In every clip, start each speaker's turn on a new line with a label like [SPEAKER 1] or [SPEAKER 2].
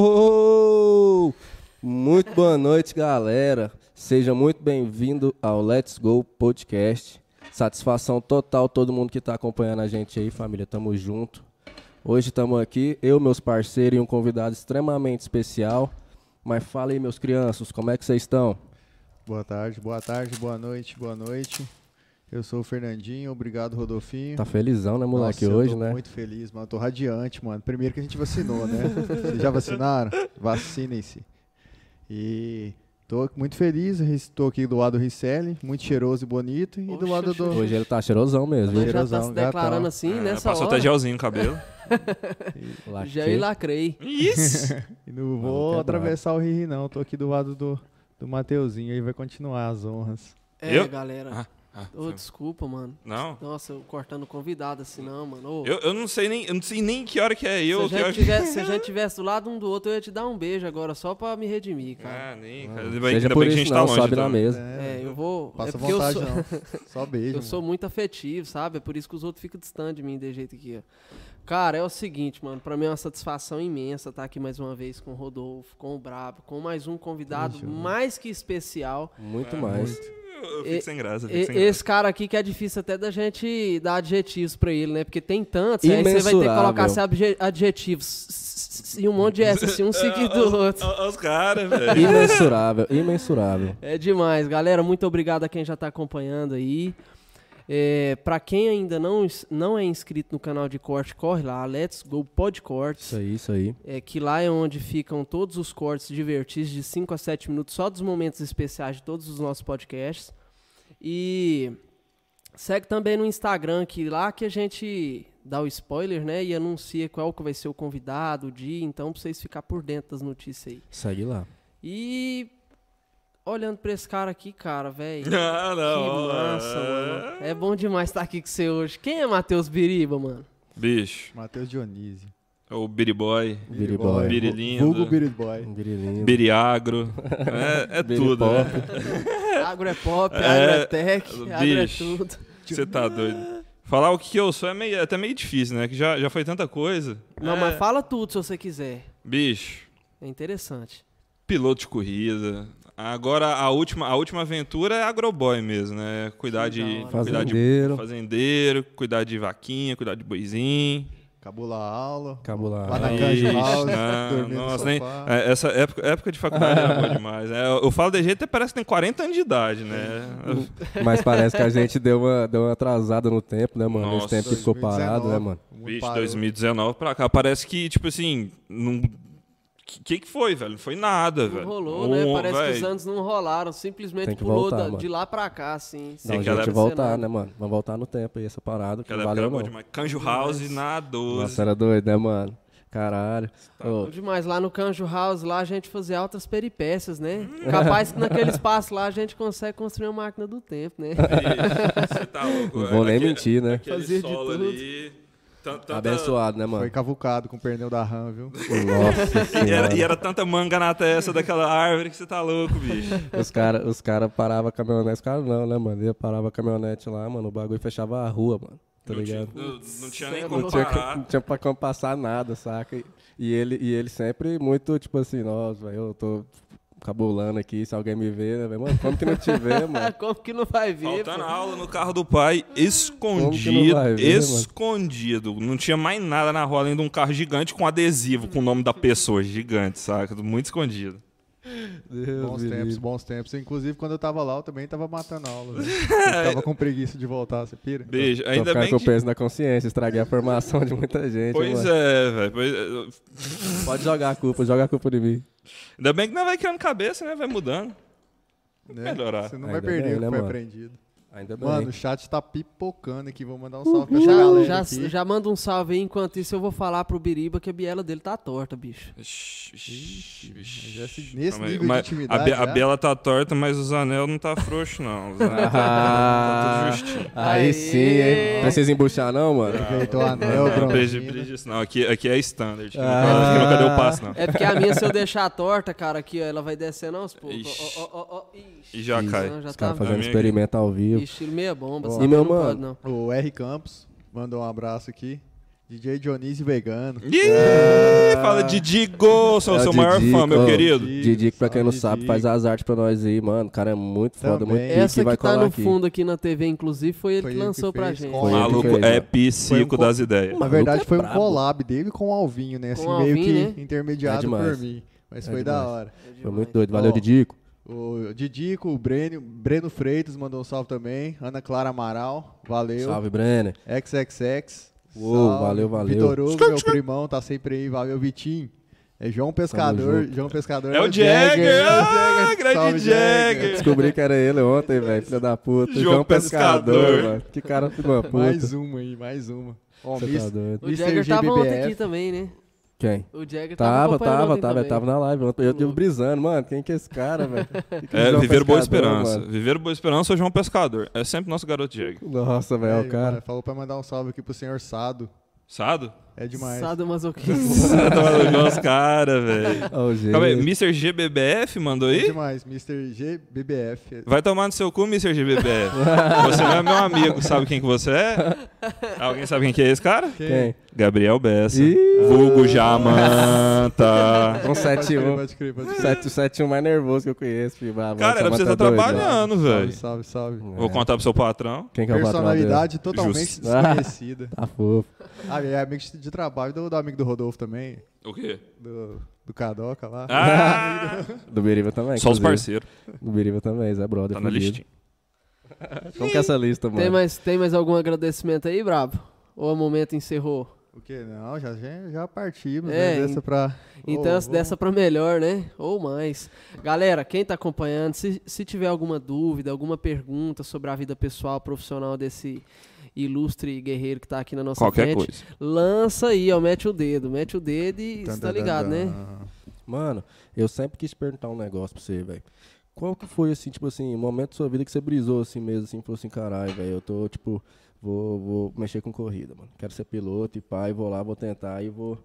[SPEAKER 1] Uou! Muito boa noite, galera. Seja muito bem-vindo ao Let's Go Podcast. Satisfação total todo mundo que está acompanhando a gente aí, família. Tamo junto. Hoje estamos aqui, eu, meus parceiros e um convidado extremamente especial. Mas fala aí, meus crianças, como é que vocês estão?
[SPEAKER 2] Boa tarde, boa tarde, boa noite, boa noite. Eu sou o Fernandinho, obrigado, Rodolfinho.
[SPEAKER 1] Tá felizão, né, moleque,
[SPEAKER 2] Nossa,
[SPEAKER 1] hoje,
[SPEAKER 2] eu tô
[SPEAKER 1] né?
[SPEAKER 2] muito feliz, mano. Eu tô radiante, mano. Primeiro que a gente vacinou, né? Vocês já vacinaram? Vacinem-se. E tô muito feliz. Estou aqui do lado do Ricelli, muito cheiroso e bonito. E do
[SPEAKER 3] Oxe,
[SPEAKER 2] lado do.
[SPEAKER 1] Hoje ele tá cheirosão mesmo. viu?
[SPEAKER 2] Hoje
[SPEAKER 3] Ele já tá
[SPEAKER 2] Cheirosão,
[SPEAKER 3] se declarando
[SPEAKER 2] gatão.
[SPEAKER 3] assim
[SPEAKER 4] É,
[SPEAKER 3] nessa
[SPEAKER 4] passou
[SPEAKER 3] hora.
[SPEAKER 4] até gelzinho no cabelo.
[SPEAKER 1] Laque.
[SPEAKER 3] Já eu lacrei.
[SPEAKER 4] Isso!
[SPEAKER 2] E não
[SPEAKER 1] Maluco
[SPEAKER 2] vou
[SPEAKER 1] é
[SPEAKER 2] atravessar o Riri, não. Tô aqui do lado do, do Mateuzinho. Aí vai continuar as honras.
[SPEAKER 3] É,
[SPEAKER 4] Eu?
[SPEAKER 3] galera.
[SPEAKER 4] Ah, ah,
[SPEAKER 3] Ô,
[SPEAKER 4] foi-
[SPEAKER 3] desculpa, mano.
[SPEAKER 4] Não.
[SPEAKER 3] Nossa, eu cortando convidado assim, não, mano. Ô,
[SPEAKER 4] Eu, eu não sei nem, eu não sei nem que hora que é eu,
[SPEAKER 3] se,
[SPEAKER 4] que
[SPEAKER 3] a
[SPEAKER 4] hora
[SPEAKER 3] gente
[SPEAKER 4] que
[SPEAKER 3] tivesse, se a gente tivesse do lado um do outro, eu ia te dar um beijo agora, só pra me redimir, cara.
[SPEAKER 4] Ah, nem, cara. Ainda bem,
[SPEAKER 1] Seja
[SPEAKER 4] ainda
[SPEAKER 1] por
[SPEAKER 4] bem que a
[SPEAKER 1] isso
[SPEAKER 4] gente
[SPEAKER 1] não,
[SPEAKER 4] tá longe.
[SPEAKER 1] sobe na
[SPEAKER 4] então.
[SPEAKER 1] mesa.
[SPEAKER 3] É, eu vou. é
[SPEAKER 2] Passa
[SPEAKER 3] porque eu
[SPEAKER 2] vontade,
[SPEAKER 3] sou,
[SPEAKER 2] não. Só beijo.
[SPEAKER 3] eu
[SPEAKER 2] mano.
[SPEAKER 3] sou muito afetivo, sabe? É por isso que os outros ficam distantes de mim, de jeito que ó. Cara, é o seguinte, mano. Pra mim é uma satisfação imensa estar aqui mais uma vez com o Rodolfo, com o Brabo, com mais um convidado
[SPEAKER 2] Beijo.
[SPEAKER 3] mais que especial.
[SPEAKER 1] Muito
[SPEAKER 2] É,
[SPEAKER 1] mais.
[SPEAKER 4] Eu, eu fico
[SPEAKER 3] E-
[SPEAKER 4] sem graça, eu
[SPEAKER 3] E-
[SPEAKER 4] fico sem graça.
[SPEAKER 3] Esse cara aqui que é difícil até da gente dar adjetivos pra ele, né? Porque tem tantos, aí você vai ter que
[SPEAKER 1] Imensurável.
[SPEAKER 3] colocar assim, abje- adjetivos s- s- e um monte de S, assim, um seguido do outro.
[SPEAKER 4] Olha os caras, velho.
[SPEAKER 1] Imensurável, imensurável.
[SPEAKER 3] É demais, galera. Muito obrigado a quem já tá acompanhando aí. É, para quem ainda não, ins- não é inscrito no canal de corte, corre lá, Let's Go Pod Cortes.
[SPEAKER 1] Isso aí, isso aí.
[SPEAKER 3] É, que lá é onde ficam todos os cortes divertidos de 5 a 7 minutos, só dos momentos especiais de todos os nossos podcasts. E segue também no Instagram, que lá que a gente dá o spoiler, né? E anuncia qual que vai ser o convidado, o dia, então pra vocês ficar por dentro das notícias aí.
[SPEAKER 1] Segue lá.
[SPEAKER 3] E olhando pra esse cara aqui, cara, velho.
[SPEAKER 4] Ah,
[SPEAKER 3] Que
[SPEAKER 4] não. ó.
[SPEAKER 3] massa, mano. É bom demais estar aqui com você hoje. Quem é Matheus Biriba, mano?
[SPEAKER 4] Bicho,
[SPEAKER 2] Matheus Dionísio.
[SPEAKER 4] é o Biriboy,
[SPEAKER 1] Biriboy.
[SPEAKER 4] Birilindo.
[SPEAKER 2] Vulgo Biriboy.
[SPEAKER 1] Um grilinho.
[SPEAKER 4] Biriagro. É, é tudo, né?
[SPEAKER 3] Agro é pop,
[SPEAKER 4] É,
[SPEAKER 3] agro é tech, agro é
[SPEAKER 4] bicho.
[SPEAKER 3] tudo.
[SPEAKER 4] Você tá doido. Falar o que eu sou é, meio, é até meio difícil, né? Que já, já foi tanta coisa.
[SPEAKER 3] Não,
[SPEAKER 4] É,
[SPEAKER 3] mas fala tudo se você quiser.
[SPEAKER 4] Bicho,
[SPEAKER 3] É interessante.
[SPEAKER 4] piloto de corrida. Agora a última, a última aventura é agroboy mesmo, né? Cuidar
[SPEAKER 3] Que da
[SPEAKER 4] de
[SPEAKER 3] hora.
[SPEAKER 4] cuidar de
[SPEAKER 1] Fazendeiro.
[SPEAKER 4] fazendeiro, cuidar de vaquinha, cuidar de boizinho.
[SPEAKER 2] Cabula a aula.
[SPEAKER 1] Acabou
[SPEAKER 2] Lá
[SPEAKER 1] lá.
[SPEAKER 2] na-
[SPEAKER 4] Ixi,
[SPEAKER 2] Canja House,
[SPEAKER 4] não,
[SPEAKER 2] né? dormindo no
[SPEAKER 4] nossa,
[SPEAKER 2] sofá.
[SPEAKER 4] nem, é, essa época, época de faculdade era boa demais. né? Eu, eu falo de jeito até parece que tem 40 anos de idade, né?
[SPEAKER 1] Mas parece que a gente deu uma, deu uma atrasada no tempo, né, mano? Esse
[SPEAKER 4] Nossa.
[SPEAKER 1] tempo que ficou parado, né, mano?
[SPEAKER 2] O mundo
[SPEAKER 4] Bicho,
[SPEAKER 2] parou.
[SPEAKER 4] 2019 pra cá. Parece que, tipo assim, não. O que, que foi, velho? Não foi nada,
[SPEAKER 3] Não
[SPEAKER 4] velho.
[SPEAKER 3] rolou,
[SPEAKER 4] Um-
[SPEAKER 3] né? Parece que os
[SPEAKER 4] velho,
[SPEAKER 3] anos não rolaram. Simplesmente
[SPEAKER 1] Tem que
[SPEAKER 3] pulou
[SPEAKER 1] voltar,
[SPEAKER 3] da-
[SPEAKER 1] mano.
[SPEAKER 3] de lá pra cá, assim. sem
[SPEAKER 1] Não, a
[SPEAKER 4] aquela
[SPEAKER 1] gente
[SPEAKER 3] acontecer
[SPEAKER 1] voltar,
[SPEAKER 3] nada.
[SPEAKER 1] né, mano? Vamos voltar no tempo aí, essa parada. Que
[SPEAKER 4] Aquela
[SPEAKER 1] não
[SPEAKER 4] época
[SPEAKER 1] valeu,
[SPEAKER 4] era boa
[SPEAKER 1] não.
[SPEAKER 4] demais. Canjo House na 12.
[SPEAKER 1] Nossa, era doido, né, mano? Caralho.
[SPEAKER 4] Tá
[SPEAKER 1] Ô,
[SPEAKER 3] Bom Demais, lá no Canjo House, lá a gente fazia altas peripécias, né? Capaz que naquele espaço lá a gente consegue construir uma máquina do tempo, né?
[SPEAKER 4] Bicho, Você tá louco.
[SPEAKER 1] não
[SPEAKER 4] velho.
[SPEAKER 1] vou nem
[SPEAKER 4] Aquele-
[SPEAKER 1] mentir, né?
[SPEAKER 4] Aquele
[SPEAKER 3] Fazia de
[SPEAKER 4] solo
[SPEAKER 3] tudo.
[SPEAKER 4] ali. tan- tá tanta-
[SPEAKER 1] Abençoado, né,
[SPEAKER 2] Foi
[SPEAKER 1] mano?
[SPEAKER 2] cavucado com o pneu da RAM, viu?
[SPEAKER 1] Nossa
[SPEAKER 4] E era, e
[SPEAKER 1] senhora.
[SPEAKER 4] era tanta manga na testa daquela árvore que você tá louco, bicho.
[SPEAKER 1] Os caras os cara paravam a caminhonete. Os caras não, né, mano? Ele parava a caminhonete lá, mano. O bagulho fechava a rua, mano. Tá
[SPEAKER 4] não, tinha,
[SPEAKER 1] ligado?
[SPEAKER 4] não, não tinha
[SPEAKER 3] Cê é
[SPEAKER 4] nem
[SPEAKER 1] Não
[SPEAKER 4] como
[SPEAKER 3] louco.
[SPEAKER 1] tinha, co- não
[SPEAKER 4] parar.
[SPEAKER 1] tinha pra como passar nada, saca? E, e ele, e ele sempre muito, tipo assim, nossa, velho, eu tô cabulando aqui, se alguém me ver, né, velho? Mano, como que não te vê, mano?
[SPEAKER 3] Como que não vai vir?
[SPEAKER 4] Faltando
[SPEAKER 3] pô?
[SPEAKER 4] aula no carro do pai,
[SPEAKER 1] Como que
[SPEAKER 4] escondido,
[SPEAKER 1] não vai ver, mano?
[SPEAKER 4] escondido. Não tinha mais nada na rua além de um carro gigante com adesivo com o nome da pessoa gigante, saca? Muito escondido.
[SPEAKER 1] Deus
[SPEAKER 2] Bons
[SPEAKER 1] me
[SPEAKER 2] tempos,
[SPEAKER 1] livre.
[SPEAKER 2] bons tempos. Inclusive, quando eu tava lá, eu também tava matando a aula. velho. Eu tava com preguiça de voltar, você pira?
[SPEAKER 4] Beijo.
[SPEAKER 1] Tô
[SPEAKER 4] Ainda
[SPEAKER 1] ficando
[SPEAKER 4] bem
[SPEAKER 1] com o
[SPEAKER 4] que...
[SPEAKER 1] peso na consciência, estraguei a formação de muita gente.
[SPEAKER 4] Pois
[SPEAKER 1] mano.
[SPEAKER 4] é, velho. Pois é.
[SPEAKER 1] Pode jogar a culpa, joga a culpa de mim.
[SPEAKER 4] Ainda bem que não vai criando cabeça, né? Vai mudando.
[SPEAKER 2] Né?
[SPEAKER 4] Melhorar.
[SPEAKER 2] Você não
[SPEAKER 1] Ainda
[SPEAKER 2] vai perder
[SPEAKER 1] bem,
[SPEAKER 2] o que
[SPEAKER 1] né,
[SPEAKER 2] foi
[SPEAKER 1] mano?
[SPEAKER 2] aprendido.
[SPEAKER 1] Ainda bem. Uhum.
[SPEAKER 2] Mano, o chat tá pipocando aqui. Vou mandar um salve pra essa galera
[SPEAKER 3] Já,
[SPEAKER 2] aqui.
[SPEAKER 3] já, já manda um salve aí, enquanto isso eu vou falar pro Biriba que a biela dele tá torta, bicho.
[SPEAKER 4] Ixi, ixi, ixi.
[SPEAKER 2] mas esse- nesse
[SPEAKER 4] Calma aí.
[SPEAKER 2] nível de
[SPEAKER 4] Mas
[SPEAKER 2] intimidade
[SPEAKER 4] A, Be- a
[SPEAKER 2] já?
[SPEAKER 4] Bela tá torta, mas os anel não tá frouxo, não. Os anel tá, tá
[SPEAKER 1] Ah,
[SPEAKER 4] tudo justinho.
[SPEAKER 1] aí
[SPEAKER 3] Aê.
[SPEAKER 1] sim, hein? Precisa embuchar, não, mano?
[SPEAKER 2] Aproveitou é o anel,
[SPEAKER 4] não,
[SPEAKER 2] bronzina.
[SPEAKER 4] bridge, bridge, isso não. Aqui, aqui é standard. Aqui
[SPEAKER 1] Ah.
[SPEAKER 4] nunca- aqui nunca deu passo, não.
[SPEAKER 3] É porque a minha, se eu deixar torta, cara, aqui, ó, ela vai descendo aos poucos.
[SPEAKER 4] Ixi.
[SPEAKER 3] Ó, ó, ó, ó, ixi.
[SPEAKER 4] E já
[SPEAKER 3] Ixi,
[SPEAKER 4] cai.
[SPEAKER 3] não, já
[SPEAKER 1] Os
[SPEAKER 3] tá
[SPEAKER 1] caras fazendo
[SPEAKER 4] Amigo.
[SPEAKER 1] experimento ao vivo.
[SPEAKER 3] estilo meia bomba,
[SPEAKER 1] Ó.
[SPEAKER 3] sabe?
[SPEAKER 1] E meu
[SPEAKER 3] não pode,
[SPEAKER 1] mano?
[SPEAKER 3] não.
[SPEAKER 2] O R Campos mandou um abraço aqui. DJ Dionísio Vegano.
[SPEAKER 4] Ih, fala Didigo, sou
[SPEAKER 1] É o
[SPEAKER 4] seu maior
[SPEAKER 1] Didico,
[SPEAKER 4] fã, meu
[SPEAKER 1] ó.
[SPEAKER 4] querido.
[SPEAKER 1] Didi, que pra quem não
[SPEAKER 2] Salve,
[SPEAKER 1] sabe,
[SPEAKER 2] Didi.
[SPEAKER 1] faz as artes pra nós aí, mano. O cara é muito foda,
[SPEAKER 2] Também.
[SPEAKER 1] muito pique,
[SPEAKER 3] Essa
[SPEAKER 1] vai
[SPEAKER 3] que tá
[SPEAKER 1] colar
[SPEAKER 3] no
[SPEAKER 1] aqui.
[SPEAKER 3] fundo aqui na TV, inclusive, foi ele
[SPEAKER 2] Foi
[SPEAKER 3] que
[SPEAKER 2] ele que
[SPEAKER 3] lançou pra
[SPEAKER 2] fez
[SPEAKER 3] gente.
[SPEAKER 2] com-
[SPEAKER 4] O
[SPEAKER 1] Foi ele que
[SPEAKER 4] maluco
[SPEAKER 1] fez,
[SPEAKER 4] é
[SPEAKER 1] ó.
[SPEAKER 4] psico
[SPEAKER 2] Foi um co-
[SPEAKER 4] das ideias.
[SPEAKER 2] Na
[SPEAKER 1] maluco
[SPEAKER 2] verdade,
[SPEAKER 1] é
[SPEAKER 2] foi um
[SPEAKER 1] brabo.
[SPEAKER 2] collab dele com o Alvinho, né? Assim,
[SPEAKER 3] Com o
[SPEAKER 2] meio
[SPEAKER 3] Alvinho,
[SPEAKER 2] que
[SPEAKER 3] né?
[SPEAKER 1] É
[SPEAKER 2] intermediado
[SPEAKER 1] demais.
[SPEAKER 2] por mim. Mas
[SPEAKER 1] É
[SPEAKER 2] foi da
[SPEAKER 1] demais.
[SPEAKER 2] hora.
[SPEAKER 1] Foi muito doido, valeu,
[SPEAKER 2] Ó.
[SPEAKER 1] Didico.
[SPEAKER 2] O Didico, o Breno, Breno Freitas mandou um salve também. Ana Clara Amaral, valeu.
[SPEAKER 1] Salve, Brenner.
[SPEAKER 2] XXX.
[SPEAKER 1] Uou,
[SPEAKER 2] salve.
[SPEAKER 1] valeu, valeu.
[SPEAKER 2] Vitor Hugo, meu primão, tá sempre aí. Valeu, Vitinho. É João Pescador.
[SPEAKER 1] junto.
[SPEAKER 2] João Pescador.
[SPEAKER 4] É o
[SPEAKER 2] Jagger,
[SPEAKER 4] Jagger!
[SPEAKER 2] é o
[SPEAKER 4] Ah,
[SPEAKER 2] Jagger.
[SPEAKER 4] grande
[SPEAKER 2] Salve,
[SPEAKER 4] Jagger!
[SPEAKER 1] Descobri que era ele ontem, velho, filho da puta. Então,
[SPEAKER 4] João Pescador.
[SPEAKER 1] mano. Que cara filho da puta.
[SPEAKER 2] Mais uma aí, mais uma. Ó,
[SPEAKER 1] Você tá
[SPEAKER 2] Miss-
[SPEAKER 1] doido.
[SPEAKER 3] O
[SPEAKER 2] Mr.
[SPEAKER 3] Jagger tava ontem
[SPEAKER 2] GBBF.
[SPEAKER 3] aqui também, né?
[SPEAKER 1] Quem?
[SPEAKER 3] O Jagger tava
[SPEAKER 1] Tava,
[SPEAKER 3] acompanhando
[SPEAKER 1] tava,
[SPEAKER 3] ontem
[SPEAKER 1] tava,
[SPEAKER 3] também.
[SPEAKER 1] tava na live. ontem. Eu tive
[SPEAKER 3] Louco.
[SPEAKER 1] brisando, mano. Quem que é esse cara, velho? Que que
[SPEAKER 4] É,
[SPEAKER 1] João
[SPEAKER 4] viver Boa
[SPEAKER 1] um Pescador,
[SPEAKER 4] Esperança.
[SPEAKER 1] mano?
[SPEAKER 4] Viver Boa Esperança ou João Pescador. É sempre nosso garoto Diego.
[SPEAKER 1] Nossa, velho,
[SPEAKER 3] É,
[SPEAKER 2] Aí,
[SPEAKER 1] É, o cara.
[SPEAKER 2] É, mano, Falou pra mandar um salve aqui pro senhor Sado.
[SPEAKER 4] Sado?
[SPEAKER 2] É demais.
[SPEAKER 3] Sado masoquista.
[SPEAKER 4] Sado elogiou os caras, velho.
[SPEAKER 1] Ó, o jeito.
[SPEAKER 4] Calma aí, Mr. GBBF mandou
[SPEAKER 2] É
[SPEAKER 4] aí?
[SPEAKER 2] demais, Mr. GBBF.
[SPEAKER 4] Vai tomar no seu cu, Mr. GBBF. você não é meu amigo, sabe quem que você é? Alguém sabe quem que é esse cara?
[SPEAKER 1] Quem?
[SPEAKER 4] Gabriel Bessa.
[SPEAKER 1] Ih.
[SPEAKER 4] Vulgo Jamanta.
[SPEAKER 1] Um 7
[SPEAKER 2] Pode crer,
[SPEAKER 1] 1
[SPEAKER 2] pode crer, pode crer.
[SPEAKER 1] 7 7 um mais nervoso que eu conheço, filho. Ah, mano,
[SPEAKER 4] Cara, era pra você
[SPEAKER 1] tá
[SPEAKER 4] estar
[SPEAKER 1] doido, ó.
[SPEAKER 4] trabalhando, É, velho.
[SPEAKER 2] Salve, salve, salve.
[SPEAKER 4] Vou contar pro seu patrão.
[SPEAKER 1] Quem que é o patrão dele?
[SPEAKER 2] Personalidade totalmente
[SPEAKER 4] Justo.
[SPEAKER 2] desconhecida.
[SPEAKER 1] Tá fofo.
[SPEAKER 2] Ah, é amigo de trabalho do, do amigo do Rodolfo também,
[SPEAKER 4] O quê?
[SPEAKER 2] do, do Cadoca lá.
[SPEAKER 4] Ah,
[SPEAKER 1] Do Beriva também.
[SPEAKER 4] só os
[SPEAKER 1] Tá inclusive.
[SPEAKER 4] parceiros.
[SPEAKER 1] Do Beriva também, Zé Brother.
[SPEAKER 4] Tá na
[SPEAKER 1] fudido.
[SPEAKER 4] listinha.
[SPEAKER 1] Como que é essa lista, mano?
[SPEAKER 3] tem, mais, tem mais algum agradecimento aí, Brabo? Ou o momento encerrou?
[SPEAKER 2] O que? Não, já, já, já partimos
[SPEAKER 3] É,
[SPEAKER 2] né, dessa pra...
[SPEAKER 3] Então,
[SPEAKER 2] Ô,
[SPEAKER 3] essa-
[SPEAKER 2] vamos-
[SPEAKER 3] dessa pra melhor, né? Ou mais. Galera, quem tá acompanhando, se, se tiver alguma dúvida, alguma pergunta sobre a vida pessoal, profissional desse ilustre guerreiro que tá aqui na nossa
[SPEAKER 4] Qualquer
[SPEAKER 3] frente,
[SPEAKER 4] coisa.
[SPEAKER 3] lança aí, ó, mete o dedo, mete o dedo e
[SPEAKER 2] Tan,
[SPEAKER 3] você tá
[SPEAKER 2] tan, tan,
[SPEAKER 3] ligado, né?
[SPEAKER 2] tan.
[SPEAKER 1] Mano, eu sempre quis perguntar um negócio pra você, velho. Qual que foi, assim, tipo assim, o momento da sua vida que você brisou assim mesmo, assim, falou assim, caralho, velho, eu tô, tipo, vou, vou mexer com corrida, mano. Quero ser piloto e pai, vou lá, vou tentar e vou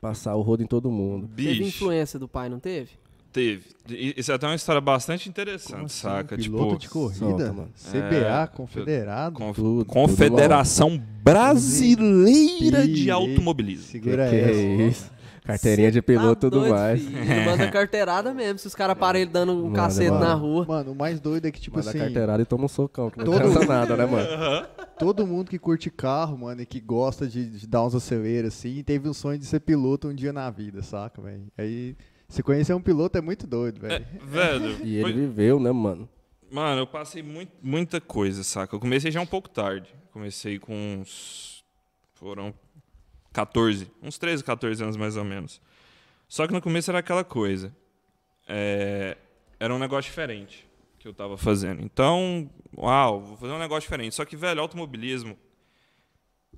[SPEAKER 1] passar o rodo em todo mundo.
[SPEAKER 3] Teve
[SPEAKER 4] Bicho,
[SPEAKER 3] influência do pai, não teve?
[SPEAKER 4] teve. E- Isso é até uma história bastante interessante,
[SPEAKER 2] Como assim,
[SPEAKER 4] saca?
[SPEAKER 2] Piloto
[SPEAKER 4] tipo,
[SPEAKER 2] de corrida,
[SPEAKER 1] solta, mano.
[SPEAKER 2] CBA,
[SPEAKER 4] É,
[SPEAKER 2] confederado.
[SPEAKER 4] Conf-
[SPEAKER 1] Tudo,
[SPEAKER 4] Confederação Brasileira de
[SPEAKER 2] Pirei.
[SPEAKER 4] Automobilismo.
[SPEAKER 2] Segura
[SPEAKER 1] que
[SPEAKER 2] essa.
[SPEAKER 1] é isso? Carteirinha de piloto e
[SPEAKER 3] tá
[SPEAKER 1] tudo
[SPEAKER 3] doido,
[SPEAKER 1] mais.
[SPEAKER 3] filho. Não Manda carteirada mesmo, se os caras param ele dando um
[SPEAKER 1] Manda,
[SPEAKER 3] cacete
[SPEAKER 1] manda.
[SPEAKER 3] na rua.
[SPEAKER 2] Mano, o mais doido é que, tipo
[SPEAKER 1] Manda
[SPEAKER 2] assim,
[SPEAKER 1] carteirada e toma um socão, que não
[SPEAKER 2] Todo-
[SPEAKER 1] cansa nada, né, mano?
[SPEAKER 2] todo mundo que curte carro, mano, e que gosta de, de dar uns aceleros, assim, teve um sonho de ser piloto um dia na vida, saca, velho? Aí, se conhecer um piloto é muito doido, velho.
[SPEAKER 4] Velho,
[SPEAKER 1] E ele
[SPEAKER 4] foi-
[SPEAKER 1] viveu, né, mano?
[SPEAKER 4] mano, eu passei muito- muita coisa, saca? Eu comecei já um pouco tarde. Comecei com uns. Foram 14, uns 13, 14 anos mais ou menos. Só que no começo era aquela coisa. É, era um negócio diferente que eu tava fazendo. Então, uau, vou fazer um negócio diferente. Só que, velho, automobilismo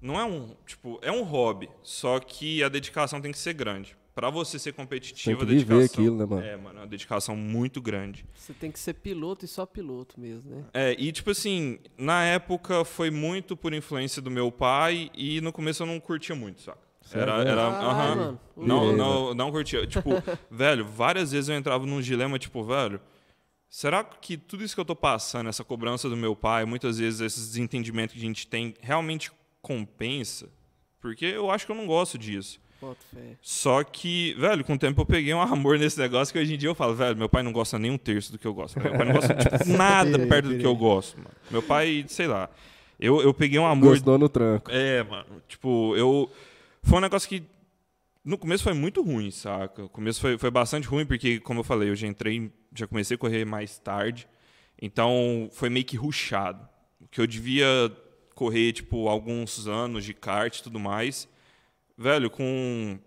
[SPEAKER 4] não é um. Tipo, é um hobby. Só que a dedicação tem que ser grande. Pra você ser competitivo,
[SPEAKER 1] Tem que
[SPEAKER 4] a
[SPEAKER 1] viver
[SPEAKER 4] dedicação.
[SPEAKER 1] aquilo, né, mano?
[SPEAKER 4] É, mano, é uma dedicação muito grande.
[SPEAKER 3] Você tem que ser piloto e só piloto mesmo, né?
[SPEAKER 4] É, e tipo assim, na época foi muito por influência do meu pai e no começo eu não curtia muito, saca? Era, era,
[SPEAKER 3] Caralho,
[SPEAKER 4] aham.
[SPEAKER 3] mano.
[SPEAKER 4] Não,
[SPEAKER 1] Beleza.
[SPEAKER 4] não, não curtia. Tipo, velho, várias vezes eu entrava num dilema, tipo, velho, será que tudo isso que eu tô passando, essa cobrança do meu pai, muitas vezes esses desentendimentos que a gente tem, realmente compensa? Porque eu acho que eu não gosto disso.
[SPEAKER 3] Boto fé.
[SPEAKER 4] Só que, velho, com o tempo eu peguei um amor nesse negócio que hoje em dia eu falo, velho, meu pai não gosta nem um terço do que eu gosto. Meu pai não gosta tipo, nada
[SPEAKER 2] Pirei,
[SPEAKER 4] perto do que
[SPEAKER 2] pirei.
[SPEAKER 4] eu gosto, mano. Meu pai, sei lá. Eu, eu peguei um amor.
[SPEAKER 1] Gostou no tranco.
[SPEAKER 4] É, mano. Tipo, eu. Foi um negócio que. No começo foi muito ruim, saca? O começo foi, foi bastante ruim, porque, como eu falei, eu já entrei. Já comecei a correr mais tarde. Então, foi meio que ruchado. Que eu devia correr, tipo, alguns anos de kart e tudo mais. Velho, com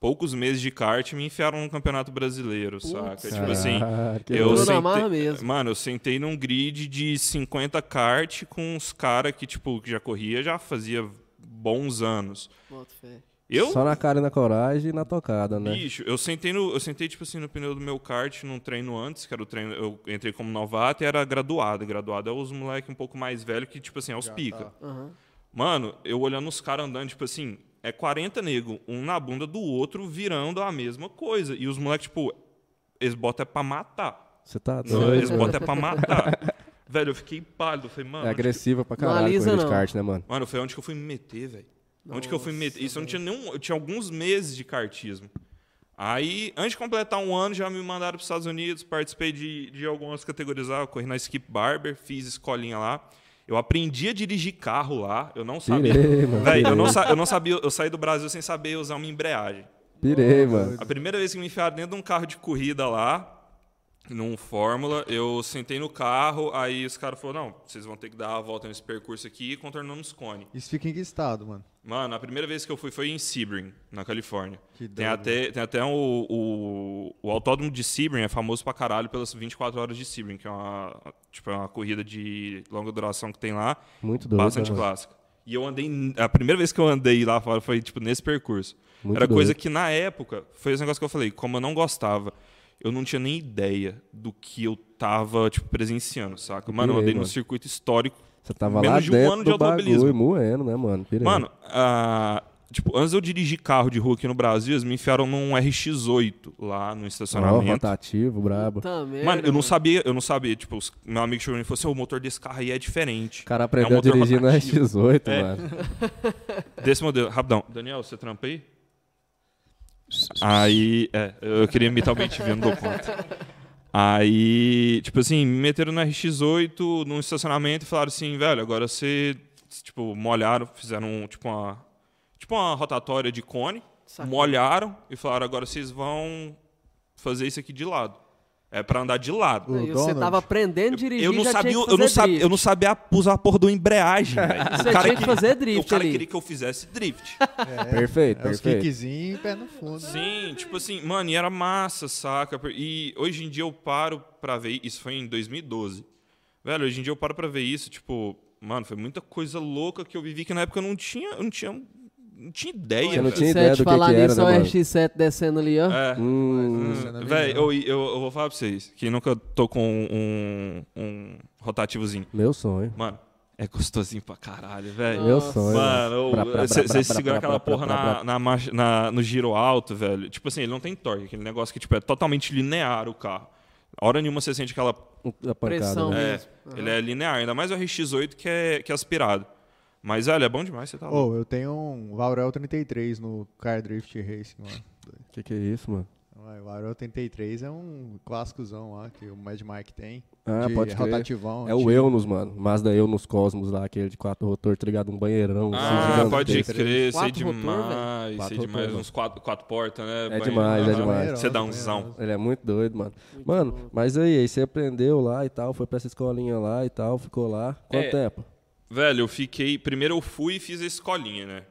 [SPEAKER 4] poucos meses de kart, me enfiaram no Campeonato Brasileiro, saca? Tipo assim.
[SPEAKER 1] Caraca, Ah, que
[SPEAKER 4] Eu
[SPEAKER 1] louco.
[SPEAKER 3] Tudo na
[SPEAKER 4] sentei,
[SPEAKER 3] marra mesmo.
[SPEAKER 4] Mano, eu sentei num grid de 50 kart com uns caras que, tipo, que já corria já fazia bons anos.
[SPEAKER 3] Boto fé.
[SPEAKER 4] Eu,
[SPEAKER 1] Só na cara e na coragem e na tocada, né?
[SPEAKER 4] bicho, eu sentei, no, eu sentei, tipo assim, no pneu do meu kart num treino antes, que era o treino. Eu entrei como novato e era graduado. Graduado é os moleques um pouco mais velhos que, tipo assim, é os pica.
[SPEAKER 3] Aham.
[SPEAKER 4] Mano, eu olhando os caras andando, tipo assim, é 40 nego, um na bunda do outro, virando a mesma coisa. E os moleques, tipo, eles botam é pra matar.
[SPEAKER 1] Você tá
[SPEAKER 4] Não,
[SPEAKER 1] doido.
[SPEAKER 4] eles
[SPEAKER 1] mano.
[SPEAKER 4] botam é pra matar. Velho, eu fiquei pálido. Falei, mano,
[SPEAKER 1] É
[SPEAKER 4] onde que-
[SPEAKER 1] agressiva pra
[SPEAKER 3] Não
[SPEAKER 1] caralho
[SPEAKER 3] alisa,
[SPEAKER 1] corrida de
[SPEAKER 3] não.
[SPEAKER 1] kart, né, mano?
[SPEAKER 4] mano, foi onde que eu fui me meter, velho. Onde que eu fui
[SPEAKER 3] Nossa,
[SPEAKER 4] meter? Isso eu não tinha nenhum. Eu tinha alguns meses de cartismo. Aí, antes de completar um ano, já me mandaram para os Estados Unidos, participei de, de algumas categorias lá, eu corri na Skip Barber, fiz escolinha lá. Eu aprendi a dirigir carro lá, eu não sabia.
[SPEAKER 1] Pirei, mano.
[SPEAKER 4] Véi, eu, não
[SPEAKER 1] pirei.
[SPEAKER 4] sa- eu não sabia, eu saí do Brasil sem saber usar uma embreagem.
[SPEAKER 1] Pirei, mano.
[SPEAKER 4] A primeira vez que me enfiaram dentro de um carro de corrida lá, num Fórmula, eu sentei no carro, aí os caras falaram, não, vocês vão ter que dar a volta nesse percurso aqui, contornando os cones.
[SPEAKER 2] Isso fica em que estado, mano?
[SPEAKER 4] Mano, a primeira vez que eu fui foi em Sebring, na Califórnia.
[SPEAKER 2] Que
[SPEAKER 4] tem,
[SPEAKER 2] doido.
[SPEAKER 4] até, tem até o, o, o autódromo de Sebring, é famoso pra caralho pelas 24 horas de Sebring, que é uma, tipo, é uma corrida de longa duração que tem lá,
[SPEAKER 1] Muito doido. né,
[SPEAKER 4] bastante
[SPEAKER 1] mano.
[SPEAKER 4] clássica. E eu andei, a primeira vez que eu andei lá fora foi, tipo, nesse percurso.
[SPEAKER 1] Muito
[SPEAKER 4] Era coisa
[SPEAKER 1] doido.
[SPEAKER 4] que, na época, foi esse negócio que eu falei, como eu não gostava, eu não tinha nem ideia do que eu tava, tipo, presenciando, saca? Mano, eu
[SPEAKER 1] Pirei,
[SPEAKER 4] andei num
[SPEAKER 1] mano.
[SPEAKER 4] circuito histórico
[SPEAKER 1] Você tava
[SPEAKER 4] menos
[SPEAKER 1] lá
[SPEAKER 4] de um
[SPEAKER 1] dentro
[SPEAKER 4] ano de
[SPEAKER 1] do bagulho,
[SPEAKER 4] automobilismo.
[SPEAKER 1] moendo, né, mano? Pirei.
[SPEAKER 4] Mano, ah, tipo, antes de eu dirigir carro de rua aqui no Brasil, eles me enfiaram num RX8 lá no
[SPEAKER 1] Ó,
[SPEAKER 4] estacionamento.
[SPEAKER 1] rotativo, brabo.
[SPEAKER 3] Puta merda,
[SPEAKER 4] Mano, eu não sabia, eu não sabia. Tipo, os- meu amigo chegou em mim e falou assim: "Ô, o motor desse carro aí é diferente.
[SPEAKER 1] O cara aprendeu a
[SPEAKER 4] É um motor
[SPEAKER 1] dirigir no
[SPEAKER 4] rotativo.
[SPEAKER 1] RX8,
[SPEAKER 4] É.
[SPEAKER 1] mano.
[SPEAKER 4] Desse modelo, rapidão. Daniel, você trampa aí? Aí, é, eu queria imitar o Ben TV, não dou conta. Aí, tipo assim, me meteram no RX8 num estacionamento e falaram assim, velho, agora você, tipo, molharam, fizeram tipo uma, tipo uma rotatória de cone,
[SPEAKER 3] Saquei.
[SPEAKER 4] molharam e falaram, agora vocês vão fazer isso aqui de lado. É pra andar de lado.
[SPEAKER 2] O
[SPEAKER 3] Aí você
[SPEAKER 2] Donald?
[SPEAKER 3] tava aprendendo a dirigir,
[SPEAKER 4] Eu não,
[SPEAKER 3] já
[SPEAKER 4] sabia,
[SPEAKER 3] tinha que
[SPEAKER 4] eu, não
[SPEAKER 3] fazer
[SPEAKER 4] sabia,
[SPEAKER 3] drift.
[SPEAKER 4] eu não sabia usar a porra do embreagem, velho.
[SPEAKER 3] Você
[SPEAKER 4] O cara
[SPEAKER 3] tinha que
[SPEAKER 4] queria-
[SPEAKER 3] fazer
[SPEAKER 4] O
[SPEAKER 3] drift
[SPEAKER 4] cara
[SPEAKER 3] ali.
[SPEAKER 4] queria que eu fizesse drift.
[SPEAKER 1] Perfeito,
[SPEAKER 2] É os
[SPEAKER 1] perfeito.
[SPEAKER 2] kickzinhos e pé no fundo. né?
[SPEAKER 4] Sim, tipo assim, mano, e era massa, saca? E hoje em dia eu paro pra ver. Isso foi em 2012. Velho, hoje em dia eu paro pra ver isso, tipo, mano, foi muita coisa louca que eu vivi que na época eu não tinha. Eu não tinha, não tinha ideia.
[SPEAKER 1] Você não
[SPEAKER 4] velho.
[SPEAKER 1] tinha
[SPEAKER 3] Se
[SPEAKER 1] ideia
[SPEAKER 3] eu te
[SPEAKER 1] do que
[SPEAKER 3] falar
[SPEAKER 1] que era,
[SPEAKER 3] nisso,
[SPEAKER 1] né,
[SPEAKER 3] olha o
[SPEAKER 1] mano?
[SPEAKER 3] RX7 descendo ali, ó.
[SPEAKER 4] É.
[SPEAKER 1] Hum,
[SPEAKER 4] Hum, Véi, eu, eu, eu vou falar pra vocês. Quem nunca tocou um, um, um rotativozinho.
[SPEAKER 1] meu sonho.
[SPEAKER 4] Mano, é gostosinho pra caralho, velho.
[SPEAKER 1] Meu sonho. né?
[SPEAKER 4] Mano,
[SPEAKER 1] Pra, pra, pra, pra,
[SPEAKER 4] você
[SPEAKER 1] pra,
[SPEAKER 4] segura
[SPEAKER 1] pra, pra, pra,
[SPEAKER 4] aquela porra
[SPEAKER 1] pra,
[SPEAKER 4] na, na marcha- na- no giro alto, velho. Tipo assim, ele não tem torque, aquele negócio que tipo, é totalmente linear o carro. Hora nenhuma você sente aquela.
[SPEAKER 1] pra- Um, A pancada,
[SPEAKER 3] Pressão.
[SPEAKER 1] né?
[SPEAKER 4] É,
[SPEAKER 3] mesmo. Aham.
[SPEAKER 4] Ele é linear, ainda mais o RX8 que é, que é aspirado. Mas, velho, é bom demais, você tá louco.
[SPEAKER 2] Ô, eu tenho um Vaurel 33 no Car Drift Racing, mano.
[SPEAKER 1] Que que é isso, mano?
[SPEAKER 2] Ué, O Vaurel 33 é um clássicozão lá que o Mad Mike tem.
[SPEAKER 1] Ah,
[SPEAKER 2] de
[SPEAKER 1] pode crer.
[SPEAKER 2] rotativão. tipo,
[SPEAKER 1] É o
[SPEAKER 2] de-
[SPEAKER 1] Eunos, mano. Mazda Eunos Cosmos lá, aquele de quatro rotor, tá ligado? Um banheirão. assim,
[SPEAKER 4] Ah,
[SPEAKER 1] gigantesco.
[SPEAKER 4] pode crer, sei
[SPEAKER 3] Quatro rotor,
[SPEAKER 4] demais,
[SPEAKER 1] Quatro
[SPEAKER 4] sei
[SPEAKER 1] rotor,
[SPEAKER 4] demais.
[SPEAKER 1] velho.
[SPEAKER 4] Uns quatro, quatro portas, né?
[SPEAKER 1] É demais, é demais.
[SPEAKER 4] Você dá um umzão.
[SPEAKER 1] Ele é muito doido, mano. mano, mas aí, aí você aprendeu lá e tal, foi pra essa escolinha lá e tal, ficou lá. Quanto
[SPEAKER 4] É.
[SPEAKER 1] tempo?
[SPEAKER 4] Velho, eu fiquei. Primeiro eu fui e fiz a escolinha, né?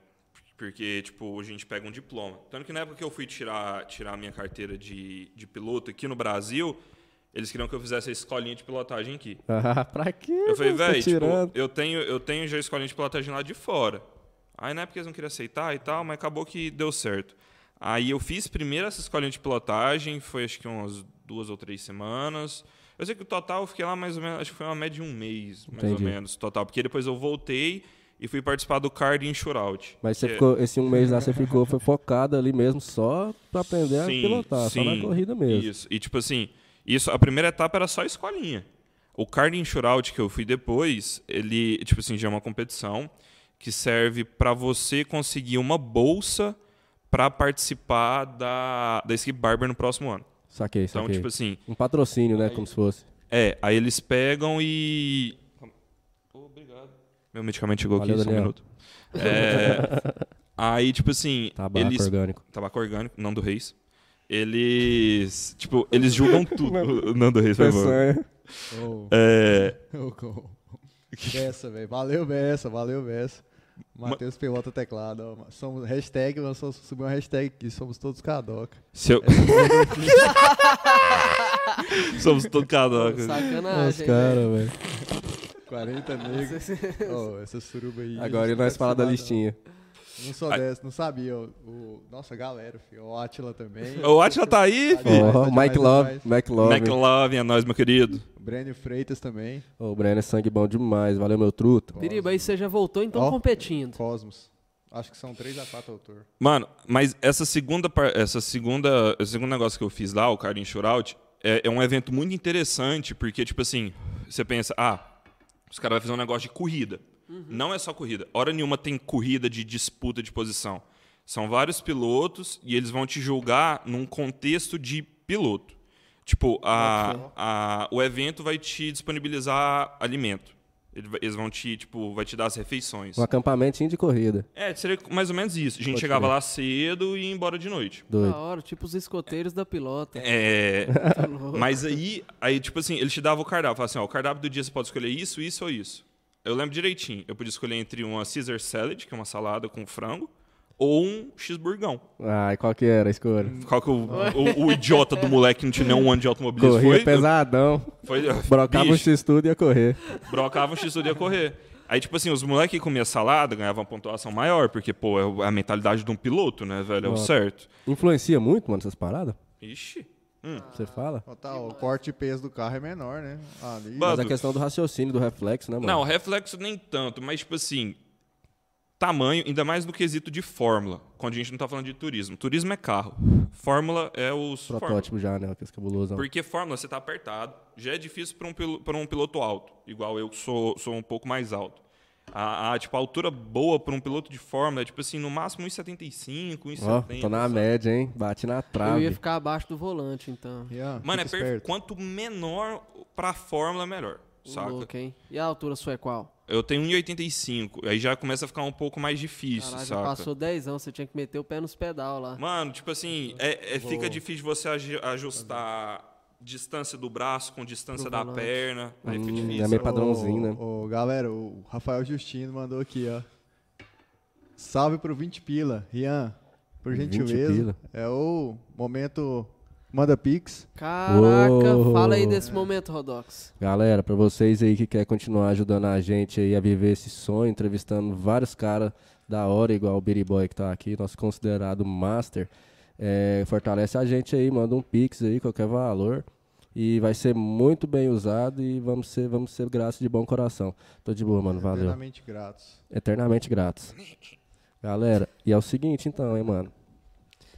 [SPEAKER 4] Porque, tipo, a gente pega um diploma. Tanto que na época que eu fui tirar, tirar a minha carteira de, de piloto aqui no Brasil, eles queriam que eu fizesse a escolinha de pilotagem aqui.
[SPEAKER 1] Ah, pra quê?
[SPEAKER 4] Eu falei,
[SPEAKER 1] mano? Tá
[SPEAKER 4] velho, tipo,
[SPEAKER 1] tirando.
[SPEAKER 4] eu tenho, eu tenho já a escolinha de pilotagem lá de fora. Aí na época eles não queriam aceitar e tal, mas acabou que deu certo. Aí eu fiz primeiro essa escolinha de pilotagem, foi acho que umas duas ou três semanas. Eu sei que o total eu fiquei lá mais ou menos, acho que foi uma média de um mês, mais
[SPEAKER 1] Entendi.
[SPEAKER 4] ou menos, total. Porque depois eu voltei e fui participar do card em Shootout.
[SPEAKER 1] Mas você
[SPEAKER 4] que é-
[SPEAKER 1] ficou, esse um mês lá, você ficou foi focado ali mesmo só pra aprender a pilotar, só na
[SPEAKER 4] sim,
[SPEAKER 1] corrida mesmo.
[SPEAKER 4] Isso. E tipo assim, isso, a primeira etapa era só escolinha. O card shootout que eu fui depois, ele, tipo assim, já é uma competição que serve para você conseguir uma bolsa para participar da, da Skip Barber no próximo ano.
[SPEAKER 1] Saquei,
[SPEAKER 4] Então,
[SPEAKER 1] saquei.
[SPEAKER 4] tipo assim,
[SPEAKER 1] um patrocínio, né? Como se fosse.
[SPEAKER 4] é, aí eles pegam e. Obrigado. Meu medicamento chegou
[SPEAKER 1] Valeu,
[SPEAKER 4] aqui, só um
[SPEAKER 1] Daniel.
[SPEAKER 4] minuto. É, aí, tipo assim,
[SPEAKER 1] Tabaco
[SPEAKER 4] eles
[SPEAKER 1] orgânico.
[SPEAKER 4] Tabaco orgânico, não do Reis. Eles. Tipo, eles julgam tudo. Nando Reis, por favor.
[SPEAKER 2] Ô,
[SPEAKER 4] É.
[SPEAKER 2] ô, ô. Bessa, velho. Valeu, Bessa. Valeu, Bessa.
[SPEAKER 4] Ma-
[SPEAKER 2] Matheus Pilota Teclado. ó. Somos hashtag, lançou, subiu uma hashtag aqui. Somos todos cadoca. É
[SPEAKER 4] se eu- Somos todos né? cadocas.
[SPEAKER 1] Os
[SPEAKER 3] Sacanagem. né?
[SPEAKER 1] caras, velho.
[SPEAKER 2] 40 negros.
[SPEAKER 3] velho.
[SPEAKER 2] Ô, essa suruba aí.
[SPEAKER 1] Agora
[SPEAKER 2] não
[SPEAKER 1] e nós
[SPEAKER 2] tá
[SPEAKER 1] falar da
[SPEAKER 2] acostumado,
[SPEAKER 1] listinha.
[SPEAKER 2] Não, não sou
[SPEAKER 4] Ai.
[SPEAKER 2] dessa, não sabia. O, o- nossa, galera, filho. O Atila também.
[SPEAKER 4] O Atila tá aí,
[SPEAKER 2] Tá
[SPEAKER 4] filho.
[SPEAKER 2] demais,
[SPEAKER 1] Ó,
[SPEAKER 2] tá
[SPEAKER 1] Mike
[SPEAKER 2] demais,
[SPEAKER 1] Love,
[SPEAKER 2] demais.
[SPEAKER 1] Mike Love.
[SPEAKER 4] McLovin é nós, meu querido.
[SPEAKER 2] Breno Freitas também.
[SPEAKER 1] Ô, o Breno é sangue bom demais. Valeu, meu truto.
[SPEAKER 3] Piriba, aí você já voltou, então,
[SPEAKER 2] Ó.
[SPEAKER 3] competindo.
[SPEAKER 2] Cosmos. Acho que são 3 a 4 autor.
[SPEAKER 4] Mano, mas essa segunda. par- Essa segunda. Esse segundo negócio que eu fiz lá, o Cardin Shootout, é, é um evento muito interessante, porque, tipo assim, você pensa, ah, os caras vão fazer um negócio de corrida. Não é só corrida. Hora nenhuma tem corrida de disputa de posição. São vários pilotos e eles vão te julgar num contexto de piloto. Tipo, a, a- o evento vai te disponibilizar alimento. Ele vai- Eles vão te, tipo, vai te dar as refeições.
[SPEAKER 1] Um acampamentinho de corrida.
[SPEAKER 4] É, seria mais ou menos isso. A gente
[SPEAKER 1] Pode
[SPEAKER 4] chegava
[SPEAKER 1] crer.
[SPEAKER 4] lá cedo e ia embora de noite.
[SPEAKER 3] Da
[SPEAKER 1] Doido.
[SPEAKER 3] hora, tipo os escoteiros da pilota.
[SPEAKER 4] É,
[SPEAKER 3] Tá louco.
[SPEAKER 4] mas aí, aí, tipo assim, eles te davam o cardápio. Falavam assim, ó, o cardápio do dia você pode escolher isso, isso ou isso. Eu lembro direitinho. Eu podia escolher entre uma Caesar Salad, que é uma salada com frango, ou um cheeseburgão.
[SPEAKER 1] Ai, qual que era a escolha?
[SPEAKER 4] Qual que o, o, o idiota do moleque não tinha nenhum ano de automobilismo
[SPEAKER 1] Corria
[SPEAKER 4] foi?
[SPEAKER 1] pesadão.
[SPEAKER 4] foi
[SPEAKER 1] Brocava o
[SPEAKER 4] bicho,
[SPEAKER 1] X-Tudo e ia correr.
[SPEAKER 4] brocava um x-tudo e ia correr. Aí, tipo assim, os moleques que comiam salada ganhavam pontuação maior, porque, pô, é o- é a mentalidade de um piloto, né, velho? É o
[SPEAKER 1] Nossa.
[SPEAKER 4] certo.
[SPEAKER 1] Influencia muito, mano, essas paradas?
[SPEAKER 4] Ixi. Hum.
[SPEAKER 1] Você fala?
[SPEAKER 2] Ó, tá, o corte de peso do carro é menor, né? Ali.
[SPEAKER 1] Mas
[SPEAKER 4] Ba-
[SPEAKER 1] a
[SPEAKER 4] Mano.
[SPEAKER 1] questão do raciocínio, do reflexo, né, mano?
[SPEAKER 4] Não, reflexo nem tanto, mas tipo assim, tamanho, ainda mais no quesito de fórmula, quando a gente não tá falando de turismo. Turismo é carro, fórmula é os
[SPEAKER 1] Protótipo já, né? Aqueles cabulosão.
[SPEAKER 4] Porque fórmula você tá apertado, já é difícil para um, pilo- pra um piloto alto, igual eu que sou, sou um pouco mais alto. A, a, tipo, a altura boa para um piloto de fórmula é tipo assim, no máximo 1,75,
[SPEAKER 1] Ó,
[SPEAKER 4] 1,70.
[SPEAKER 1] tô na
[SPEAKER 4] sabe?
[SPEAKER 1] média, hein? Bati na
[SPEAKER 3] Eu ia
[SPEAKER 1] trave.
[SPEAKER 3] ficar abaixo do volante, então.
[SPEAKER 2] Ian,
[SPEAKER 4] Mano, é
[SPEAKER 2] fica
[SPEAKER 4] perfeito.
[SPEAKER 2] esperto.
[SPEAKER 4] Quanto menor pra fórmula, melhor. Saca?
[SPEAKER 3] Louco, hein? E a altura sua é qual?
[SPEAKER 4] Eu tenho 1,85. Aí já começa a ficar um pouco mais difícil,
[SPEAKER 3] Caralho, já
[SPEAKER 4] saca?
[SPEAKER 3] passou 10 anos, você tinha que meter o pé nos pedal lá.
[SPEAKER 4] Mano, tipo assim, é, é- fica difícil você agi- ajustar distância do braço com distância
[SPEAKER 3] Pro
[SPEAKER 4] da
[SPEAKER 3] volante.
[SPEAKER 4] perna. Aí fica
[SPEAKER 1] Hum,
[SPEAKER 4] difícil.
[SPEAKER 1] é meio padrãozinho, né?
[SPEAKER 2] Ô, ô, galera, o Rafael Justino mandou aqui, ó. Salve pro 20 pila. Ian, por
[SPEAKER 1] 20
[SPEAKER 2] gentileza.
[SPEAKER 1] pila.
[SPEAKER 2] É o momento Manda Pix.
[SPEAKER 3] Caraca,
[SPEAKER 1] Uou.
[SPEAKER 3] fala aí desse momento, Rodox.
[SPEAKER 1] Galera, pra vocês aí que quer continuar ajudando a gente aí a viver esse sonho, entrevistando vários caras da hora, igual o Biri Boy que tá aqui, nosso considerado master, é, fortalece a gente aí, manda um pix aí, qualquer valor. E vai ser muito bem usado e vamos ser, vamos ser graça de bom coração. Tô de boa, mano. Valeu.
[SPEAKER 2] Plenamente grátis.
[SPEAKER 1] Eternamente grátis. Galera, e é o seguinte então, hein, mano.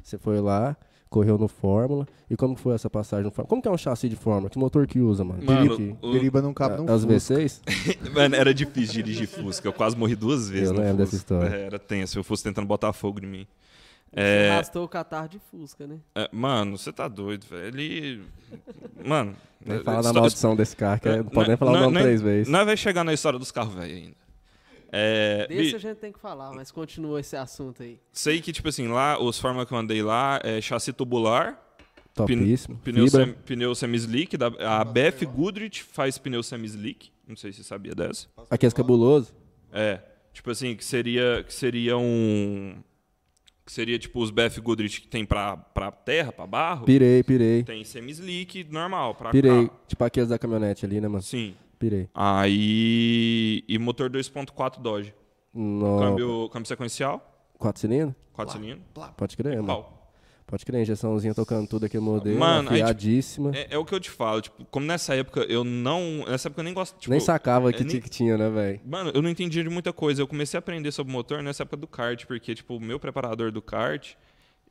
[SPEAKER 1] Você foi lá, correu no Fórmula. E como foi essa passagem no Fórmula? Como que é um chassi de Fórmula? Que motor que usa, mano?
[SPEAKER 4] Mano,
[SPEAKER 1] Felipe,
[SPEAKER 4] o-
[SPEAKER 2] Periba não cabe num
[SPEAKER 1] é, é os
[SPEAKER 2] Fusca.
[SPEAKER 1] V6?
[SPEAKER 4] mano, era difícil dirigir Fusca. Eu quase morri duas vezes.
[SPEAKER 1] é Eu
[SPEAKER 4] no
[SPEAKER 1] lembro dessa
[SPEAKER 4] Fusca.
[SPEAKER 1] história.
[SPEAKER 4] É, era tenso. Eu fosse tentando botar fogo em mim.
[SPEAKER 3] Você
[SPEAKER 4] É,
[SPEAKER 3] arrastou o Catar de Fusca, né?
[SPEAKER 4] é, mano, você tá doido, velho. Ele. Mano.
[SPEAKER 1] Nem
[SPEAKER 4] é,
[SPEAKER 1] fala da
[SPEAKER 4] histó-
[SPEAKER 1] maldição desse carro, que é- não pode nem falar o nome três vezes.
[SPEAKER 4] Nós é, vai chegar na história dos carros, velho, ainda. É,
[SPEAKER 3] Desse
[SPEAKER 4] bi-
[SPEAKER 3] a gente tem que falar, mas continua esse assunto aí.
[SPEAKER 4] Sei que, tipo assim, lá, os formas que eu andei lá é chassi tubular,
[SPEAKER 1] Topíssimo.
[SPEAKER 4] pneu,
[SPEAKER 1] Fibra.
[SPEAKER 4] sem- pneu semi-slick. da- A BF Goodrich faz pneu semi-slick. Não sei se você sabia dessa.
[SPEAKER 1] Aqueles cabuloso.
[SPEAKER 4] É. Tipo assim, que seria, que seria um. Que seria tipo os BF Goodrich que tem pra, pra terra, pra barro.
[SPEAKER 1] Pirei, pirei.
[SPEAKER 4] Tem semi-slick normal, pra
[SPEAKER 1] Pirei.
[SPEAKER 4] carro.
[SPEAKER 1] Tipo aqueles da caminhonete ali, né, mano?
[SPEAKER 4] Sim.
[SPEAKER 1] Pirei.
[SPEAKER 4] Aí. E motor 2.4 Dodge.
[SPEAKER 1] No...
[SPEAKER 4] Câmbio, câmbio sequencial,
[SPEAKER 1] Quatro cilindros?
[SPEAKER 4] 4 cilindros.
[SPEAKER 1] Pode crer, mano.
[SPEAKER 4] Pau.
[SPEAKER 1] Pode crer, injeçãozinha tocando tudo aqui no modelo.
[SPEAKER 4] Mano, aí, tipo,
[SPEAKER 1] afiadíssima.
[SPEAKER 4] É, é o que eu te falo, tipo, como nessa época eu não. Nessa época eu nem gosto. Tipo,
[SPEAKER 1] nem sacava que,
[SPEAKER 4] nem-
[SPEAKER 1] ti- que tinha, né, velho?
[SPEAKER 4] Mano, eu não entendia de muita coisa. Eu comecei a aprender sobre motor nessa época do kart, porque, tipo, o meu preparador do kart,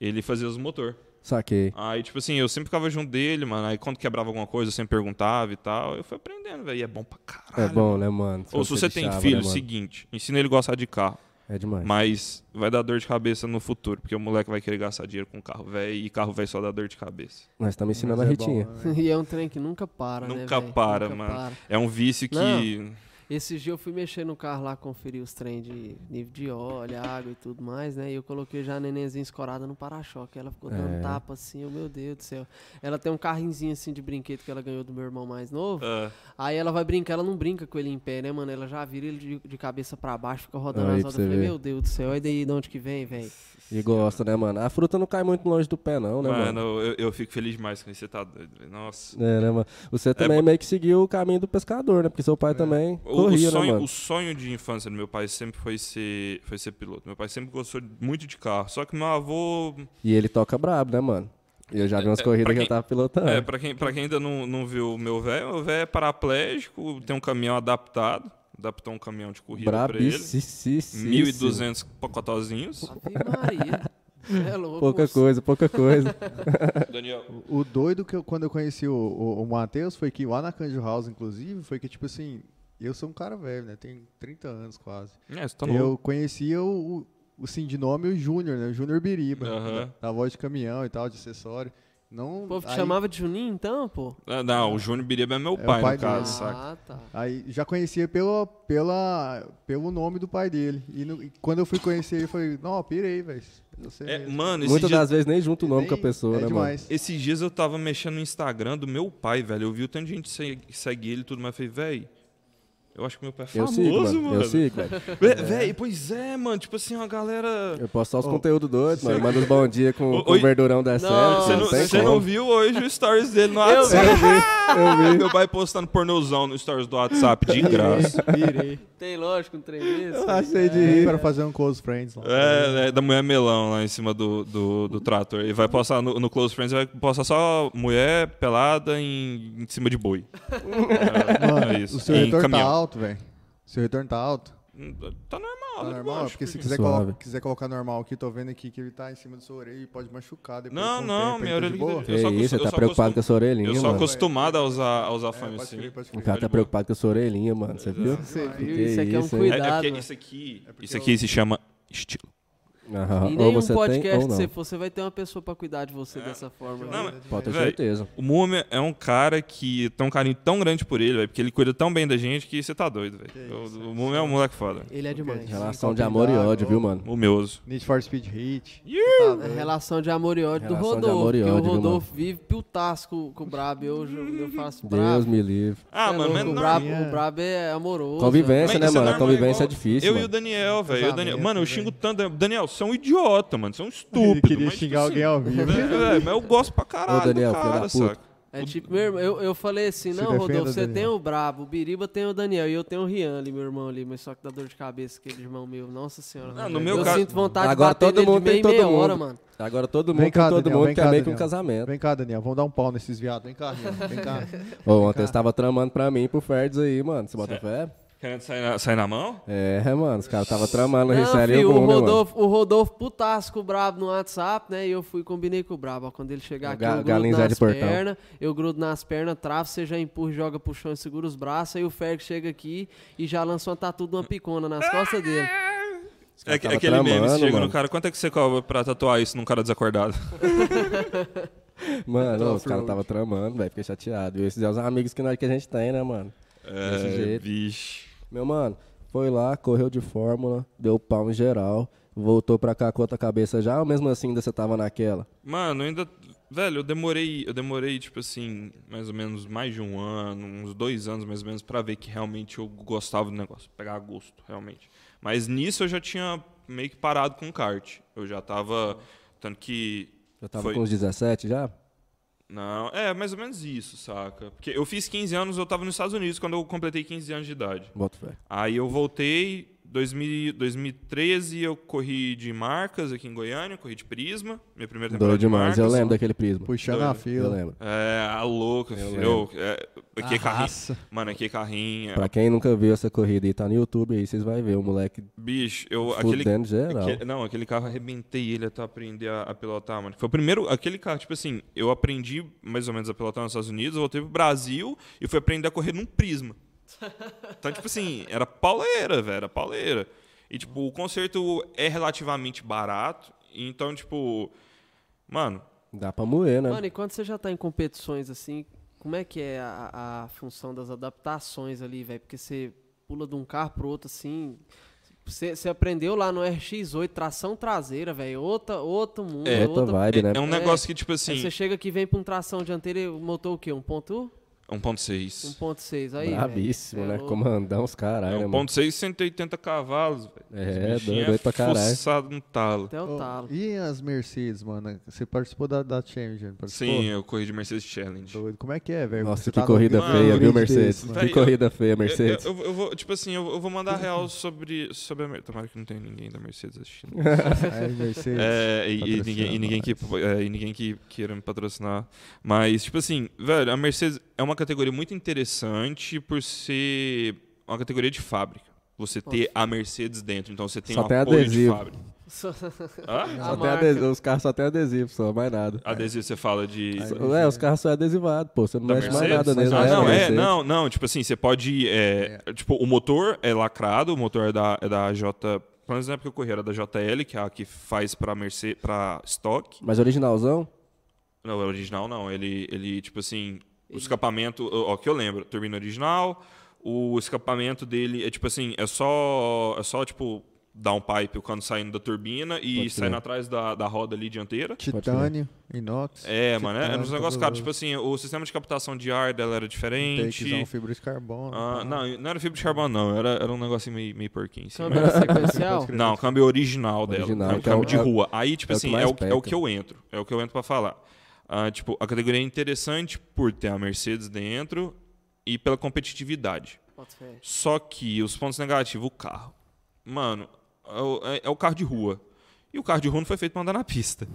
[SPEAKER 4] ele fazia os motor.
[SPEAKER 1] Saquei.
[SPEAKER 4] Aí, tipo assim, eu sempre ficava junto dele, mano. Aí quando quebrava alguma coisa, eu sempre perguntava e tal. Eu fui aprendendo, velho. E é bom pra
[SPEAKER 1] É
[SPEAKER 4] caralho.
[SPEAKER 1] bom, né, mano?
[SPEAKER 4] Ou se você tem
[SPEAKER 1] bichava,
[SPEAKER 4] filho,
[SPEAKER 1] né, mano?
[SPEAKER 4] seguinte, ensina ele a gostar de carro.
[SPEAKER 1] É demais.
[SPEAKER 4] Mas vai dar dor de cabeça no futuro, porque o moleque vai querer gastar dinheiro com carro velho e carro velho só dá dor de cabeça.
[SPEAKER 1] Nós estamos ensinando
[SPEAKER 2] Mas
[SPEAKER 1] a
[SPEAKER 2] é bom,
[SPEAKER 1] Ritinha.
[SPEAKER 2] né?
[SPEAKER 3] e é um trem que nunca para, né?
[SPEAKER 4] Nunca
[SPEAKER 3] velho?
[SPEAKER 4] para,
[SPEAKER 3] Nunca
[SPEAKER 4] mano.
[SPEAKER 3] para.
[SPEAKER 4] É um vício que.
[SPEAKER 3] Não. Esse dia eu fui mexer no carro lá, conferir os trem de nível de óleo, água e tudo mais, né? E eu coloquei já a nenenzinha escorada no para-choque. Ela ficou dando
[SPEAKER 1] É.
[SPEAKER 3] tapa assim, eu, meu Deus do céu. Ela tem um carrinzinho assim de brinquedo que ela ganhou do meu irmão mais novo.
[SPEAKER 4] Ah,
[SPEAKER 3] Aí ela vai brincar, ela não brinca com ele em pé, né, mano? Ela já vira ele de, de cabeça pra baixo, fica rodando
[SPEAKER 1] Aí
[SPEAKER 3] as
[SPEAKER 1] pra
[SPEAKER 3] rodas.
[SPEAKER 1] você
[SPEAKER 3] Eu falei,
[SPEAKER 1] ver.
[SPEAKER 3] meu Deus do céu, olha daí de onde que vem, velho.
[SPEAKER 1] E gosta, né, mano? A fruta não cai muito longe do pé, não, né, mano?
[SPEAKER 4] mano, eu, eu fico feliz demais com isso. Você tá doido, velho. Nossa.
[SPEAKER 1] É, né, mano? Você também meio que seguiu o caminho do pescador, né? Porque seu pai também
[SPEAKER 4] É. O, o
[SPEAKER 1] corria, né,
[SPEAKER 4] sonho,
[SPEAKER 1] mano?
[SPEAKER 4] o sonho de infância do meu pai sempre foi ser, foi ser piloto. Meu pai sempre gostou muito de carro. Só que meu avô.
[SPEAKER 1] E ele toca brabo, né, mano? E eu já vi umas corridas
[SPEAKER 4] É, pra
[SPEAKER 1] que
[SPEAKER 4] quem-
[SPEAKER 1] ele tava pilotando.
[SPEAKER 4] É, pra, quem, pra quem ainda não, não viu o meu velho, meu velho é paraplégico, tem um caminhão adaptado. Adaptou um caminhão de corrida pra ele.
[SPEAKER 1] Brabicíssimo.
[SPEAKER 4] 1.200 pacotozinhos.
[SPEAKER 3] Ave Maria. Cê É louco.
[SPEAKER 1] Pouca
[SPEAKER 3] moço.
[SPEAKER 1] coisa, pouca coisa.
[SPEAKER 4] Daniel.
[SPEAKER 2] O o doido que eu, quando eu conheci o, o, o Matheus foi que lá na Candy House, inclusive, foi que, tipo assim, Eu sou um cara velho, né? Tenho 30 anos quase.
[SPEAKER 4] É, você tá
[SPEAKER 2] eu
[SPEAKER 4] novo.
[SPEAKER 2] conhecia o, o sim de nome o Júnior, né? O Júnior Biriba.
[SPEAKER 4] Aham.
[SPEAKER 2] né? Da voz de caminhão e tal, de acessório. Não,
[SPEAKER 3] O povo te
[SPEAKER 2] aí-
[SPEAKER 3] chamava de Juninho, então, pô?
[SPEAKER 4] Ah, Não, o Júnior Biriba é meu
[SPEAKER 2] É o
[SPEAKER 4] pai,
[SPEAKER 2] pai
[SPEAKER 4] no caso,
[SPEAKER 3] ah,
[SPEAKER 4] saca?
[SPEAKER 3] tá.
[SPEAKER 2] Aí já conhecia pela, pela, pelo nome do pai dele. E, no- e quando eu fui conhecer ele, eu falei, não, pirei, velho. Você
[SPEAKER 4] É,
[SPEAKER 2] mesmo."
[SPEAKER 4] mano, esse
[SPEAKER 1] Muitas
[SPEAKER 4] dia,
[SPEAKER 1] das vezes nem junto o nome
[SPEAKER 2] Nem-
[SPEAKER 1] com a pessoa,
[SPEAKER 2] é
[SPEAKER 1] né, mano?
[SPEAKER 2] demais.
[SPEAKER 4] Esses dias eu tava mexendo no Instagram do meu pai, velho. Eu vi o tanto de gente que segue, segue ele e tudo, mas eu falei, velho, eu acho que meu pai é
[SPEAKER 1] Eu
[SPEAKER 4] famoso,
[SPEAKER 1] sigo, mano.
[SPEAKER 4] mano.
[SPEAKER 1] Eu sigo, velho.
[SPEAKER 4] Vé- Véi, pois é, mano. Tipo assim, uma galera.
[SPEAKER 1] Eu posto só os conteúdos doidos, mano. Manda os bom dia com,
[SPEAKER 4] Ô,
[SPEAKER 1] com
[SPEAKER 4] oi.
[SPEAKER 1] o verdurão da
[SPEAKER 3] Não,
[SPEAKER 1] certo.
[SPEAKER 4] Você
[SPEAKER 1] Não,
[SPEAKER 4] não,
[SPEAKER 1] tem
[SPEAKER 4] você não
[SPEAKER 1] como.
[SPEAKER 4] viu hoje o stories dele no
[SPEAKER 3] Eu
[SPEAKER 4] WhatsApp?
[SPEAKER 1] Eu vi.
[SPEAKER 4] Meu pai postando pornozão no stories do WhatsApp,
[SPEAKER 2] É.
[SPEAKER 4] de graça.
[SPEAKER 2] Pirei.
[SPEAKER 3] Tem, lógico, um trem desse.
[SPEAKER 1] Eu achei de
[SPEAKER 2] Pirei
[SPEAKER 1] rir.
[SPEAKER 2] para fazer um close friends lá.
[SPEAKER 4] É, é, da mulher melão lá em cima do, do, do trator. E vai postar no, no Close Friends, vai postar só mulher pelada em, em cima de boi. É,
[SPEAKER 2] Mano,
[SPEAKER 4] é isso.
[SPEAKER 2] o seu
[SPEAKER 4] Em
[SPEAKER 2] retorno tá
[SPEAKER 4] caminhão.
[SPEAKER 2] alto, velho. O seu retorno tá alto.
[SPEAKER 4] Tá tipo, normal,
[SPEAKER 2] Tá
[SPEAKER 4] eu
[SPEAKER 2] normal?
[SPEAKER 4] acho.
[SPEAKER 2] Porque se quiser,
[SPEAKER 1] Suave.
[SPEAKER 2] colo- quiser colocar normal aqui, tô vendo aqui que ele tá em cima do sua orelha e pode machucar depois.
[SPEAKER 4] Não,
[SPEAKER 2] com o
[SPEAKER 4] não,
[SPEAKER 2] tempo,
[SPEAKER 4] minha
[SPEAKER 2] ele tá de
[SPEAKER 4] orelha
[SPEAKER 2] boa.
[SPEAKER 4] que- Eu
[SPEAKER 1] Que
[SPEAKER 4] só costu-
[SPEAKER 1] isso,
[SPEAKER 4] eu
[SPEAKER 1] você tá
[SPEAKER 4] só
[SPEAKER 1] preocupado
[SPEAKER 4] costumo-
[SPEAKER 1] com a sua orelhinha,
[SPEAKER 4] Eu sou
[SPEAKER 1] mano.
[SPEAKER 4] acostumado a usar, a usar fame
[SPEAKER 2] É, pode
[SPEAKER 4] assim.
[SPEAKER 2] crer, pode
[SPEAKER 1] O
[SPEAKER 2] crer.
[SPEAKER 1] cara tá preocupado com a sua orelhinha, mano. Você viu?
[SPEAKER 3] Você viu?
[SPEAKER 1] Que
[SPEAKER 3] Isso aqui é um
[SPEAKER 1] isso, hein?
[SPEAKER 4] É, é
[SPEAKER 3] cuidado.
[SPEAKER 4] porque
[SPEAKER 3] mano.
[SPEAKER 4] isso aqui,
[SPEAKER 2] É porque
[SPEAKER 4] isso aqui se chama estilo.
[SPEAKER 1] Aham.
[SPEAKER 3] Em
[SPEAKER 1] Ah, Ou
[SPEAKER 3] nenhum
[SPEAKER 1] você tem
[SPEAKER 3] podcast
[SPEAKER 1] ou não.
[SPEAKER 3] você for, você vai ter uma pessoa pra cuidar de você dessa forma.
[SPEAKER 4] É.
[SPEAKER 3] né?
[SPEAKER 4] Não, mas-
[SPEAKER 1] Pode ter
[SPEAKER 4] Véi,
[SPEAKER 1] certeza.
[SPEAKER 4] O Múmia é um cara que tem um carinho tão grande por ele, velho, porque ele cuida tão bem da gente que você tá doido, velho. O- O Múmia é um moleque foda.
[SPEAKER 3] Ele é demais.
[SPEAKER 1] Relação de amor e ódio, viu, mano?
[SPEAKER 4] Mumioso.
[SPEAKER 2] Need for Speed Hit. Tá,
[SPEAKER 3] A relação de amor e ódio do
[SPEAKER 1] é. Relação de
[SPEAKER 3] Rodolfo.
[SPEAKER 1] amor e
[SPEAKER 3] Porque o
[SPEAKER 1] ódio, viu,
[SPEAKER 3] Rodolfo vive piltasco com, com o Brabo. Eu, eu, eu faço
[SPEAKER 1] Deus
[SPEAKER 3] Brabo.
[SPEAKER 1] me livre.
[SPEAKER 4] Ah,
[SPEAKER 3] é
[SPEAKER 4] mano,
[SPEAKER 3] louco,
[SPEAKER 4] mas
[SPEAKER 3] o,
[SPEAKER 4] não,
[SPEAKER 3] brabo,
[SPEAKER 2] É.
[SPEAKER 3] o Brabo é amoroso.
[SPEAKER 1] Convivência,
[SPEAKER 4] Mas
[SPEAKER 1] né,
[SPEAKER 4] isso é
[SPEAKER 1] mano? A
[SPEAKER 4] normal,
[SPEAKER 1] convivência é
[SPEAKER 4] igual
[SPEAKER 1] difícil,
[SPEAKER 4] Eu e o
[SPEAKER 1] mano.
[SPEAKER 4] Daniel, velho. Eu, Daniel,
[SPEAKER 2] Casamento,
[SPEAKER 4] mano, eu
[SPEAKER 2] velho.
[SPEAKER 4] xingo tanto. Daniel, você é um idiota, mano. Você é um estúpido.
[SPEAKER 2] Ele queria
[SPEAKER 4] mas, tipo
[SPEAKER 2] xingar alguém
[SPEAKER 4] assim,
[SPEAKER 2] ao vivo.
[SPEAKER 4] É, é, mas eu gosto pra caralho
[SPEAKER 1] Ô, Daniel,
[SPEAKER 4] do
[SPEAKER 1] filho
[SPEAKER 4] cara,
[SPEAKER 1] da puta.
[SPEAKER 4] saca?
[SPEAKER 3] É tipo, meu irmão, eu, eu falei assim,
[SPEAKER 2] Se
[SPEAKER 3] não, Rodolfo,
[SPEAKER 2] defenda,
[SPEAKER 3] você
[SPEAKER 2] Daniel.
[SPEAKER 3] tem o Brabo, o Biriba tem o Daniel e eu tenho o Rian ali, meu irmão ali, mas só que dá dor de cabeça aquele irmão meu, nossa senhora.
[SPEAKER 4] Não, Ah, no meu
[SPEAKER 3] eu
[SPEAKER 4] caso-
[SPEAKER 3] sinto vontade
[SPEAKER 1] Agora
[SPEAKER 3] de bater
[SPEAKER 1] todo
[SPEAKER 3] nele
[SPEAKER 1] mundo
[SPEAKER 3] de meia
[SPEAKER 1] tem
[SPEAKER 3] em
[SPEAKER 1] todo
[SPEAKER 3] meia
[SPEAKER 1] mundo.
[SPEAKER 3] hora, mano.
[SPEAKER 1] Agora todo
[SPEAKER 2] Vem
[SPEAKER 1] mundo
[SPEAKER 2] cá,
[SPEAKER 1] com todo
[SPEAKER 2] Daniel,
[SPEAKER 1] mundo
[SPEAKER 2] vem
[SPEAKER 1] quer
[SPEAKER 2] cá,
[SPEAKER 1] meio que um
[SPEAKER 2] Daniel.
[SPEAKER 1] casamento.
[SPEAKER 2] Vem cá, Daniel. Vamos dar um pau nesses viados. Vem cá, Daniel. Vem cá.
[SPEAKER 1] Ô, ontem você tava tramando pra mim e pro Ferds aí, mano. Você bota fé?
[SPEAKER 4] Querendo sair na, sair na mão?
[SPEAKER 1] É, mano. Os caras tava tramando no
[SPEAKER 3] Não,
[SPEAKER 1] Ricele e
[SPEAKER 3] filho,
[SPEAKER 1] o
[SPEAKER 3] o
[SPEAKER 1] Bumi, mano.
[SPEAKER 3] Rodolfo, o Rodolfo putasco o brabo no WhatsApp, né? E eu fui e combinei com o brabo. ó, Quando ele chegar
[SPEAKER 1] O
[SPEAKER 3] aqui,
[SPEAKER 1] ga-
[SPEAKER 3] eu grudo
[SPEAKER 1] galinho Zé de
[SPEAKER 3] nas
[SPEAKER 1] Portão.
[SPEAKER 3] pernas, eu grudo nas pernas, travo, você já empurra, joga pro chão e segura os braços. Aí o Ferg chega aqui e já lança uma tatu de uma picona nas costas dele.
[SPEAKER 4] É, que-
[SPEAKER 1] tava
[SPEAKER 4] aquele meme, você
[SPEAKER 1] tramando,
[SPEAKER 4] chega no
[SPEAKER 1] mano.
[SPEAKER 4] cara, quanto é que você cobra pra tatuar isso num cara desacordado?
[SPEAKER 1] Mano, ô, os caras tava tramando, velho. Fiquei chateado. E esses é os amigos que, nós, que a gente tem, né, mano? Desse
[SPEAKER 4] É,
[SPEAKER 1] jeito.
[SPEAKER 4] bicho.
[SPEAKER 1] Meu mano, foi lá, correu de fórmula, deu pau em geral, voltou pra cá com outra cabeça já, ou mesmo assim ainda você tava naquela?
[SPEAKER 4] Mano, eu ainda. Velho, eu demorei, eu demorei, tipo assim, mais ou menos mais de um ano, uns dois anos mais ou menos, pra ver que realmente eu gostava do negócio, pegar gosto, realmente. Mas nisso eu já tinha meio que parado com kart. Eu já tava. Tanto que.
[SPEAKER 1] Eu tava
[SPEAKER 4] foi-
[SPEAKER 1] com uns 17 já?
[SPEAKER 4] Não, é mais ou menos isso, saca? Porque eu fiz 15 anos, eu tava nos Estados Unidos quando eu completei 15 anos de idade.
[SPEAKER 1] Bota fé.
[SPEAKER 4] Aí eu voltei, 2000, 2013 eu corri de marcas aqui em Goiânia, corri de Prisma, minha primeira temporada
[SPEAKER 1] Doido demais,
[SPEAKER 4] de marcas.
[SPEAKER 1] eu lembro daquele prisma.
[SPEAKER 2] Puxando a fila.
[SPEAKER 1] Eu lembro.
[SPEAKER 4] É, a louca, filho. Eu, é, aqui é carrinho. Mano, aqui é carrinho.
[SPEAKER 1] Pra quem nunca viu essa corrida e tá no YouTube aí, vocês vão ver o moleque
[SPEAKER 4] Bicho, eu. Aquele,
[SPEAKER 1] fudendo geral.
[SPEAKER 4] aquele- não, aquele carro eu arrebentei ele até aprender a, a pilotar, mano. Foi o primeiro. Aquele carro, tipo assim, eu aprendi mais ou menos a pilotar nos Estados Unidos, voltei pro Brasil e fui aprender a correr num prisma. Então, tipo assim, era pauleira, velho, era pauleira. E, tipo, o concerto é relativamente barato. Então, tipo. Mano,
[SPEAKER 1] Dá pra moer, né?
[SPEAKER 3] Mano, e quando você já tá em competições assim, como é que é a, a função das adaptações ali, velho? Porque você pula de um carro pro outro assim. Você você aprendeu lá no RX8, tração traseira, velho. Outra, outro mundo.
[SPEAKER 1] É, outra vibe, né?
[SPEAKER 4] é, é um
[SPEAKER 3] É.
[SPEAKER 4] negócio que, tipo
[SPEAKER 3] Aí
[SPEAKER 4] assim.
[SPEAKER 3] você chega aqui vem pra um tração dianteira e o motor o quê? 1.1?
[SPEAKER 4] 1,6.
[SPEAKER 3] 1.6 aí.
[SPEAKER 1] Bravíssimo,
[SPEAKER 3] velho.
[SPEAKER 1] né?
[SPEAKER 3] É louco.
[SPEAKER 1] Comandão os
[SPEAKER 4] É
[SPEAKER 1] caralho, né, mano?
[SPEAKER 4] 1.6, 180 cavalos, velho.
[SPEAKER 1] É,
[SPEAKER 4] Esse bichinho
[SPEAKER 1] doido, doido pra caralho. Tá,
[SPEAKER 4] Fuçado no talo.
[SPEAKER 3] Até o
[SPEAKER 2] Ô,
[SPEAKER 4] tá.
[SPEAKER 3] talo.
[SPEAKER 2] E as Mercedes, mano? Você participou da, da Challenge, não participou?
[SPEAKER 4] Sim, eu corri de Mercedes Challenge. Eu-
[SPEAKER 2] Doido. Como é que é, velho?
[SPEAKER 1] Nossa,
[SPEAKER 2] Você
[SPEAKER 1] que
[SPEAKER 2] no
[SPEAKER 1] corrida
[SPEAKER 2] grid-
[SPEAKER 4] feia,
[SPEAKER 2] no
[SPEAKER 1] viu,
[SPEAKER 2] grid
[SPEAKER 1] Mercedes?
[SPEAKER 2] desse,
[SPEAKER 1] Que
[SPEAKER 2] mano.
[SPEAKER 4] Véi, eu-
[SPEAKER 1] corrida feia, Mercedes.
[SPEAKER 4] Eu, eu vou, tipo assim, eu, eu vou mandar real sobre, sobre a Mercedes. Tomara que não tenha ninguém da Mercedes assistindo.
[SPEAKER 2] Aí, Mercedes.
[SPEAKER 4] É, e- e,
[SPEAKER 2] patrocina
[SPEAKER 4] ninguém, e ninguém que, é, e ninguém que queira me patrocinar. Mas, tipo assim, velho, a Mercedes é uma categoria muito interessante por ser uma categoria de fábrica. Você ter a Mercedes dentro, então você tem
[SPEAKER 1] Só
[SPEAKER 4] um
[SPEAKER 1] tem
[SPEAKER 4] apoio
[SPEAKER 1] adesivo. É.
[SPEAKER 4] de fábrica.
[SPEAKER 3] Só-
[SPEAKER 4] Hã?
[SPEAKER 1] Só
[SPEAKER 3] A
[SPEAKER 1] tem
[SPEAKER 3] marca.
[SPEAKER 1] adesi- Os carros só tem adesivo, só, mais nada.
[SPEAKER 4] Adesivo, você fala de.
[SPEAKER 1] Só- É, os carros só é adesivado, pô. Você não
[SPEAKER 4] Da
[SPEAKER 1] mexe mais
[SPEAKER 4] Mercedes?
[SPEAKER 1] nada nele.
[SPEAKER 4] Ah,
[SPEAKER 1] né,
[SPEAKER 4] não, é,
[SPEAKER 1] Mercedes.
[SPEAKER 4] não, não. Tipo assim, você pode. é, Tipo, o motor é lacrado, o motor é da, é da J. Pelo menos na época que eu corri, era da JL, que é a que faz pra Mercedes, pra Stock.
[SPEAKER 1] Mas originalzão?
[SPEAKER 4] Não, é original não. Ele, ele tipo assim, o escapamento, ó, ó, que eu lembro, turbina original, o escapamento dele é tipo assim, é só, é só tipo downpipe, o cano saindo da turbina e
[SPEAKER 1] Pode
[SPEAKER 4] saindo
[SPEAKER 1] crer.
[SPEAKER 4] atrás da, da roda ali dianteira.
[SPEAKER 2] Titânio, inox.
[SPEAKER 4] É, mano, é, é uns
[SPEAKER 2] titânio,
[SPEAKER 4] negócios caros. Tipo
[SPEAKER 2] cabuloso.
[SPEAKER 4] assim, o sistema de captação de ar dela
[SPEAKER 1] Um
[SPEAKER 4] era
[SPEAKER 2] Takezão,
[SPEAKER 4] diferente.
[SPEAKER 2] fibra de carbono. tá?
[SPEAKER 4] Ah,
[SPEAKER 2] pá.
[SPEAKER 4] não, não era fibra de carbono, não. Era, era um negocinho meio, meio porquinho. Assim,
[SPEAKER 3] Câmera sequencial?
[SPEAKER 4] mas- Não, câmbio original dela.
[SPEAKER 1] Original,
[SPEAKER 4] é um
[SPEAKER 1] que é o-
[SPEAKER 4] câmbio de
[SPEAKER 1] é o-
[SPEAKER 4] rua. Aí, tipo
[SPEAKER 1] é o que
[SPEAKER 4] assim,
[SPEAKER 1] mais
[SPEAKER 4] é o, é
[SPEAKER 1] peca.
[SPEAKER 4] o que eu entro. É o que eu entro pra falar. Ah, tipo, a categoria é interessante por ter a Mercedes dentro e pela competitividade.
[SPEAKER 3] Bota fé.
[SPEAKER 4] Só que os pontos negativos, o carro. Mano, é o, é- é o carro de rua. E o carro de rua não foi feito pra andar na pista.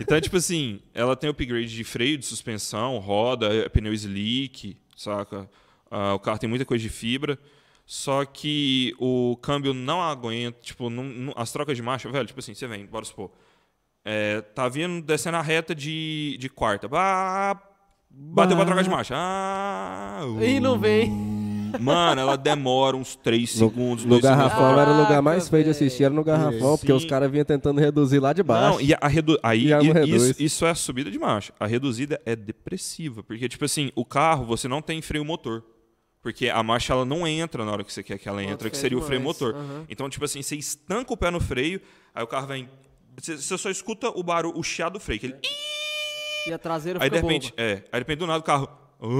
[SPEAKER 4] então, é tipo assim, ela tem upgrade de freio, de suspensão, roda, é pneu slick, saca? Ah, o carro tem muita coisa de fibra. Só que o câmbio não aguenta, tipo, não- não- as trocas de marcha, velho, tipo assim, você vem, bora supor. É, tá vindo, descendo a reta de, de quarta. Bah, bateu pra trocar de marcha. Ah,
[SPEAKER 3] Ih, não vem.
[SPEAKER 4] Mano, ela demora uns 3
[SPEAKER 1] No-
[SPEAKER 4] segundos,
[SPEAKER 1] No
[SPEAKER 4] 2 segundos.
[SPEAKER 1] garrafão era o lugar
[SPEAKER 3] Caraca,
[SPEAKER 1] mais feio de
[SPEAKER 3] véi.
[SPEAKER 1] assistir, era no garrafão, porque os
[SPEAKER 4] é Sim.
[SPEAKER 1] caras vinham tentando reduzir lá de baixo.
[SPEAKER 4] Não, e a redu... aí
[SPEAKER 1] E ela não
[SPEAKER 4] e-
[SPEAKER 1] reduz.
[SPEAKER 4] isso, isso é a subida de marcha. A reduzida é depressiva, porque tipo assim, o carro você não tem freio motor. Porque a marcha ela não entra na hora que você quer que ela
[SPEAKER 3] Bota
[SPEAKER 4] entre, que
[SPEAKER 3] fé
[SPEAKER 4] seria o freio
[SPEAKER 3] demais.
[SPEAKER 4] motor.
[SPEAKER 3] Aham.
[SPEAKER 4] Então, tipo assim, você estanca o pé no freio, aí o carro vem você- você só escuta o barulho, o chiado do freio, que ele
[SPEAKER 3] E a traseira
[SPEAKER 4] Aí de
[SPEAKER 3] fica
[SPEAKER 4] repente,
[SPEAKER 3] boba.
[SPEAKER 4] é, aí de repente do nada o carro
[SPEAKER 3] Meu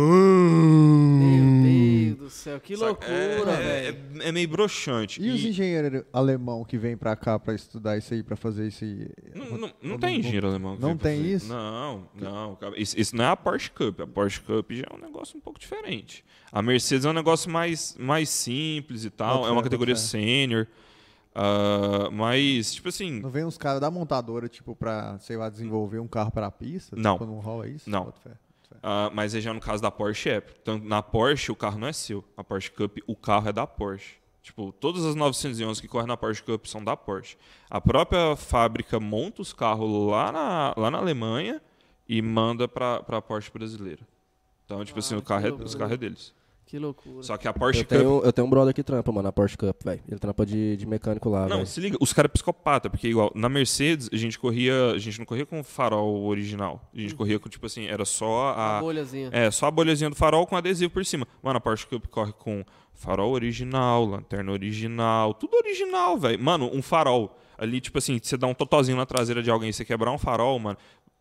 [SPEAKER 3] Deus do céu, que
[SPEAKER 4] Saca? hum. É-
[SPEAKER 3] loucura,
[SPEAKER 4] é,
[SPEAKER 3] velho.
[SPEAKER 4] é, é meio broxante.
[SPEAKER 2] E os
[SPEAKER 4] E-
[SPEAKER 2] engenheiros alemão que vêm pra cá pra estudar isso aí, pra fazer isso aí?
[SPEAKER 4] Não, não, não tem engenheiro alemão. que
[SPEAKER 2] não
[SPEAKER 4] vem pra
[SPEAKER 2] tem
[SPEAKER 4] fazer.
[SPEAKER 2] isso?
[SPEAKER 4] Não, não. cara. Isso, isso não é a Porsche Cup. A Porsche Cup já é um negócio um pouco diferente. A Mercedes é um negócio mais, mais simples e tal.
[SPEAKER 2] Bota
[SPEAKER 4] é
[SPEAKER 2] fé,
[SPEAKER 4] uma
[SPEAKER 2] bota
[SPEAKER 4] categoria
[SPEAKER 2] fé.
[SPEAKER 4] sênior. Ah, mas, tipo assim,
[SPEAKER 2] Não vem uns caras da montadora, tipo, pra, sei lá, desenvolver um carro pra pista?
[SPEAKER 4] Não.
[SPEAKER 2] Tipo, não rola isso?
[SPEAKER 4] Não.
[SPEAKER 2] Bota fé.
[SPEAKER 4] ah, mas aí já no caso da Porsche é. Então, na Porsche, o carro não é seu. A Porsche Cup, o carro é da Porsche. Tipo, todas as 911 que correm na Porsche Cup são da Porsche. A própria fábrica monta os carros lá na, lá na Alemanha e manda pra, pra Porsche brasileira. Então, tipo assim,
[SPEAKER 3] Ah,
[SPEAKER 4] o carro
[SPEAKER 3] que
[SPEAKER 4] é, os
[SPEAKER 3] loucura.
[SPEAKER 4] carros é deles.
[SPEAKER 3] Que loucura.
[SPEAKER 4] Só que a Porsche
[SPEAKER 1] eu, tenho,
[SPEAKER 4] Cup.
[SPEAKER 1] eu tenho um brother que trampa, mano, na Porsche Cup, velho. Ele trampa de, de mecânico lá,
[SPEAKER 4] Não,
[SPEAKER 1] velho.
[SPEAKER 4] se liga, os caras é psicopata, porque igual, na Mercedes a gente corria. A gente não corria com farol original. A gente corria com, tipo assim, era só
[SPEAKER 3] Hum. A
[SPEAKER 4] a,
[SPEAKER 3] bolhazinha.
[SPEAKER 4] É, só a bolhazinha do farol com adesivo por cima. Mano, a Porsche Cup corre com farol original, lanterna original, tudo original, velho. Mano, um farol. Ali, tipo assim, você dá um totozinho na traseira de alguém e você quebrar um farol, mano.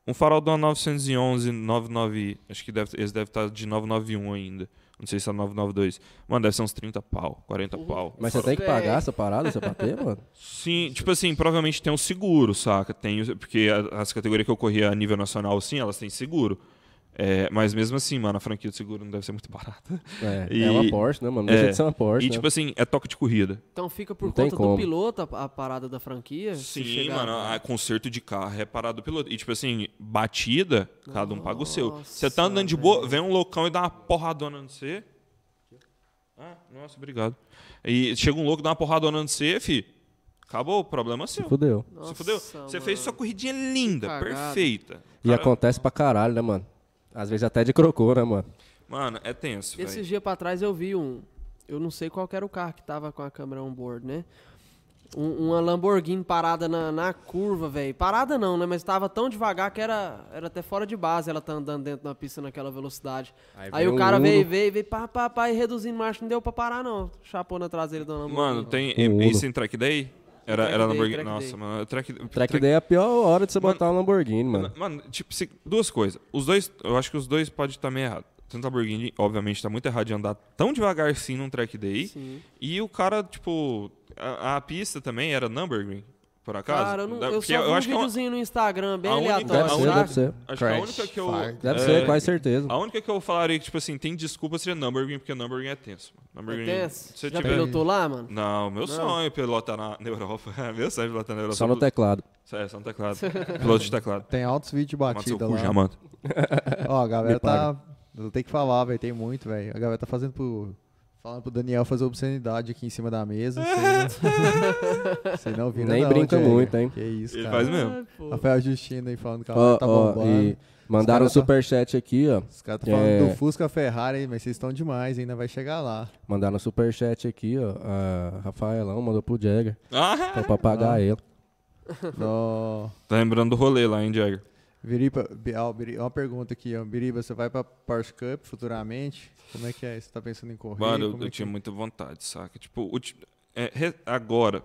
[SPEAKER 4] Um farol da 911, 99. Acho que deve, eles devem estar de 991 ainda. Não sei se é 992. Mano, deve ser uns 30 pau, 40 pau.
[SPEAKER 1] Mas
[SPEAKER 4] Um
[SPEAKER 1] você tem que pagar
[SPEAKER 3] Véi.
[SPEAKER 1] essa parada, você bater, mano?
[SPEAKER 4] Sim, tipo assim, provavelmente tem um seguro, saca? Tem, o- porque a- as categorias que eu corria a nível nacional, sim, elas têm seguro. É, mas mesmo assim, mano, a franquia do seguro não deve ser muito barata.
[SPEAKER 1] É,
[SPEAKER 4] E-
[SPEAKER 1] é uma Porsche, né, mano? Não Deixa
[SPEAKER 4] É,
[SPEAKER 1] de ser uma Porsche,
[SPEAKER 4] e
[SPEAKER 1] né?
[SPEAKER 4] tipo assim, é toque de corrida.
[SPEAKER 3] Então fica por
[SPEAKER 1] Não tem
[SPEAKER 3] conta do
[SPEAKER 1] como.
[SPEAKER 3] piloto a, a parada da franquia? se
[SPEAKER 4] Sim,
[SPEAKER 3] chegar-
[SPEAKER 4] mano, a conserto de carro é parado do piloto. E tipo assim, batida, cada um paga o seu. Você tá andando de boa, vem um loucão e dá uma porradona no você. Ah, nossa, obrigado. E chega um louco, dá uma porradona no você, fi. Acabou, o problema é seu.
[SPEAKER 1] Fudeu.
[SPEAKER 3] Nossa,
[SPEAKER 4] Você fudeu? Você
[SPEAKER 3] mano.
[SPEAKER 4] fez sua corridinha linda,
[SPEAKER 3] Que cagada.
[SPEAKER 4] perfeita.
[SPEAKER 1] E
[SPEAKER 4] Cara,
[SPEAKER 1] acontece pra caralho, né, mano? Às vezes até de crocô, né, mano?
[SPEAKER 4] Mano, é tenso,
[SPEAKER 3] Esses
[SPEAKER 4] velho.
[SPEAKER 3] dias pra trás eu vi um. Eu não sei qual que era o carro que tava com a câmera on-board, né? Um- uma Lamborghini parada na, na curva, velho. Parada não, né? Mas tava tão devagar que era, era até fora de base ela tá andando dentro da pista naquela velocidade.
[SPEAKER 1] Aí
[SPEAKER 3] Aí,
[SPEAKER 1] veio
[SPEAKER 3] o cara
[SPEAKER 1] um
[SPEAKER 3] veio,
[SPEAKER 1] Uno.
[SPEAKER 3] veio, veio, pá, pá, pá, e reduzindo marcha. Não deu pra parar, não. Chapou na traseira da Lamborghini.
[SPEAKER 4] Mano, tem
[SPEAKER 1] Um
[SPEAKER 4] esse em track day? Era,
[SPEAKER 3] é Track
[SPEAKER 4] era
[SPEAKER 3] Day,
[SPEAKER 4] Lamborghini.
[SPEAKER 3] Track
[SPEAKER 4] Nossa,
[SPEAKER 3] Day.
[SPEAKER 4] mano, track,
[SPEAKER 1] Track Day é a pior hora de você botar um Lamborghini, mano.
[SPEAKER 4] Mano, tipo, se- duas coisas. Os dois, eu acho que os dois podem estar meio errados. Tanto a Lamborghini, obviamente, tá muito errado de andar tão devagar assim num track day.
[SPEAKER 3] Sim.
[SPEAKER 4] E o cara, tipo, a, a pista também era Nürburgring, por acaso.
[SPEAKER 3] Cara, eu, não,
[SPEAKER 4] Da-
[SPEAKER 3] eu
[SPEAKER 4] porque
[SPEAKER 3] só vi um
[SPEAKER 4] acho que é uma-
[SPEAKER 3] videozinho no Instagram, bem
[SPEAKER 4] a única-
[SPEAKER 3] aleatório,
[SPEAKER 1] Deve
[SPEAKER 4] então, a
[SPEAKER 1] ser,
[SPEAKER 4] única-
[SPEAKER 1] deve
[SPEAKER 3] sabe?
[SPEAKER 1] ser.
[SPEAKER 4] acho que é a
[SPEAKER 2] Crash,
[SPEAKER 4] única que eu...
[SPEAKER 2] fire.
[SPEAKER 1] Deve
[SPEAKER 4] é,
[SPEAKER 1] ser, quase certeza.
[SPEAKER 4] A única que eu falaria que, tipo assim, tem desculpa seria Nürburgring, porque Nürburgring é tenso. mano.
[SPEAKER 3] É
[SPEAKER 4] Nürburgring,
[SPEAKER 3] tenso.
[SPEAKER 4] se eu
[SPEAKER 3] Já
[SPEAKER 4] tiver-
[SPEAKER 3] pilotou lá, mano?
[SPEAKER 4] Não, meu sonho é pilotar na, na Europa. meu sonho é pilotar na Europa.
[SPEAKER 1] Só no teclado.
[SPEAKER 4] É, só no teclado. Piloto de teclado.
[SPEAKER 2] Tem altos vídeos de
[SPEAKER 4] Mata seu
[SPEAKER 2] batida
[SPEAKER 4] cu,
[SPEAKER 2] lá.
[SPEAKER 4] já, mano.
[SPEAKER 2] Ó, a
[SPEAKER 1] Me
[SPEAKER 2] galera tá... Eu tenho que falar, velho. Tem muito, velho. A galera tá fazendo pro Falando pro Daniel fazer obscenidade aqui em cima da mesa. Você não, você não vira
[SPEAKER 1] Nem
[SPEAKER 2] não,
[SPEAKER 1] brinca
[SPEAKER 2] Diego.
[SPEAKER 1] muito, hein?
[SPEAKER 2] Que isso,
[SPEAKER 4] Ele
[SPEAKER 2] cara.
[SPEAKER 4] faz um mesmo.
[SPEAKER 3] Ai, pô.
[SPEAKER 2] Rafael Justino aí falando que a
[SPEAKER 1] Ó,
[SPEAKER 2] tá
[SPEAKER 1] ó,
[SPEAKER 2] bombando.
[SPEAKER 1] e mandaram um
[SPEAKER 2] Os cara tá-
[SPEAKER 1] superchat aqui, ó.
[SPEAKER 2] Os caras estão falando
[SPEAKER 1] É.
[SPEAKER 2] do Fusca Ferrari, mas vocês estão demais, ainda vai chegar lá.
[SPEAKER 1] Mandaram um superchat aqui, ó. A Rafaelão mandou pro Jagger
[SPEAKER 4] Ah,
[SPEAKER 1] pra pagar
[SPEAKER 2] Ah.
[SPEAKER 1] ele.
[SPEAKER 2] Ó,
[SPEAKER 4] tá lembrando do rolê lá, hein, Jagger?
[SPEAKER 2] Biriba, Bi- ó, Biri- uma pergunta aqui, ó. Biriba, você vai pra Porsche Cup futuramente? Como é que é? Você tá pensando em correr?
[SPEAKER 4] Mano, eu,
[SPEAKER 2] Como
[SPEAKER 4] eu
[SPEAKER 2] é que-
[SPEAKER 4] tinha muita vontade, saca? Tipo, o ti- é, re- agora,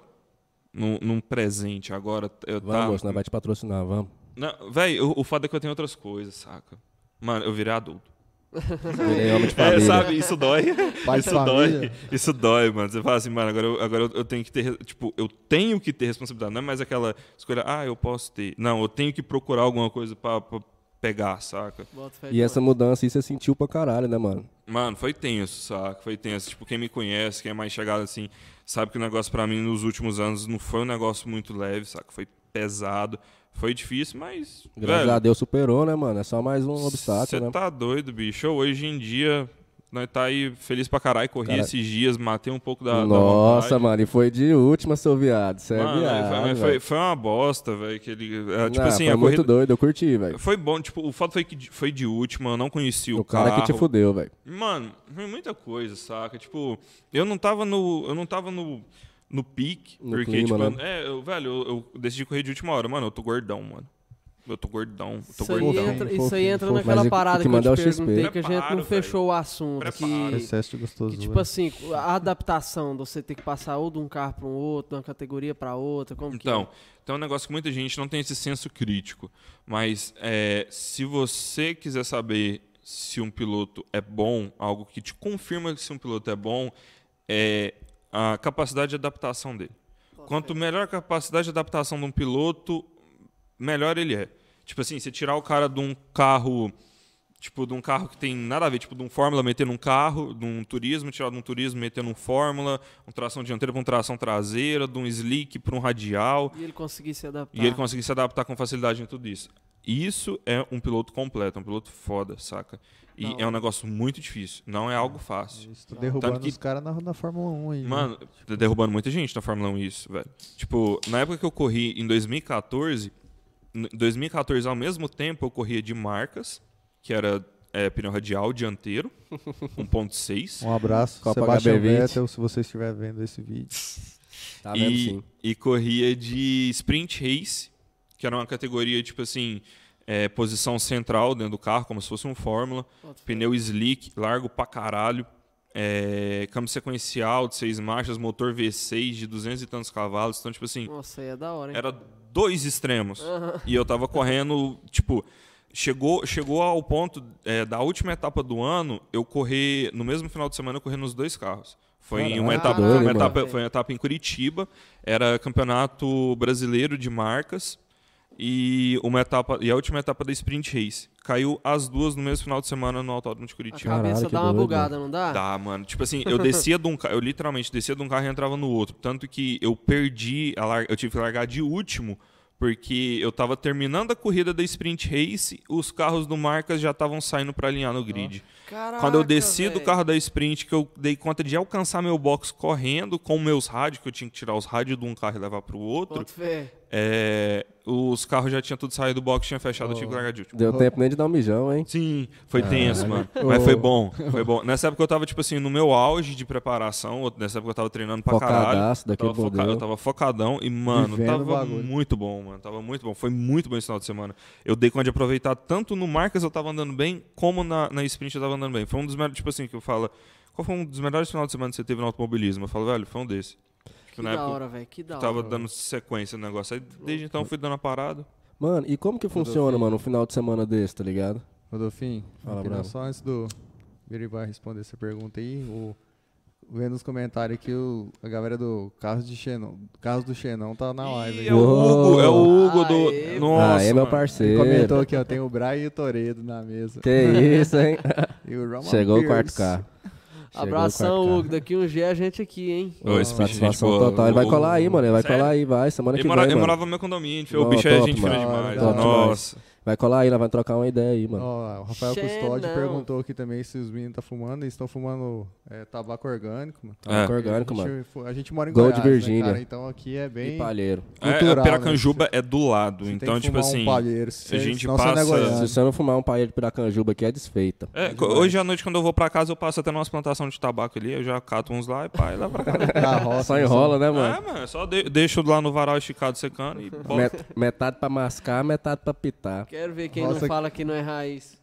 [SPEAKER 4] num, num presente, agora eu
[SPEAKER 1] Vamos,
[SPEAKER 4] tava.
[SPEAKER 1] nós vai te patrocinar, vamos.
[SPEAKER 4] Não, véi, o, o fato é que eu tenho outras coisas, saca? Mano, eu virei adulto.
[SPEAKER 1] Virei homem de
[SPEAKER 4] É,
[SPEAKER 1] família.
[SPEAKER 4] sabe, isso dói.
[SPEAKER 2] Pai de
[SPEAKER 4] isso
[SPEAKER 2] família.
[SPEAKER 4] dói. Isso dói, mano. Você fala assim, mano, agora, eu, agora eu, eu tenho que ter. re- Tipo, eu tenho que ter responsabilidade. Não é mais aquela escolha, ah, eu posso ter. Não, eu tenho que procurar alguma coisa pra, pra pegar, saca?
[SPEAKER 3] Bota fé
[SPEAKER 1] E essa
[SPEAKER 3] demais.
[SPEAKER 1] mudança aí você sentiu pra caralho, né, mano?
[SPEAKER 4] Mano, foi tenso, saca? Foi tenso. Tipo, quem me conhece, quem é mais chegado assim, sabe que o negócio pra mim nos últimos anos não foi um negócio muito leve, saca? Foi pesado, foi difícil, mas.
[SPEAKER 1] Graças a Deus superou, né, mano? É só mais um
[SPEAKER 4] Você
[SPEAKER 1] obstáculo, né?
[SPEAKER 4] tá doido, bicho. Eu, Hoje em dia, nós tá aí feliz pra caralho. Corri
[SPEAKER 1] Cara-
[SPEAKER 4] esses dias, matei um pouco da. da
[SPEAKER 1] Nossa,
[SPEAKER 4] vontade.
[SPEAKER 1] mano, e foi de última, seu viado. Você é
[SPEAKER 4] Mano,
[SPEAKER 1] viado.
[SPEAKER 4] foi- mas
[SPEAKER 1] velho.
[SPEAKER 4] foi, foi uma bosta, velho. que ele- é, Tipo
[SPEAKER 1] Ah,
[SPEAKER 4] assim,
[SPEAKER 1] foi
[SPEAKER 4] a
[SPEAKER 1] muito
[SPEAKER 4] corrida.
[SPEAKER 1] doido, eu curti, velho.
[SPEAKER 4] Foi bom, tipo, o fato foi que de- foi de última, eu não conheci o,
[SPEAKER 1] O cara é que te
[SPEAKER 4] carro.
[SPEAKER 1] fudeu, velho.
[SPEAKER 4] Mano, foi muita coisa, saca? Tipo, eu não tava no. Eu não tava no. No pique.
[SPEAKER 1] No
[SPEAKER 4] porque,
[SPEAKER 1] clima,
[SPEAKER 4] tipo,
[SPEAKER 1] né?
[SPEAKER 4] eu- é, eu- velho, eu, eu decidi correr de última hora. Mano, eu tô gordão, mano. Eu tô gordão, eu tô
[SPEAKER 3] Isso aí,
[SPEAKER 1] é
[SPEAKER 4] gordão.
[SPEAKER 1] um
[SPEAKER 2] gordão.
[SPEAKER 3] entra,
[SPEAKER 2] Fofinho,
[SPEAKER 3] isso aí entra
[SPEAKER 2] fofinho.
[SPEAKER 1] Mas
[SPEAKER 3] naquela
[SPEAKER 1] o que
[SPEAKER 3] parada que,
[SPEAKER 1] manda é
[SPEAKER 3] eu
[SPEAKER 1] o
[SPEAKER 3] te
[SPEAKER 1] XP.
[SPEAKER 3] perguntei, que a gente
[SPEAKER 4] Preparo,
[SPEAKER 3] não fechou o assunto.
[SPEAKER 4] Preparo.
[SPEAKER 3] Que,
[SPEAKER 2] Excesso de gostoso.
[SPEAKER 3] que, tipo assim, a adaptação, de você ter que passar ou de um carro pra um outro, de uma categoria pra outra, como que
[SPEAKER 4] Então, então é um negócio que muita gente não tem esse senso crítico. Mas é, se você quiser saber se um piloto é bom, algo que te confirma que se um piloto é bom, é a capacidade de adaptação dele. Quanto melhor a capacidade de adaptação de um piloto, melhor ele é. Tipo assim, você tirar o cara de um carro, tipo, de um carro que tem nada a ver, tipo, de um Fórmula metendo um carro, de um turismo, tirar de um turismo metendo um Fórmula, um tração dianteira para um tração traseira, de um slick para um radial,
[SPEAKER 3] é. E ele conseguir se adaptar.
[SPEAKER 4] e ele conseguir se adaptar com facilidade em tudo isso. Isso é um piloto completo, um piloto foda, saca? E
[SPEAKER 3] Não.
[SPEAKER 4] é um negócio muito difícil, não é algo fácil.
[SPEAKER 2] Estou Tá derrubando
[SPEAKER 4] Tanto que-
[SPEAKER 2] os caras na, na Fórmula 1 aí. né?
[SPEAKER 4] Mano, tá derrubando muita gente na Fórmula 1 isso, velho. Tipo, na época que eu corri em 2014, em 2014 ao mesmo tempo eu corria de marcas, que era é, pneu radial dianteiro, 1.6.
[SPEAKER 2] Um abraço,
[SPEAKER 1] Copa
[SPEAKER 2] Sebastião
[SPEAKER 1] HB20.
[SPEAKER 2] Vettel, se você estiver vendo esse vídeo.
[SPEAKER 1] Tá vendo
[SPEAKER 4] E,
[SPEAKER 1] sim.
[SPEAKER 4] e corria de sprint race, que era uma categoria, tipo assim, é, posição central dentro do carro, como se fosse um Fórmula.
[SPEAKER 3] Bota fé.
[SPEAKER 4] Pneu slick, largo pra caralho. É, câmbio sequencial de seis marchas, motor V6 de 200 e tantos cavalos. Então, tipo assim,
[SPEAKER 3] Nossa, aí é da hora, hein?
[SPEAKER 4] era dois extremos. E eu tava correndo, tipo, chegou, chegou ao ponto é, da última etapa do ano, eu correr, no mesmo final de semana, eu corri nos dois carros. Foi em uma
[SPEAKER 1] Caraca,
[SPEAKER 4] etapa,
[SPEAKER 1] doido,
[SPEAKER 4] uma
[SPEAKER 1] hein,
[SPEAKER 4] etapa,
[SPEAKER 3] mano?
[SPEAKER 4] foi uma etapa em Curitiba, era campeonato brasileiro de marcas e uma etapa e a última etapa da sprint race. Caiu as duas no mesmo final de semana no Autódromo de
[SPEAKER 3] A
[SPEAKER 4] Curitiba.
[SPEAKER 1] Caralho,
[SPEAKER 3] cabeça
[SPEAKER 1] que
[SPEAKER 3] dá uma
[SPEAKER 1] doido,
[SPEAKER 3] bugada, não dá?
[SPEAKER 4] Dá, mano. Tipo assim, eu descia de um carro, eu literalmente descia de um carro e entrava no outro. Tanto que eu perdi, a lar- eu tive que largar de último, porque eu tava terminando a corrida da Sprint Race, os carros do Marcas já estavam saindo pra alinhar no grid.
[SPEAKER 3] Caraca,
[SPEAKER 4] Quando eu desci do
[SPEAKER 3] véi.
[SPEAKER 4] carro da Sprint, que eu dei conta de alcançar meu box correndo com meus rádios, que eu tinha que tirar os rádios de um carro e levar pro outro,
[SPEAKER 3] Bota fé.
[SPEAKER 4] é, os carros já tinham tudo saído do box, tinha fechado, eu tive que largar de último.
[SPEAKER 1] Deu
[SPEAKER 2] Uhum.
[SPEAKER 1] tempo nem de dar um mijão, hein?
[SPEAKER 4] Sim, foi tenso, mano.
[SPEAKER 1] Ô.
[SPEAKER 4] Mas foi bom, foi bom. Nessa época eu tava, tipo assim, no meu auge de preparação, nessa época eu tava treinando pra caralho.
[SPEAKER 1] Focadaço daquele
[SPEAKER 4] Tava foca-
[SPEAKER 1] modelo.
[SPEAKER 4] eu tava focadão e, mano,
[SPEAKER 2] Vivendo o
[SPEAKER 4] tava
[SPEAKER 2] bagulho.
[SPEAKER 4] muito bom, mano. Tava muito bom. Foi muito bom esse final de semana. Eu dei conta de aproveitar tanto no Marcas eu tava andando bem, como na, na sprint eu tava andando bem. Foi um dos melhores, tipo assim, que eu falo. Qual foi um dos melhores finais de semana que você teve no automobilismo? Eu falo, velho, foi um desse. Tipo,
[SPEAKER 3] Que
[SPEAKER 4] na
[SPEAKER 3] da
[SPEAKER 4] época
[SPEAKER 3] hora, velho. Que da
[SPEAKER 4] eu
[SPEAKER 3] hora.
[SPEAKER 4] tava dando sequência no negócio. Aí desde então eu fui dando a parada.
[SPEAKER 1] Mano, e como que funciona, mano, um final de semana desse, tá ligado?
[SPEAKER 2] Rodolfinho,
[SPEAKER 1] Fala,
[SPEAKER 2] opinião
[SPEAKER 1] Bravo.
[SPEAKER 2] só antes do Biriba responder essa pergunta aí. O, vendo nos comentários aqui, o, a galera do Carros, de Xenon, Carros do Xenon tá na live.
[SPEAKER 4] Ih,
[SPEAKER 2] hein?
[SPEAKER 4] é o Hugo, é o Hugo do.
[SPEAKER 3] Aê,
[SPEAKER 4] Nossa.
[SPEAKER 1] Aê, Ah, é meu
[SPEAKER 4] mano.
[SPEAKER 2] Ele
[SPEAKER 1] parceiro.
[SPEAKER 2] comentou aqui, ó, tem o Brian e o Toredo na mesa.
[SPEAKER 1] Que isso, hein?
[SPEAKER 4] É
[SPEAKER 2] E o Roman
[SPEAKER 1] Chegou o quarto
[SPEAKER 2] Pierce.
[SPEAKER 1] carro. Chegou o quarto
[SPEAKER 3] Abração,
[SPEAKER 1] carro.
[SPEAKER 3] Hugo. Daqui um dia é a gente aqui, hein?
[SPEAKER 4] Ô, esse bicho, é
[SPEAKER 1] Satisfação
[SPEAKER 4] gente boa.
[SPEAKER 1] total. Ele vai
[SPEAKER 4] Ô,
[SPEAKER 1] colar aí, mano. Ele vai
[SPEAKER 4] sério?
[SPEAKER 1] colar aí, vai. Semana
[SPEAKER 4] Ele,
[SPEAKER 1] que
[SPEAKER 4] mora-
[SPEAKER 1] vem.
[SPEAKER 4] ele
[SPEAKER 1] mano.
[SPEAKER 4] morava no meu condomínio. filho.
[SPEAKER 1] Não,
[SPEAKER 4] o bicho é
[SPEAKER 1] top,
[SPEAKER 4] gente
[SPEAKER 1] mano.
[SPEAKER 4] fina demais.
[SPEAKER 2] Top
[SPEAKER 4] Nossa.
[SPEAKER 1] Vai colar aí, nós vamos trocar uma ideia aí, mano.
[SPEAKER 2] Ó, o Rafael
[SPEAKER 3] Xê,
[SPEAKER 2] Custódio
[SPEAKER 3] não.
[SPEAKER 2] perguntou aqui também se os meninos estão fumando. Eles estão fumando é, tabaco orgânico, mano.
[SPEAKER 1] Tabaco
[SPEAKER 4] É.
[SPEAKER 1] orgânico,
[SPEAKER 2] a gente,
[SPEAKER 1] mano.
[SPEAKER 2] fo- A gente mora em
[SPEAKER 1] Gold
[SPEAKER 2] Goiás,
[SPEAKER 1] Virgínia.
[SPEAKER 2] né, cara? Então aqui é bem...
[SPEAKER 1] E palheiro.
[SPEAKER 4] É,
[SPEAKER 2] Cultural,
[SPEAKER 1] né,
[SPEAKER 4] a Piracanjuba é do lado,
[SPEAKER 2] você tem
[SPEAKER 4] então,
[SPEAKER 2] que
[SPEAKER 4] tipo
[SPEAKER 2] fumar um
[SPEAKER 4] assim.
[SPEAKER 2] palheiro, se-
[SPEAKER 4] gente
[SPEAKER 2] senão você não é
[SPEAKER 4] passa-
[SPEAKER 2] goiano.
[SPEAKER 1] Se você não fumar um palheiro de Piracanjuba aqui, é desfeita.
[SPEAKER 4] Tá. é, co- hoje à noite, quando eu vou pra casa, eu passo até numa plantação de tabaco ali, eu já cato uns lá e pá, e lá pra casa.
[SPEAKER 2] Da roça,
[SPEAKER 1] Só
[SPEAKER 2] né?
[SPEAKER 1] enrola, né,
[SPEAKER 4] É,
[SPEAKER 1] mano?
[SPEAKER 4] mano, só de- deixo lá no varal esticado secando e boto.
[SPEAKER 1] Met- metade pra mascar, metade pra pitar.
[SPEAKER 3] Quero ver quem
[SPEAKER 2] Roça-
[SPEAKER 3] não fala que não é raiz.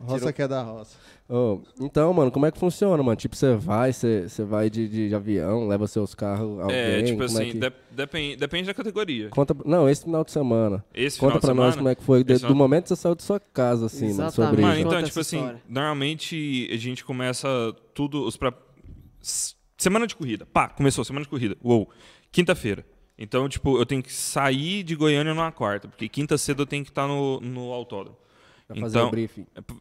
[SPEAKER 2] Roça que é da roça.
[SPEAKER 1] Ô, então, mano, como é que funciona, mano? Tipo, você vai, você você vai de, de- de avião, leva seus carros, alguém,
[SPEAKER 4] É, tipo
[SPEAKER 1] como
[SPEAKER 4] assim,
[SPEAKER 1] é que...
[SPEAKER 4] dep- depen- depende da categoria.
[SPEAKER 1] Conta, não, esse final de semana.
[SPEAKER 4] Esse
[SPEAKER 1] Conta
[SPEAKER 4] final de
[SPEAKER 1] pra nós
[SPEAKER 4] semana-
[SPEAKER 1] como é que foi, de-
[SPEAKER 4] esse
[SPEAKER 1] do
[SPEAKER 4] final-
[SPEAKER 1] momento que você saiu de sua casa, assim, mano, sobre
[SPEAKER 3] Exatamente.
[SPEAKER 4] Mano,
[SPEAKER 1] isso.
[SPEAKER 4] então,
[SPEAKER 3] Conta essa
[SPEAKER 4] tipo assim,
[SPEAKER 3] história.
[SPEAKER 4] normalmente a gente começa tudo. Os pra... S- Semana de corrida. Pá, começou, semana de corrida. Uou. Quinta-feira. Então, tipo, eu tenho que sair de Goiânia numa quarta, porque quinta cedo eu tenho que estar no, no autódromo.
[SPEAKER 1] Pra fazer o briefing.
[SPEAKER 4] É, p-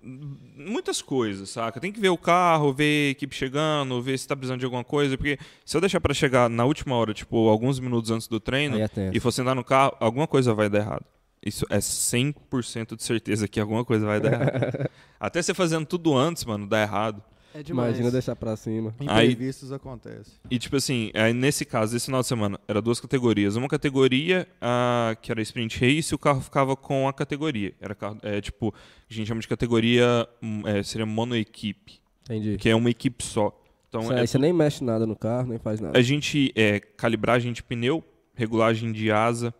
[SPEAKER 4] muitas coisas, saca? Tem que ver o carro, ver a equipe chegando, ver se tá precisando de alguma coisa, porque se eu deixar pra chegar na última hora, tipo, alguns minutos antes do treino,
[SPEAKER 1] Aí é tenso.
[SPEAKER 4] e for sentar no carro, alguma coisa vai dar errado. Isso é 100% de certeza que alguma coisa vai dar errado. Até você fazendo tudo antes, mano, dá errado.
[SPEAKER 3] É demais.
[SPEAKER 1] Imagina deixar pra cima.
[SPEAKER 4] Aí-
[SPEAKER 2] Imprevistos acontecem.
[SPEAKER 4] E, tipo assim, aí nesse caso, esse final de semana, era duas categorias. Uma categoria, ah, que era sprint race, e o carro ficava com a categoria. Era carro, é, tipo, a gente chama de categoria, hum, é, seria monoequipe.
[SPEAKER 1] Entendi.
[SPEAKER 4] que é uma equipe só. Então,
[SPEAKER 1] Você-
[SPEAKER 4] é-
[SPEAKER 1] aí você nem mexe nada no carro, nem faz nada.
[SPEAKER 4] a gente é calibragem de pneu, regulagem de asa,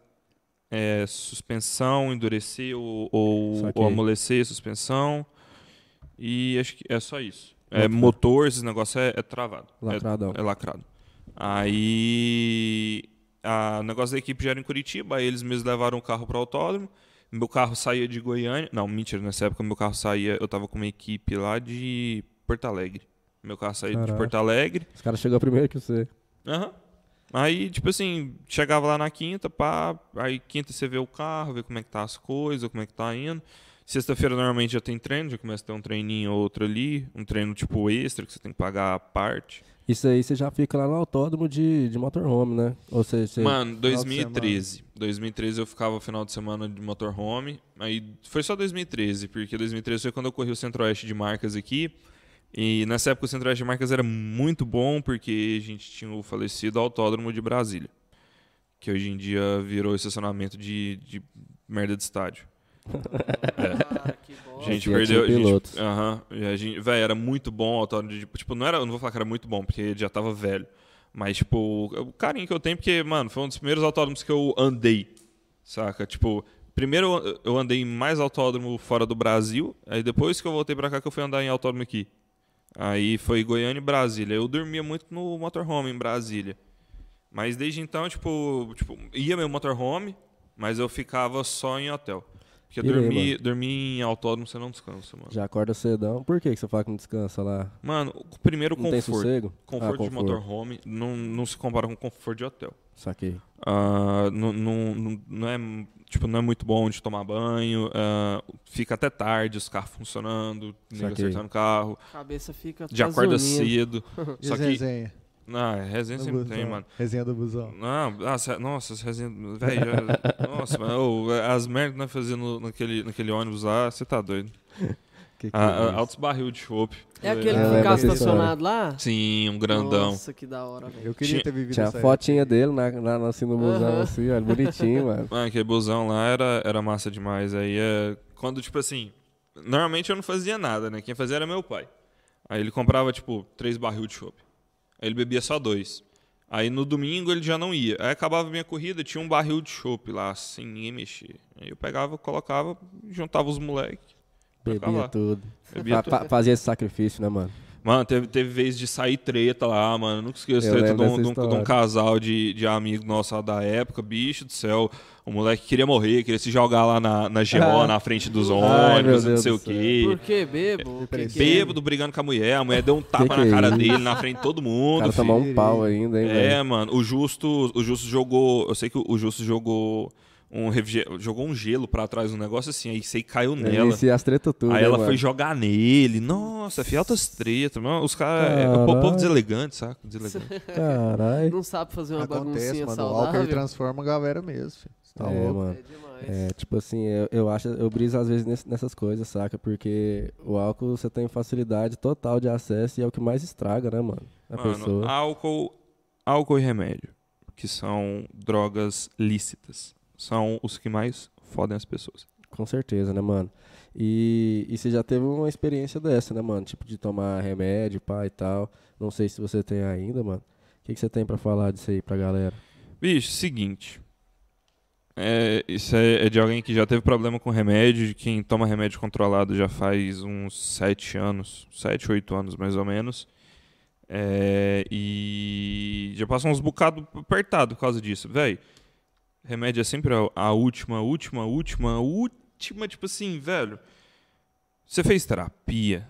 [SPEAKER 4] é, suspensão, endurecer ou, ou,
[SPEAKER 1] Saquei.
[SPEAKER 4] ou amolecer a suspensão. E acho que é só isso. É,
[SPEAKER 1] Bota fé.
[SPEAKER 4] motor, esse negócio é, é travado. É-
[SPEAKER 1] Lacradão.
[SPEAKER 4] É, lacrado. Aí a- o negócio da equipe já era em Curitiba, aí eles mesmos levaram o carro para o autódromo. Meu carro saía de Goiânia. Não, mentira, nessa época meu carro saía. Eu tava com uma equipe lá de Porto Alegre. Meu carro saía
[SPEAKER 1] Caraca.
[SPEAKER 4] de Porto Alegre.
[SPEAKER 1] Os caras chegam primeiro que você.
[SPEAKER 4] Aham. Aí, tipo assim, chegava lá na quinta, pá, aí quinta você vê o carro, vê como é que tá as coisas, como é que tá indo. Sexta-feira normalmente já tem treino, já começa a ter um treininho ou outro ali, um treino tipo extra que você tem que pagar a parte.
[SPEAKER 1] Isso aí você já fica lá no autódromo de, de motorhome, né? Ou seja, você...
[SPEAKER 4] Mano,
[SPEAKER 2] de semana.
[SPEAKER 4] 2013. 2013 eu ficava final de semana de motorhome. Aí foi só 2013, porque 2013 foi quando eu corri o Centro-Oeste de Marcas aqui. E nessa época o Centro-Oeste de Marcas era muito bom, porque a gente tinha o falecido Autódromo de Brasília. Que hoje em dia virou estacionamento de, de merda de estádio.
[SPEAKER 3] Ah, que
[SPEAKER 4] A
[SPEAKER 3] bosta.
[SPEAKER 1] Nossa,
[SPEAKER 4] gente
[SPEAKER 1] e é
[SPEAKER 4] perdeu.
[SPEAKER 1] tinha
[SPEAKER 4] a gente-
[SPEAKER 1] pilotos.
[SPEAKER 4] Aham. E a gente, véi, era muito bom o autódromo. de- Tipo, não era. Eu não vou falar que era muito bom, porque ele já tava velho. Mas, tipo, o o carinho que eu tenho, porque, mano, foi um dos primeiros autódromos que eu andei. Saca? Tipo, primeiro eu- eu andei em mais autódromo fora do Brasil. Aí depois que eu voltei pra cá, que eu fui andar em autódromo aqui. Aí foi Goiânia e Brasília. Eu dormia muito no motorhome em Brasília. Mas desde então, tipo, tipo ia meu motorhome, mas eu ficava só em hotel. Porque
[SPEAKER 1] Irei,
[SPEAKER 4] dormir, dormir em autódromo você não descansa, mano.
[SPEAKER 1] Já acorda cedão. Por que que você fala que não descansa lá?
[SPEAKER 4] Mano, o primeiro
[SPEAKER 1] Não tem
[SPEAKER 4] conforto.
[SPEAKER 1] sossego?
[SPEAKER 4] Conforto,
[SPEAKER 1] Ah,
[SPEAKER 4] de motorhome não, não se compara com conforto de hotel.
[SPEAKER 1] Saquei.
[SPEAKER 4] Ah, não, não, não- não é, tipo, não é muito bom de tomar banho. ah, fica até tarde, os carros funcionando,
[SPEAKER 1] Saquei.
[SPEAKER 4] ninguém
[SPEAKER 1] Tá
[SPEAKER 4] acertando o carro.
[SPEAKER 3] Cabeça fica
[SPEAKER 4] Já acorda
[SPEAKER 3] tazonina.
[SPEAKER 4] cedo.
[SPEAKER 2] E
[SPEAKER 4] Só
[SPEAKER 2] as
[SPEAKER 4] que.
[SPEAKER 2] resenha?
[SPEAKER 4] Ah, resenha
[SPEAKER 1] Tá
[SPEAKER 2] do
[SPEAKER 4] sempre
[SPEAKER 2] busão?
[SPEAKER 4] tem, mano.
[SPEAKER 2] Resenha do busão.
[SPEAKER 4] Ah, ah, sé- nossa, as resenhas. Véi, já- nossa, mano, ô, as merdas que nós fazendo naquele, naquele ônibus lá, você tá doido.
[SPEAKER 1] Que que
[SPEAKER 4] Ah, ah,
[SPEAKER 1] é isso?
[SPEAKER 4] altos barril de chope.
[SPEAKER 3] É aquele
[SPEAKER 1] Eu
[SPEAKER 3] que
[SPEAKER 1] lembro
[SPEAKER 3] ficava
[SPEAKER 1] dessa
[SPEAKER 3] estacionado lá?
[SPEAKER 4] Sim, um grandão.
[SPEAKER 3] Nossa, que da hora, velho.
[SPEAKER 2] Eu queria
[SPEAKER 4] Tinha-
[SPEAKER 2] ter vivido
[SPEAKER 1] Tinha a
[SPEAKER 2] essa
[SPEAKER 1] fotinha dele na, na, assim no busão,
[SPEAKER 3] Aham.
[SPEAKER 1] assim, olha, bonitinho, mano.
[SPEAKER 4] Ah, aquele busão lá era, era massa demais. Aí é. Quando, tipo assim. Normalmente eu não fazia nada, né? Quem fazia era meu pai. Aí ele comprava, tipo, três barril de chopp. Aí ele bebia só dois. Aí no domingo ele já não ia. Aí acabava a minha corrida, tinha um barril de chopp lá, sem ninguém mexer. Aí eu pegava, colocava, juntava os moleques.
[SPEAKER 1] Bebia tudo.
[SPEAKER 4] Bebia
[SPEAKER 1] Fa- fa- Fazia esse sacrifício, né, mano?
[SPEAKER 4] Mano, teve, teve vez de sair treta lá, mano. Eu Nunca esqueço
[SPEAKER 1] Eu
[SPEAKER 4] treta de
[SPEAKER 1] lembro
[SPEAKER 4] um,
[SPEAKER 1] dessa
[SPEAKER 4] de um- de um
[SPEAKER 1] história.
[SPEAKER 4] casal de, de amigo nosso lá da época. Bicho do céu, o moleque queria morrer, queria se jogar lá na, na GO,
[SPEAKER 1] Ah.
[SPEAKER 4] na frente dos
[SPEAKER 1] Ai,
[SPEAKER 4] ônibus,
[SPEAKER 1] meu Deus
[SPEAKER 4] não sei
[SPEAKER 1] do
[SPEAKER 4] o
[SPEAKER 1] céu.
[SPEAKER 4] quê.
[SPEAKER 3] Por que bebo? O que que é?
[SPEAKER 4] Bêbado brigando com a mulher, a mulher deu um tapa
[SPEAKER 1] Que
[SPEAKER 4] na
[SPEAKER 1] que é
[SPEAKER 4] cara
[SPEAKER 1] isso?
[SPEAKER 4] dele, na frente de todo
[SPEAKER 1] O
[SPEAKER 4] mundo.
[SPEAKER 1] cara tomou um
[SPEAKER 2] filho.
[SPEAKER 1] pau ainda, hein, velho?
[SPEAKER 4] É, mano, o Justo, o Justo jogou, eu sei que o Justo jogou um refrige- jogou um gelo pra trás um negócio assim, aí sei que caiu
[SPEAKER 1] Ele
[SPEAKER 4] nela.
[SPEAKER 1] se as treta tudo,
[SPEAKER 4] Aí
[SPEAKER 1] hein,
[SPEAKER 4] ela
[SPEAKER 1] mano?
[SPEAKER 4] foi jogar nele. Nossa, é fiel altas tretas. mano. Os caras. É, o povo
[SPEAKER 1] Caralho.
[SPEAKER 4] deselegante, saca? Deselegante.
[SPEAKER 1] Caralho.
[SPEAKER 3] Não sabe fazer uma
[SPEAKER 2] Acontece,
[SPEAKER 3] baguncinha
[SPEAKER 2] mano. O é
[SPEAKER 3] saudável?
[SPEAKER 2] álcool ele transforma a galera mesmo. filho. Você tá
[SPEAKER 1] é,
[SPEAKER 2] louco?
[SPEAKER 1] mano.
[SPEAKER 3] É demais. demais.
[SPEAKER 1] É, tipo assim, eu, eu acho, eu briso às vezes ness- nessas coisas, saca? Porque o álcool você tem facilidade total de acesso e é o que mais estraga, né, mano? A
[SPEAKER 4] Mano,
[SPEAKER 1] pessoa.
[SPEAKER 4] álcool, álcool e remédio, que são drogas lícitas, são os que mais fodem as pessoas.
[SPEAKER 1] Com certeza, né, mano? E, e você já teve uma experiência dessa, né, mano? Tipo, de tomar remédio, pá e tal. Não sei se você tem ainda, mano. O que, que você tem pra falar disso aí pra galera?
[SPEAKER 4] Bicho, seguinte. É, isso é, é de alguém que já teve problema com remédio, de quem toma remédio controlado já faz uns sete anos, sete oito anos mais ou menos. É, e já passou uns bocado apertado por causa disso, velho. Remédio é sempre a, a última, última, última, última, tipo assim, velho. Você fez terapia.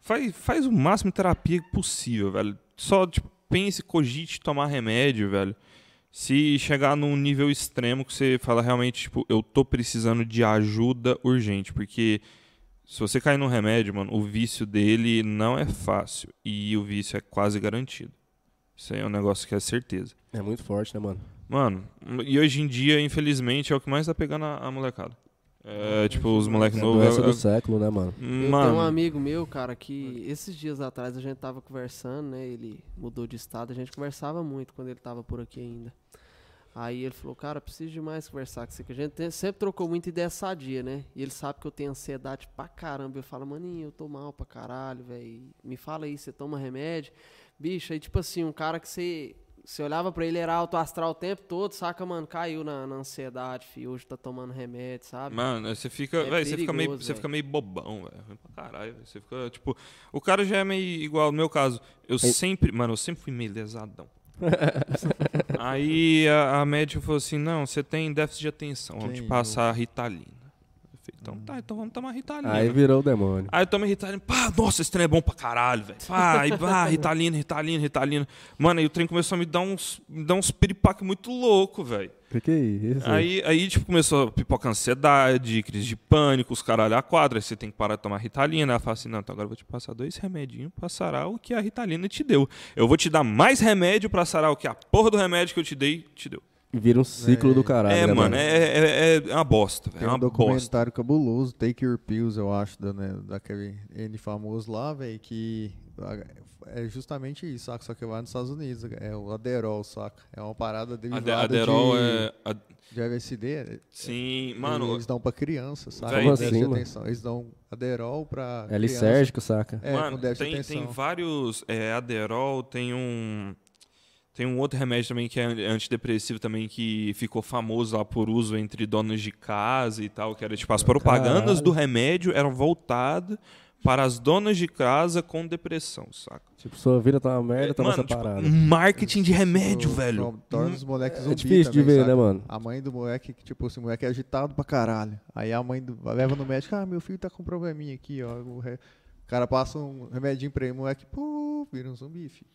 [SPEAKER 4] Faz, faz o máximo de terapia possível, velho. Só, tipo, pense, cogite tomar remédio, velho. Se chegar num nível extremo que você fala realmente, tipo, eu tô precisando de ajuda urgente, porque se você cair num remédio, mano, o vício dele não é fácil e o vício é quase garantido. Isso aí é um negócio que é certeza.
[SPEAKER 1] É muito forte, né, mano?
[SPEAKER 4] Mano, e hoje em dia, infelizmente, é o que mais tá pegando a, a molecada. É, tipo, os moleques
[SPEAKER 1] É a
[SPEAKER 4] novos.
[SPEAKER 1] doença do século, né, mano?
[SPEAKER 3] Eu tenho um
[SPEAKER 4] Mano,
[SPEAKER 3] amigo meu, cara, que esses dias atrás a gente tava conversando, né? Ele mudou de estado, a gente conversava muito quando ele tava por aqui ainda. Aí ele falou, cara, preciso demais conversar com você, que a gente tem- sempre trocou muita ideia sadia, né? E ele sabe que eu tenho ansiedade pra caramba. Eu falo, maninho, eu tô mal pra caralho, velho. Me fala aí, você toma remédio? Bicho, aí tipo assim, um cara que você... Você olhava pra ele, era alto astral o tempo todo, saca, mano? Caiu na, na ansiedade, fi. Hoje tá tomando remédio, sabe?
[SPEAKER 4] Mano, você fica,
[SPEAKER 3] É
[SPEAKER 4] véi, você fica meio,
[SPEAKER 3] perigoso,
[SPEAKER 4] você
[SPEAKER 3] véi.
[SPEAKER 4] fica meio bobão, velho. Ruim pra Caralho, véi. você fica tipo, o cara já é meio igual no meu caso. Eu sempre, mano, eu sempre fui meio lesadão. Aí a, a médica falou assim: "Não, você tem déficit de atenção, vamos te
[SPEAKER 2] Quem
[SPEAKER 4] passar a Ritalina". Eu falei, então tá, então vamos tomar Ritalina.
[SPEAKER 1] Aí virou o demônio.
[SPEAKER 4] Aí eu tomei Ritalina, pá, nossa, esse trem é bom pra caralho, velho. Pá, aí, pá, Ritalina, Ritalina, Ritalina. Mano, aí o trem começou a me dar uns, me dar uns piripaque muito louco, velho.
[SPEAKER 1] O que, que é isso?
[SPEAKER 4] Aí, aí, tipo, começou a pipocar ansiedade, crise de pânico, os caralho a quadra, aí você tem que parar de tomar Ritalina. Ela fala assim, não, então agora eu vou te passar dois remedinhos pra sarar o que a Ritalina te deu. Eu vou te dar mais remédio pra sarar o que a porra do remédio que eu te dei, te deu.
[SPEAKER 1] Vira um ciclo do caralho.
[SPEAKER 4] é,
[SPEAKER 1] né,
[SPEAKER 4] mano, é, é, é uma bosta, velho.
[SPEAKER 2] Tem
[SPEAKER 4] É
[SPEAKER 2] um
[SPEAKER 4] uma bosta.
[SPEAKER 2] documentário cabuloso, Take Your Pills, eu acho, da, né, daquele N famoso lá, velho, que ah, é justamente isso, saca? Só que lá nos Estados Unidos, é o Aderol, saca? É uma parada
[SPEAKER 4] Ade-
[SPEAKER 2] derivada
[SPEAKER 4] Aderol
[SPEAKER 2] de,
[SPEAKER 4] é. a-
[SPEAKER 2] de LSD.
[SPEAKER 4] Sim,
[SPEAKER 2] é,
[SPEAKER 4] mano.
[SPEAKER 2] Eles dão pra criança, saca?
[SPEAKER 4] Véi,
[SPEAKER 2] Com
[SPEAKER 1] Como
[SPEAKER 2] déficit
[SPEAKER 1] assim,
[SPEAKER 2] de
[SPEAKER 1] mano?
[SPEAKER 2] atenção. Eles dão Aderol pra
[SPEAKER 1] É
[SPEAKER 2] criança.
[SPEAKER 1] lisérgico, saca?
[SPEAKER 2] É, com
[SPEAKER 4] Mano,
[SPEAKER 2] déficit de
[SPEAKER 4] tem, tem
[SPEAKER 2] atenção.
[SPEAKER 4] vários. É, Aderol, tem um. Tem um outro remédio também que é an- antidepressivo também, que ficou famoso lá por uso entre donas de casa e tal, que era tipo, as propagandas do remédio eram voltadas para as donas de casa com depressão, saca?
[SPEAKER 1] Tipo, sua vida tá uma merda, toma
[SPEAKER 4] Mano,
[SPEAKER 1] essa
[SPEAKER 4] tipo,
[SPEAKER 1] parada.
[SPEAKER 4] marketing de remédio,
[SPEAKER 2] Pro-
[SPEAKER 4] velho.
[SPEAKER 2] pro- Então, Torna os moleques
[SPEAKER 1] É
[SPEAKER 2] zumbi
[SPEAKER 1] difícil de
[SPEAKER 2] também,
[SPEAKER 1] ver,
[SPEAKER 2] saca?
[SPEAKER 1] né, mano?
[SPEAKER 2] A mãe do moleque, que, tipo, esse moleque é agitado pra caralho. Aí a mãe do- leva no médico, ah, meu filho tá com um probleminha aqui, ó. O, re- o cara passa um remedinho pra ele, o moleque, pô, vira um zumbi, filho.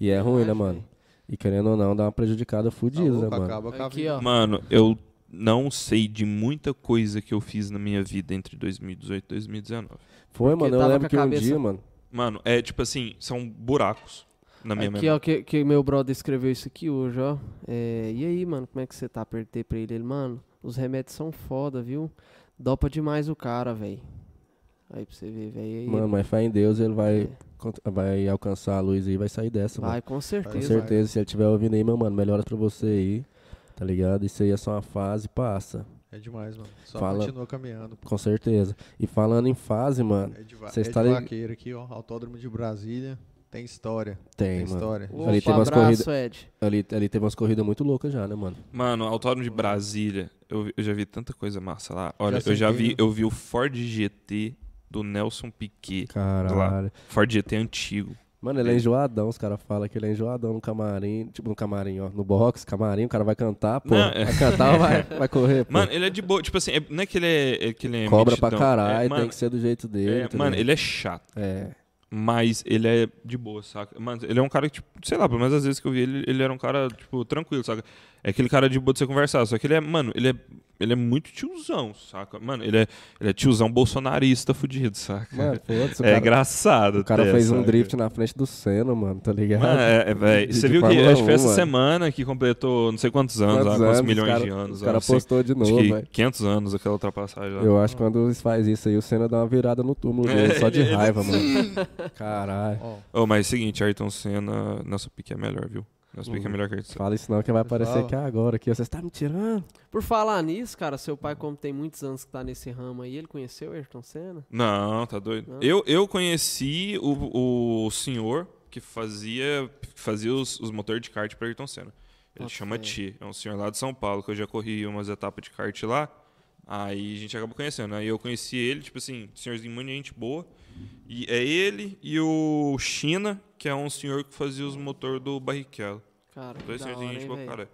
[SPEAKER 1] E é ruim, né, mano? E querendo ou não, dá uma prejudicada
[SPEAKER 2] Tá
[SPEAKER 1] fudida, né,
[SPEAKER 2] louco,
[SPEAKER 1] mano?
[SPEAKER 2] acaba com a
[SPEAKER 3] Aqui,
[SPEAKER 2] vida.
[SPEAKER 3] ó.
[SPEAKER 4] Mano, eu não sei de muita coisa que eu fiz na minha vida entre 2018 e 2019.
[SPEAKER 1] Foi,
[SPEAKER 3] Porque
[SPEAKER 1] mano, eu
[SPEAKER 3] tava
[SPEAKER 1] lembro
[SPEAKER 3] com
[SPEAKER 1] que
[SPEAKER 3] a
[SPEAKER 1] um
[SPEAKER 3] cabeça-
[SPEAKER 1] dia, mano.
[SPEAKER 4] Mano, é tipo assim, são buracos na minha
[SPEAKER 3] Aqui,
[SPEAKER 4] memória.
[SPEAKER 3] ó, que, que meu brother escreveu isso aqui hoje, ó. É, e aí, mano, como é que você tá? Apertei pra ele. Ele, mano, os remédios são foda, viu? Dopa demais o cara, velho. Aí pra você ver, velho.
[SPEAKER 1] Mano,
[SPEAKER 3] Mano,
[SPEAKER 1] mas fé em Deus, ele vai, cont- vai alcançar a luz aí, vai sair dessa, mano.
[SPEAKER 3] vai, com certeza.
[SPEAKER 1] Com certeza, se ele estiver ouvindo aí, meu mano, melhoras pra você aí, tá ligado? Isso aí é só uma fase, passa.
[SPEAKER 2] É demais, mano. Só
[SPEAKER 1] Fala.
[SPEAKER 2] continua caminhando.
[SPEAKER 1] Com certeza. E falando em fase, mano,
[SPEAKER 2] É de, va
[SPEAKER 1] Cê
[SPEAKER 2] é de
[SPEAKER 1] está lig-
[SPEAKER 2] vaqueiro aqui, ó. Autódromo de Brasília. Tem história.
[SPEAKER 1] tem,
[SPEAKER 2] Tem
[SPEAKER 1] mano.
[SPEAKER 2] história.
[SPEAKER 1] Opa, Ali tem umas
[SPEAKER 3] abraço,
[SPEAKER 1] corridas-
[SPEAKER 3] Ed.
[SPEAKER 1] Ali, ali teve umas corridas muito loucas já, né, mano?
[SPEAKER 4] Mano, Autódromo de Brasília, eu, eu já vi tanta coisa massa lá. Olha,
[SPEAKER 2] Já
[SPEAKER 4] eu já
[SPEAKER 2] sentei,
[SPEAKER 4] vi,
[SPEAKER 2] né?
[SPEAKER 4] eu vi o Ford GT do Nelson Piquet.
[SPEAKER 1] Caralho.
[SPEAKER 4] Ford GT antigo.
[SPEAKER 1] Mano, ele é enjoadão, os caras falam que ele é enjoadão no camarim, tipo, no camarim, ó, no box, camarim, o cara vai cantar, pô.
[SPEAKER 4] Não, é.
[SPEAKER 1] Vai cantar ou vai, vai correr, pô.
[SPEAKER 4] Mano, ele é de boa. Tipo assim, é- não é que ele é, é que ele é
[SPEAKER 1] Cobra pra
[SPEAKER 4] mitidão.
[SPEAKER 1] caralho,
[SPEAKER 4] É, mano,
[SPEAKER 1] tem que ser do jeito dele.
[SPEAKER 4] é,
[SPEAKER 1] tá
[SPEAKER 4] mano,
[SPEAKER 1] ligado?
[SPEAKER 4] ele é chato,
[SPEAKER 1] É,
[SPEAKER 4] mas ele é de boa, saca? Mano, ele é um cara que, tipo, sei lá, pelo menos as vezes que eu vi ele, ele era um cara, tipo, tranquilo, saca? É aquele cara de boa de você conversar. Só que ele é, mano, ele é, ele é muito tiozão, saca? Mano, ele é, ele é tiozão bolsonarista fudido, saca?
[SPEAKER 1] Mano, foda-se, o
[SPEAKER 4] é
[SPEAKER 1] cara-
[SPEAKER 4] engraçado.
[SPEAKER 1] O cara
[SPEAKER 4] até,
[SPEAKER 1] fez um
[SPEAKER 4] saca?
[SPEAKER 1] drift na frente do Senna, mano, tá ligado?
[SPEAKER 4] Mano, é, é, véi,
[SPEAKER 1] De-
[SPEAKER 4] Você
[SPEAKER 1] de
[SPEAKER 4] viu que
[SPEAKER 1] Fórmula
[SPEAKER 4] acho que foi
[SPEAKER 1] 1,
[SPEAKER 4] essa
[SPEAKER 1] mano.
[SPEAKER 4] semana que completou não sei quantos anos, lá,
[SPEAKER 1] Quantos
[SPEAKER 4] quantos
[SPEAKER 1] anos,
[SPEAKER 4] milhões
[SPEAKER 1] cara-
[SPEAKER 4] de anos.
[SPEAKER 1] O cara
[SPEAKER 4] lá, assim,
[SPEAKER 1] postou de
[SPEAKER 4] acho
[SPEAKER 1] novo,
[SPEAKER 4] que
[SPEAKER 1] velho.
[SPEAKER 4] 500 anos aquela ultrapassagem lá.
[SPEAKER 1] Eu acho que quando eles faz isso aí, o Senna dá uma virada no túmulo
[SPEAKER 4] É,
[SPEAKER 1] dele, só de
[SPEAKER 4] ele- ele-
[SPEAKER 1] raiva, mano. Caralho.
[SPEAKER 2] Ó,
[SPEAKER 4] Ô, mas é o seguinte, Ayrton Senna, nossa pique é melhor, viu? Nossa
[SPEAKER 1] Uhum.
[SPEAKER 4] pique é melhor que Ayrton Senna.
[SPEAKER 1] Fala isso não, que vai aparecer
[SPEAKER 2] Fala.
[SPEAKER 1] que é agora aqui. ó. Vocês tá me tirando?
[SPEAKER 3] Por falar nisso, cara, seu pai, como tem muitos anos que tá nesse ramo aí, ele conheceu o Ayrton Senna?
[SPEAKER 4] Não, tá doido.
[SPEAKER 3] Não.
[SPEAKER 4] Eu, eu conheci o, o senhor que fazia, que fazia os, os motores de kart pra Ayrton Senna. Ele
[SPEAKER 3] Nossa,
[SPEAKER 4] chama
[SPEAKER 3] é.
[SPEAKER 4] Ti, é um senhor lá de São Paulo, que eu já corri umas etapas de kart lá. Aí a gente acabou conhecendo. Aí eu conheci ele, tipo assim, senhorzinho muito gente boa. E é ele e o China, que é um senhor que fazia os motores do Barrichello.
[SPEAKER 3] Cara, que
[SPEAKER 4] Dois
[SPEAKER 3] da hora,
[SPEAKER 4] senhorzinhos gente
[SPEAKER 3] hein,
[SPEAKER 4] boa,
[SPEAKER 3] velho?
[SPEAKER 4] cara.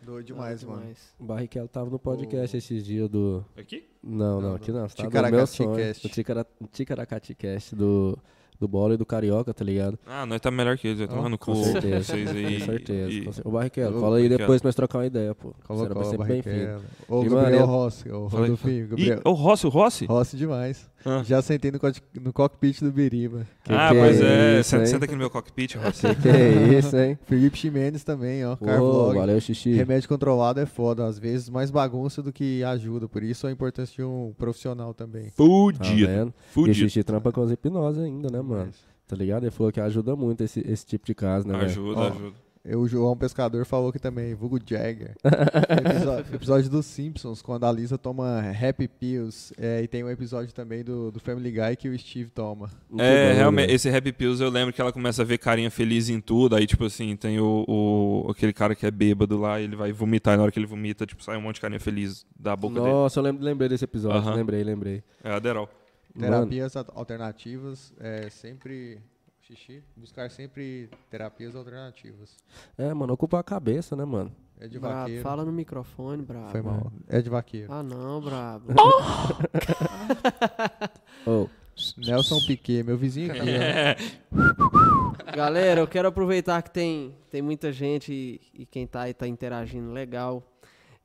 [SPEAKER 2] doido
[SPEAKER 3] Da hora
[SPEAKER 2] demais, mano.
[SPEAKER 3] demais.
[SPEAKER 1] O Barrichello tava no podcast esses dias do...
[SPEAKER 4] Aqui?
[SPEAKER 1] Não, não,
[SPEAKER 2] Não,
[SPEAKER 1] aqui não. Você tava no
[SPEAKER 2] Ticaracati
[SPEAKER 1] meu sonho.
[SPEAKER 2] Cast.
[SPEAKER 1] O Ticara- Ticaracati Cast do, do Bola e do Carioca, tá ligado?
[SPEAKER 4] Ah, nós tá melhor que eles, vai tomar no cu
[SPEAKER 1] Com certeza.
[SPEAKER 4] vocês aí.
[SPEAKER 1] Com certeza.
[SPEAKER 4] E-
[SPEAKER 1] com cer- Ô, Barrichello,
[SPEAKER 4] Ô,
[SPEAKER 1] cola aí
[SPEAKER 4] Barrichello.
[SPEAKER 1] depois pra nós trocar uma ideia, pô. Você
[SPEAKER 2] Coloca
[SPEAKER 1] era
[SPEAKER 2] o
[SPEAKER 1] sempre bem-vindo.
[SPEAKER 2] Barrichello. Ou o
[SPEAKER 1] E, mano,
[SPEAKER 2] Gabriel
[SPEAKER 1] eu-
[SPEAKER 2] Rossi. Ou o
[SPEAKER 4] Falei-
[SPEAKER 2] Rodolfinho.
[SPEAKER 4] Ih,
[SPEAKER 2] Gabriel
[SPEAKER 4] o Rossi, o Rossi?
[SPEAKER 2] Rossi demais.
[SPEAKER 4] Ah.
[SPEAKER 2] Já sentei no, coque- no cockpit do Biriba.
[SPEAKER 1] Que
[SPEAKER 4] ah,
[SPEAKER 1] que
[SPEAKER 4] pois é.
[SPEAKER 1] isso,
[SPEAKER 4] senta,
[SPEAKER 1] hein?
[SPEAKER 4] senta aqui no meu cockpit, Rossi.
[SPEAKER 1] Que é isso, hein?
[SPEAKER 2] Felipe Ximenes também, ó.
[SPEAKER 1] Ô,
[SPEAKER 2] Carvlog.
[SPEAKER 1] valeu, Xixi.
[SPEAKER 2] Remédio controlado é foda. Às vezes mais bagunça do que ajuda. Por isso a importância de um profissional também.
[SPEAKER 1] Tá
[SPEAKER 4] Fudido.
[SPEAKER 1] vendo? E o
[SPEAKER 4] Fudido.
[SPEAKER 1] Xixi trampa com as hipnose ainda, né, mano? Tá ligado? Ele falou que ajuda muito esse, esse tipo de caso, né, velho?
[SPEAKER 4] Ajuda,
[SPEAKER 2] Ó.
[SPEAKER 4] ajuda.
[SPEAKER 2] E o João um Pescador falou que também, vulgo Jagger. Episo- episódio dos Simpsons, quando a Lisa toma Happy Pills. É, e tem um episódio também do, do Family Guy que o Steve toma.
[SPEAKER 1] Muito
[SPEAKER 4] É,
[SPEAKER 1] bom,
[SPEAKER 4] realmente,
[SPEAKER 1] velho.
[SPEAKER 4] esse Happy Pills eu lembro que ela começa a ver carinha feliz em tudo. Aí, tipo assim, tem o, o- aquele cara que é bêbado lá, ele vai vomitar. E na hora que ele vomita, tipo, sai um monte de carinha feliz da boca dele.
[SPEAKER 1] Nossa, eu lem- lembrei desse episódio.
[SPEAKER 4] Aham.
[SPEAKER 1] Lembrei, lembrei.
[SPEAKER 4] É Aderol.
[SPEAKER 1] Mano,
[SPEAKER 2] Terapias at- alternativas, é sempre. Xixi, buscar sempre terapias alternativas.
[SPEAKER 1] é, mano, ocupa a cabeça, né, mano?
[SPEAKER 2] É de
[SPEAKER 3] Brabo,
[SPEAKER 2] vaqueiro.
[SPEAKER 3] fala no microfone, brabo.
[SPEAKER 2] Foi mal. É de vaqueiro.
[SPEAKER 3] Ah, não, brabo.
[SPEAKER 1] Ô,
[SPEAKER 2] Nelson Piquet, meu vizinho aqui. ó.
[SPEAKER 3] Galera, eu quero aproveitar que tem, tem muita gente e, e quem tá aí tá interagindo legal.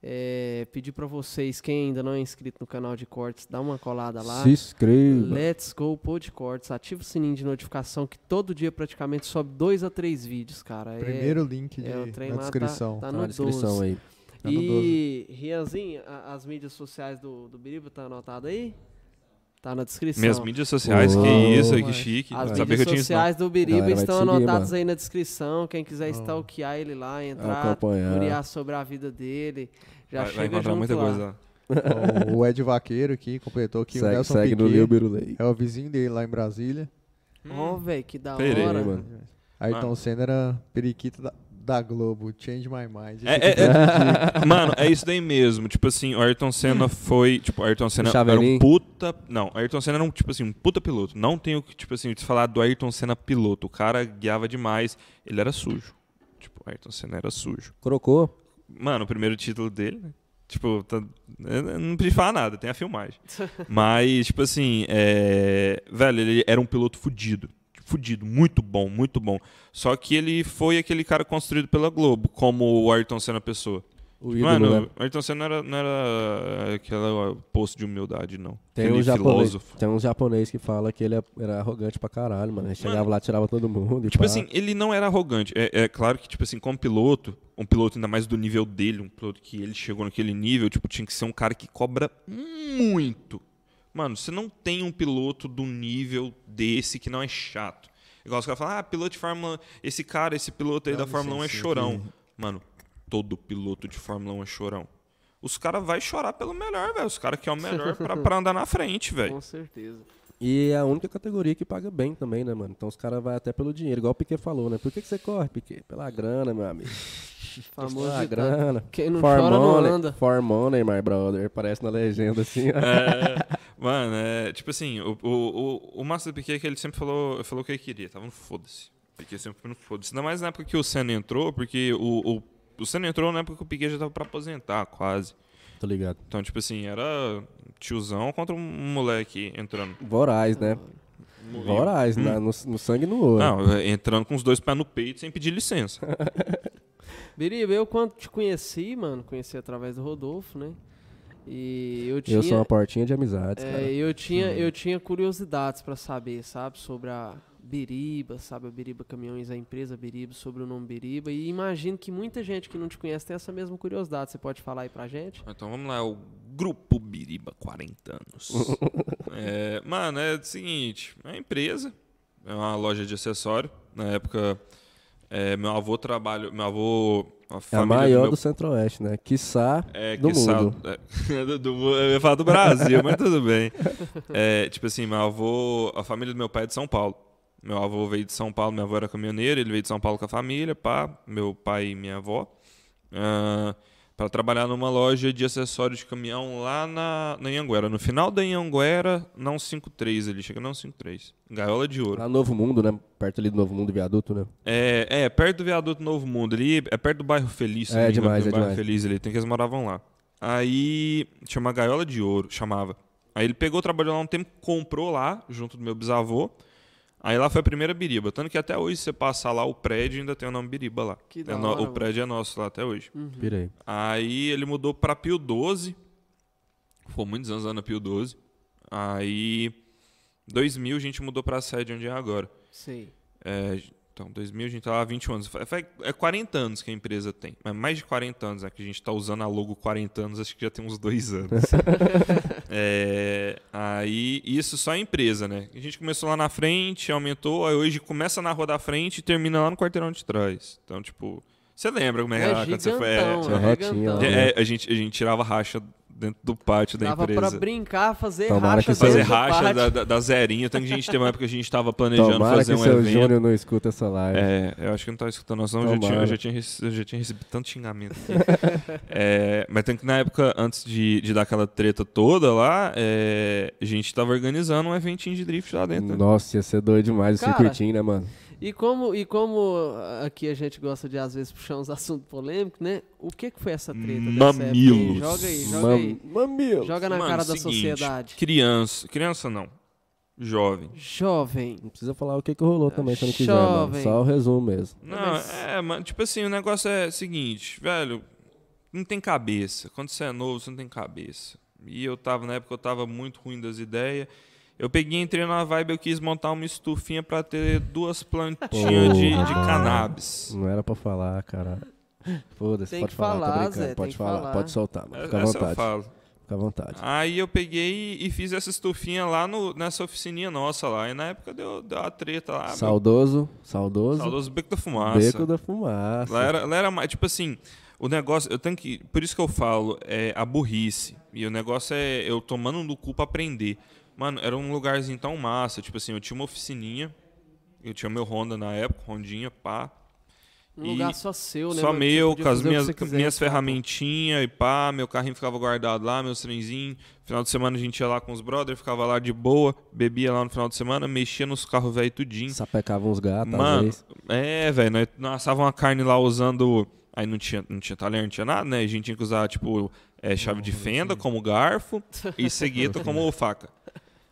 [SPEAKER 3] É, pedir pra vocês, quem ainda não é inscrito no canal de cortes, dá uma colada lá.
[SPEAKER 1] se inscreva.
[SPEAKER 3] Let's Go Pod Cortes. Ativa o sininho de notificação que todo dia praticamente sobe dois a três vídeos, cara. É-
[SPEAKER 2] Primeiro link de-
[SPEAKER 3] é, o trem
[SPEAKER 2] na
[SPEAKER 3] lá tá-
[SPEAKER 2] descrição.
[SPEAKER 3] Tá,
[SPEAKER 1] Tá
[SPEAKER 3] no
[SPEAKER 1] na descrição
[SPEAKER 3] 12.
[SPEAKER 1] aí.
[SPEAKER 2] Tá no
[SPEAKER 3] e, Rianzinho, a- as mídias sociais do, do Biriba tá anotado aí? Tá na descrição.
[SPEAKER 4] Minhas mídias sociais, que
[SPEAKER 1] Uou.
[SPEAKER 4] isso, que
[SPEAKER 2] Mas-
[SPEAKER 4] chique.
[SPEAKER 3] As
[SPEAKER 4] Não sabia que eu
[SPEAKER 3] mídias
[SPEAKER 4] tinha isso, não.
[SPEAKER 3] sociais do
[SPEAKER 1] Galera,
[SPEAKER 3] Biriba
[SPEAKER 1] vai te
[SPEAKER 3] estão
[SPEAKER 1] seguir,
[SPEAKER 3] anotadas
[SPEAKER 1] mano. É
[SPEAKER 3] aí na descrição. Quem quiser
[SPEAKER 2] Não.
[SPEAKER 3] stalkear ele lá, entrar,
[SPEAKER 1] Acompanhar.
[SPEAKER 3] curiar sobre a vida dele, já
[SPEAKER 4] Vai, vai
[SPEAKER 3] chega
[SPEAKER 4] encontrar
[SPEAKER 3] junto
[SPEAKER 4] muita
[SPEAKER 3] lá.
[SPEAKER 4] coisa lá.
[SPEAKER 2] Ó, o Ed Vaqueiro aqui completou que o
[SPEAKER 1] Segue,
[SPEAKER 2] Nelson
[SPEAKER 1] segue no
[SPEAKER 2] Piquet
[SPEAKER 1] Lil Birulei.
[SPEAKER 2] é o vizinho dele lá em Brasília.
[SPEAKER 3] Ó,
[SPEAKER 4] Hum.
[SPEAKER 3] velho, que da
[SPEAKER 4] Pera aí,
[SPEAKER 3] hora.
[SPEAKER 1] mano.
[SPEAKER 2] Ayrton
[SPEAKER 4] Mano.
[SPEAKER 2] Senna era periquito da, da Globo. Change my mind. Esse
[SPEAKER 4] É,
[SPEAKER 2] aqui
[SPEAKER 4] é- é- mano, é isso daí mesmo. Tipo assim, o Ayrton Senna foi. Tipo, o Ayrton Senna era um
[SPEAKER 1] Chaveirinho.
[SPEAKER 4] puta. Não, o Ayrton Senna era um, tipo assim, um puta piloto. Não tenho que, tipo assim, te falar do Ayrton Senna piloto. O cara guiava demais. Ele era sujo. Tipo, o Ayrton Senna era sujo.
[SPEAKER 1] Crocou?
[SPEAKER 4] Mano, o primeiro título dele, né? Tipo, tá- eu- eu não preciso falar nada, tem a filmagem. Mas, tipo assim, é, velho, ele era um piloto fudido. Fudido, muito bom, muito bom. Só que ele foi aquele cara construído pela Globo, como o Ayrton Senna Pessoa.
[SPEAKER 1] O ídolo,
[SPEAKER 4] Mano,
[SPEAKER 1] né?
[SPEAKER 4] o Ayrton Senna não era, não era aquela posto de humildade, não.
[SPEAKER 1] Tem
[SPEAKER 4] aquele
[SPEAKER 1] um, japonês,
[SPEAKER 4] filósofo.
[SPEAKER 1] tem um japonês que fala que ele é- era arrogante pra caralho, mano. Ele chegava lá, tirava todo mundo. e
[SPEAKER 4] Tipo
[SPEAKER 1] pá.
[SPEAKER 4] assim, ele não era arrogante. É, é claro que, tipo assim, como piloto, um piloto ainda mais do nível dele, um piloto que ele chegou naquele nível, tipo, tinha que ser um cara que cobra muito. Mano, você não tem um piloto do nível desse que não é chato. Igual os caras falam, ah, piloto de Fórmula. Esse cara, esse piloto aí
[SPEAKER 2] Dá
[SPEAKER 4] da Fórmula 1 é
[SPEAKER 2] licença
[SPEAKER 4] chorão. Mano, todo piloto de Fórmula 1 é chorão. Os caras vão chorar pelo melhor, velho. Os caras querem o melhor pra, pra andar na frente, velho.
[SPEAKER 3] Com certeza.
[SPEAKER 1] E é a única categoria que paga bem também, né, mano? Então os caras vão até pelo dinheiro, igual o Piquet falou, né? Por que, que você corre, Piquet? Pela grana, meu amigo.
[SPEAKER 3] Famoso
[SPEAKER 1] Pela
[SPEAKER 3] ditado.
[SPEAKER 1] grana.
[SPEAKER 3] Quem não
[SPEAKER 1] For
[SPEAKER 3] chora
[SPEAKER 1] money,
[SPEAKER 3] não anda.
[SPEAKER 1] For money, my brother. Parece na legenda, assim. ó.
[SPEAKER 4] É, mano, é, tipo assim, o, o, o, o Márcio do Piquet é que ele sempre falou, falou o que ele queria, tava no foda-se. O Piquet sempre foi no foda-se. Ainda mais na época que o Senna entrou, porque o, o, o Senna entrou na época que o Piquet já tava pra aposentar, quase.
[SPEAKER 1] Tô ligado.
[SPEAKER 4] Então, tipo assim, era tiozão contra um moleque entrando.
[SPEAKER 1] Voraz, né? Voraz, na- no, no sangue e no ouro.
[SPEAKER 4] Não, entrando com os dois pés no peito sem pedir licença.
[SPEAKER 3] Biriba, eu quando te conheci, mano, conheci através do Rodolfo, né? E eu tinha.
[SPEAKER 1] Eu sou uma portinha de amizades,
[SPEAKER 3] É,
[SPEAKER 1] cara.
[SPEAKER 3] eu tinha, eu tinha curiosidades para saber, sabe, sobre a Biriba, sabe, a Biriba Caminhões, a empresa Biriba, sobre o nome Biriba, e imagino que muita gente que não te conhece tem essa mesma curiosidade. Você pode falar aí pra gente?
[SPEAKER 4] Então vamos lá, é o Grupo Biriba 40 anos. É, mano, é o seguinte, é uma empresa, é uma loja de acessório. Na época, é, meu avô trabalha, meu avô, a
[SPEAKER 1] É a
[SPEAKER 4] família
[SPEAKER 1] maior
[SPEAKER 4] do meu
[SPEAKER 1] do Centro-Oeste, né? Quiçá
[SPEAKER 4] É,
[SPEAKER 1] do
[SPEAKER 4] que sa-
[SPEAKER 1] mundo.
[SPEAKER 4] é, do- do mu- eu ia falar do Brasil, mas tudo bem. É, tipo assim, meu avô, a família do meu pai é de São Paulo. Meu avô veio de São Paulo, minha avó era caminhoneira, ele veio de São Paulo com a família, pá, meu pai e minha avó, para trabalhar numa loja de acessórios de caminhão lá na, na Anhanguera. No final da Anhanguera, não 53, ele chega não 53. Gaiola de ouro.
[SPEAKER 1] Lá no Novo Mundo, né? Perto ali do Novo Mundo, viaduto, né?
[SPEAKER 4] É, é, perto do viaduto Novo Mundo, ali, é perto do bairro Feliz, se
[SPEAKER 1] É,
[SPEAKER 4] não me engano,
[SPEAKER 1] demais,
[SPEAKER 4] tem um
[SPEAKER 1] é
[SPEAKER 4] bairro
[SPEAKER 1] demais.
[SPEAKER 4] Feliz ali, tem que eles moravam lá. Aí, chama Gaiola de Ouro, chamava. Aí ele pegou, trabalhou lá um tempo, comprou lá, junto do meu bisavô. Aí lá foi a primeira biriba, tanto que até hoje, se você passar lá, o prédio ainda tem o nome biriba lá.
[SPEAKER 3] Que
[SPEAKER 4] É
[SPEAKER 3] da
[SPEAKER 4] no-
[SPEAKER 3] hora,
[SPEAKER 4] o
[SPEAKER 3] mano. Hum.
[SPEAKER 4] prédio é nosso lá até hoje.
[SPEAKER 3] Uhum.
[SPEAKER 1] Pira aí.
[SPEAKER 4] Aí ele mudou pra Pio 12. Ficou muitos anos lá na Pio 12. Aí, 2000, a gente mudou pra sede onde é agora.
[SPEAKER 3] Sei.
[SPEAKER 4] É, então, 2000, a gente tá lá há 21 anos. Fa- fa- É 40 anos que a empresa tem. Mas mais de 40 anos, né? Que a gente tá usando a logo 40 anos, acho que já tem uns dois anos. É, aí, isso só é empresa, né? A gente começou lá na frente, aumentou, aí hoje começa na rua da frente e termina lá no quarteirão de trás. Então, tipo, você lembra como é, que era quando você foi. É,
[SPEAKER 1] Tinha
[SPEAKER 3] é
[SPEAKER 1] retinha
[SPEAKER 3] gigantão.
[SPEAKER 1] lá,
[SPEAKER 4] é, é, a, gente, a gente tirava racha dentro do pátio da
[SPEAKER 3] Dava
[SPEAKER 4] empresa.
[SPEAKER 3] pra brincar, fazer
[SPEAKER 1] Tomara
[SPEAKER 3] racha.
[SPEAKER 1] que
[SPEAKER 4] Fazer
[SPEAKER 1] Dentro do
[SPEAKER 4] racha da, da, da zerinha. Tanto que a gente teve uma época que a gente tava planejando
[SPEAKER 1] Tomara
[SPEAKER 4] fazer
[SPEAKER 1] que
[SPEAKER 4] um
[SPEAKER 1] seu
[SPEAKER 4] evento.
[SPEAKER 1] Júnior não escuta essa live.
[SPEAKER 4] É, eu acho que não tava escutando nós, não. Eu já,
[SPEAKER 1] Tomara.
[SPEAKER 4] tinha, eu, já tinha, rece- eu já tinha recebido tanto xingamento. aqui. É, mas tanto que na época, antes de, de dar aquela treta toda lá, é, a gente tava organizando um eventinho de drift lá dentro. né?
[SPEAKER 1] Nossa, ia ser doido demais o
[SPEAKER 3] Cara,
[SPEAKER 1] circuitinho, né, mano?
[SPEAKER 3] E como, e como ah, aqui a gente gosta de, às vezes, puxar uns assuntos polêmicos, né? O que, que foi essa treta? dessa época aí?
[SPEAKER 4] Mamilos.
[SPEAKER 3] Joga aí, joga aí.
[SPEAKER 1] Mam mamilo.
[SPEAKER 3] Joga na
[SPEAKER 4] Mano,
[SPEAKER 3] cara da
[SPEAKER 4] seguinte,
[SPEAKER 3] sociedade.
[SPEAKER 4] Criança. Criança não. Jovem.
[SPEAKER 3] Jovem.
[SPEAKER 1] Não precisa falar o que, que rolou também, se não quiser, mano.
[SPEAKER 3] Jovem.
[SPEAKER 1] Só o resumo mesmo.
[SPEAKER 4] Não,
[SPEAKER 3] Mas-
[SPEAKER 4] é, mano, tipo assim, o negócio é o seguinte, velho, não tem cabeça. Quando você é novo, você não tem cabeça. E eu tava, na época eu tava muito ruim das ideias. Eu peguei, entrei numa vibe, eu quis montar uma estufinha pra ter duas plantinhas
[SPEAKER 1] Pô.
[SPEAKER 4] de, de cannabis.
[SPEAKER 1] Não era pra falar, cara. Foda-se,
[SPEAKER 3] Tem
[SPEAKER 1] pode
[SPEAKER 3] que
[SPEAKER 1] falar, tá
[SPEAKER 3] falar,
[SPEAKER 1] brincando.
[SPEAKER 3] Zé, tem
[SPEAKER 1] pode
[SPEAKER 3] que
[SPEAKER 1] falar,
[SPEAKER 3] falar.
[SPEAKER 1] pode soltar, mano. Fica à
[SPEAKER 4] Essa eu
[SPEAKER 1] vontade.
[SPEAKER 4] falo.
[SPEAKER 1] Fica à vontade.
[SPEAKER 4] Aí eu peguei e fiz essa estufinha lá no- nessa oficininha nossa lá. E na época deu, deu uma treta lá. Ah, meu-
[SPEAKER 1] saudoso, saudoso.
[SPEAKER 4] Saudoso Beco da Fumaça.
[SPEAKER 1] Beco da fumaça.
[SPEAKER 4] Lá era, lá era mais, tipo assim, o negócio, eu tenho que, por isso que eu falo, é a burrice. E o negócio é eu tomando no cu pra aprender. Mano, era um lugarzinho tão massa, tipo assim, eu tinha uma oficininha, eu tinha meu Honda na época, Rondinha, pá.
[SPEAKER 3] Um
[SPEAKER 4] E
[SPEAKER 3] lugar só seu, né?
[SPEAKER 4] Só
[SPEAKER 3] mano? Você
[SPEAKER 4] meu,
[SPEAKER 3] podia
[SPEAKER 4] com as
[SPEAKER 3] fazer o que
[SPEAKER 4] minhas,
[SPEAKER 3] você quisesse,
[SPEAKER 4] minhas
[SPEAKER 3] sabe?
[SPEAKER 4] ferramentinhas e pá, meu carrinho ficava guardado lá, meus trenzinhos. Final de semana a gente ia lá com os brothers, ficava lá de boa, bebia lá no final de semana, mexia nos carros velho tudinho.
[SPEAKER 1] Sapecava uns gatos, às
[SPEAKER 4] Mano,
[SPEAKER 1] vezes.
[SPEAKER 4] é, velho, nós, nós assávamos a carne lá usando. Aí não tinha, não tinha talher, não tinha nada, né? A gente tinha que usar, tipo, é, chave de fenda como garfo e cegueta como faca.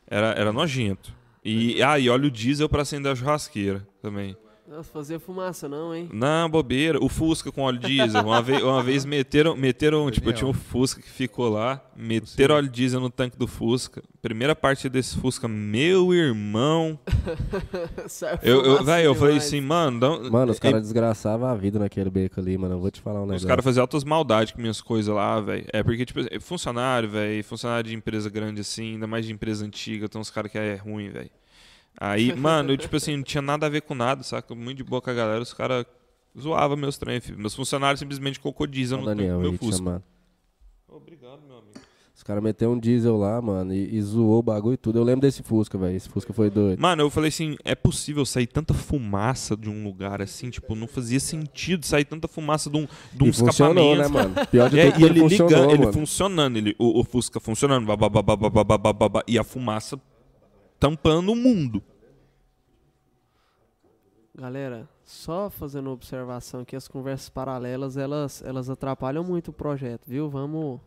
[SPEAKER 4] Era, era nojento. E, ah, e óleo diesel pra acender a churrasqueira também.
[SPEAKER 3] Nossa, fazia fumaça não, hein?
[SPEAKER 4] Não, bobeira. O Fusca com óleo diesel. Uma vez, uma vez meteram, meteram tipo,
[SPEAKER 2] Genial.
[SPEAKER 4] tinha um Fusca que ficou lá, meteram óleo diesel no tanque do Fusca. Primeira parte desse Fusca, meu irmão.
[SPEAKER 3] Saiu
[SPEAKER 4] Hum. Eu, eu,
[SPEAKER 3] fumaça
[SPEAKER 4] velho, eu falei
[SPEAKER 3] demais.
[SPEAKER 4] assim, mano... dá-
[SPEAKER 1] Mano, os
[SPEAKER 4] é
[SPEAKER 1] caras desgraçavam a vida naquele beco ali, mano. Eu vou te falar um
[SPEAKER 4] Os
[SPEAKER 1] negócio.
[SPEAKER 4] caras faziam altas maldades com minhas coisas lá, velho. É porque, tipo, é funcionário, velho, funcionário de empresa grande assim, ainda mais de empresa antiga, tem uns caras que é ruim, velho. Aí, mano, eu, tipo assim, não tinha nada a ver com nada, saca? Muito de boa com a galera, os caras zoavam meus trem, filho. Meus funcionários simplesmente colocou diesel
[SPEAKER 1] Ó,
[SPEAKER 4] no tanque do
[SPEAKER 1] Daniel,
[SPEAKER 4] meu
[SPEAKER 1] aí, te
[SPEAKER 4] Fusca.
[SPEAKER 1] chamando.
[SPEAKER 4] Obrigado, meu amigo.
[SPEAKER 1] Os caras meteu um diesel lá, mano, e, e zoou o bagulho e tudo. Eu lembro desse Fusca, velho. Esse Fusca foi doido.
[SPEAKER 4] Mano, eu falei assim, é possível sair tanta fumaça de um lugar assim? Tipo, não fazia sentido sair tanta fumaça de um, de um
[SPEAKER 1] e funcionou,
[SPEAKER 4] escapamento.
[SPEAKER 1] né, mano? Pior de
[SPEAKER 4] É,
[SPEAKER 1] tudo,
[SPEAKER 4] e
[SPEAKER 1] que ele
[SPEAKER 4] ele
[SPEAKER 1] funcionou,
[SPEAKER 4] ligando, ele
[SPEAKER 1] mano.
[SPEAKER 4] funcionando, ele, o, o Fusca funcionando, babá, babá, babá, babá, babá, e a fumaça tampando o mundo.
[SPEAKER 3] Galera, só fazendo uma observação aqui, as conversas paralelas, elas, elas atrapalham muito o projeto, viu? Vamos,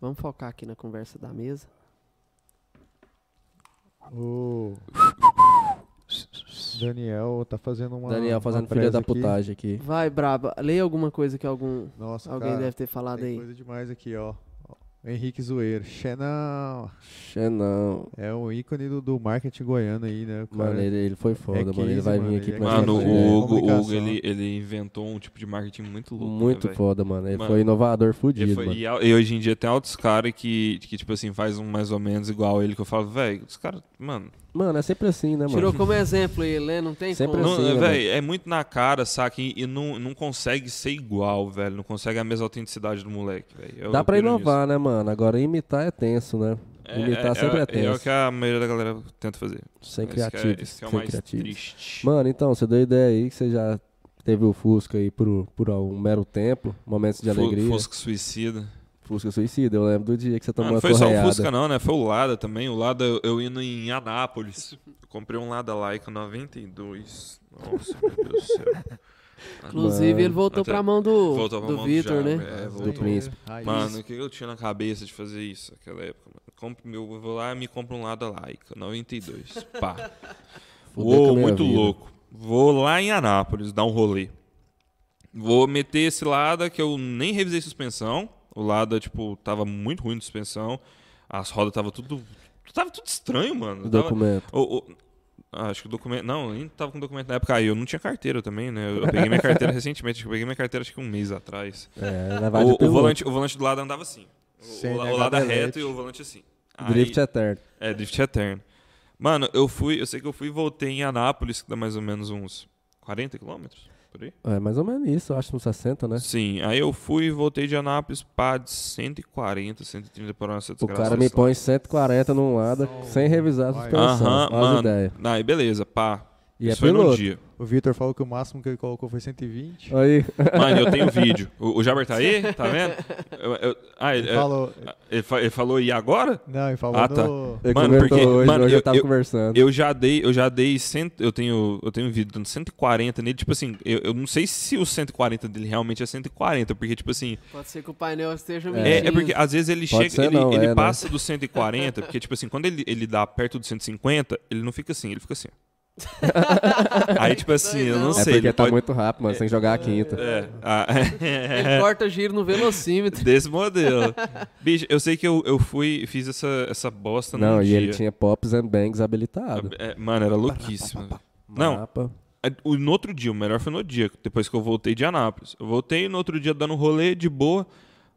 [SPEAKER 3] vamos focar aqui na conversa da mesa.
[SPEAKER 2] O-
[SPEAKER 1] Isso.
[SPEAKER 2] Daniel tá fazendo uma.
[SPEAKER 1] Daniel
[SPEAKER 2] uma
[SPEAKER 1] fazendo filha
[SPEAKER 2] presa
[SPEAKER 1] da
[SPEAKER 2] aqui.
[SPEAKER 1] putagem aqui.
[SPEAKER 3] Vai, braba. Leia alguma coisa que algum,
[SPEAKER 2] Nossa,
[SPEAKER 3] alguém
[SPEAKER 2] cara,
[SPEAKER 3] deve ter falado
[SPEAKER 2] tem
[SPEAKER 3] aí.
[SPEAKER 2] coisa demais aqui, ó. Ó, Henrique Zoeiro. Xenão.
[SPEAKER 1] Xenão.
[SPEAKER 2] É um ícone do, do marketing goiano aí, né? o cara?
[SPEAKER 1] Mano, ele, ele foi foda,
[SPEAKER 2] é
[SPEAKER 1] mano. Ele
[SPEAKER 2] 15,
[SPEAKER 1] vai vir
[SPEAKER 2] mano,
[SPEAKER 1] aqui né?
[SPEAKER 2] ele é
[SPEAKER 1] pra
[SPEAKER 4] Mano,
[SPEAKER 1] gente.
[SPEAKER 2] Mas é
[SPEAKER 4] o Hugo, o Hugo
[SPEAKER 2] comunicação.
[SPEAKER 4] ele, ele inventou um tipo de marketing muito louco. né,
[SPEAKER 1] Muito
[SPEAKER 4] velho?
[SPEAKER 1] foda, mano. Ele
[SPEAKER 4] Mano,
[SPEAKER 1] foi inovador
[SPEAKER 4] E,
[SPEAKER 1] fudido,
[SPEAKER 4] foi-
[SPEAKER 1] mano.
[SPEAKER 4] e al- e hoje em dia tem altos caras que, que, tipo assim, faz um mais ou menos igual a ele, que eu falo, velho, os caras, mano,
[SPEAKER 1] Mano, é sempre assim, né, mano?
[SPEAKER 3] Tirou como exemplo ele, né? Não tem
[SPEAKER 1] Sempre
[SPEAKER 3] como.
[SPEAKER 1] assim. né,
[SPEAKER 4] Não, velho, é muito na cara, saca? E, e não, não consegue ser igual, velho. Não consegue a mesma autenticidade do moleque, velho. É Eu
[SPEAKER 1] Dá pra
[SPEAKER 4] piro
[SPEAKER 1] inovar, né, mano? Agora imitar é tenso, né?
[SPEAKER 4] nisso.
[SPEAKER 1] Imitar sempre é
[SPEAKER 4] É o
[SPEAKER 1] tenso.
[SPEAKER 4] que a maioria da galera tenta fazer.
[SPEAKER 1] Sem
[SPEAKER 4] Esse que é-
[SPEAKER 1] criativo.
[SPEAKER 4] Esse que é o
[SPEAKER 1] sem
[SPEAKER 4] mais
[SPEAKER 1] criativo.
[SPEAKER 4] triste.
[SPEAKER 1] Mano, então, você deu ideia aí que você já teve o Fusca aí por, por um mero tempo, momentos de
[SPEAKER 4] Fu-
[SPEAKER 1] alegria. Fusca.
[SPEAKER 4] Fusca suicida.
[SPEAKER 1] suicida, eu lembro do dia que você
[SPEAKER 4] Ah,
[SPEAKER 1] tomou
[SPEAKER 4] não
[SPEAKER 1] a
[SPEAKER 4] foi só o
[SPEAKER 1] correada.
[SPEAKER 4] Fusca, não, né? Foi o Lada também. O Lada, eu, eu indo em Anápolis. Eu comprei um Lada Laika 92. Nossa, meu Deus do céu.
[SPEAKER 3] Inclusive, ele voltou
[SPEAKER 4] Até-
[SPEAKER 3] pra mão do,
[SPEAKER 4] Voltou pra
[SPEAKER 3] do
[SPEAKER 4] mão do
[SPEAKER 3] Vitor,
[SPEAKER 4] Jago,
[SPEAKER 3] né?
[SPEAKER 4] É,
[SPEAKER 2] Zoeiro,
[SPEAKER 4] voltou.
[SPEAKER 1] príncipe.
[SPEAKER 2] raiz.
[SPEAKER 4] Mano, o que eu tinha na cabeça de fazer isso naquela época? Mano? Compre meu, eu vou lá e me compro um lado Laika, 92. Pá.
[SPEAKER 1] Fudeu com a
[SPEAKER 4] Uou,
[SPEAKER 1] minha
[SPEAKER 4] muito
[SPEAKER 1] vida.
[SPEAKER 4] louco. Vou lá em Anápolis dar um rolê. Vou meter esse Lada que eu nem revisei suspensão. O Lada, tipo, tava muito ruim de suspensão. As rodas tava tudo. Tava tudo estranho, mano.
[SPEAKER 1] O
[SPEAKER 4] Tava-
[SPEAKER 1] documento.
[SPEAKER 4] o- o- ah, acho que o documento. Não, eu nem tava com documento na época. Ah, eu não tinha carteira também, né? Eu eu peguei minha carteira recentemente. acho que Eu peguei minha carteira acho que um mês atrás.
[SPEAKER 1] É, na
[SPEAKER 4] O-
[SPEAKER 1] vibe
[SPEAKER 4] O,
[SPEAKER 1] do
[SPEAKER 4] volante, o volante do lado andava assim. O-
[SPEAKER 2] Sem
[SPEAKER 4] O, la-
[SPEAKER 2] negar
[SPEAKER 4] o lado
[SPEAKER 2] delete.
[SPEAKER 4] reto e o volante assim. Aí-
[SPEAKER 1] Drift Eterno.
[SPEAKER 4] é, drift eterno. Mano, eu fui, eu sei que eu fui e voltei em Anápolis, que dá mais ou menos uns 40 quilômetros, por aí?
[SPEAKER 1] É mais ou menos isso, eu acho, uns 60, né?
[SPEAKER 4] Sim, aí eu fui e voltei de Anápolis, pá, de 140, 130 por hora nessa
[SPEAKER 1] O
[SPEAKER 4] desgraça.
[SPEAKER 1] cara me
[SPEAKER 4] desse
[SPEAKER 1] põe 140 num lado sem revisar a
[SPEAKER 2] Vai.
[SPEAKER 4] lado.
[SPEAKER 1] suspensão.
[SPEAKER 4] Aham,
[SPEAKER 1] Olha as
[SPEAKER 4] mano.
[SPEAKER 1] ideias.
[SPEAKER 4] Aí, beleza, pá.
[SPEAKER 1] E é
[SPEAKER 4] Isso foi num
[SPEAKER 1] piloto.
[SPEAKER 4] dia.
[SPEAKER 2] O Vitor falou que o máximo que ele colocou foi 120.
[SPEAKER 1] Aí,
[SPEAKER 4] Mano, eu tenho vídeo. O, o Jaber tá aí, tá vendo? Eu- eu- ah, ele,
[SPEAKER 2] Ele falou.
[SPEAKER 4] ele fa- ele falou, e agora?
[SPEAKER 2] Não, ele falou
[SPEAKER 4] Ah, tá.
[SPEAKER 2] no-
[SPEAKER 1] ele
[SPEAKER 4] Mano,
[SPEAKER 1] comentou
[SPEAKER 4] porque-
[SPEAKER 1] hoje,
[SPEAKER 4] mano,
[SPEAKER 1] hoje eu,
[SPEAKER 4] eu-
[SPEAKER 1] tava
[SPEAKER 4] eu-
[SPEAKER 1] conversando.
[SPEAKER 4] Eu já dei, eu já dei cento, eu tenho, eu tenho um vídeo dando 140 nele, tipo assim, eu, eu não sei se o 140 dele realmente é 140, porque tipo assim,
[SPEAKER 3] Pode ser que o painel esteja
[SPEAKER 4] é,
[SPEAKER 3] mentindo.
[SPEAKER 4] é porque às vezes ele
[SPEAKER 1] Pode
[SPEAKER 4] chega,
[SPEAKER 1] ser
[SPEAKER 4] ele,
[SPEAKER 1] não,
[SPEAKER 4] ele
[SPEAKER 1] é, né?
[SPEAKER 4] passa do 140, porque tipo assim, quando ele, ele dá perto do 150, ele não fica assim, ele fica assim. Aí tipo assim, eu não
[SPEAKER 3] É
[SPEAKER 1] é
[SPEAKER 4] sei,
[SPEAKER 1] porque
[SPEAKER 4] ele
[SPEAKER 1] tá
[SPEAKER 4] pode-
[SPEAKER 1] muito rápido, mano, sem jogar a quinta.
[SPEAKER 4] é, ah,
[SPEAKER 3] Ele corta giro no velocímetro.
[SPEAKER 4] desse modelo. Bicho, eu sei que eu, eu fui, fiz essa essa bosta num
[SPEAKER 1] Não, e
[SPEAKER 4] dia.
[SPEAKER 1] ele tinha Pops and Bangs habilitado.
[SPEAKER 4] É, mano, era louquíssimo. velho. Não,
[SPEAKER 1] Mapa.
[SPEAKER 4] É, o- No outro dia, o melhor foi no dia, depois que eu voltei de Anápolis. Eu voltei no outro dia dando um rolê de boa.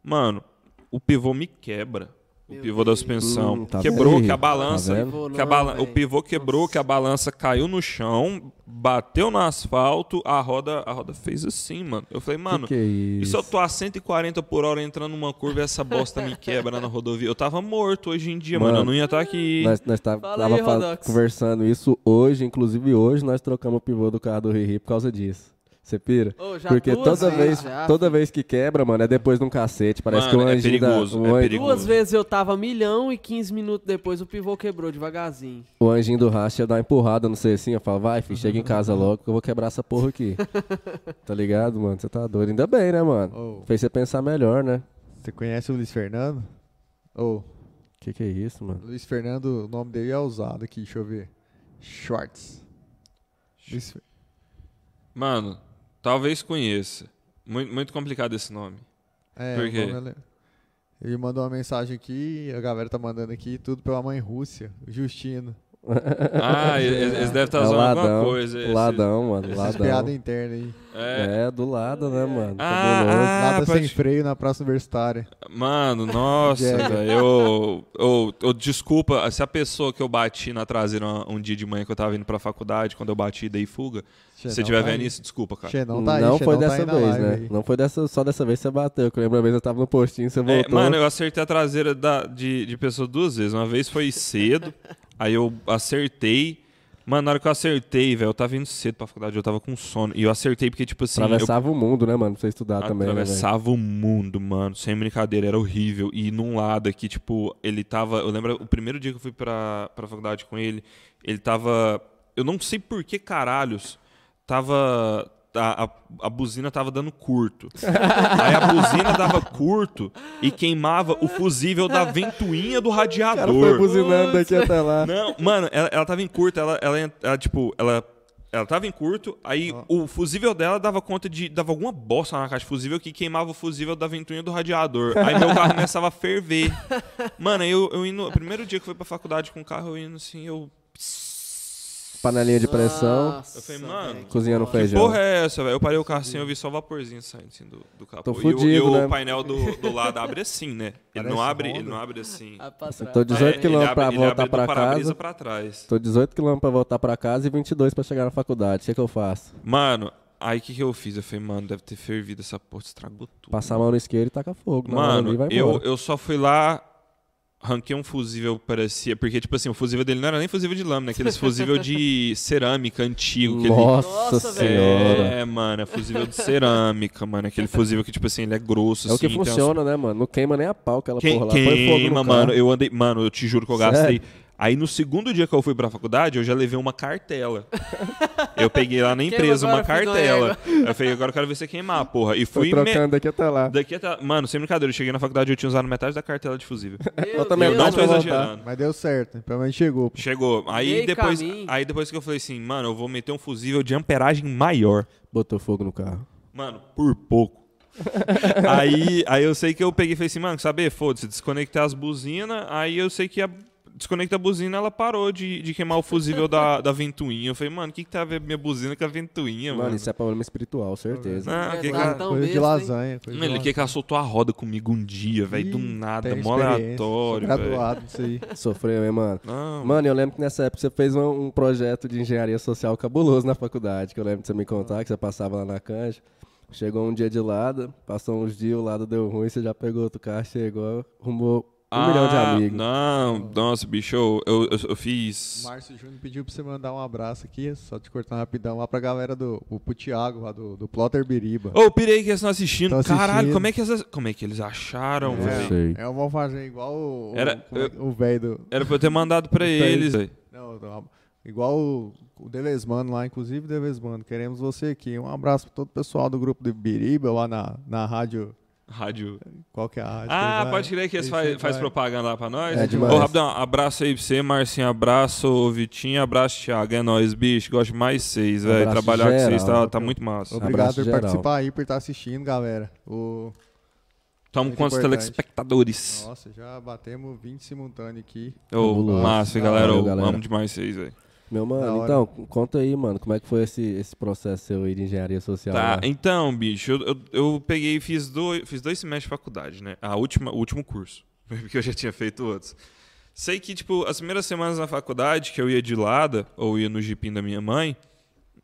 [SPEAKER 4] Mano, o pivô me quebra. O
[SPEAKER 3] Meu
[SPEAKER 4] pivô da
[SPEAKER 3] Deus.
[SPEAKER 4] suspensão.
[SPEAKER 1] Hum, tá
[SPEAKER 4] quebrou,
[SPEAKER 1] vendo?
[SPEAKER 4] que a
[SPEAKER 1] Tá
[SPEAKER 4] balança.
[SPEAKER 1] vendo?
[SPEAKER 4] que a balan- o pivô quebrou, que a balança caiu no chão, bateu no asfalto, a roda, a roda fez assim, mano. Eu falei, mano.
[SPEAKER 1] que, que é
[SPEAKER 4] E
[SPEAKER 1] isso?
[SPEAKER 4] se eu tô a 140 por hora entrando numa curva e essa bosta me quebra na rodovia? Eu tava morto hoje em dia, mano.
[SPEAKER 1] Mano,
[SPEAKER 4] eu não ia estar aqui.
[SPEAKER 1] Nós, nós tá-
[SPEAKER 3] Fala
[SPEAKER 1] tava
[SPEAKER 3] aí,
[SPEAKER 1] fa-
[SPEAKER 3] Rodox.
[SPEAKER 1] conversando isso hoje, inclusive hoje nós trocamos o pivô do carro do Riri por causa disso. Você pira?
[SPEAKER 3] Ô, já
[SPEAKER 1] Porque
[SPEAKER 3] duas
[SPEAKER 1] toda vez,
[SPEAKER 3] vezes já.
[SPEAKER 1] toda vez que quebra, mano, é depois de um cacete. Parece
[SPEAKER 4] Mano,
[SPEAKER 1] que o
[SPEAKER 4] é
[SPEAKER 1] anjinho da-
[SPEAKER 4] perigoso,
[SPEAKER 1] o
[SPEAKER 4] é
[SPEAKER 1] an-
[SPEAKER 4] perigoso.
[SPEAKER 3] Duas vezes eu tava milhão e 15 minutos depois o pivô quebrou devagarzinho.
[SPEAKER 1] O anjinho do racha ia dar uma empurrada, não sei assim. Eu falo, vai, filho, chega em casa
[SPEAKER 3] Uhum.
[SPEAKER 1] logo que eu vou quebrar essa porra aqui. tá ligado, mano? Você tá doido. Ainda bem, né, mano?
[SPEAKER 2] Oh,
[SPEAKER 1] Fez você pensar melhor, né?
[SPEAKER 2] você conhece o Luiz Fernando? Ou,
[SPEAKER 1] Que que é isso, mano?
[SPEAKER 2] Luiz Fernando, o nome dele é ousado aqui, deixa eu ver. Schwartz. Luiz Fer-
[SPEAKER 4] Mano, talvez conheça. Muito, muito complicado esse nome.
[SPEAKER 2] É,
[SPEAKER 4] Por
[SPEAKER 2] o
[SPEAKER 4] quê?
[SPEAKER 2] nome é- Ele mandou uma mensagem aqui, a galera tá mandando aqui, tudo pela mãe Rússia, o Justino.
[SPEAKER 4] Ah, eles devem estar
[SPEAKER 1] é o
[SPEAKER 4] usando
[SPEAKER 1] ladão.
[SPEAKER 4] alguma coisa. esse-
[SPEAKER 1] ladão, mano.
[SPEAKER 2] Essas piadas
[SPEAKER 1] Ladão.
[SPEAKER 2] internas aí.
[SPEAKER 4] É.
[SPEAKER 1] É, do lado, né, mano?
[SPEAKER 4] Ah,
[SPEAKER 1] Cabuloso.
[SPEAKER 4] ah,
[SPEAKER 2] Nada
[SPEAKER 4] pode-
[SPEAKER 2] sem freio na próxima universitária.
[SPEAKER 1] É.
[SPEAKER 4] Mano, nossa,
[SPEAKER 2] Jagger.
[SPEAKER 4] velho. Eu, eu, eu- desculpa, se a pessoa que eu bati na traseira um, um dia de manhã que eu tava indo pra faculdade, quando eu bati e dei fuga, se você estiver vendo isso, desculpa, cara.
[SPEAKER 2] tá Xenão tá aí,
[SPEAKER 1] não
[SPEAKER 2] Xenão
[SPEAKER 1] foi
[SPEAKER 2] tá aí
[SPEAKER 1] dessa
[SPEAKER 2] na
[SPEAKER 1] vez,
[SPEAKER 2] live
[SPEAKER 1] né?
[SPEAKER 2] aí.
[SPEAKER 1] Não foi dessa, só dessa vez que você bateu. Que eu lembro a vez que eu tava no postinho, você
[SPEAKER 4] É,
[SPEAKER 1] voltou.
[SPEAKER 4] mano, eu acertei a traseira da- de, de pessoa duas vezes. Uma vez foi cedo, aí eu acertei. Mano, na hora que eu acertei, velho, eu tava indo cedo pra faculdade, eu tava com sono. E eu acertei porque, tipo assim, eu
[SPEAKER 1] Atravessava o mundo, né, mano? Pra você estudar também, né, velho?
[SPEAKER 4] Atravessava o mundo, mano. Sem brincadeira, era horrível. E num lado aqui, tipo, ele tava. Eu lembro o primeiro dia que eu fui pra, pra faculdade com ele, ele tava. Eu não sei por que caralhos. Tava. A, a, a buzina tava dando curto. Aí a buzina dava curto e queimava o fusível da ventoinha do
[SPEAKER 1] O cara foi
[SPEAKER 4] radiador.
[SPEAKER 1] buzinando daqui até lá.
[SPEAKER 4] Não, mano, ela, ela tava em curta, ela, ela, ent- ela, tipo, ela. Ela tava em curto, aí
[SPEAKER 1] Ah.
[SPEAKER 2] Ó.
[SPEAKER 4] o fusível dela dava conta de. dava alguma bosta na caixa de fusível que queimava o fusível da ventoinha do radiador. Aí meu carro começava a ferver. Mano, aí eu, eu indo. O primeiro dia que eu fui pra faculdade com o carro, eu indo assim, eu.
[SPEAKER 1] Panelinha de pressão,
[SPEAKER 3] Nossa,
[SPEAKER 4] Eu falei, mano,
[SPEAKER 3] velho, que
[SPEAKER 1] cozinhando
[SPEAKER 3] bosta.
[SPEAKER 1] feijão.
[SPEAKER 4] Porra, é essa, velho? Eu parei o carro assim, eu vi só vaporzinho saindo assim, do, do capô.
[SPEAKER 1] Tô
[SPEAKER 4] E o-
[SPEAKER 1] fudido,
[SPEAKER 4] e o,
[SPEAKER 1] né?
[SPEAKER 4] painel do, do lado abre assim, né? Ele não,
[SPEAKER 2] Parece
[SPEAKER 4] abre, ele
[SPEAKER 2] roda.
[SPEAKER 4] não abre assim.
[SPEAKER 3] Ah, pra trás.
[SPEAKER 1] Tô
[SPEAKER 4] É,
[SPEAKER 1] 18
[SPEAKER 4] ele
[SPEAKER 1] km
[SPEAKER 4] abre-
[SPEAKER 1] pra
[SPEAKER 4] ele
[SPEAKER 1] voltar
[SPEAKER 4] abre do
[SPEAKER 1] pra
[SPEAKER 4] para-brisa
[SPEAKER 1] casa.
[SPEAKER 4] pra trás.
[SPEAKER 1] Tô 18 km pra voltar pra casa e 22 pra chegar na faculdade. O que, que eu faço?
[SPEAKER 4] Mano, aí o que, que eu fiz? Eu falei, mano, deve ter fervido essa porra, estragou tudo.
[SPEAKER 1] Passar a mão no isqueiro e tacar fogo. na hora
[SPEAKER 4] Mano,
[SPEAKER 1] ali, vai
[SPEAKER 4] eu,
[SPEAKER 1] embora.
[SPEAKER 4] eu só fui lá, ranquei um fusível, parecia. Porque, tipo assim, o fusível dele não era nem fusível de lâmina, aqueles fusível de cerâmica antigo. Que ele...
[SPEAKER 1] Nossa,
[SPEAKER 3] Nossa,
[SPEAKER 1] senhora.
[SPEAKER 4] É, mano, é fusível de cerâmica, mano. Aquele fusível que, tipo assim, ele é grosso,
[SPEAKER 1] É o
[SPEAKER 4] assim.
[SPEAKER 1] que
[SPEAKER 4] tem umas-
[SPEAKER 1] funciona, né, mano? Não queima nem a pau aquela
[SPEAKER 4] Quem,
[SPEAKER 1] porra lá. Põe fogo no
[SPEAKER 4] queima,
[SPEAKER 1] carro.
[SPEAKER 4] mano. Eu andei. Mano, eu te juro que eu gastei.
[SPEAKER 1] Sério?
[SPEAKER 4] Aí no segundo dia que eu fui pra faculdade, eu já levei uma cartela. eu peguei lá na
[SPEAKER 3] Queima
[SPEAKER 4] empresa uma
[SPEAKER 3] agora, filho,
[SPEAKER 4] cartela. Eu falei, agora eu quero ver você queimar, porra. E
[SPEAKER 1] Tô
[SPEAKER 4] fui. me-
[SPEAKER 1] trocando daqui até lá.
[SPEAKER 4] Daqui até. Mano, sem brincadeira, eu cheguei na faculdade eu tinha usado metade da cartela de fusível.
[SPEAKER 3] Meu
[SPEAKER 1] Eu também
[SPEAKER 3] Deus,
[SPEAKER 4] não tô
[SPEAKER 1] pra
[SPEAKER 3] mano.
[SPEAKER 1] voltar.
[SPEAKER 4] exagerando.
[SPEAKER 2] Mas deu certo, né? pelo menos chegou. pô.
[SPEAKER 4] Chegou. Aí
[SPEAKER 3] Meio
[SPEAKER 4] depois,
[SPEAKER 3] caminho.
[SPEAKER 4] aí depois que eu falei assim, mano, eu vou meter um fusível de amperagem maior.
[SPEAKER 1] Botou fogo no carro.
[SPEAKER 4] Mano, por pouco. aí, aí eu sei que eu peguei e falei assim, mano, quer saber? Foda-se, desconectar as buzinas. Aí eu sei que a desconecta a buzina, ela parou de, de queimar o fusível da, da ventoinha. Eu falei, mano, o que, que tá a ver minha buzina com a ventoinha, mano?
[SPEAKER 1] Mano, isso é problema espiritual, certeza.
[SPEAKER 4] Não,
[SPEAKER 3] É,
[SPEAKER 4] que que
[SPEAKER 3] tá
[SPEAKER 4] ela-
[SPEAKER 3] tão
[SPEAKER 2] Coisa de
[SPEAKER 3] besta, hein?
[SPEAKER 2] lasanha. Coisa
[SPEAKER 4] Mano,
[SPEAKER 2] de
[SPEAKER 4] ele quer que ela soltou a roda comigo um dia, velho, do
[SPEAKER 2] Ih,
[SPEAKER 4] nada,
[SPEAKER 2] Tem
[SPEAKER 4] mó
[SPEAKER 2] experiência, sou
[SPEAKER 4] aleatório, velho.
[SPEAKER 2] Graduado disso aí.
[SPEAKER 1] Sofreu, hein, mano?
[SPEAKER 4] Não,
[SPEAKER 1] Mano, um eu lembro que nessa época você fez um, um projeto de engenharia social cabuloso na faculdade, que eu lembro de você me contar, que você passava lá na canja. Chegou um dia de lado, passou uns dias, o lado deu ruim, você já pegou outro carro, chegou, arrumou um milhão de
[SPEAKER 4] Ah,
[SPEAKER 1] amigos.
[SPEAKER 4] Não, nossa, bicho, eu, eu, eu- eu fiz.
[SPEAKER 2] Márcio Júnior pediu pra você mandar um abraço aqui, só te cortar rapidão, lá pra galera do o, pro Thiago, lá do, do Plotter Biriba.
[SPEAKER 4] Ô, pirei que eles estão assistindo.
[SPEAKER 2] Tão assistindo.
[SPEAKER 4] Caralho, como é que essas- como é que eles acharam,
[SPEAKER 1] É.
[SPEAKER 4] velho?
[SPEAKER 1] sei.
[SPEAKER 2] É, eu vou fazer igual o o-
[SPEAKER 4] Era-
[SPEAKER 2] como é que- o velho do...
[SPEAKER 4] Era pra eu ter mandado pra
[SPEAKER 2] Isso Tá aí.
[SPEAKER 4] eles, velho.
[SPEAKER 2] Não, não, igual o, o Devesmano lá, inclusive Devesmano, queremos você aqui. Um abraço pra todo o pessoal do grupo do Biriba lá na, na rádio,
[SPEAKER 4] Rádio.
[SPEAKER 2] qual que é a rádio?
[SPEAKER 4] Ah,
[SPEAKER 2] lá?
[SPEAKER 4] pode crer que eles
[SPEAKER 2] Isso aí
[SPEAKER 4] faz, faz
[SPEAKER 2] vai.
[SPEAKER 4] propaganda lá pra nós.
[SPEAKER 1] É demais.
[SPEAKER 4] Ô, rapidão, abraço aí pra você, Marcinho. Abraço, Vitinho. Abraço, Thiago. É nóis, bicho. Gosto de mais vocês, velho.
[SPEAKER 1] Abraço
[SPEAKER 4] Trabalhar com vocês
[SPEAKER 1] geral.
[SPEAKER 4] tá, tá muito massa.
[SPEAKER 1] Obrigado.
[SPEAKER 2] Obrigado
[SPEAKER 1] Abraço
[SPEAKER 2] por
[SPEAKER 1] geral.
[SPEAKER 2] participar aí, por estar assistindo, galera. O...
[SPEAKER 4] Tamo
[SPEAKER 2] Muito
[SPEAKER 4] com os
[SPEAKER 2] importante.
[SPEAKER 4] telespectadores.
[SPEAKER 2] Nossa, já batemos 20 simultâneos aqui.
[SPEAKER 4] Ô,
[SPEAKER 1] Fabuloso.
[SPEAKER 4] massa, galera.
[SPEAKER 1] Valeu,
[SPEAKER 4] Ô,
[SPEAKER 1] galera.
[SPEAKER 4] Amo demais vocês, velho.
[SPEAKER 1] Meu
[SPEAKER 2] Da
[SPEAKER 1] mano,
[SPEAKER 2] hora.
[SPEAKER 1] então, conta aí, mano, como é que foi esse, esse processo seu aí de engenharia social? né?
[SPEAKER 4] Tá,
[SPEAKER 1] lá?
[SPEAKER 4] então, bicho, eu, eu, eu peguei e fiz dois, fiz dois semestres de faculdade, né? A última, o último curso, porque eu já tinha feito outros. Sei que, tipo, as primeiras semanas na faculdade, que eu ia de lada, ou ia no jipim da minha mãe,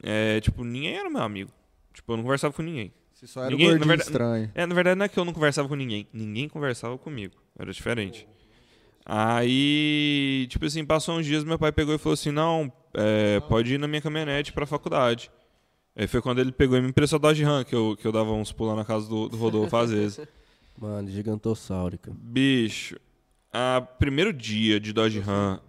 [SPEAKER 4] é, tipo, ninguém era meu amigo. Tipo, eu não conversava com ninguém.
[SPEAKER 2] Se só era
[SPEAKER 4] Ninguém- na
[SPEAKER 2] gordinho
[SPEAKER 4] verdade-
[SPEAKER 2] estranho.
[SPEAKER 4] É, na verdade não é que eu não conversava com ninguém. Ninguém conversava comigo. Era diferente. Aí, tipo assim, passou uns dias, meu pai pegou e falou assim, não, é, pode ir na minha caminhonete pra faculdade. Aí foi quando ele pegou e me emprestou a Dodge Ram, que eu, que eu dava uns pulos na casa do, do Rodolfo às vezes.
[SPEAKER 1] Mano, gigantossáurica.
[SPEAKER 4] Bicho, a primeiro dia de Dodge Ram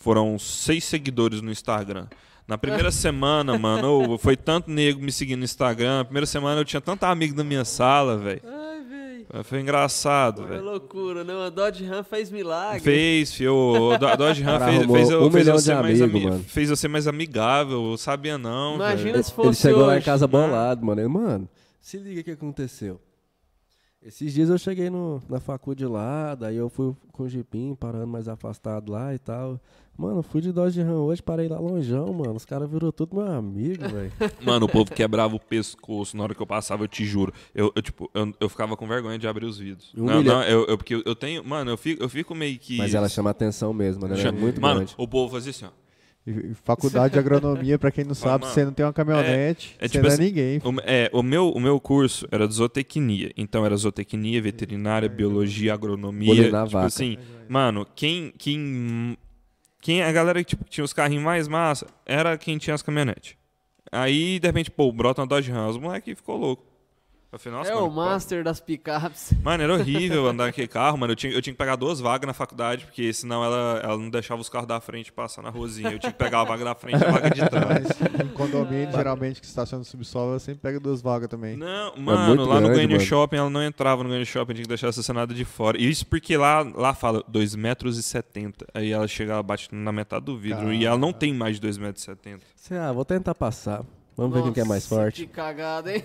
[SPEAKER 4] foram seis seguidores no Instagram. Na primeira semana, mano, ô, foi tanto nego me seguindo no Instagram. Na primeira semana eu tinha tanta amigo da minha sala, velho.
[SPEAKER 3] Ai, velho.
[SPEAKER 4] Foi engraçado,
[SPEAKER 3] Foi
[SPEAKER 4] velho.
[SPEAKER 3] loucura, né? A Dodge Ram fez milagre.
[SPEAKER 4] Fez, fio. O Do- Dodge Ram
[SPEAKER 1] Cara,
[SPEAKER 4] fez,
[SPEAKER 1] arrumou
[SPEAKER 4] fez, eu,
[SPEAKER 1] um
[SPEAKER 4] fez, eu
[SPEAKER 1] milhão
[SPEAKER 4] ser
[SPEAKER 1] de
[SPEAKER 4] mais
[SPEAKER 1] amigo,
[SPEAKER 4] ami-
[SPEAKER 1] mano.
[SPEAKER 4] fez eu ser mais amigável, eu sabia não.
[SPEAKER 3] Imagina
[SPEAKER 4] velho.
[SPEAKER 3] se fosse
[SPEAKER 1] Ele chegou lá em
[SPEAKER 3] hoje.
[SPEAKER 1] casa bolado, mano. Ele, mano, se liga o que aconteceu. Esses dias eu cheguei no, na facul de lá, daí eu fui com o jipim, parando mais afastado lá e tal. Mano, fui de Dodge Ram hoje, parei lá longeão, mano. Os caras virou tudo meu amigo, velho.
[SPEAKER 4] Mano, o povo quebrava o pescoço na hora que eu passava, eu te juro. Eu, eu, tipo, eu, eu ficava com vergonha de abrir os vidros.
[SPEAKER 1] Um
[SPEAKER 4] não,
[SPEAKER 1] milhão.
[SPEAKER 4] não, eu, eu- porque eu- eu tenho. Mano, eu fico, eu fico meio que.
[SPEAKER 1] Mas ela chama atenção mesmo, né? Ela é
[SPEAKER 4] Chama-
[SPEAKER 1] muito
[SPEAKER 4] Mano,
[SPEAKER 1] grande.
[SPEAKER 4] o povo fazia assim, ó.
[SPEAKER 2] E- e Faculdade de agronomia, pra quem não sabe,
[SPEAKER 4] mano,
[SPEAKER 2] você não tem uma caminhonete,
[SPEAKER 4] é
[SPEAKER 2] você
[SPEAKER 4] tipo
[SPEAKER 2] não é
[SPEAKER 4] assim,
[SPEAKER 2] ninguém.
[SPEAKER 4] O, é, o meu, o meu curso era de zootecnia. Então era zootecnia, veterinária, biologia, agronomia.
[SPEAKER 1] Bulinar
[SPEAKER 4] Tipo
[SPEAKER 1] vaca.
[SPEAKER 4] assim, mano, quem. quem quem a galera que tipo, tinha os carrinhos mais massa era quem tinha as caminhonetes. Aí, de repente, pô, brota uma Dodge Ram. Os moleque ficou louco. Eu falei, nossa,
[SPEAKER 3] é
[SPEAKER 4] mano,
[SPEAKER 3] o
[SPEAKER 4] que
[SPEAKER 3] master das picapes.
[SPEAKER 4] Mano, era horrível andar naquele carro, mano. Eu tinha, eu tinha que pegar duas vagas na faculdade, porque senão ela, ela não deixava os carros da frente passar na ruazinha. Eu tinha que pegar a vaga da frente e a vaga de trás.
[SPEAKER 2] Mas em condomínio, geralmente, que estaciona no subsolo, eu sempre pega duas vagas também.
[SPEAKER 4] Tá. Não, mano,
[SPEAKER 1] É muito
[SPEAKER 4] lá no
[SPEAKER 1] grande,
[SPEAKER 4] Goiânia
[SPEAKER 1] mano.
[SPEAKER 4] Shopping, ela não entrava no Goiânia Shopping, tinha que deixar estacionada de fora. E Isso porque lá, lá fala 2,70 metros. E setenta. Aí ela chega, ela bate na metade do vidro. E ela não tem mais de 2,70 metros. e setenta.
[SPEAKER 1] Sei lá, ah, vou tentar passar. Vamos ver quem que é mais
[SPEAKER 3] Nossa,
[SPEAKER 1] forte.
[SPEAKER 3] Que cagada, hein?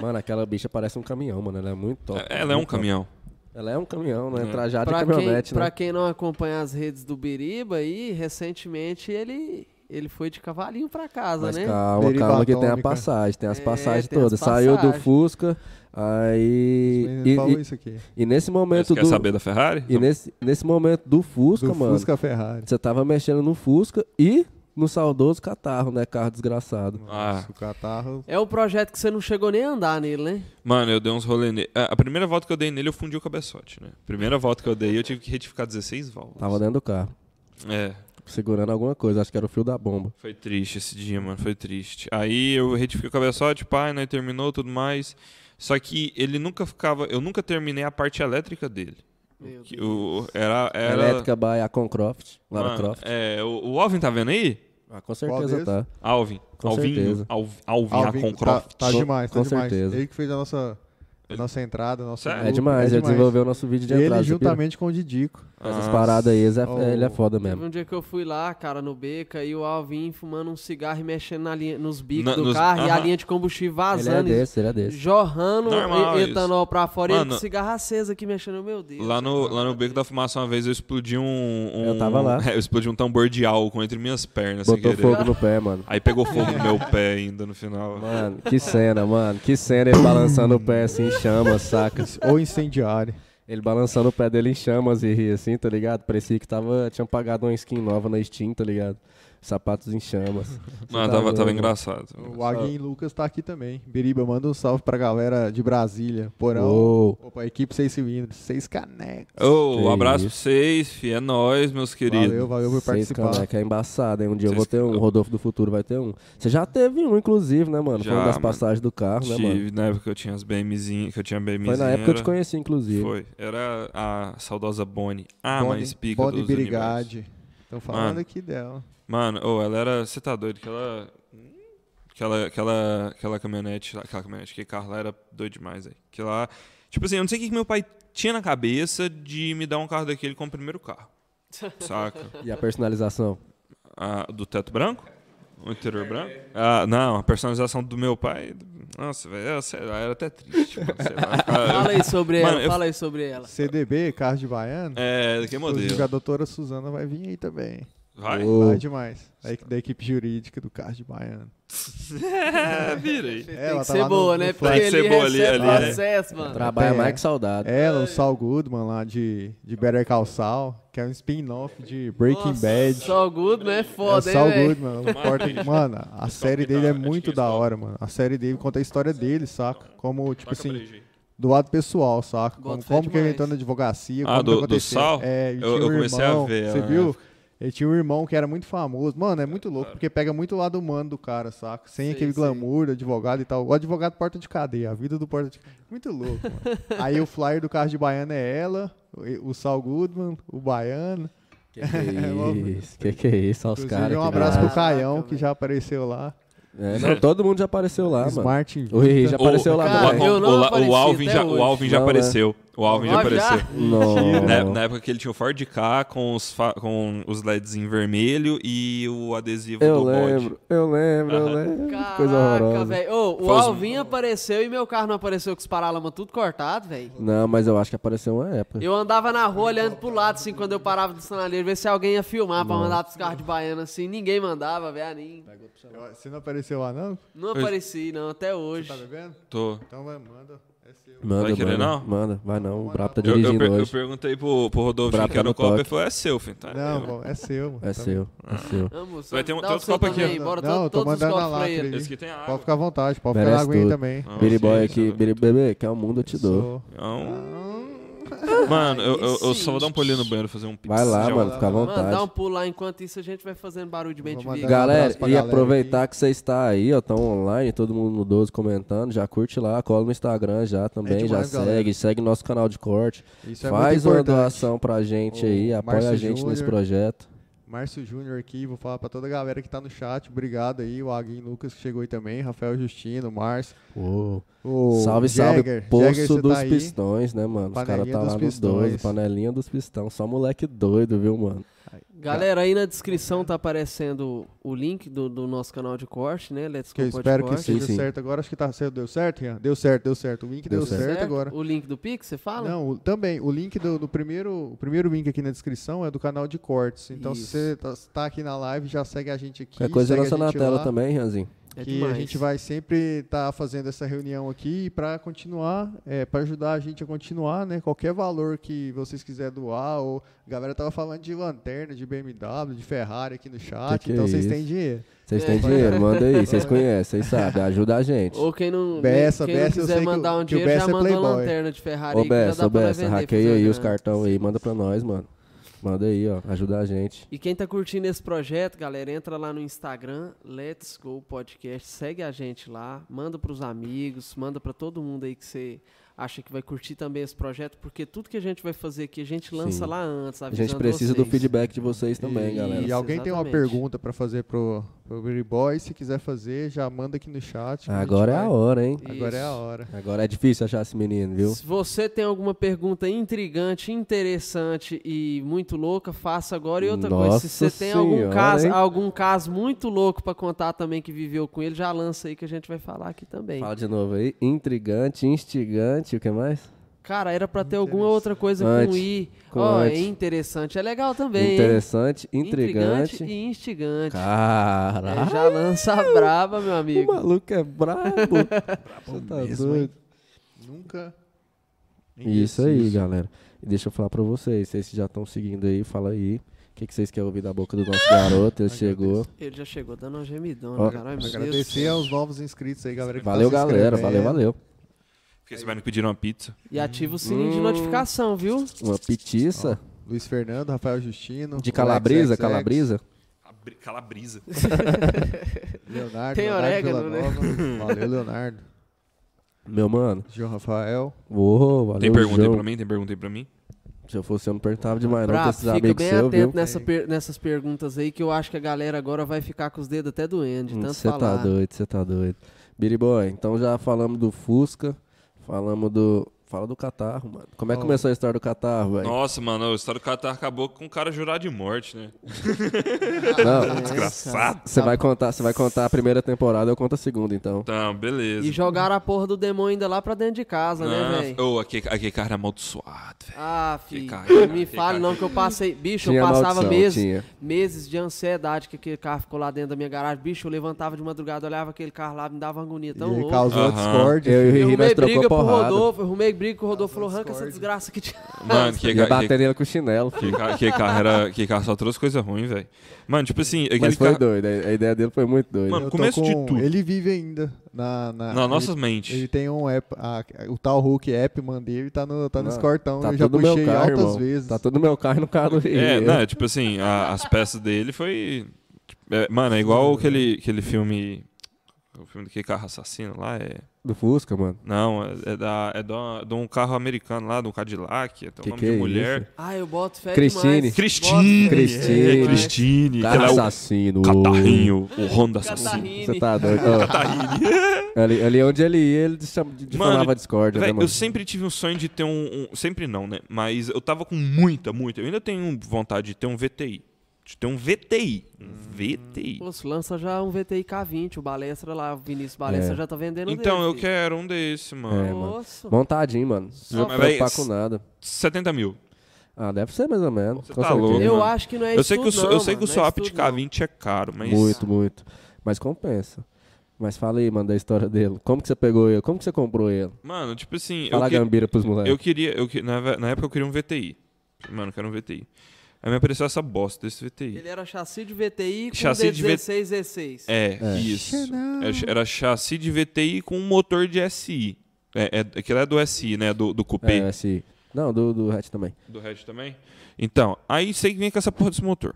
[SPEAKER 1] Mano, aquela bicha parece um caminhão, mano. Ela é muito top.
[SPEAKER 4] Ela é um
[SPEAKER 1] muito top.
[SPEAKER 4] caminhão.
[SPEAKER 1] Ela é um caminhão, né?
[SPEAKER 4] É.
[SPEAKER 1] Trajada de
[SPEAKER 3] Pra quem,
[SPEAKER 1] caminhonete,
[SPEAKER 3] pra
[SPEAKER 1] né?
[SPEAKER 3] quem não acompanha as redes do Biriba aí, recentemente ele, ele foi de cavalinho pra casa,
[SPEAKER 1] Mas
[SPEAKER 3] né?
[SPEAKER 1] calma,
[SPEAKER 2] Deriva
[SPEAKER 1] calma que tem a
[SPEAKER 2] atômica.
[SPEAKER 1] passagem, tem as
[SPEAKER 3] É,
[SPEAKER 1] passagens
[SPEAKER 3] tem as
[SPEAKER 1] todas. Saiu do
[SPEAKER 3] passagens.
[SPEAKER 1] Fusca, aí...
[SPEAKER 2] Ele
[SPEAKER 1] E,
[SPEAKER 2] falou
[SPEAKER 1] e-
[SPEAKER 2] isso aqui.
[SPEAKER 1] e nesse
[SPEAKER 4] Você
[SPEAKER 1] momento
[SPEAKER 4] quer
[SPEAKER 1] do...
[SPEAKER 4] saber da Ferrari?
[SPEAKER 1] E nesse, nesse momento do Fusca,
[SPEAKER 2] Do
[SPEAKER 1] mano,
[SPEAKER 2] Fusca Ferrari.
[SPEAKER 1] você tava mexendo no Fusca e no saudoso catarro, né? Carro desgraçado.
[SPEAKER 4] Ah.
[SPEAKER 2] Nossa, o tá catarro.
[SPEAKER 3] É um projeto que você não chegou nem a andar nele, né?
[SPEAKER 4] Mano, eu dei uns rolê nele. A a primeira volta que eu dei nele, eu fundi o cabeçote, né? Primeira volta que eu dei, eu tive que retificar 16 válvulas.
[SPEAKER 1] Tava dentro do carro,
[SPEAKER 4] É,
[SPEAKER 1] segurando alguma coisa, acho que era o fio da bomba.
[SPEAKER 4] foi triste esse dia, mano, foi triste. Aí eu retifiquei o cabeçote, pai, né, terminou tudo mais. Só que ele nunca ficava, eu nunca terminei a parte elétrica dele.
[SPEAKER 3] Meu
[SPEAKER 4] Que
[SPEAKER 3] Deus.
[SPEAKER 4] o- era era
[SPEAKER 1] Elétrica by Acon Croft, Lara
[SPEAKER 4] Mano,
[SPEAKER 1] Croft.
[SPEAKER 4] É, o, o Alvin tá vendo aí?
[SPEAKER 1] Ah, com
[SPEAKER 2] Qual
[SPEAKER 1] certeza
[SPEAKER 2] deles?
[SPEAKER 1] tá.
[SPEAKER 4] Alvin,
[SPEAKER 1] Com
[SPEAKER 4] Alvin,
[SPEAKER 1] certeza.
[SPEAKER 4] Alvin, Alvin,
[SPEAKER 2] Alvin,
[SPEAKER 4] Alvin
[SPEAKER 2] tá,
[SPEAKER 4] Croft.
[SPEAKER 2] tá
[SPEAKER 1] Com-
[SPEAKER 2] demais, tá
[SPEAKER 1] com
[SPEAKER 2] demais.
[SPEAKER 1] certeza.
[SPEAKER 2] Ele que fez a nossa, a nossa entrada, a nossa.
[SPEAKER 4] Sério?
[SPEAKER 1] É demais, ele desenvolveu o nosso vídeo de entrada.
[SPEAKER 2] Ele
[SPEAKER 1] você viu?
[SPEAKER 2] juntamente com o Didico.
[SPEAKER 1] Essas
[SPEAKER 4] Ah,
[SPEAKER 1] paradas aí, ele é,
[SPEAKER 2] Oh.
[SPEAKER 1] ele é foda
[SPEAKER 3] Teve
[SPEAKER 1] mesmo.
[SPEAKER 3] um dia que eu fui lá, cara, no beca, e o Alvin fumando um cigarro e mexendo na linha, nos bicos
[SPEAKER 4] Na-
[SPEAKER 3] do
[SPEAKER 4] nos-
[SPEAKER 3] carro e a
[SPEAKER 4] aham.
[SPEAKER 3] linha de combustível
[SPEAKER 1] Ele é
[SPEAKER 3] vazando, e
[SPEAKER 1] desse, ele é desse.
[SPEAKER 3] jorrando
[SPEAKER 4] Normal
[SPEAKER 3] e-
[SPEAKER 4] isso.
[SPEAKER 3] etanol pra fora e ele com
[SPEAKER 4] Mano,
[SPEAKER 3] cigarro aceso aqui mexendo. Meu Deus.
[SPEAKER 4] Lá no, lá no Beco da Fumaça, uma vez eu explodi um. um-
[SPEAKER 1] Eu tava lá.
[SPEAKER 4] É, eu explodi um tambor de álcool entre minhas pernas, sem
[SPEAKER 1] Botou
[SPEAKER 4] querer.
[SPEAKER 1] fogo no pé, mano.
[SPEAKER 4] Aí pegou fogo no meu pé ainda no final.
[SPEAKER 1] Mano, que cena, mano. Que cena ele balançando o pé assim em chamas, saca?
[SPEAKER 2] Ou incendiário.
[SPEAKER 1] Ele balançando o pé dele em chamas e ria assim, tá ligado? Parecia que tava, tinha pagado uma skin nova na Steam, tá ligado? Sapatos em chamas. Você
[SPEAKER 4] Mano,
[SPEAKER 1] tá
[SPEAKER 4] tava,
[SPEAKER 1] doido,
[SPEAKER 4] tava
[SPEAKER 1] mano.
[SPEAKER 4] engraçado.
[SPEAKER 2] O Aguinho Lucas tá aqui também. Biriba, manda um salve pra galera de Brasília. Porão.
[SPEAKER 1] Uou.
[SPEAKER 2] Opa, equipe seis cilindros, seis canecas.
[SPEAKER 4] Ô,
[SPEAKER 1] Que
[SPEAKER 4] um abraço
[SPEAKER 1] isso.
[SPEAKER 4] pra vocês, fi. É nóis, meus queridos.
[SPEAKER 2] Valeu, valeu por
[SPEAKER 1] Seis
[SPEAKER 2] participar.
[SPEAKER 1] caneca é embaçado, hein? Um dia eu
[SPEAKER 4] Seis
[SPEAKER 1] vou ter um,
[SPEAKER 4] caneca.
[SPEAKER 1] o Rodolfo do Futuro vai ter um. Você já teve um, inclusive, né, mano? Foi
[SPEAKER 4] Já,
[SPEAKER 1] uma das
[SPEAKER 4] mano.
[SPEAKER 1] passagens do carro, né, mano?
[SPEAKER 4] Tive, na época que eu tinha as BMzinhas, que eu tinha
[SPEAKER 1] Foi
[SPEAKER 4] BMzinha.
[SPEAKER 1] na época que eu te
[SPEAKER 4] era-
[SPEAKER 1] conheci, inclusive.
[SPEAKER 4] Foi. Era a saudosa Bonnie. Ah,
[SPEAKER 2] Bonnie-
[SPEAKER 4] mais pica
[SPEAKER 2] Bonnie
[SPEAKER 4] dos Ah. universos.
[SPEAKER 2] Brigade. Estão falando
[SPEAKER 4] Mano.
[SPEAKER 2] aqui dela.
[SPEAKER 4] Mano, ô, ela era... Você tá doido que ela... Aquela, aquela, aquela caminhonete, lá- aquela caminhonete, aquele carro lá era doido demais, velho. Que lá, tipo assim, eu não sei o que que meu pai tinha na cabeça de me dar um carro daquele como primeiro carro. Saca?
[SPEAKER 1] E a personalização?
[SPEAKER 4] Ah, do teto branco? O interior branco? Ah, não, a personalização do meu pai. Nossa, velho, eu sei lá, era até triste. Mano, sei lá.
[SPEAKER 3] Fala aí sobre
[SPEAKER 4] Mano,
[SPEAKER 3] ela,
[SPEAKER 4] eu-
[SPEAKER 3] fala aí sobre ela.
[SPEAKER 2] CDB, carro de baiano.
[SPEAKER 4] É, que
[SPEAKER 2] Inclusive, a
[SPEAKER 4] modelo.
[SPEAKER 2] doutora Suzana vai vir aí também.
[SPEAKER 4] Vai.
[SPEAKER 1] Uou.
[SPEAKER 2] Vai demais. Aí da equipe jurídica do carro de baiano.
[SPEAKER 4] É, vira
[SPEAKER 1] Tipo
[SPEAKER 4] aí.
[SPEAKER 2] É,
[SPEAKER 3] Tem
[SPEAKER 2] ela
[SPEAKER 3] que
[SPEAKER 2] tá
[SPEAKER 3] ser
[SPEAKER 2] lá no-
[SPEAKER 3] boa,
[SPEAKER 2] no
[SPEAKER 3] né?
[SPEAKER 4] Tem que ser boa ali,
[SPEAKER 3] recebe
[SPEAKER 4] ali, né?
[SPEAKER 3] processo, mano.
[SPEAKER 1] Trabalha
[SPEAKER 2] Até é.
[SPEAKER 1] mais que saudade.
[SPEAKER 2] Ela, o Saul Goodman lá de, de Better Call Saul, que é um spin-off de Breaking
[SPEAKER 3] Nossa,
[SPEAKER 2] Bad.
[SPEAKER 3] Saul Goodman é
[SPEAKER 2] É o
[SPEAKER 3] foda,
[SPEAKER 2] Saul
[SPEAKER 3] hein, velho?
[SPEAKER 2] Goodman, o Portland. Mano, a série dele é muito da hora, mano. A série dele conta a história dele, saca? Como, tipo assim, do lado pessoal, saca? Como,
[SPEAKER 3] Bota fé
[SPEAKER 2] como que ele
[SPEAKER 3] demais.
[SPEAKER 2] entrou na advocacia,
[SPEAKER 4] Ah,
[SPEAKER 2] como que
[SPEAKER 4] do- do
[SPEAKER 2] aconteceu.
[SPEAKER 4] Saul?
[SPEAKER 2] É, ele
[SPEAKER 4] Eu-
[SPEAKER 2] tinha
[SPEAKER 4] eu
[SPEAKER 2] um
[SPEAKER 4] comecei a
[SPEAKER 2] irmão,
[SPEAKER 4] ver,
[SPEAKER 2] Você
[SPEAKER 4] né?
[SPEAKER 2] viu? Ele tinha um irmão que era muito famoso. Mano, é muito louco, porque pega muito o lado humano do cara, saca? Sem
[SPEAKER 3] Sei,
[SPEAKER 2] aquele
[SPEAKER 3] sei.
[SPEAKER 2] glamour do advogado e tal. O advogado porta de cadeia, a vida do porta de cadeia. Muito louco, mano. Aí o flyer do carro de Baiana é ela, o o Saul Goodman, o Baiano.
[SPEAKER 1] Que que é isso? que que é isso? Olha os
[SPEAKER 2] Inclusive,
[SPEAKER 1] caras.
[SPEAKER 2] um
[SPEAKER 1] que
[SPEAKER 2] abraço pro
[SPEAKER 1] massa.
[SPEAKER 2] Caião,
[SPEAKER 3] Caraca,
[SPEAKER 2] que já apareceu lá.
[SPEAKER 1] É, não, todo mundo já apareceu lá, Ah, mano.
[SPEAKER 2] Smart
[SPEAKER 1] O Riri já
[SPEAKER 4] O-
[SPEAKER 1] apareceu lá
[SPEAKER 3] Cara,
[SPEAKER 1] também.
[SPEAKER 4] o,
[SPEAKER 3] eu não
[SPEAKER 4] o- o
[SPEAKER 3] apareci
[SPEAKER 4] Alvin
[SPEAKER 3] até
[SPEAKER 4] já,
[SPEAKER 3] hoje.
[SPEAKER 4] o Alvin já
[SPEAKER 1] Não, né?
[SPEAKER 4] apareceu. O Alvin já
[SPEAKER 3] Ó, já?
[SPEAKER 4] apareceu.
[SPEAKER 1] Não.
[SPEAKER 4] Na, na época que ele tinha o Ford K com os, fa- com os LEDs em vermelho e o adesivo
[SPEAKER 1] Eu
[SPEAKER 4] do bode.
[SPEAKER 1] lembro, eu lembro, eu lembro. Coisa
[SPEAKER 3] Caraca,
[SPEAKER 1] horrorosa.
[SPEAKER 3] velho. Ô, o
[SPEAKER 4] Faz- um-
[SPEAKER 3] Alvin apareceu e meu carro não apareceu com os paralamas tudo cortado, velho.
[SPEAKER 1] Não, mas eu acho que apareceu uma época.
[SPEAKER 3] Eu andava na rua olhando pro lado, assim, quando eu parava do sinaleiro, ver se alguém ia filmar pra mandar pros carros de baiana, assim. Ninguém mandava, velho. nem-
[SPEAKER 2] Você não apareceu lá, não?
[SPEAKER 3] Não apareci, não, até hoje.
[SPEAKER 2] Tá bebendo?
[SPEAKER 4] Tô.
[SPEAKER 2] Então vai, manda. É seu.
[SPEAKER 1] Manda,
[SPEAKER 4] Vai querer
[SPEAKER 1] manda,
[SPEAKER 4] não?
[SPEAKER 1] Manda, vai não. O Brabo tá
[SPEAKER 4] Eu, eu
[SPEAKER 1] dirigindo
[SPEAKER 4] per- eu
[SPEAKER 1] hoje.
[SPEAKER 4] perguntei pro, pro Rodolfo
[SPEAKER 1] Brabo
[SPEAKER 4] que era
[SPEAKER 1] no
[SPEAKER 4] o copo,
[SPEAKER 1] toque.
[SPEAKER 4] ele falou, é seu, filho. Tá,
[SPEAKER 2] Não,
[SPEAKER 4] eu-
[SPEAKER 2] bom, é seu, mano.
[SPEAKER 1] É
[SPEAKER 2] Tá-
[SPEAKER 1] seu,
[SPEAKER 4] Ah.
[SPEAKER 1] é seu.
[SPEAKER 3] Vamos,
[SPEAKER 4] Vai ter um-
[SPEAKER 3] dá
[SPEAKER 4] tem
[SPEAKER 3] o
[SPEAKER 4] uns
[SPEAKER 3] seu
[SPEAKER 4] copos aqui,
[SPEAKER 3] também,
[SPEAKER 4] ó.
[SPEAKER 3] Bora,
[SPEAKER 2] Não, tô
[SPEAKER 3] to- todos os
[SPEAKER 2] mandando na
[SPEAKER 3] copos pra
[SPEAKER 2] lacre.
[SPEAKER 3] ele.
[SPEAKER 4] Esse aqui tem água.
[SPEAKER 2] Pode ficar à vontade, pode ficar na
[SPEAKER 1] Merece
[SPEAKER 2] aguinha
[SPEAKER 1] tudo. Ah,
[SPEAKER 2] também.
[SPEAKER 4] Não,
[SPEAKER 1] Billy Boy
[SPEAKER 4] sim,
[SPEAKER 1] aqui,
[SPEAKER 4] tá.
[SPEAKER 1] Billy Bebê, quer o mundo, eu te dou.
[SPEAKER 2] Sou-
[SPEAKER 4] É um- Mano, eu, eu- eu
[SPEAKER 3] Esse-
[SPEAKER 4] só vou dar um pulinho no banheiro fazer um pix.
[SPEAKER 1] Vai lá,
[SPEAKER 4] já
[SPEAKER 1] mano,
[SPEAKER 4] volto.
[SPEAKER 1] fica à
[SPEAKER 3] Mano, dá um
[SPEAKER 1] vontade.
[SPEAKER 3] pulo lá enquanto isso a gente vai fazendo barulho de bem de
[SPEAKER 2] Vou mandar-
[SPEAKER 3] vida.
[SPEAKER 1] Galera,
[SPEAKER 2] um abraço pra
[SPEAKER 1] e
[SPEAKER 2] galera
[SPEAKER 1] aproveitar que você está aí, ó, tão online, todo mundo no 12 comentando, já curte lá, cola no Instagram já também, já
[SPEAKER 2] É demais,
[SPEAKER 1] segue,
[SPEAKER 2] galera.
[SPEAKER 1] segue nosso canal de corte,
[SPEAKER 2] Isso é
[SPEAKER 1] faz
[SPEAKER 2] muito
[SPEAKER 1] uma
[SPEAKER 2] importante.
[SPEAKER 1] doação pra gente
[SPEAKER 2] O
[SPEAKER 1] aí, apoia
[SPEAKER 2] Márcio
[SPEAKER 1] a gente nesse
[SPEAKER 2] Júnior.
[SPEAKER 1] projeto.
[SPEAKER 2] Márcio Júnior aqui, vou falar pra toda a galera que tá no chat, obrigado aí, o Aguinho Lucas que chegou aí também, Rafael Justino, Márcio, o
[SPEAKER 1] salve, salve,
[SPEAKER 2] Jäger,
[SPEAKER 1] Poço
[SPEAKER 2] Jäger, você
[SPEAKER 1] dos
[SPEAKER 2] tá aí.
[SPEAKER 1] Pistões, né, mano? Os caras
[SPEAKER 2] Panelinha
[SPEAKER 1] tá
[SPEAKER 2] dos
[SPEAKER 1] lá no 12,
[SPEAKER 2] Pistões.
[SPEAKER 1] panelinha dos pistões, só moleque doido, viu, mano?
[SPEAKER 3] Galera, aí na descrição tá aparecendo o link do, do nosso canal de corte, né? Let's
[SPEAKER 2] Que eu
[SPEAKER 3] Go
[SPEAKER 2] espero que
[SPEAKER 3] Podcast.
[SPEAKER 2] seja
[SPEAKER 1] Sim, sim.
[SPEAKER 2] certo agora, acho que tá certo, deu certo, Rian? Deu certo, deu certo, o link
[SPEAKER 1] Deu
[SPEAKER 2] deu, certo. agora.
[SPEAKER 3] O link do Pix, você fala?
[SPEAKER 2] Não, o- também, o link do, do primeiro, o primeiro link aqui na descrição é do canal de cortes, então se
[SPEAKER 3] Isso.
[SPEAKER 2] você tá, tá aqui na live, já segue a gente aqui,
[SPEAKER 1] Qualquer coisa é
[SPEAKER 2] segue
[SPEAKER 1] nossa
[SPEAKER 2] a
[SPEAKER 1] na
[SPEAKER 2] gente
[SPEAKER 1] tela
[SPEAKER 2] lá.
[SPEAKER 1] também, Rianzinho.
[SPEAKER 3] É
[SPEAKER 2] que a
[SPEAKER 3] demais.
[SPEAKER 2] gente vai sempre estar fazendo essa reunião aqui para continuar, para ajudar a gente a continuar, né? Qualquer valor que vocês quiserem doar, ou a galera tava falando de lanterna, de BMW, de Ferrari aqui no chat,
[SPEAKER 1] Que que é
[SPEAKER 2] então vocês
[SPEAKER 1] isso?
[SPEAKER 2] têm dinheiro.
[SPEAKER 1] Vocês
[SPEAKER 3] É.
[SPEAKER 1] têm dinheiro, manda aí, vocês conhecem, vocês sabem, ajuda a gente.
[SPEAKER 3] Ou quem não,
[SPEAKER 2] Bessa,
[SPEAKER 3] quem
[SPEAKER 2] Bessa,
[SPEAKER 3] não
[SPEAKER 2] eu
[SPEAKER 3] quiser
[SPEAKER 2] sei que o-
[SPEAKER 3] mandar um
[SPEAKER 2] que o
[SPEAKER 3] dinheiro, já
[SPEAKER 2] Bessa é
[SPEAKER 3] manda uma
[SPEAKER 2] playboy.
[SPEAKER 3] lanterna de Ferrari
[SPEAKER 1] Ô
[SPEAKER 3] aí, que já
[SPEAKER 1] Bessa,
[SPEAKER 3] dá
[SPEAKER 1] ô
[SPEAKER 3] pra nós
[SPEAKER 1] Bessa,
[SPEAKER 3] vender,
[SPEAKER 1] hackeia
[SPEAKER 3] fazer
[SPEAKER 1] aí
[SPEAKER 3] uma
[SPEAKER 1] os
[SPEAKER 3] grana.
[SPEAKER 1] cartão aí, manda pra nós, mano. Manda aí, ó, ajuda a gente.
[SPEAKER 3] E quem tá curtindo esse projeto, galera, entra lá no Instagram, Let's Go Podcast, segue a gente lá, manda pros amigos, manda pra todo mundo aí que você acha que vai curtir também esse projeto, porque tudo que a gente vai fazer aqui, a gente lança
[SPEAKER 1] Sim.
[SPEAKER 3] lá antes,
[SPEAKER 1] A gente precisa do feedback de vocês também,
[SPEAKER 2] e,
[SPEAKER 1] galera.
[SPEAKER 2] E alguém tem uma
[SPEAKER 3] exatamente.
[SPEAKER 2] pergunta para fazer pro, pro Billy Boy, se quiser fazer, já manda aqui no chat. que
[SPEAKER 1] Agora é
[SPEAKER 2] gente
[SPEAKER 1] a
[SPEAKER 2] vai-
[SPEAKER 1] hora, hein?
[SPEAKER 2] Agora é a
[SPEAKER 3] Isso.
[SPEAKER 2] hora.
[SPEAKER 1] Agora é difícil achar esse menino, viu?
[SPEAKER 3] Se você tem alguma pergunta intrigante, interessante e muito louca, faça agora. E outra coisa, se
[SPEAKER 1] Nossa
[SPEAKER 3] você tem algum
[SPEAKER 1] Senhora,
[SPEAKER 3] caso,
[SPEAKER 1] hein?
[SPEAKER 3] algum caso muito louco pra contar também que viveu com ele, já lança aí que a gente vai falar aqui também.
[SPEAKER 1] Fala de novo aí. Intrigante, instigante, o que mais?
[SPEAKER 3] Cara, era pra ter alguma outra coisa com
[SPEAKER 1] Antes,
[SPEAKER 3] i.
[SPEAKER 1] com
[SPEAKER 3] Ó, é
[SPEAKER 1] antes.
[SPEAKER 3] interessante, é legal também. hein?
[SPEAKER 1] Interessante, intrigante.
[SPEAKER 3] e instigante. É,
[SPEAKER 1] Caralho.
[SPEAKER 3] já lança a braba,
[SPEAKER 1] O
[SPEAKER 3] meu amigo.
[SPEAKER 1] maluco é brabo. Você tá
[SPEAKER 2] mesmo,
[SPEAKER 1] doido.
[SPEAKER 2] hein? Nunca.
[SPEAKER 1] Isso aí, galera. E deixa eu falar pra vocês, vocês que já estão seguindo aí, fala aí. O que, que vocês querem ouvir da boca do nosso garoto? Ele chegou.
[SPEAKER 3] Ele já chegou dando uma gemidona,
[SPEAKER 1] Ó,
[SPEAKER 3] caralho, meu Deus.
[SPEAKER 2] Agradecer aos novos inscritos aí, galera. que tá
[SPEAKER 1] Valeu,
[SPEAKER 2] se
[SPEAKER 1] galera. Valeu,
[SPEAKER 2] inscrevendo.
[SPEAKER 1] valeu.
[SPEAKER 4] Porque você vai me pedir uma pizza.
[SPEAKER 3] E ativa o sininho
[SPEAKER 1] Hum.
[SPEAKER 3] de notificação, viu?
[SPEAKER 1] Uma petiça
[SPEAKER 2] Luiz Fernando, Rafael Justino.
[SPEAKER 1] de
[SPEAKER 2] Alex
[SPEAKER 1] calabresa,
[SPEAKER 2] XX,
[SPEAKER 1] calabresa.
[SPEAKER 4] Abri- Calabrisa.
[SPEAKER 2] Leonardo,
[SPEAKER 3] Tem
[SPEAKER 2] Leonardo
[SPEAKER 3] orégano, né?
[SPEAKER 2] Villanova. Valeu, Leonardo.
[SPEAKER 1] Meu mano.
[SPEAKER 2] João Rafael.
[SPEAKER 1] Ô, valeu,
[SPEAKER 4] Tem pergunta aí
[SPEAKER 1] João.
[SPEAKER 4] pra mim? Tem pergunta aí pra mim?
[SPEAKER 1] Se eu fosse, eu não perguntava demais, não, pra
[SPEAKER 3] Brabo,
[SPEAKER 1] esses
[SPEAKER 3] fica
[SPEAKER 1] amigos
[SPEAKER 3] bem
[SPEAKER 1] seus, viu?
[SPEAKER 3] atento nessa per- nessas perguntas aí, que eu acho que a galera agora vai ficar com os dedos até doendo, de tanto
[SPEAKER 1] Você tá
[SPEAKER 3] falar.
[SPEAKER 1] doido, você tá doido. Biri Boy, então já falamos do Fusca, falamos do. Fala do catarro, mano. Como é que
[SPEAKER 2] Ó.
[SPEAKER 1] começou a história do catarro, velho?
[SPEAKER 4] Nossa, mano, o estado do Catar acabou com um cara jurado de morte, né?
[SPEAKER 3] É,
[SPEAKER 1] Não,
[SPEAKER 4] Desgraçado.
[SPEAKER 1] você vai contar, você vai contar a primeira temporada, eu conto a segunda, então.
[SPEAKER 4] Então, beleza.
[SPEAKER 3] E jogaram a porra do demônio ainda lá pra dentro de casa, né, velho?
[SPEAKER 4] Ô, aquele, aquele cara era amaldiçoado, velho.
[SPEAKER 3] Ah, filho,
[SPEAKER 4] cara,
[SPEAKER 3] me
[SPEAKER 4] que
[SPEAKER 3] fale
[SPEAKER 4] cara.
[SPEAKER 3] não que eu passei... Bicho,
[SPEAKER 1] Tinha
[SPEAKER 3] eu passava
[SPEAKER 1] maldição,
[SPEAKER 3] meses,
[SPEAKER 1] tinha.
[SPEAKER 3] meses de ansiedade que aquele carro ficou lá dentro da minha garagem. Bicho, eu levantava de madrugada, olhava aquele carro lá, me dava uma agonia tão
[SPEAKER 2] e aí
[SPEAKER 3] louca.
[SPEAKER 2] causou a
[SPEAKER 4] Aham.
[SPEAKER 2] discórdia.
[SPEAKER 1] Eu e o
[SPEAKER 3] Eu
[SPEAKER 1] Riri, nós
[SPEAKER 3] arrumei
[SPEAKER 1] trocou
[SPEAKER 3] briga pro
[SPEAKER 1] porrada.
[SPEAKER 3] Rodolfo, eu arrumei briga com o Rodolfo, falou, arranca essa desgraça que tinha.
[SPEAKER 4] Mano, que
[SPEAKER 1] Ia
[SPEAKER 4] cara. que-
[SPEAKER 1] bater nele com chinelo, filho.
[SPEAKER 4] Que carro, que carro era, que carro só trouxe coisa ruim, velho. Mano, tipo assim, aquele
[SPEAKER 1] Mas foi
[SPEAKER 4] carro.
[SPEAKER 1] doido, a a ideia dele foi muito doida.
[SPEAKER 4] Mano,
[SPEAKER 2] Eu tô
[SPEAKER 4] começo de tudo.
[SPEAKER 2] Ele vive ainda na... Na,
[SPEAKER 4] Na nossa
[SPEAKER 2] ele, ele
[SPEAKER 4] mente.
[SPEAKER 2] tem um app, a- o tal Hulk app, mandei, ele tá no, tá no
[SPEAKER 1] Não,
[SPEAKER 2] escortão.
[SPEAKER 1] tá
[SPEAKER 2] eu já
[SPEAKER 1] tudo no meu
[SPEAKER 2] puxei
[SPEAKER 1] carro,
[SPEAKER 2] altas
[SPEAKER 1] irmão.
[SPEAKER 2] vezes.
[SPEAKER 1] Tá tudo no meu carro e no carro do Riri.
[SPEAKER 4] É, não, é, tipo assim, a- as peças dele foi. tipo, é, mano, é igual aquele, aquele filme. O filme daquele carro assassino lá é.
[SPEAKER 1] Do Fusca, mano.
[SPEAKER 4] Não, é, é da, é da- de um carro americano lá, de um Cadillac, até o
[SPEAKER 1] Que
[SPEAKER 4] nome
[SPEAKER 1] que é
[SPEAKER 4] de mulher.
[SPEAKER 3] Ah, eu boto fé
[SPEAKER 1] Cristine.
[SPEAKER 3] demais.
[SPEAKER 4] Cristine!
[SPEAKER 3] Boto fé
[SPEAKER 1] Cristine.
[SPEAKER 4] É,
[SPEAKER 3] demais.
[SPEAKER 4] Cristine!
[SPEAKER 1] Carro
[SPEAKER 4] Aquela, é o
[SPEAKER 1] assassino.
[SPEAKER 4] catarrinho, o Honda assassino.
[SPEAKER 3] Catarrine.
[SPEAKER 1] Você tá doido? Ó, ali, ali onde ele ia, ele chama- de- de
[SPEAKER 4] Mano,
[SPEAKER 1] falava discórdia, né,
[SPEAKER 4] Véi,
[SPEAKER 1] mano?
[SPEAKER 4] eu sempre tive um sonho de ter um, um- Sempre não, né? Mas eu tava com muita, muita. Eu ainda tenho vontade de ter um VTI. De ter um VTI. Um VTI.
[SPEAKER 3] Pô, se lança já um VTI K20, o Balestra lá, o Vinícius Balestra
[SPEAKER 1] É.
[SPEAKER 3] já tá vendendo
[SPEAKER 4] Então,
[SPEAKER 3] dele,
[SPEAKER 4] eu
[SPEAKER 3] filho.
[SPEAKER 4] quero um desse,
[SPEAKER 1] É,
[SPEAKER 4] mano.
[SPEAKER 1] mano.
[SPEAKER 3] Nossa.
[SPEAKER 1] Montadinho, mano. Não
[SPEAKER 4] Mas,
[SPEAKER 1] precisa
[SPEAKER 4] véi,
[SPEAKER 1] preocupar com nada.
[SPEAKER 4] 70 mil.
[SPEAKER 1] Ah, deve ser mais ou menos.
[SPEAKER 4] Você
[SPEAKER 1] com
[SPEAKER 4] tá
[SPEAKER 1] certeza.
[SPEAKER 4] louco,
[SPEAKER 3] Eu
[SPEAKER 4] mano.
[SPEAKER 3] acho que não é
[SPEAKER 4] eu
[SPEAKER 3] isso
[SPEAKER 4] sei que o,
[SPEAKER 3] tudo,
[SPEAKER 4] su- eu
[SPEAKER 3] não,
[SPEAKER 4] sei que o
[SPEAKER 3] mano, não é
[SPEAKER 4] swap
[SPEAKER 3] isso
[SPEAKER 4] de
[SPEAKER 3] tudo, não.
[SPEAKER 4] K20 é caro, mas.
[SPEAKER 1] Muito, muito. Mas compensa. Mas fala aí, mano, da história dele. Como que você pegou ele? Como que você comprou ele?
[SPEAKER 4] Mano, tipo assim.
[SPEAKER 1] Fala
[SPEAKER 4] eu
[SPEAKER 1] a
[SPEAKER 4] que-
[SPEAKER 1] gambira pros moleques.
[SPEAKER 4] Eu queria. Eu, que- na, ve- na época eu queria um VTI. Mano, eu quero um VTI. Aí me apareceu é essa bosta desse VTI.
[SPEAKER 3] Ele é era chassi de VTI com
[SPEAKER 4] Chassi de V-
[SPEAKER 3] 16, 16.
[SPEAKER 4] É,
[SPEAKER 1] É.
[SPEAKER 4] isso. Era, era chassi um de VTI com motor de SI. É, é, aquilo é do SI, né? Do, do
[SPEAKER 1] É,
[SPEAKER 4] cupê.
[SPEAKER 1] esse Não, do, do hatch também.
[SPEAKER 4] Do Red também? Então, aí sei que vem com essa porra desse motor.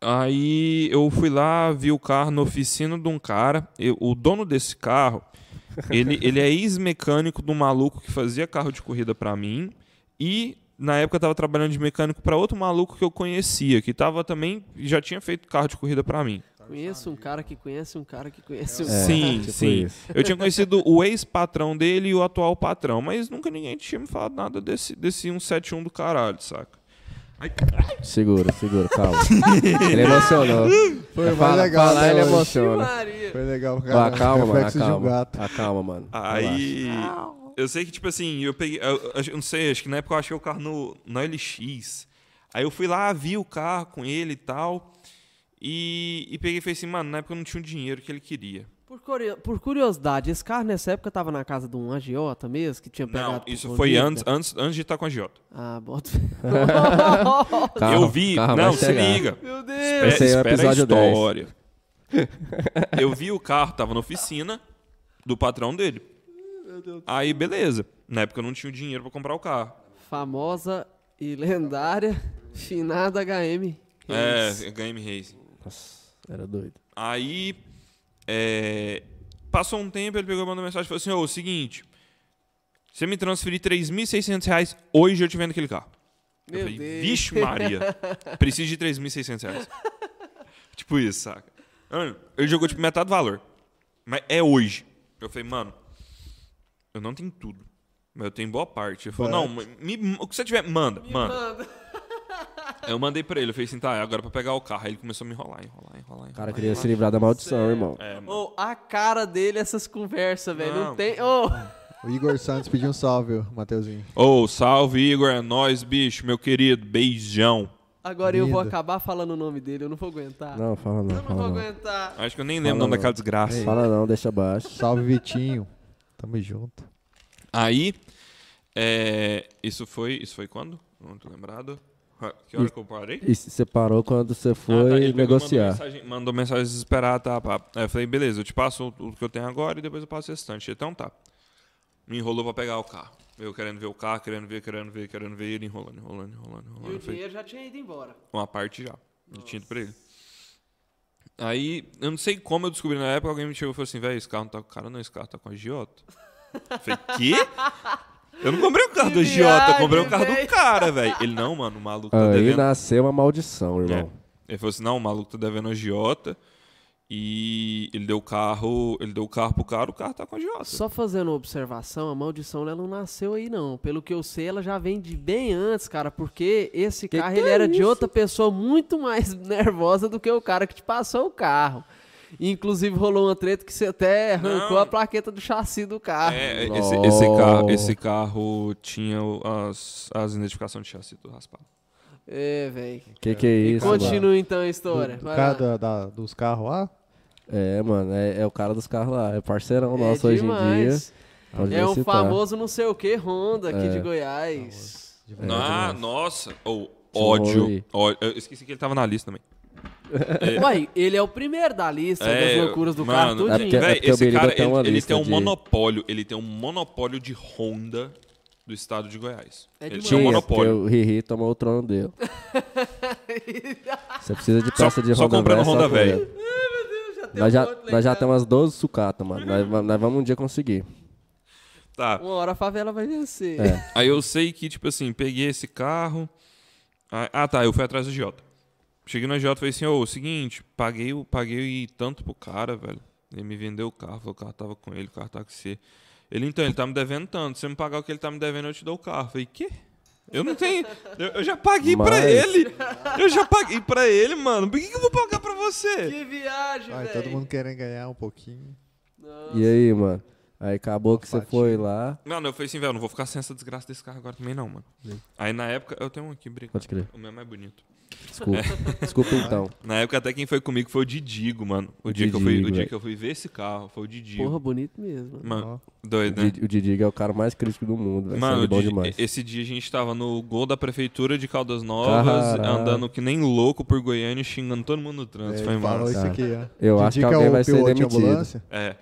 [SPEAKER 4] Aí eu fui lá, vi o carro na oficina de um cara. eu- o dono desse carro, ele, ele é ex-mecânico do maluco que fazia carro de corrida pra mim. E na época eu tava trabalhando de mecânico pra outro maluco que eu conhecia, que tava também, já tinha feito carro de corrida pra mim.
[SPEAKER 3] Conheço um cara que conhece um cara que conhece um
[SPEAKER 1] É,
[SPEAKER 4] Sim,
[SPEAKER 1] tipo
[SPEAKER 4] sim.
[SPEAKER 1] isso.
[SPEAKER 4] Eu tinha conhecido o ex-patrão dele e o atual patrão, mas nunca ninguém tinha me falado nada desse, desse 171 do caralho, saca? Ai,
[SPEAKER 1] Segura, segura, calma. ele emocionou.
[SPEAKER 2] Foi mais legal,
[SPEAKER 1] Fala,
[SPEAKER 2] né,
[SPEAKER 1] ele
[SPEAKER 2] hoje?
[SPEAKER 1] emociona.
[SPEAKER 3] Maria.
[SPEAKER 2] Foi legal, cara.
[SPEAKER 1] Ah, calma, mano,
[SPEAKER 2] Reflexo de um
[SPEAKER 1] acalma.
[SPEAKER 2] gato.
[SPEAKER 1] Acalma, mano. Relaxa.
[SPEAKER 4] Aí. Eu sei que, tipo assim, eu peguei. Eu, eu não sei, acho que na época eu achei o carro no, no LX. Aí eu fui lá, vi o carro com ele e tal. E, e peguei e falei assim, mano, na época eu não tinha o dinheiro que ele queria.
[SPEAKER 3] Por, curio- por curiosidade, esse carro nessa época tava na casa de um agiota mesmo, que tinha pegado...
[SPEAKER 4] Não,
[SPEAKER 3] por
[SPEAKER 4] isso
[SPEAKER 3] conta
[SPEAKER 4] foi
[SPEAKER 3] disso,
[SPEAKER 4] antes,
[SPEAKER 3] né?
[SPEAKER 4] antes, antes de estar com a Giota.
[SPEAKER 3] Ah, bota...
[SPEAKER 1] Calma,
[SPEAKER 4] eu vi.
[SPEAKER 1] calma,
[SPEAKER 4] não,
[SPEAKER 1] vai
[SPEAKER 4] se
[SPEAKER 1] chegar.
[SPEAKER 4] liga.
[SPEAKER 3] Meu
[SPEAKER 4] Espe-
[SPEAKER 3] Deus!
[SPEAKER 1] Esse aí é o
[SPEAKER 4] espera
[SPEAKER 1] episódio
[SPEAKER 4] a história. Eu vi o carro, tava na oficina do patrão dele. Aí, beleza. Na época eu não tinha o dinheiro pra comprar o carro.
[SPEAKER 3] Famosa e lendária, finada HM.
[SPEAKER 4] É, Game Racing.
[SPEAKER 1] Nossa, era doido.
[SPEAKER 4] Aí, é, passou um tempo, ele pegou e mandou mensagem e falou assim, ô, o seguinte, você me transferir 3.600 reais, hoje eu te vendo aquele carro.
[SPEAKER 3] Meu
[SPEAKER 4] eu falei,
[SPEAKER 3] Deus.
[SPEAKER 4] vixe Maria, preciso de 3.600 reais. tipo isso, saca? Mano, Ele jogou, tipo, metade do valor. Mas é hoje. Eu falei, mano, eu não tenho tudo. Mas eu tenho boa parte. Ele falou, não, mas me- o que você tiver, manda, manda. Aí Eu mandei pra ele, eu falei assim, tá, agora pra pegar o carro. Aí ele começou a me enrolar, enrolar, enrolar.
[SPEAKER 1] O cara queria se livrar da maldição, irmão.
[SPEAKER 4] É, mano.
[SPEAKER 3] Ô, a cara dele, essas conversas, velho. Não,
[SPEAKER 4] Não.
[SPEAKER 3] tem. Ô,
[SPEAKER 2] O Igor Santos pediu um salve, ô, Mateuzinho.
[SPEAKER 4] Ô, salve Igor, é nóis, bicho, meu querido, beijão.
[SPEAKER 3] agora eu vou
[SPEAKER 2] Lindo.
[SPEAKER 3] acabar falando o nome dele, eu não vou
[SPEAKER 4] é
[SPEAKER 3] aguentar.
[SPEAKER 1] Não, fala
[SPEAKER 3] eu
[SPEAKER 1] não,
[SPEAKER 3] não vou
[SPEAKER 1] fala não.
[SPEAKER 3] aguentar.
[SPEAKER 4] Acho que eu nem lembro o nome daquela desgraça.
[SPEAKER 1] Fala não, deixa baixo.
[SPEAKER 2] Salve, Vitinho. Tamo junto.
[SPEAKER 4] Aí, é, isso foi, isso foi quando? Não tô lembrado. Ah, Que hora que eu parei?
[SPEAKER 1] E se separou quando você
[SPEAKER 4] Ah, tá,
[SPEAKER 1] foi
[SPEAKER 4] ele pegou e Mandou
[SPEAKER 1] negociar.
[SPEAKER 4] mensagem, mandou mensagem desesperada, tá, pá. Aí eu falei, beleza, eu te passo o o que eu tenho agora e depois eu passo o restante. Então tá. Me enrolou pra pegar o carro. Eu querendo ver o carro, querendo ver, querendo ver, querendo ver, ele enrolando, enrolando, enrolando, enrolando.
[SPEAKER 3] E o
[SPEAKER 4] Eu falei,
[SPEAKER 3] dinheiro já tinha ido embora.
[SPEAKER 4] uma parte já. Ele tinha ido pra ele. Aí, eu não sei como eu descobri na época, alguém me chegou e falou assim, velho, esse carro não tá com o cara não, esse carro tá com a agiota. Eu falei, quê? Eu não comprei o carro
[SPEAKER 3] Que
[SPEAKER 4] do agiota, eu comprei o
[SPEAKER 3] viagem,
[SPEAKER 4] carro
[SPEAKER 3] véi.
[SPEAKER 4] do cara, velho. Ele, não, mano, o maluco tá
[SPEAKER 1] Aí
[SPEAKER 4] devendo.
[SPEAKER 1] Ah, nasceu uma maldição, irmão.
[SPEAKER 4] É. Ele falou assim, não, o maluco tá devendo agiota. E ele deu o carro, ele deu o carro pro cara, o carro tá com agiota.
[SPEAKER 3] Só fazendo uma observação, a maldição ela não nasceu aí, não. Pelo que eu sei, ela já vem de bem antes, cara, porque esse carro
[SPEAKER 1] é
[SPEAKER 3] ele era de outra pessoa muito mais nervosa do que o cara que te passou o carro. Inclusive rolou uma treta que você até arrancou
[SPEAKER 4] Não.
[SPEAKER 3] a plaqueta do chassi do carro.
[SPEAKER 4] É, esse, esse carro, esse carro tinha o- as, as identificações de chassi do raspado.
[SPEAKER 3] É, velho.
[SPEAKER 1] Que que é isso, mano?
[SPEAKER 3] Continua então a
[SPEAKER 2] Do,
[SPEAKER 3] história.
[SPEAKER 2] do
[SPEAKER 3] Vai
[SPEAKER 2] cara
[SPEAKER 3] lá.
[SPEAKER 2] da- da- dos carros lá?
[SPEAKER 1] É, mano, é, é o cara dos carros lá. É parceirão
[SPEAKER 3] É
[SPEAKER 1] nosso hoje em
[SPEAKER 3] demais.
[SPEAKER 1] dia. Pode
[SPEAKER 3] É
[SPEAKER 1] nem
[SPEAKER 3] um
[SPEAKER 1] citar. É.
[SPEAKER 3] famoso não sei o que Honda aqui de Goiás.
[SPEAKER 4] Ah, nossa! Ou
[SPEAKER 1] Tinha um
[SPEAKER 4] ódio.
[SPEAKER 1] Huawei.
[SPEAKER 4] Ó- Eu esqueci que ele tava na lista também.
[SPEAKER 3] Uai, ele é o primeiro da lista das loucuras do
[SPEAKER 4] É, mano,
[SPEAKER 3] carro,
[SPEAKER 1] é
[SPEAKER 3] tudinho.
[SPEAKER 1] porque-
[SPEAKER 4] véi,
[SPEAKER 1] porque o
[SPEAKER 4] esse
[SPEAKER 1] Beriba
[SPEAKER 4] cara,
[SPEAKER 1] tem
[SPEAKER 4] ele,
[SPEAKER 1] uma
[SPEAKER 4] ele
[SPEAKER 1] lista
[SPEAKER 4] tem um
[SPEAKER 1] de-
[SPEAKER 4] monopólio. Ele tem um monopólio de Honda do estado de Goiás.
[SPEAKER 3] É
[SPEAKER 4] ele
[SPEAKER 3] demais.
[SPEAKER 4] tinha um
[SPEAKER 1] Sim, é
[SPEAKER 4] monopólio.
[SPEAKER 1] porque o Riri tomou o trono dele. Você precisa de
[SPEAKER 4] Só-
[SPEAKER 1] peça de
[SPEAKER 4] só
[SPEAKER 1] Honda
[SPEAKER 4] comprando
[SPEAKER 1] véia,
[SPEAKER 4] Honda
[SPEAKER 1] com
[SPEAKER 4] véia.
[SPEAKER 1] ele. Nós já, um nós já temos as 12 sucatas, mano. Nós, va- nós vamos um dia conseguir.
[SPEAKER 4] Tá.
[SPEAKER 3] Uma hora a favela vai vencer.
[SPEAKER 1] É.
[SPEAKER 4] Aí eu sei que, tipo assim, peguei esse carro. Ah, ah, tá, eu fui atrás do Jota. Cheguei no Jota e falei assim, ô, o seguinte, paguei, o- paguei tanto pro cara, velho. Ele me vendeu o carro, falou, o carro tava com ele, o carro tá com você. Ele, então, ele tá me devendo tanto. Se você me pagar o que ele tá me devendo, eu te dou o carro. Eu falei, quê? Eu não tenho. Eu, eu já paguei pra
[SPEAKER 1] Mas-
[SPEAKER 4] ele. Eu já paguei pra ele, mano. Por que, que eu vou pagar pra você?
[SPEAKER 3] Que viagem,
[SPEAKER 2] Ai, todo mundo querendo ganhar um pouquinho.
[SPEAKER 1] E aí, mano? Aí acabou que você
[SPEAKER 2] Fatinho.
[SPEAKER 1] foi lá.
[SPEAKER 4] Mano, eu falei assim, velho, não vou ficar sem essa desgraça desse carro agora também, não, mano. Aí na época, eu tenho um aqui, brincando.
[SPEAKER 1] Pode crer.
[SPEAKER 4] O meu é mais bonito.
[SPEAKER 1] Desculpa. Desculpa então.
[SPEAKER 4] Na época até quem foi comigo foi o Didigo, mano. O,
[SPEAKER 1] O
[SPEAKER 4] dia, que eu fui,
[SPEAKER 1] Didigo, é.
[SPEAKER 4] o dia
[SPEAKER 1] velho.
[SPEAKER 4] que eu fui ver esse carro, foi o Didigo.
[SPEAKER 3] Porra, bonito mesmo.
[SPEAKER 4] Mano,
[SPEAKER 1] O
[SPEAKER 4] doido, né?
[SPEAKER 1] Didi- O Didigo é o cara mais crítico do mundo. velho.
[SPEAKER 4] Mano,
[SPEAKER 1] Sangue bom
[SPEAKER 4] Didi-
[SPEAKER 1] demais.
[SPEAKER 4] esse dia a gente tava no gol da prefeitura de Caldas Novas,
[SPEAKER 1] Caralho.
[SPEAKER 4] andando que nem louco por Goiânia, e xingando todo mundo no trânsito.
[SPEAKER 2] É,
[SPEAKER 4] foi
[SPEAKER 2] ele
[SPEAKER 4] massa.
[SPEAKER 2] falou isso
[SPEAKER 1] Tá.
[SPEAKER 2] aqui, ó.
[SPEAKER 1] Eu acho
[SPEAKER 2] Didica
[SPEAKER 1] que
[SPEAKER 2] é
[SPEAKER 1] alguém
[SPEAKER 2] o
[SPEAKER 1] vai ser
[SPEAKER 2] piloto de
[SPEAKER 1] demitido.
[SPEAKER 2] ambulância?
[SPEAKER 4] É.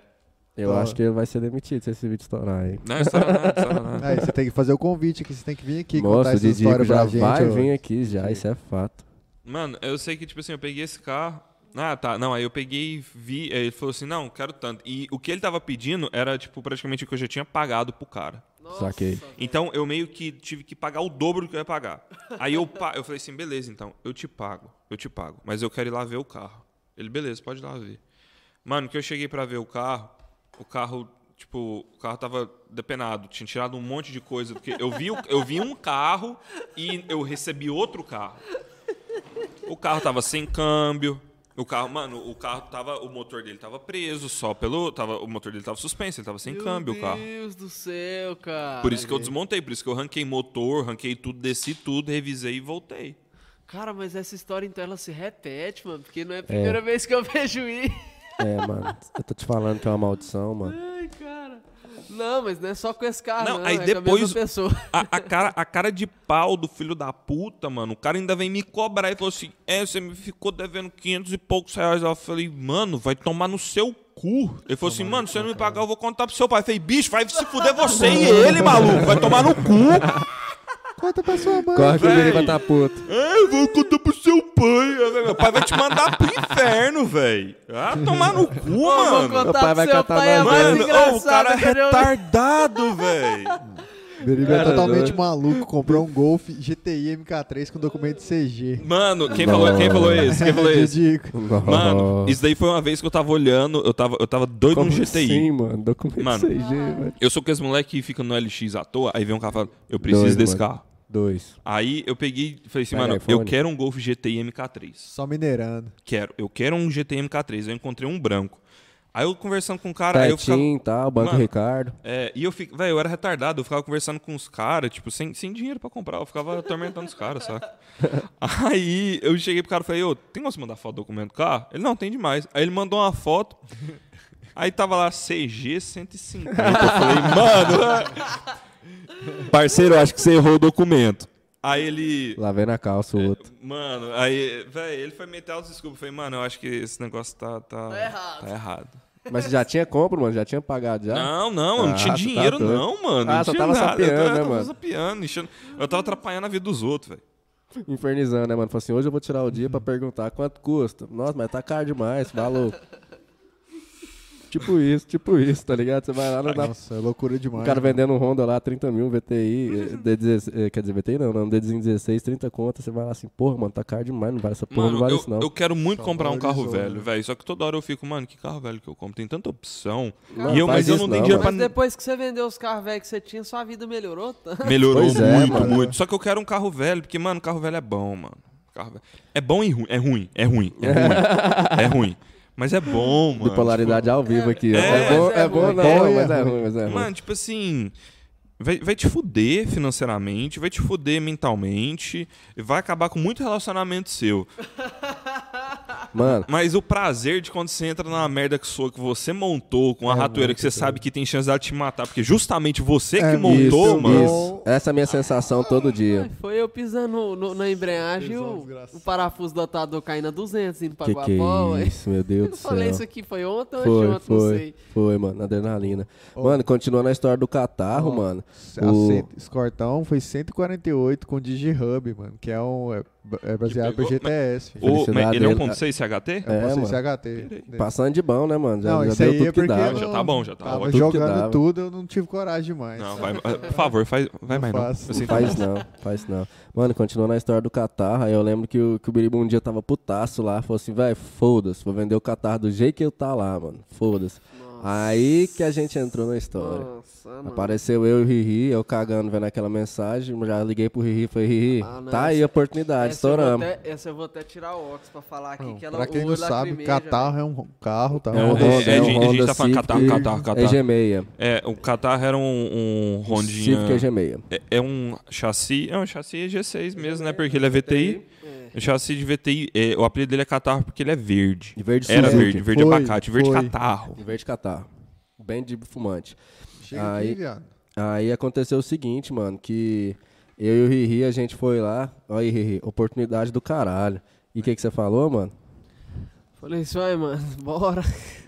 [SPEAKER 1] Eu
[SPEAKER 2] Tá.
[SPEAKER 1] acho que vai ser demitido se esse vídeo estourar, hein?
[SPEAKER 4] Não, estoura nada, estoura nada.
[SPEAKER 2] Aí É, você tem que fazer o convite aqui, você tem que vir aqui contar
[SPEAKER 1] Nossa, o
[SPEAKER 2] essa história
[SPEAKER 1] Didico
[SPEAKER 2] pra
[SPEAKER 1] já
[SPEAKER 2] gente.
[SPEAKER 1] vai
[SPEAKER 2] ô.
[SPEAKER 1] vir aqui já, isso é fato.
[SPEAKER 4] Mano, eu sei que, tipo assim, eu peguei esse carro. Ah, tá. Não, aí eu peguei e vi. Aí ele falou assim: não, quero tanto. E o que ele tava pedindo era, tipo, praticamente o que eu já tinha pagado pro cara.
[SPEAKER 1] Saquei.
[SPEAKER 4] Então eu meio que tive que pagar o dobro do que eu ia pagar. Aí eu, pa- eu falei assim: beleza, então, eu te pago, eu te pago, mas eu quero ir lá ver o carro. Ele, beleza, pode ir lá ver. Mano, que eu cheguei pra ver o carro, o carro, tipo, o carro tava depenado, tinha tirado um monte de coisa. Porque eu vi, o- eu vi um carro e eu recebi outro carro. O carro tava sem câmbio. O carro, mano, o carro tava. O motor dele tava preso só pelo. Tava, o motor dele tava suspenso, ele tava sem câmbio o carro.
[SPEAKER 3] Meu Deus do céu, cara.
[SPEAKER 4] Por isso que eu desmontei, por isso que eu ranquei motor, ranquei tudo, desci tudo, revisei e voltei.
[SPEAKER 3] Cara, mas essa história então ela se repete, mano, porque não é a primeira vez que eu vejo isso.
[SPEAKER 1] É, mano, eu tô te falando que é uma maldição, mano.
[SPEAKER 3] Ai, cara. Não, mas não é só com esse carro, não.
[SPEAKER 4] Não, aí
[SPEAKER 3] é com a
[SPEAKER 4] depois-
[SPEAKER 3] mesma pessoa.
[SPEAKER 4] A, a cara, a cara de pau do filho da puta, mano, o cara ainda vem me cobrar e falou assim: é, você me ficou devendo 500 e poucos reais. Eu falei, mano, vai tomar no seu cu. Ele falou assim, mano, se você não me pagar, eu vou contar pro seu pai. Eu falei, bicho, vai se fuder você e ele, maluco, vai tomar no cu.
[SPEAKER 2] Conta pra sua mãe.
[SPEAKER 1] Corre que o
[SPEAKER 4] velho.
[SPEAKER 1] Didico vai tá puto.
[SPEAKER 4] É, eu vou contar pro seu pai. Eu falei, Meu pai vai te mandar pro inferno, velho. Ah, tomar no cu,
[SPEAKER 3] Vou
[SPEAKER 4] mano.
[SPEAKER 3] contar
[SPEAKER 1] pai
[SPEAKER 3] pro
[SPEAKER 1] vai
[SPEAKER 3] seu
[SPEAKER 1] catar
[SPEAKER 3] pai, é
[SPEAKER 1] nós
[SPEAKER 3] mais
[SPEAKER 1] dois.
[SPEAKER 4] Mano, ô, o
[SPEAKER 3] engraçado.
[SPEAKER 4] cara é
[SPEAKER 3] entendeu?
[SPEAKER 4] retardado, velho.
[SPEAKER 2] Beriba é
[SPEAKER 1] Cara
[SPEAKER 2] totalmente
[SPEAKER 1] doido.
[SPEAKER 2] maluco, comprou um Golf GTI MK3 com documento CG.
[SPEAKER 4] Mano, quem falou, quem falou isso? Quem falou isso?
[SPEAKER 2] Didico.
[SPEAKER 4] Mano,
[SPEAKER 1] Nossa.
[SPEAKER 4] isso é daí foi uma vez que eu tava olhando, eu tava, eu tava doido
[SPEAKER 1] Como
[SPEAKER 4] no GTI.
[SPEAKER 1] assim, mano? Documento
[SPEAKER 4] Mano.
[SPEAKER 1] CG, velho.
[SPEAKER 4] Eu sou aqueles moleque que fica no LX à toa, aí vem um cara e fala, eu preciso
[SPEAKER 1] Doido,
[SPEAKER 4] desse
[SPEAKER 1] mano.
[SPEAKER 4] carro.
[SPEAKER 1] Dois.
[SPEAKER 4] Aí eu peguei e falei assim,
[SPEAKER 1] Pega
[SPEAKER 4] mano,
[SPEAKER 1] iPhone.
[SPEAKER 4] eu quero um Golf GTI MK3.
[SPEAKER 2] Só minerando.
[SPEAKER 4] Quero, eu quero um GTI MK3. Eu encontrei um branco. Aí eu conversando com o cara, aí Ah, eu ficava,
[SPEAKER 1] Petinho e tal, Banco
[SPEAKER 4] Mano.
[SPEAKER 1] Ricardo.
[SPEAKER 4] É, e eu fico, velho, eu era retardado, eu ficava conversando com os caras, tipo, sem, sem dinheiro pra comprar, eu ficava atormentando os caras, saca? Aí eu cheguei pro cara e falei, ô, tem como você mandar foto do documento do carro? Ele, não, tem demais. Aí ele mandou uma foto, aí tava lá CG 150, eu falei, mano... Parceiro, eu acho que você errou o documento. Aí ele...
[SPEAKER 1] Lá vem na calça
[SPEAKER 4] É.
[SPEAKER 1] o outro.
[SPEAKER 4] Mano, aí, velho, ele foi meter os desculpas, eu falei, mano, eu acho que esse negócio tá... Tá,
[SPEAKER 3] Tá errado.
[SPEAKER 4] Tá errado.
[SPEAKER 1] Mas você já tinha compra, mano? Já tinha pagado já?
[SPEAKER 4] Não, não, eu não
[SPEAKER 1] Ah,
[SPEAKER 4] tinha
[SPEAKER 1] tu tá
[SPEAKER 4] dinheiro,
[SPEAKER 1] doido.
[SPEAKER 4] não, mano.
[SPEAKER 1] Ah,
[SPEAKER 4] não
[SPEAKER 1] só
[SPEAKER 4] tinha
[SPEAKER 1] tava
[SPEAKER 4] nada.
[SPEAKER 1] sapeando,
[SPEAKER 4] eu, tava-
[SPEAKER 1] né,
[SPEAKER 4] eu tava
[SPEAKER 1] mano?
[SPEAKER 4] sapeando, enchendo- eu tava atrapalhando a vida dos outros, velho.
[SPEAKER 1] Infernizando, né, mano? Falou assim, hoje eu vou tirar o dia pra perguntar quanto custa. Nossa, mas tá caro demais, valor. tipo isso, tipo isso, tá ligado? Você vai lá na... na-
[SPEAKER 2] Nossa, é loucura demais.
[SPEAKER 1] O cara vendendo um Honda lá, 30 mil, VTI, eh, D16, eh, quer dizer, VTI não, não, Dzinho 16, 30 contas, você vai lá assim, porra, mano, tá caro demais, não vale essa porra, não
[SPEAKER 4] Mano,
[SPEAKER 1] vale
[SPEAKER 4] eu,
[SPEAKER 1] isso não.
[SPEAKER 4] eu quero muito comprar um carro
[SPEAKER 2] valorizou,
[SPEAKER 1] né?
[SPEAKER 4] velho, velho. Só que toda hora eu fico, mano, que carro velho que eu compro? Tem tanta opção.
[SPEAKER 1] Não,
[SPEAKER 4] e eu,
[SPEAKER 1] faz
[SPEAKER 4] mas eu
[SPEAKER 1] isso
[SPEAKER 4] não tenho
[SPEAKER 1] não,
[SPEAKER 4] dinheiro
[SPEAKER 3] Mas
[SPEAKER 4] pra.
[SPEAKER 3] depois que você vendeu os carros velhos que você tinha, sua vida melhorou tanto.
[SPEAKER 4] Melhorou
[SPEAKER 1] Pois
[SPEAKER 4] muito,
[SPEAKER 1] é,
[SPEAKER 2] mano.
[SPEAKER 4] muito. Só que eu quero um carro velho, porque, mano, carro velho é bom, mano. Carro velho. É bom e ruim. É ruim, é ruim, é ruim. é ruim. Mas é bom, mano.
[SPEAKER 1] Bipolaridade
[SPEAKER 2] tipo,
[SPEAKER 1] ao vivo aqui, ó.
[SPEAKER 4] É,
[SPEAKER 1] É, bom,
[SPEAKER 3] mas é
[SPEAKER 1] é bom,
[SPEAKER 3] ruim.
[SPEAKER 1] não,
[SPEAKER 2] É bom e
[SPEAKER 1] mas
[SPEAKER 2] é
[SPEAKER 1] é
[SPEAKER 2] ruim.
[SPEAKER 1] ruim, mas é ruim.
[SPEAKER 4] Mano, tipo assim. Vai, vai te fuder financeiramente, vai te fuder mentalmente, vai acabar com muito relacionamento seu.
[SPEAKER 1] Mano,
[SPEAKER 4] Mas o prazer de quando você entra numa merda que sua, que você montou, com a
[SPEAKER 1] É
[SPEAKER 4] ratoeira que você sabe que tem chance dela te matar, porque justamente você que montou,
[SPEAKER 1] É isso,
[SPEAKER 4] mano.
[SPEAKER 1] isso. Essa é a minha sensação todo dia.
[SPEAKER 3] Foi eu pisando no- no- na embreagem e
[SPEAKER 2] Tesão,
[SPEAKER 3] o,
[SPEAKER 2] desgraça.
[SPEAKER 3] o parafuso do Otador caindo a 200 indo pra
[SPEAKER 1] Que que
[SPEAKER 3] Guapó,
[SPEAKER 1] é
[SPEAKER 3] ué.
[SPEAKER 1] isso, meu Deus
[SPEAKER 3] Eu
[SPEAKER 1] do
[SPEAKER 3] não
[SPEAKER 1] céu.
[SPEAKER 3] falei isso aqui, foi ontem ou
[SPEAKER 1] Foi,
[SPEAKER 3] anteontem, não
[SPEAKER 1] foi,
[SPEAKER 3] sei.
[SPEAKER 1] foi, mano, adrenalina. Mano, continuando a história do catarro, mano.
[SPEAKER 2] A
[SPEAKER 1] o-
[SPEAKER 2] cento- Esse cartão foi 148 com DigiHub, mano, que é um é, é baseado pelo
[SPEAKER 4] pegou-
[SPEAKER 2] GTS. filho.
[SPEAKER 4] Ô, mas ele é
[SPEAKER 1] Felicidade,
[SPEAKER 4] 1.6 CHT?
[SPEAKER 2] Eu
[SPEAKER 1] É,
[SPEAKER 2] posso
[SPEAKER 1] mano.
[SPEAKER 2] esse HT. né?
[SPEAKER 1] Passando de bom, né, mano? Já,
[SPEAKER 2] Não,
[SPEAKER 1] já
[SPEAKER 2] isso
[SPEAKER 1] deu
[SPEAKER 2] aí
[SPEAKER 1] tudo
[SPEAKER 2] é
[SPEAKER 1] que
[SPEAKER 2] porque
[SPEAKER 1] dava.
[SPEAKER 2] eu não-
[SPEAKER 4] Já tá bom, já tá
[SPEAKER 2] Tava
[SPEAKER 4] ótimo.
[SPEAKER 1] que
[SPEAKER 2] jogando
[SPEAKER 1] dava.
[SPEAKER 2] tudo, eu não tive coragem mais.
[SPEAKER 4] Não, vai, por favor, faz, vai
[SPEAKER 1] É
[SPEAKER 2] Não
[SPEAKER 4] mais não.
[SPEAKER 2] faço.
[SPEAKER 4] Eu sei que-
[SPEAKER 1] Faz não, faz não. Mano, continuando a história do catarro, aí eu lembro que o, que o Biriba um dia tava putaço lá, falou assim, velho, foda-se, vou vender o catarro do jeito que eu tá lá, mano, foda-se. Aí que a gente entrou na história.
[SPEAKER 3] Nossa, mano.
[SPEAKER 1] Apareceu eu e o Riri, eu cagando vendo aquela mensagem, já liguei pro Riri, falei, Riri,
[SPEAKER 3] Ah, não,
[SPEAKER 1] tá aí a oportunidade,
[SPEAKER 3] Essa eu, vou
[SPEAKER 1] estouramos.
[SPEAKER 3] até, essa eu vou até tirar o óculos pra falar aqui que ela
[SPEAKER 2] pra quem
[SPEAKER 3] o
[SPEAKER 2] não
[SPEAKER 3] olho
[SPEAKER 2] sabe,
[SPEAKER 3] lacrimeja,
[SPEAKER 2] catarro é um carro, tá?
[SPEAKER 1] É um
[SPEAKER 4] É,
[SPEAKER 1] Honda, é,
[SPEAKER 4] é, a
[SPEAKER 1] um
[SPEAKER 4] gente- a gente
[SPEAKER 1] Honda
[SPEAKER 4] tá falando catarro,
[SPEAKER 1] Civic
[SPEAKER 4] catarro, catarro.
[SPEAKER 1] EG6.
[SPEAKER 4] É, o Qatar era um, um Rondinha.
[SPEAKER 1] Civic EG6.
[SPEAKER 4] É, é um chassi, é um chassi G6 mesmo, né?
[SPEAKER 3] um
[SPEAKER 4] Porque ele é VTI.
[SPEAKER 3] velho. É.
[SPEAKER 4] O chassi de VTI, é, o apelido dele é catarro porque ele é verde.
[SPEAKER 1] De verde
[SPEAKER 4] Era
[SPEAKER 1] Suzuki.
[SPEAKER 4] verde, verde
[SPEAKER 2] Foi,
[SPEAKER 4] abacate, verde
[SPEAKER 2] foi.
[SPEAKER 4] catarro.
[SPEAKER 1] De verde catarro. Bem de fumante.
[SPEAKER 2] Chega
[SPEAKER 1] Aí-
[SPEAKER 2] aqui, viado.
[SPEAKER 1] Aí aconteceu o seguinte, mano, que eu e o Riri, a gente foi lá. Olha aí, Riri, oportunidade do caralho. E o que, que você falou, mano?
[SPEAKER 3] Foi Falei isso aí, mano, bora.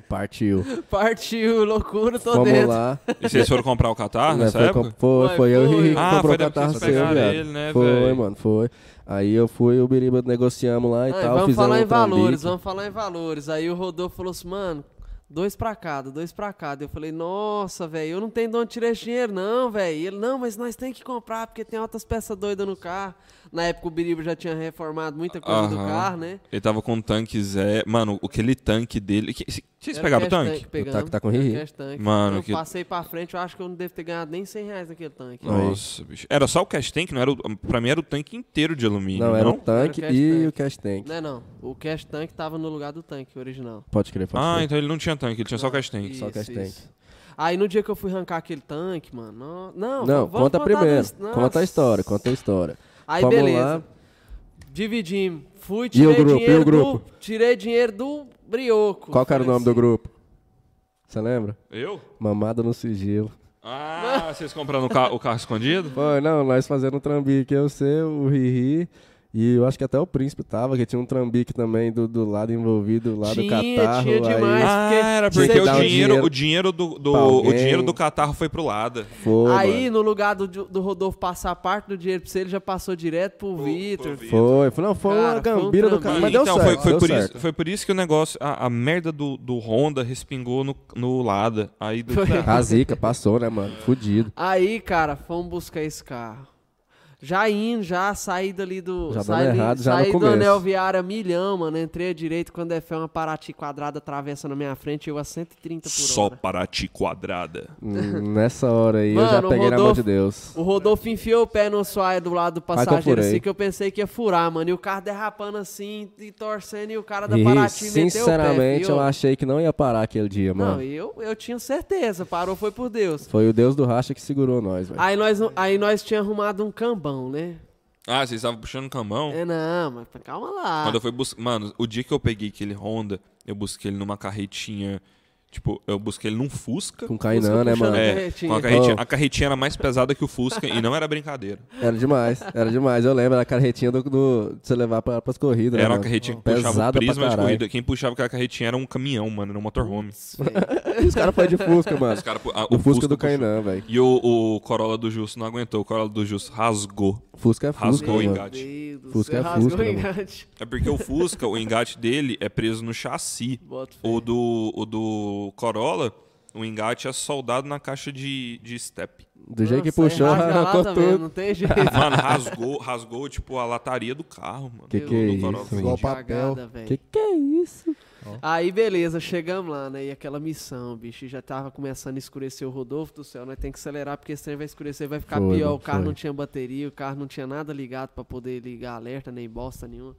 [SPEAKER 1] Partiu.
[SPEAKER 3] Partiu, loucura, tô
[SPEAKER 1] Vamos
[SPEAKER 3] dentro.
[SPEAKER 1] lá.
[SPEAKER 4] E vocês foram comprar o Catar
[SPEAKER 1] Né,
[SPEAKER 4] Ah, nessa
[SPEAKER 1] foi,
[SPEAKER 4] época?
[SPEAKER 1] com- foi,
[SPEAKER 3] Ué,
[SPEAKER 1] foi eu e
[SPEAKER 3] foi.
[SPEAKER 1] Henrique que
[SPEAKER 4] Ah,
[SPEAKER 1] comprou
[SPEAKER 4] foi
[SPEAKER 1] o
[SPEAKER 4] depois
[SPEAKER 1] catarro
[SPEAKER 4] que
[SPEAKER 1] seu,
[SPEAKER 4] vocês pegaram
[SPEAKER 1] viado.
[SPEAKER 4] ele, né,
[SPEAKER 1] foi,
[SPEAKER 4] véi?
[SPEAKER 1] mano, foi. Aí eu fui e o Biriba negociamos lá e
[SPEAKER 3] Aí,
[SPEAKER 1] tal.
[SPEAKER 3] vamos
[SPEAKER 1] fizemos
[SPEAKER 3] falar em
[SPEAKER 1] um
[SPEAKER 3] valores,
[SPEAKER 1] trambique.
[SPEAKER 3] vamos falar em valores. Aí o Rodolfo falou assim, mano, dois pra cada, dois pra cada. Eu falei, nossa, velho, eu não tenho de onde tirar esse dinheiro, não, velho. E Ele, não, mas nós tem que comprar, porque tem outras peças doidas no carro. Na época o Biriba já tinha reformado muita coisa do
[SPEAKER 4] Aham.
[SPEAKER 3] carro, né?
[SPEAKER 4] Ele tava com um tanque Zé. Mano, aquele tanque dele. que- Vocês
[SPEAKER 3] Era
[SPEAKER 4] pegaram o
[SPEAKER 3] cash
[SPEAKER 4] tanque?
[SPEAKER 3] pegamos,
[SPEAKER 1] O tanque tá com
[SPEAKER 3] era
[SPEAKER 1] ri-ri.
[SPEAKER 3] cash tank.
[SPEAKER 4] Mano,
[SPEAKER 3] É eu
[SPEAKER 4] que-
[SPEAKER 3] passei pra frente, eu acho que eu não devo ter ganhado nem 100 reais naquele tanque.
[SPEAKER 4] Nossa, bicho. Era só o cash tank, não era o... Pra mim era o tanque inteiro de alumínio, não?
[SPEAKER 1] Não, era o tanque
[SPEAKER 3] Era o cash
[SPEAKER 1] e
[SPEAKER 3] tank.
[SPEAKER 1] o cash tank.
[SPEAKER 3] Não é não. O cash tank tava no lugar do tanque original.
[SPEAKER 1] Pode crer, pode
[SPEAKER 4] Ah,
[SPEAKER 1] crer.
[SPEAKER 4] então ele não tinha tanque, ele tinha só o cash tank.
[SPEAKER 1] Só o cash tank.
[SPEAKER 3] Aí no dia que eu fui arrancar aquele tanque, mano. Não, não,
[SPEAKER 1] Não,
[SPEAKER 3] vamos
[SPEAKER 1] conta
[SPEAKER 3] contar
[SPEAKER 1] primeiro.
[SPEAKER 3] do- Nossa.
[SPEAKER 1] Conta a história, conta a história.
[SPEAKER 3] Aí
[SPEAKER 1] Vamos
[SPEAKER 3] beleza.
[SPEAKER 1] lá.
[SPEAKER 3] Dividimos. Fui,
[SPEAKER 1] E o
[SPEAKER 3] tirei
[SPEAKER 1] grupo, e
[SPEAKER 3] dinheiro
[SPEAKER 1] o grupo?
[SPEAKER 3] do. Tirei dinheiro do brioco.
[SPEAKER 1] Qual que era o
[SPEAKER 3] Falei
[SPEAKER 1] nome do
[SPEAKER 3] assim,
[SPEAKER 1] grupo? Você lembra?
[SPEAKER 4] Eu?
[SPEAKER 1] Mamada no sigilo.
[SPEAKER 4] Ah, vocês compraram o, ca- o carro escondido?
[SPEAKER 1] Foi, não, nós fazendo um trambique, eu, você, o Riri, e eu acho que até o Príncipe tava, que tinha um trambique também do, do lado envolvido, lá do
[SPEAKER 3] Tinha,
[SPEAKER 1] catarro.
[SPEAKER 3] tinha
[SPEAKER 1] Aí
[SPEAKER 3] demais.
[SPEAKER 4] Ah,
[SPEAKER 3] porque
[SPEAKER 4] era
[SPEAKER 1] tinha que
[SPEAKER 4] porque o
[SPEAKER 1] dar o
[SPEAKER 4] dinheiro,
[SPEAKER 1] dinheiro
[SPEAKER 4] o dinheiro do, do-
[SPEAKER 1] pra
[SPEAKER 4] o
[SPEAKER 1] alguém.
[SPEAKER 4] dinheiro do catarro foi pro lado.
[SPEAKER 1] foi,
[SPEAKER 3] Aí,
[SPEAKER 1] mano.
[SPEAKER 3] no lugar do, do Rodolfo passar parte do dinheiro pra você, ele já passou direto pro, Vitor.
[SPEAKER 1] Foi, foi, não, foi
[SPEAKER 3] Cara,
[SPEAKER 1] uma
[SPEAKER 3] foi um
[SPEAKER 1] gambira do
[SPEAKER 3] trambique.
[SPEAKER 1] cara,
[SPEAKER 4] Mano,
[SPEAKER 1] mas deu
[SPEAKER 4] então,
[SPEAKER 1] certo.
[SPEAKER 4] foi, foi
[SPEAKER 1] deu
[SPEAKER 4] por
[SPEAKER 1] certo.
[SPEAKER 4] Isso, foi por isso que o negócio, a, a merda do, do Honda respingou no, no Lada. Aí do
[SPEAKER 3] Foi.
[SPEAKER 1] A zica passou, né, mano? Fudido.
[SPEAKER 3] Aí, cara, fomos buscar esse carro. Já indo, já saí dali do.
[SPEAKER 1] Já dando
[SPEAKER 3] saí ali-
[SPEAKER 1] errado já no
[SPEAKER 3] saí do
[SPEAKER 1] começo.
[SPEAKER 3] anel viária milhão, mano. Entrei à direita quando é fé uma Paraty quadrada atravessa na minha frente, eu a 130 por
[SPEAKER 4] só
[SPEAKER 3] hora.
[SPEAKER 4] para ti quadrada.
[SPEAKER 1] Hum, Nessa hora aí, eu já
[SPEAKER 3] Mano, o
[SPEAKER 1] peguei na mão de
[SPEAKER 3] Rodolfo-
[SPEAKER 1] Deus.
[SPEAKER 3] O Rodolfo enfiou o pé no assoalho do lado do
[SPEAKER 1] eu
[SPEAKER 3] passageiro
[SPEAKER 1] então furei.
[SPEAKER 3] assim que eu pensei que ia furar, mano. E o carro derrapando assim e torcendo e o cara da
[SPEAKER 1] Riri,
[SPEAKER 3] Paraty meteu o pé.
[SPEAKER 1] sinceramente,
[SPEAKER 3] viu?
[SPEAKER 1] eu achei que não ia parar aquele dia,
[SPEAKER 3] Não,
[SPEAKER 1] mano.
[SPEAKER 3] eu, eu tinha certeza, parou foi por Deus.
[SPEAKER 1] Foi o Deus do racha que segurou nós, velho.
[SPEAKER 3] Aí nós, aí nós tinha arrumado um cambão, né?
[SPEAKER 4] Ah, vocês estavam puxando camão?
[SPEAKER 3] É, não, mas calma lá.
[SPEAKER 4] Quando eu fui buscar. Mano, o dia que eu peguei aquele Honda, eu busquei ele numa carretinha. Tipo, eu busquei ele num Fusca.
[SPEAKER 1] Com Kainan, né,
[SPEAKER 3] puxando
[SPEAKER 1] mano?
[SPEAKER 4] É,
[SPEAKER 3] Carretinha.
[SPEAKER 4] com a carretinha.
[SPEAKER 1] Oh.
[SPEAKER 4] A carretinha era mais pesada que o Fusca e não era brincadeira.
[SPEAKER 1] Era demais, era demais. Eu lembro, era a carretinha do, do, de você levar pra, pras corridas. né,
[SPEAKER 4] Era uma
[SPEAKER 1] mano?
[SPEAKER 4] carretinha que puxava o
[SPEAKER 1] Pesada pra
[SPEAKER 4] prisma de
[SPEAKER 1] caralho.
[SPEAKER 4] corrida. Quem puxava aquela carretinha era um caminhão, mano, era um motorhome.
[SPEAKER 1] E os caras foram de Fusca, mano.
[SPEAKER 4] Os cara, pu- ah,
[SPEAKER 1] O Fusca do
[SPEAKER 4] puxou.
[SPEAKER 1] Kainan, velho.
[SPEAKER 4] E o, o Corolla do Justo não aguentou. O Corolla do Justo rasgou.
[SPEAKER 1] Fusca é Fusca,
[SPEAKER 4] Rasgou o
[SPEAKER 1] mano.
[SPEAKER 4] engate.
[SPEAKER 3] Meu Deus do
[SPEAKER 1] Fusca
[SPEAKER 3] céu,
[SPEAKER 1] é
[SPEAKER 3] rasgou
[SPEAKER 1] Fusca,
[SPEAKER 3] o
[SPEAKER 1] né,
[SPEAKER 3] engate.
[SPEAKER 4] É porque o Fusca, o engate dele é preso no chassi.
[SPEAKER 3] Bota fé.
[SPEAKER 4] O do, o do Corolla, o engate é soldado na caixa de, de step.
[SPEAKER 1] Do jeito que
[SPEAKER 3] Nossa, aí
[SPEAKER 1] puxou,
[SPEAKER 3] rasga lá
[SPEAKER 1] arrancou
[SPEAKER 3] também,
[SPEAKER 1] tudo.
[SPEAKER 3] Não tem jeito.
[SPEAKER 4] Mano, rasgou, rasgou, tipo, a lataria do carro, mano.
[SPEAKER 1] Que
[SPEAKER 4] Do-
[SPEAKER 1] que é
[SPEAKER 4] do
[SPEAKER 1] isso,
[SPEAKER 4] Corolla.
[SPEAKER 1] mano?
[SPEAKER 2] Igual papel.
[SPEAKER 3] Cagada, velho.
[SPEAKER 1] Que que é isso?
[SPEAKER 3] Aí, beleza, chegamos lá, né? E aquela missão, bicho. Já tava começando a escurecer o Rodolfo do céu, né? Tem que acelerar, porque esse trem vai escurecer, vai ficar
[SPEAKER 1] Foi,
[SPEAKER 3] pior.
[SPEAKER 1] mano,
[SPEAKER 3] O carro
[SPEAKER 1] foi.
[SPEAKER 3] não tinha bateria, o carro não tinha nada ligado pra poder ligar alerta, nem bosta nenhuma.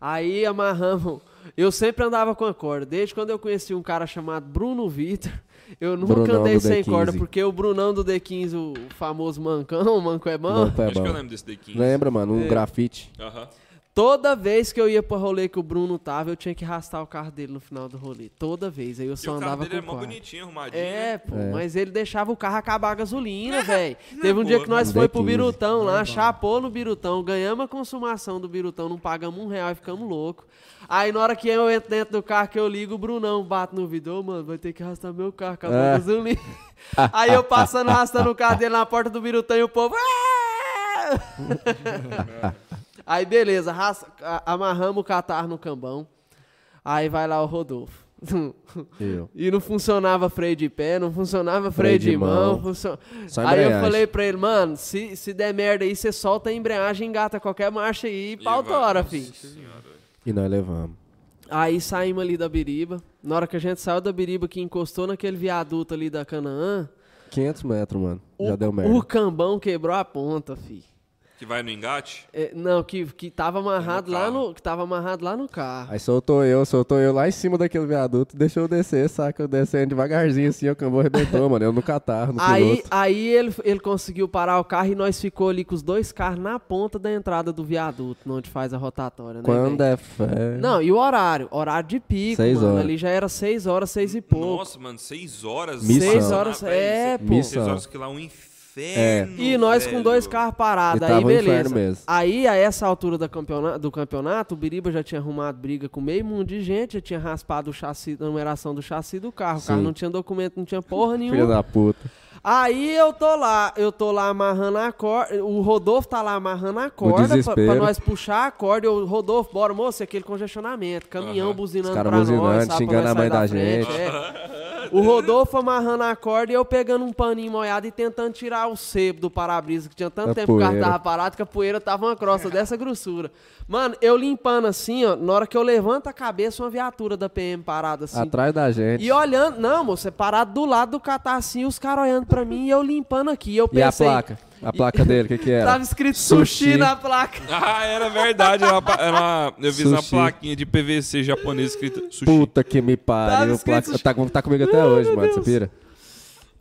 [SPEAKER 3] Aí amarramos. Eu sempre andava com a corda. Desde quando eu conheci um cara chamado Bruno Vitor, eu nunca
[SPEAKER 1] Brunão
[SPEAKER 3] andei
[SPEAKER 1] do
[SPEAKER 3] sem
[SPEAKER 1] D15.
[SPEAKER 3] corda, porque o Brunão do D15, o famoso mancão, o manco é bom.
[SPEAKER 1] Manco é
[SPEAKER 4] Acho que eu
[SPEAKER 1] bom.
[SPEAKER 4] lembro desse D15.
[SPEAKER 1] Lembra, mano?
[SPEAKER 3] É.
[SPEAKER 1] Um grafite.
[SPEAKER 4] Aham.
[SPEAKER 3] Toda vez que eu ia pra rolê que o Bruno tava, eu tinha que arrastar o carro dele no final do rolê. Toda vez. Aí eu
[SPEAKER 4] E
[SPEAKER 3] só
[SPEAKER 4] o carro
[SPEAKER 3] andava
[SPEAKER 4] dele é
[SPEAKER 3] com
[SPEAKER 4] mó
[SPEAKER 3] quadro.
[SPEAKER 4] bonitinho, arrumadinho.
[SPEAKER 3] É, pô,
[SPEAKER 1] É.
[SPEAKER 3] mas ele deixava o carro acabar a gasolina, velho. Teve um
[SPEAKER 4] boa,
[SPEAKER 3] dia que nós
[SPEAKER 1] né?
[SPEAKER 3] foi pro
[SPEAKER 1] D15.
[SPEAKER 3] Birutão lá, chapou no Birutão, ganhamos a consumação do Birutão, não pagamos um real e ficamos loucos. Aí na hora que eu entro dentro do carro que eu ligo, o Brunão bate no vidro, ô mano, vai ter que arrastar meu carro, acabou a
[SPEAKER 1] É.
[SPEAKER 3] gasolina. Aí eu passando, arrastando o carro dele na porta do Birutão e o povo. "Ah!" Aí beleza, arrasta- a- amarramos o catarro no cambão. Aí vai lá o Rodolfo.
[SPEAKER 1] Eu.
[SPEAKER 3] E não funcionava freio de pé, não funcionava freio, de, mão. funcio-
[SPEAKER 1] Só
[SPEAKER 3] Aí eu
[SPEAKER 1] embreagem.
[SPEAKER 3] falei pra ele, mano, se, se der merda aí, você solta a embreagem, engata qualquer marcha aí e pau
[SPEAKER 4] vai-
[SPEAKER 3] tora,
[SPEAKER 4] Nossa
[SPEAKER 3] filho.
[SPEAKER 1] E nós levamos.
[SPEAKER 3] Aí saímos ali da biriba. Na hora que a gente saiu da biriba, que encostou naquele viaduto ali da Canaã,
[SPEAKER 1] 500 metros, mano.
[SPEAKER 3] o,
[SPEAKER 1] Já deu merda.
[SPEAKER 3] o cambão quebrou a ponta, filho.
[SPEAKER 4] Que vai no engate?
[SPEAKER 3] É, não, que, que tava amarrado
[SPEAKER 4] No
[SPEAKER 3] lá
[SPEAKER 4] carro.
[SPEAKER 3] no. Que tava amarrado lá no carro.
[SPEAKER 1] Aí soltou eu, soltou eu lá em cima daquele viaduto, deixou eu descer, saca? Eu descendo devagarzinho assim, o cambô arrebentou, mano. Eu no catarro, no
[SPEAKER 3] Aí, ah,
[SPEAKER 1] piloto.
[SPEAKER 3] aí ele, ele conseguiu parar o carro e nós ficou ali com os dois carros na ponta da entrada do viaduto, onde faz a rotatória, né?
[SPEAKER 1] Quando
[SPEAKER 3] véi?
[SPEAKER 1] é fé.
[SPEAKER 3] Não, e o horário? Horário de pico,
[SPEAKER 1] Seis
[SPEAKER 3] mano.
[SPEAKER 1] horas.
[SPEAKER 3] Ali já era seis horas, seis e pouco.
[SPEAKER 4] Nossa, mano, seis horas.
[SPEAKER 1] Missão.
[SPEAKER 4] Seis
[SPEAKER 1] Seis
[SPEAKER 3] horas, é, pô.
[SPEAKER 4] Seis
[SPEAKER 1] Missão.
[SPEAKER 4] horas que lá é um inferno. inferno.
[SPEAKER 3] E nós
[SPEAKER 4] velho.
[SPEAKER 3] com dois carros parados.
[SPEAKER 1] E
[SPEAKER 3] Aí
[SPEAKER 1] tava um inferno
[SPEAKER 3] beleza.
[SPEAKER 1] mesmo.
[SPEAKER 3] Aí, a essa altura da campeona- do campeonato, o Biriba já tinha arrumado briga com meio mundo de gente, já tinha raspado o chassi, a numeração do chassi do carro. O carro
[SPEAKER 1] Sim.
[SPEAKER 3] não tinha documento, não tinha porra
[SPEAKER 1] Filha
[SPEAKER 3] nenhuma.
[SPEAKER 1] da puta.
[SPEAKER 3] Aí eu tô lá, eu tô lá amarrando a corda. O Rodolfo tá lá amarrando a corda pra,
[SPEAKER 1] desespero.
[SPEAKER 3] pra nós puxar a corda. Eu, Rodolfo, bora, moço, é aquele congestionamento. Caminhão
[SPEAKER 4] Aham.
[SPEAKER 3] buzinando
[SPEAKER 1] Os
[SPEAKER 3] pra
[SPEAKER 1] caras
[SPEAKER 3] nós,
[SPEAKER 1] buzinando,
[SPEAKER 3] sabe, pra
[SPEAKER 1] xingando
[SPEAKER 3] nós
[SPEAKER 1] a mãe da
[SPEAKER 3] sair frente,
[SPEAKER 1] gente.
[SPEAKER 3] é. O Rodolfo amarrando a corda e eu pegando um paninho molhado e tentando tirar o sebo do para-brisa, que tinha tanto
[SPEAKER 1] Da
[SPEAKER 3] tempo que o carro
[SPEAKER 1] poeira.
[SPEAKER 3] tava parado que a poeira tava uma crosta dessa grossura. Mano, eu limpando assim, ó, na hora que eu levanto a cabeça, uma viatura da PM parada assim.
[SPEAKER 1] Atrás da gente.
[SPEAKER 3] E olhando, não, moço, é parado do lado do catarcinho, os caras olhando pra mim e eu limpando aqui. Eu
[SPEAKER 1] E
[SPEAKER 3] pensei,
[SPEAKER 1] a placa? A placa dele, o que que era?
[SPEAKER 3] Tava escrito sushi,
[SPEAKER 1] Sushi.
[SPEAKER 3] na placa.
[SPEAKER 4] Ah, era verdade. Era uma, pa- era uma- eu vi uma
[SPEAKER 1] Sushi.
[SPEAKER 4] plaquinha de PVC japonesa escrita sushi.
[SPEAKER 1] Puta que me
[SPEAKER 3] Tava
[SPEAKER 1] pariu.
[SPEAKER 3] escrito
[SPEAKER 1] Placa... Tá, com- tá comigo até hoje, mano. Você pira?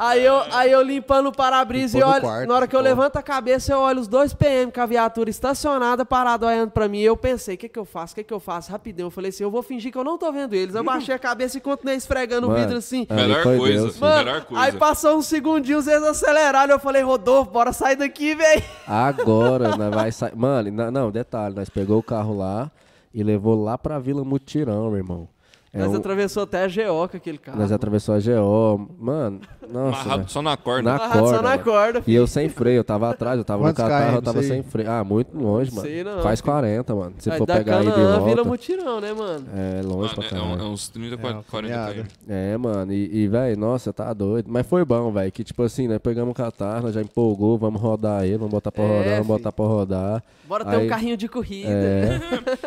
[SPEAKER 3] Aí eu, aí eu limpando o para-brisa e
[SPEAKER 2] Limpou no
[SPEAKER 3] olho,
[SPEAKER 2] quarto,
[SPEAKER 3] na hora que eu
[SPEAKER 2] porra.
[SPEAKER 3] levanto a cabeça, eu olho os dois PM com a viatura estacionada, parado olhando pra mim. E eu pensei, o que que eu faço? O que que eu faço? Rapidão, eu falei assim, eu vou fingir que eu não tô vendo eles. Eu baixei a cabeça e continuei esfregando o
[SPEAKER 1] Mano, é.
[SPEAKER 3] vidro assim.
[SPEAKER 1] ali
[SPEAKER 4] Melhor
[SPEAKER 1] foi
[SPEAKER 4] coisa.
[SPEAKER 1] Deus, filho.
[SPEAKER 3] Mano,
[SPEAKER 4] melhor coisa.
[SPEAKER 3] aí passou uns segundinhos, eles aceleraram. Eu falei, Rodolfo, bora sair daqui, velho.
[SPEAKER 1] Agora nós vai sair. Mano, na- não, detalhe, nós pegou o carro lá e levou lá pra Vila Mutirão, meu irmão. É
[SPEAKER 3] Nós
[SPEAKER 1] um-
[SPEAKER 3] atravessou até a geoca aquele carro.
[SPEAKER 1] Nós atravessou a GO. Mano, nossa.
[SPEAKER 4] Amarrado
[SPEAKER 1] velho.
[SPEAKER 4] só na corda. Ah,
[SPEAKER 1] na
[SPEAKER 3] Amarrado
[SPEAKER 1] corda.
[SPEAKER 3] só na
[SPEAKER 1] mano.
[SPEAKER 3] corda,
[SPEAKER 1] E eu sem freio, eu tava atrás, eu tava
[SPEAKER 2] Quantos
[SPEAKER 1] no catarro, eu
[SPEAKER 2] KM,
[SPEAKER 1] tava
[SPEAKER 2] isso aí?
[SPEAKER 1] sem freio. Ah, muito longe, mano.
[SPEAKER 3] Sei não,
[SPEAKER 1] Faz
[SPEAKER 3] filho.
[SPEAKER 1] 40, mano. Se
[SPEAKER 3] Aí
[SPEAKER 1] for
[SPEAKER 3] da
[SPEAKER 1] pegar aí de
[SPEAKER 3] Canaã vira
[SPEAKER 1] volta.
[SPEAKER 3] mutirão, né, mano?
[SPEAKER 1] É, longe
[SPEAKER 4] Mano,
[SPEAKER 1] pra
[SPEAKER 4] é, um- é
[SPEAKER 1] caralho.
[SPEAKER 4] uns 30, 40, 40
[SPEAKER 2] caminhada.
[SPEAKER 4] km.
[SPEAKER 1] É, mano, e, e velho, nossa, tá doido. Mas foi bom, velho, que tipo assim, né, pegamos o catarro, nós já empolgou, vamos rodar ele, vamos botar pra
[SPEAKER 3] É,
[SPEAKER 1] rodar,
[SPEAKER 3] fi.
[SPEAKER 1] vamos botar pra rodar.
[SPEAKER 3] Bora ter um
[SPEAKER 1] Aí- é,
[SPEAKER 3] carrinho de corrida.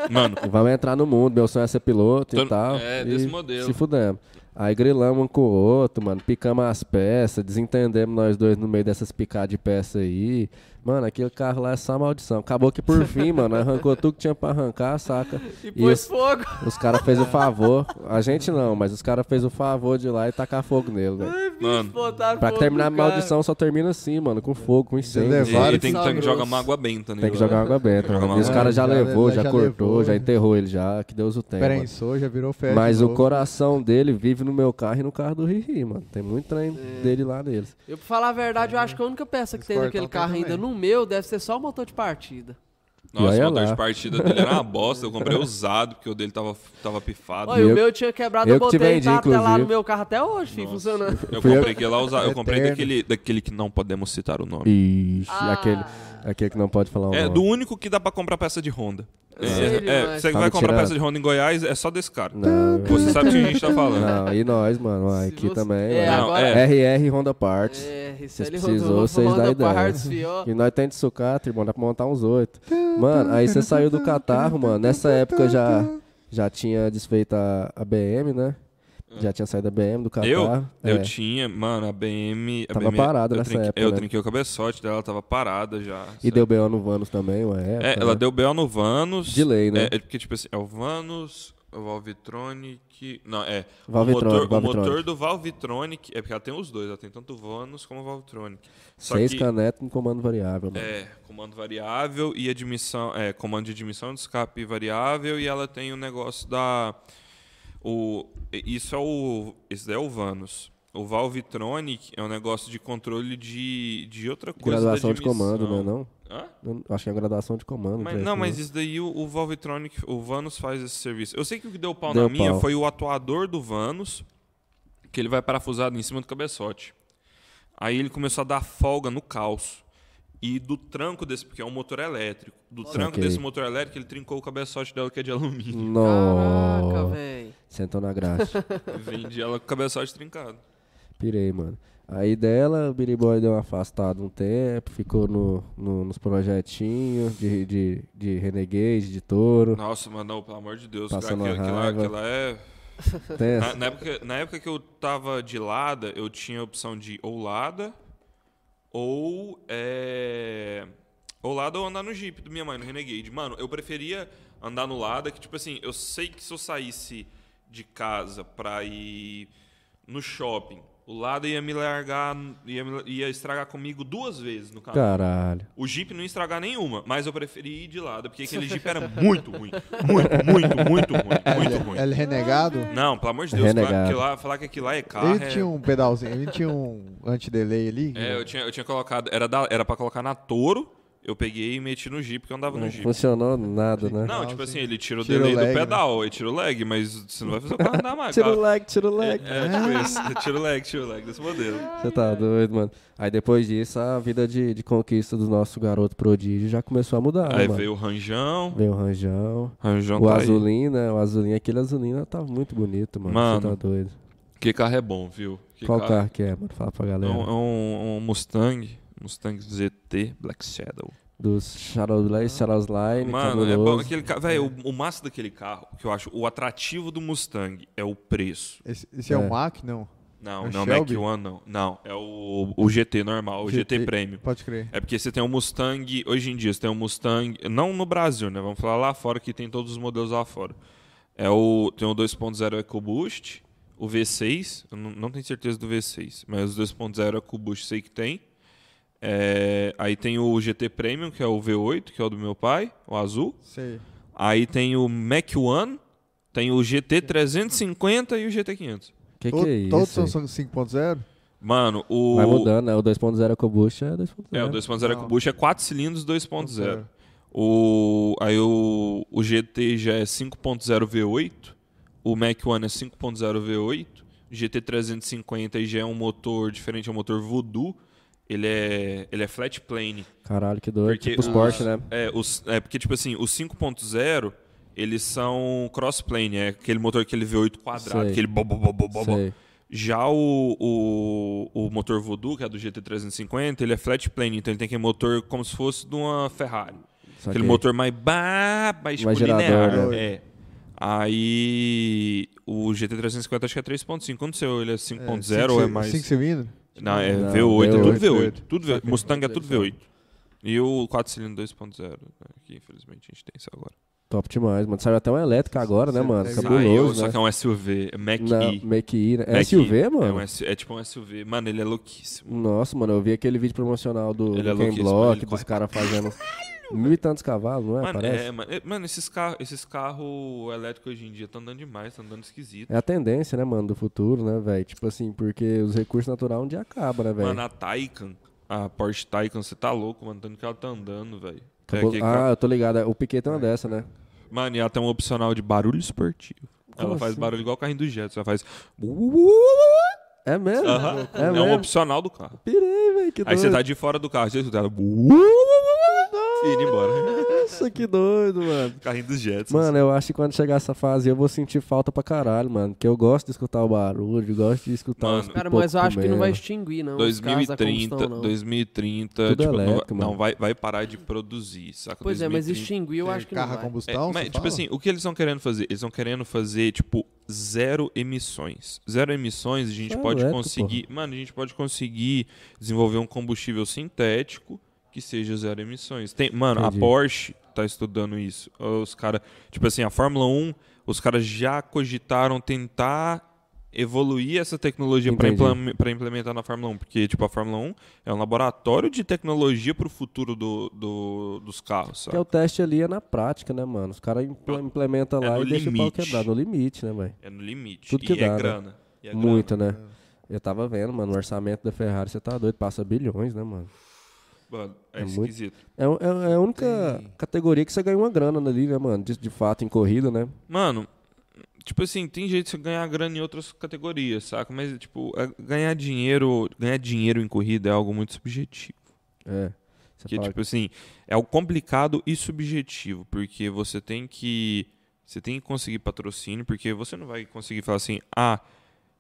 [SPEAKER 4] Mano,
[SPEAKER 1] Vamos entrar no mundo, meu sonho é ser piloto
[SPEAKER 4] Tô-
[SPEAKER 1] e tal.
[SPEAKER 4] é,
[SPEAKER 1] e
[SPEAKER 4] desse modelo.
[SPEAKER 1] Se fudemos. Aí grilamos um com o outro, mano, picamos as peças, desentendemos nós dois no meio dessas picadas de peça aí. Mano, aquele carro lá é só maldição. Acabou que por fim, mano, arrancou tudo que tinha pra arrancar, saca?
[SPEAKER 3] E pôs
[SPEAKER 1] os,
[SPEAKER 3] fogo.
[SPEAKER 1] os caras fez o favor, a gente não, mas os caras fez o favor de ir lá e tacar fogo nele, né? velho.
[SPEAKER 4] mano.
[SPEAKER 3] Botaram
[SPEAKER 1] Pra
[SPEAKER 3] fogo
[SPEAKER 1] terminar a
[SPEAKER 3] no carro.
[SPEAKER 1] maldição só termina assim, mano, com fogo, com incêndio.
[SPEAKER 2] levaram
[SPEAKER 4] E,
[SPEAKER 2] Claro
[SPEAKER 4] e
[SPEAKER 2] que
[SPEAKER 4] tem que, tem que
[SPEAKER 3] saboroso.
[SPEAKER 4] jogar uma água benta, né?
[SPEAKER 1] Tem que jogar água benta,
[SPEAKER 4] Joga
[SPEAKER 1] mano.
[SPEAKER 4] uma
[SPEAKER 1] E os caras já
[SPEAKER 2] água.
[SPEAKER 1] levou,
[SPEAKER 2] Já-
[SPEAKER 1] já,
[SPEAKER 2] já
[SPEAKER 1] cortou,
[SPEAKER 2] levou,
[SPEAKER 1] já
[SPEAKER 2] né?
[SPEAKER 1] enterrou ele já, que Deus o tenha. mano.
[SPEAKER 2] Perensou, já virou festa.
[SPEAKER 1] é, Mas
[SPEAKER 2] de
[SPEAKER 1] o
[SPEAKER 2] novo.
[SPEAKER 1] coração dele vive no meu carro e no carro do Riri, mano. Tem muito trem dele lá neles.
[SPEAKER 3] Eu, pra falar a verdade, eu acho que a única peça que
[SPEAKER 2] Esse
[SPEAKER 3] tem naquele
[SPEAKER 2] portão
[SPEAKER 3] carro
[SPEAKER 2] tem
[SPEAKER 3] ainda
[SPEAKER 2] também.
[SPEAKER 3] no meu deve ser só o motor de partida.
[SPEAKER 4] Nossa,
[SPEAKER 1] Olha
[SPEAKER 4] o motor
[SPEAKER 1] lá.
[SPEAKER 4] de partida dele era uma bosta. Eu comprei usado, porque o dele tava, tava pifado.
[SPEAKER 3] Olha,
[SPEAKER 1] Eu-
[SPEAKER 3] o meu tinha quebrado,
[SPEAKER 1] eu
[SPEAKER 3] eu
[SPEAKER 1] que te
[SPEAKER 3] botei e
[SPEAKER 1] vendi,
[SPEAKER 3] tá até lá no
[SPEAKER 1] inclusive.
[SPEAKER 3] meu carro até hoje, filho, funcionando.
[SPEAKER 4] Eu
[SPEAKER 1] Fui eu-
[SPEAKER 4] comprei aquele lá usado. Eu comprei
[SPEAKER 2] Eterno.
[SPEAKER 4] daquele, daquele que não podemos citar o nome.
[SPEAKER 1] Ixi, aquele, aquele que não pode falar o
[SPEAKER 4] É,
[SPEAKER 1] nome.
[SPEAKER 4] do único que dá pra comprar peça de Honda. É,
[SPEAKER 3] sei
[SPEAKER 4] é,
[SPEAKER 3] demais.
[SPEAKER 4] você que
[SPEAKER 1] Tá
[SPEAKER 4] vai
[SPEAKER 1] me
[SPEAKER 4] comprar
[SPEAKER 1] tirando.
[SPEAKER 4] peça de Honda em Goiás, é só desse cara.
[SPEAKER 1] Não,
[SPEAKER 4] Você sabe o que a gente tá falando.
[SPEAKER 1] não, e nós, mano,
[SPEAKER 3] Se
[SPEAKER 1] uai, aqui
[SPEAKER 3] você-
[SPEAKER 1] também.
[SPEAKER 3] É,
[SPEAKER 1] mano.
[SPEAKER 4] Não,
[SPEAKER 3] agora...
[SPEAKER 4] é.
[SPEAKER 1] RR Honda Parts.
[SPEAKER 3] É, se
[SPEAKER 1] Vocês
[SPEAKER 3] ele
[SPEAKER 1] precisam,
[SPEAKER 3] rodou,
[SPEAKER 1] vocês dá
[SPEAKER 3] rodou
[SPEAKER 1] ideia.
[SPEAKER 3] partes, fi, ó.
[SPEAKER 1] E nós tá tem de sucata, irmão, dá pra montar uns oito. Mano, aí você saiu do catarro, mano. Nessa época já, já tinha desfeito a, a BM, né? Já tinha saído a BM do
[SPEAKER 4] Eu,
[SPEAKER 1] catarro.
[SPEAKER 4] eu
[SPEAKER 1] É.
[SPEAKER 4] tinha, mano, a BM. A
[SPEAKER 1] Tava
[SPEAKER 4] BM,
[SPEAKER 1] parada
[SPEAKER 4] eu
[SPEAKER 1] nessa
[SPEAKER 4] trinquei,
[SPEAKER 1] época,
[SPEAKER 4] Eu
[SPEAKER 1] né?
[SPEAKER 4] trinquei o cabeçote dela, tava parada já.
[SPEAKER 1] E deu B.O. no Vanos também, uma época,
[SPEAKER 4] É, ela
[SPEAKER 1] né?
[SPEAKER 4] deu BO no Vanos.
[SPEAKER 1] De lei, né?
[SPEAKER 4] É, é porque, tipo assim, é o Vanos, o Valvitronic. Não, é.
[SPEAKER 1] Valvetronic,
[SPEAKER 4] o, motor, o
[SPEAKER 1] Valvetronic.
[SPEAKER 4] motor do Valvitronic. É porque ela tem os dois, ela tem tanto o Vanos como o Valvitronic. Só
[SPEAKER 1] Seis
[SPEAKER 4] que,
[SPEAKER 1] canetas com comando variável, mano.
[SPEAKER 4] É, comando variável e admissão. É, comando de admissão de escape variável e ela tem o negócio da. O, isso é o. Esse daí é o Vanos. O Valvitronic é um negócio de controle de, de outra coisa. da
[SPEAKER 1] Graduação de comando, né?
[SPEAKER 4] admissão.
[SPEAKER 1] Não?
[SPEAKER 4] Hã?
[SPEAKER 1] Eu acho que é graduação de comando.
[SPEAKER 4] Mas-
[SPEAKER 1] parece,
[SPEAKER 4] não,
[SPEAKER 1] né?
[SPEAKER 4] mas isso daí o, o Valvetronic, o Vanos faz esse serviço. Eu sei que o que deu pau
[SPEAKER 1] Deu
[SPEAKER 4] na minha
[SPEAKER 1] pau.
[SPEAKER 4] foi o atuador do Vanos, que ele vai parafusado em cima do cabeçote. Aí ele começou a dar folga no calço. E do tranco desse, porque é um motor elétrico, do tranco
[SPEAKER 1] Ok.
[SPEAKER 4] desse motor elétrico, ele trincou o cabeçote dela, que é de alumínio.
[SPEAKER 3] Caraca,
[SPEAKER 1] Nossa.
[SPEAKER 3] velho.
[SPEAKER 1] Sentou na graxa.
[SPEAKER 4] Vendi ela com o cabeçote trincado.
[SPEAKER 1] Pirei, mano. Aí dela, o Billy Boy deu uma afastada um tempo, ficou no, no- nos projetinhos de, de, de Renegade, de touro.
[SPEAKER 4] Nossa, mas não, pelo amor de Deus, cara,
[SPEAKER 1] Passando
[SPEAKER 4] aquilo aquilo lá-
[SPEAKER 1] raiva.
[SPEAKER 4] aquilo lá é. Na,
[SPEAKER 1] Tenso.
[SPEAKER 4] na época, na época que eu tava de Lada, eu tinha a opção de ou Lada ou. É, ou Lada ou andar no Jeep do minha mãe, no Renegade. Mano, eu preferia andar no Lada, que tipo assim, eu sei que se eu saísse de casa pra ir no shopping O Lada ia me largar, ia, me- ia estragar comigo duas vezes no carro.
[SPEAKER 1] Caralho.
[SPEAKER 4] O Jeep não ia estragar nenhuma, mas eu preferi ir de lado, porque aquele Jeep era muito ruim. Muito, muito, muito ruim. Muito ruim.
[SPEAKER 2] É, Ele renegado?
[SPEAKER 4] Não, pelo amor de Deus,
[SPEAKER 1] Renegado.
[SPEAKER 4] claro que lá- falar que aquilo lá é carro.
[SPEAKER 2] Ele
[SPEAKER 4] é-
[SPEAKER 2] tinha um pedalzinho, ele tinha um anti-delay ali.
[SPEAKER 4] É, eu tinha, eu tinha colocado. Era, da, era pra colocar na Toro, eu peguei e meti no Jeep, porque eu andava no Jeep.
[SPEAKER 1] Funcionou nada, né?
[SPEAKER 4] Não, tipo assim, ele tira o
[SPEAKER 2] Tira o
[SPEAKER 4] delay
[SPEAKER 2] lag,
[SPEAKER 4] do
[SPEAKER 2] né?
[SPEAKER 4] pedal, ele tira o lag, mas você não vai fazer o carro andar mais.
[SPEAKER 1] Tira o
[SPEAKER 4] cara.
[SPEAKER 1] lag, tira o lag. né?
[SPEAKER 4] É, tipo isso. Tira o lag, tira o lag desse modelo.
[SPEAKER 1] Você tá doido, mano. Aí depois disso, a vida de, de conquista do nosso garoto prodígio já começou a mudar,
[SPEAKER 4] Aí
[SPEAKER 1] Ah, mano.
[SPEAKER 4] veio o Ranjão.
[SPEAKER 1] Veio o Ranjão.
[SPEAKER 4] Ranjão
[SPEAKER 1] o
[SPEAKER 4] tá aí.
[SPEAKER 1] Azulina, o Azulina, aquele Azulina tá muito bonito, mano. Você tá
[SPEAKER 4] Mano,
[SPEAKER 1] doido.
[SPEAKER 4] Que carro é bom, viu? Que
[SPEAKER 1] Qual carro que é, mano? Fala pra
[SPEAKER 4] É
[SPEAKER 1] galera.
[SPEAKER 4] um, é um- um Mustang. Mustang ZT Black Shadow.
[SPEAKER 1] Dos Charolais, Charoline,
[SPEAKER 4] Ah. Mano, é bom
[SPEAKER 1] cabuloso.
[SPEAKER 4] aquele carro. Velho, o, o massa daquele carro, que eu acho o atrativo do Mustang é o preço.
[SPEAKER 2] Esse, esse é,
[SPEAKER 1] É.
[SPEAKER 2] o Mac? Não.
[SPEAKER 4] Não,
[SPEAKER 2] É
[SPEAKER 4] não, Mac
[SPEAKER 2] Shelby?
[SPEAKER 4] One não. Não, é o, o GT normal, o GT, Premium.
[SPEAKER 2] Pode crer.
[SPEAKER 4] É porque você tem o Mustang, hoje em dia você tem o Mustang, não no Brasil, né? Vamos falar lá fora que tem todos os modelos lá fora. É o tem o 2.0 EcoBoost, o V6, eu não, não tenho certeza do V6, mas o 2.0 EcoBoost sei que tem. É, aí tem o GT Premium, que é o V8, que é o do meu pai, o azul.
[SPEAKER 2] Sei.
[SPEAKER 4] Aí tem o Mac One, tem o GT 350 e o GT 500.
[SPEAKER 1] Que que
[SPEAKER 2] To-
[SPEAKER 1] é isso?
[SPEAKER 2] Todos
[SPEAKER 1] aí?
[SPEAKER 2] são 5.0?
[SPEAKER 4] Mano, o
[SPEAKER 1] Vai mudando, né? O 2.0 EcoBoost é 2.0.
[SPEAKER 4] É, o 2.0
[SPEAKER 2] Não.
[SPEAKER 4] EcoBoost é 4 cilindros 2.0. O, aí o, o GT já é 5.0 V8, o Mac One é 5.0 V8, o GT 350 aí já é um motor diferente, é um motor Voodoo, ele é, ele é flat plane.
[SPEAKER 1] Caralho, que doido.
[SPEAKER 4] Porque
[SPEAKER 1] tipo os Porsche, né?
[SPEAKER 4] É, os, é porque, tipo assim, os 5.0, eles são crossplane, é aquele motor, aquele V8 quadrado,
[SPEAKER 1] Sei.
[SPEAKER 4] aquele bo, bo, bo, bo, bo, bo.
[SPEAKER 1] Sei.
[SPEAKER 4] Já o, o, o motor Voodoo, que é do GT350, ele é flat plane, então ele tem aquele motor como se fosse de uma Ferrari.
[SPEAKER 1] Saquei.
[SPEAKER 4] Aquele motor mais ba, mais, tipo,
[SPEAKER 1] Mais gerador, né?
[SPEAKER 4] linear. É. Aí o GT350 acho que é 3.5, eu não sei, ou ele é 5.0 ou é mais...
[SPEAKER 2] 5 cilindros?
[SPEAKER 4] Não, é
[SPEAKER 1] Não,
[SPEAKER 4] V8, é tudo
[SPEAKER 1] V8,
[SPEAKER 4] V8.
[SPEAKER 2] V8.
[SPEAKER 4] Tudo V8. Mustang é tudo V8. E o 4 cilindro 2.0, né, que infelizmente a gente tem isso agora.
[SPEAKER 1] Top demais, mano. Saiu até um elétrico agora, né, mano?
[SPEAKER 2] Saiu,
[SPEAKER 1] Cabuloso,
[SPEAKER 4] Saiu,
[SPEAKER 1] né?
[SPEAKER 4] Só que é um SUV, é Mac
[SPEAKER 1] Não,
[SPEAKER 4] E.
[SPEAKER 1] Make E, né? É
[SPEAKER 4] Mac
[SPEAKER 1] SUV,
[SPEAKER 4] E.
[SPEAKER 1] mano?
[SPEAKER 4] É, um S- é tipo um SUV. Mano, ele é louquíssimo.
[SPEAKER 1] Nossa, mano, eu vi aquele vídeo promocional do,
[SPEAKER 4] Ele é
[SPEAKER 1] do Ken
[SPEAKER 4] louquíssimo,
[SPEAKER 1] Block,
[SPEAKER 4] ele
[SPEAKER 1] dos
[SPEAKER 4] corre
[SPEAKER 1] caras fazendo mil e tantos cavalos, não é?
[SPEAKER 4] Mano,
[SPEAKER 1] Parece.
[SPEAKER 4] é, mano, é- mano, esses carros esses carro elétricos hoje em dia estão andando demais, estão andando esquisito.
[SPEAKER 1] É a tendência, né, mano, do futuro, né, velho? Tipo assim, porque os recursos naturais um dia acabam, né,
[SPEAKER 4] Mano,
[SPEAKER 1] velho?
[SPEAKER 4] a Taycan, a Porsche Taycan, você tá louco, mano, tanto que ela tá andando, velho. É,
[SPEAKER 1] Acabou-
[SPEAKER 4] que
[SPEAKER 1] Ah,
[SPEAKER 4] ca-
[SPEAKER 1] eu tô ligado. é, O Piquet tem uma dessa, né?
[SPEAKER 4] Mano, e ela tem um opcional de barulho esportivo. ela
[SPEAKER 1] Como
[SPEAKER 4] faz
[SPEAKER 1] assim? Uh,
[SPEAKER 4] barulho igual o carrinho do Jets, ela faz...
[SPEAKER 1] É mesmo?
[SPEAKER 4] Aham.
[SPEAKER 1] É,
[SPEAKER 4] é um
[SPEAKER 1] mesmo?
[SPEAKER 4] opcional do carro.
[SPEAKER 1] Pirei, velho, que
[SPEAKER 4] Aí
[SPEAKER 1] doido.
[SPEAKER 4] você tá de fora do carro, você escuta ela, "Bu", e indo embora.
[SPEAKER 1] Nossa, que doido, mano.
[SPEAKER 4] Carrinho dos Jets.
[SPEAKER 1] Mano, eu acho que quando chegar essa fase eu vou sentir falta pra caralho, mano. Que eu gosto de escutar o barulho, gosto de escutar
[SPEAKER 4] Mano,
[SPEAKER 1] os
[SPEAKER 4] Cara,
[SPEAKER 3] Cara,
[SPEAKER 1] pipocos
[SPEAKER 3] mas eu acho que não vai
[SPEAKER 1] comendo.
[SPEAKER 3] extinguir, não. os carros a
[SPEAKER 4] 2030,
[SPEAKER 3] combustão, não.
[SPEAKER 4] 2030,
[SPEAKER 1] Tudo
[SPEAKER 4] tipo, não, vai,
[SPEAKER 1] elétrico, mano.
[SPEAKER 4] não vai, vai parar de produzir, saca?
[SPEAKER 3] Pois é, mas
[SPEAKER 4] 2030
[SPEAKER 3] extinguir eu acho que não
[SPEAKER 2] Carro a
[SPEAKER 3] vai.
[SPEAKER 4] É,
[SPEAKER 2] combustão?
[SPEAKER 4] mas,
[SPEAKER 2] você
[SPEAKER 4] tipo
[SPEAKER 2] fala?
[SPEAKER 4] assim, o que eles estão querendo fazer? Eles estão querendo fazer, tipo, zero emissões. Zero emissões, a gente
[SPEAKER 1] Isso é
[SPEAKER 4] pode
[SPEAKER 1] elétrico,
[SPEAKER 4] conseguir. Mano, a gente pode conseguir desenvolver um combustível sintético que seja zero emissões. Tem, mano,
[SPEAKER 1] Entendi.
[SPEAKER 4] a Porsche tá estudando isso. Os caras. Tipo assim, a Fórmula 1, os caras já cogitaram tentar evoluir essa tecnologia para
[SPEAKER 1] Entendi.
[SPEAKER 4] implementar na Fórmula 1. Porque, tipo, a Fórmula 1 é um laboratório de tecnologia para o futuro do, do- dos carros.
[SPEAKER 1] Que
[SPEAKER 4] Sabe?
[SPEAKER 1] é o teste ali é na prática, né, mano? Os caras impl- implementam
[SPEAKER 4] É
[SPEAKER 1] lá
[SPEAKER 4] no
[SPEAKER 1] e deixam o pau
[SPEAKER 4] limite.
[SPEAKER 1] quebrado no limite, né, velho?
[SPEAKER 4] É no limite.
[SPEAKER 1] Tudo que
[SPEAKER 4] e
[SPEAKER 1] dá,
[SPEAKER 4] é
[SPEAKER 1] né?
[SPEAKER 4] grana. E é
[SPEAKER 1] Muito, né? Eu tava vendo, mano, o orçamento da Ferrari, você tá doido, passa bilhões, né, mano?
[SPEAKER 4] grana. Mano, é,
[SPEAKER 1] É muito.
[SPEAKER 4] esquisito.
[SPEAKER 1] É, o- é- é a única categoria que você ganha uma grana ali, né, mano? De, de fato, em corrida, né?
[SPEAKER 4] Mano, tipo assim, tem jeito de você ganhar grana em outras categorias, saca? Mas, tipo, é- ganhar dinheiro, ganhar dinheiro em corrida é algo muito subjetivo.
[SPEAKER 1] É. Você
[SPEAKER 4] Porque,
[SPEAKER 1] fala,
[SPEAKER 4] tipo assim, é algo complicado e subjetivo, porque você tem que. Você tem que conseguir patrocínio, porque você não vai conseguir falar assim, ah,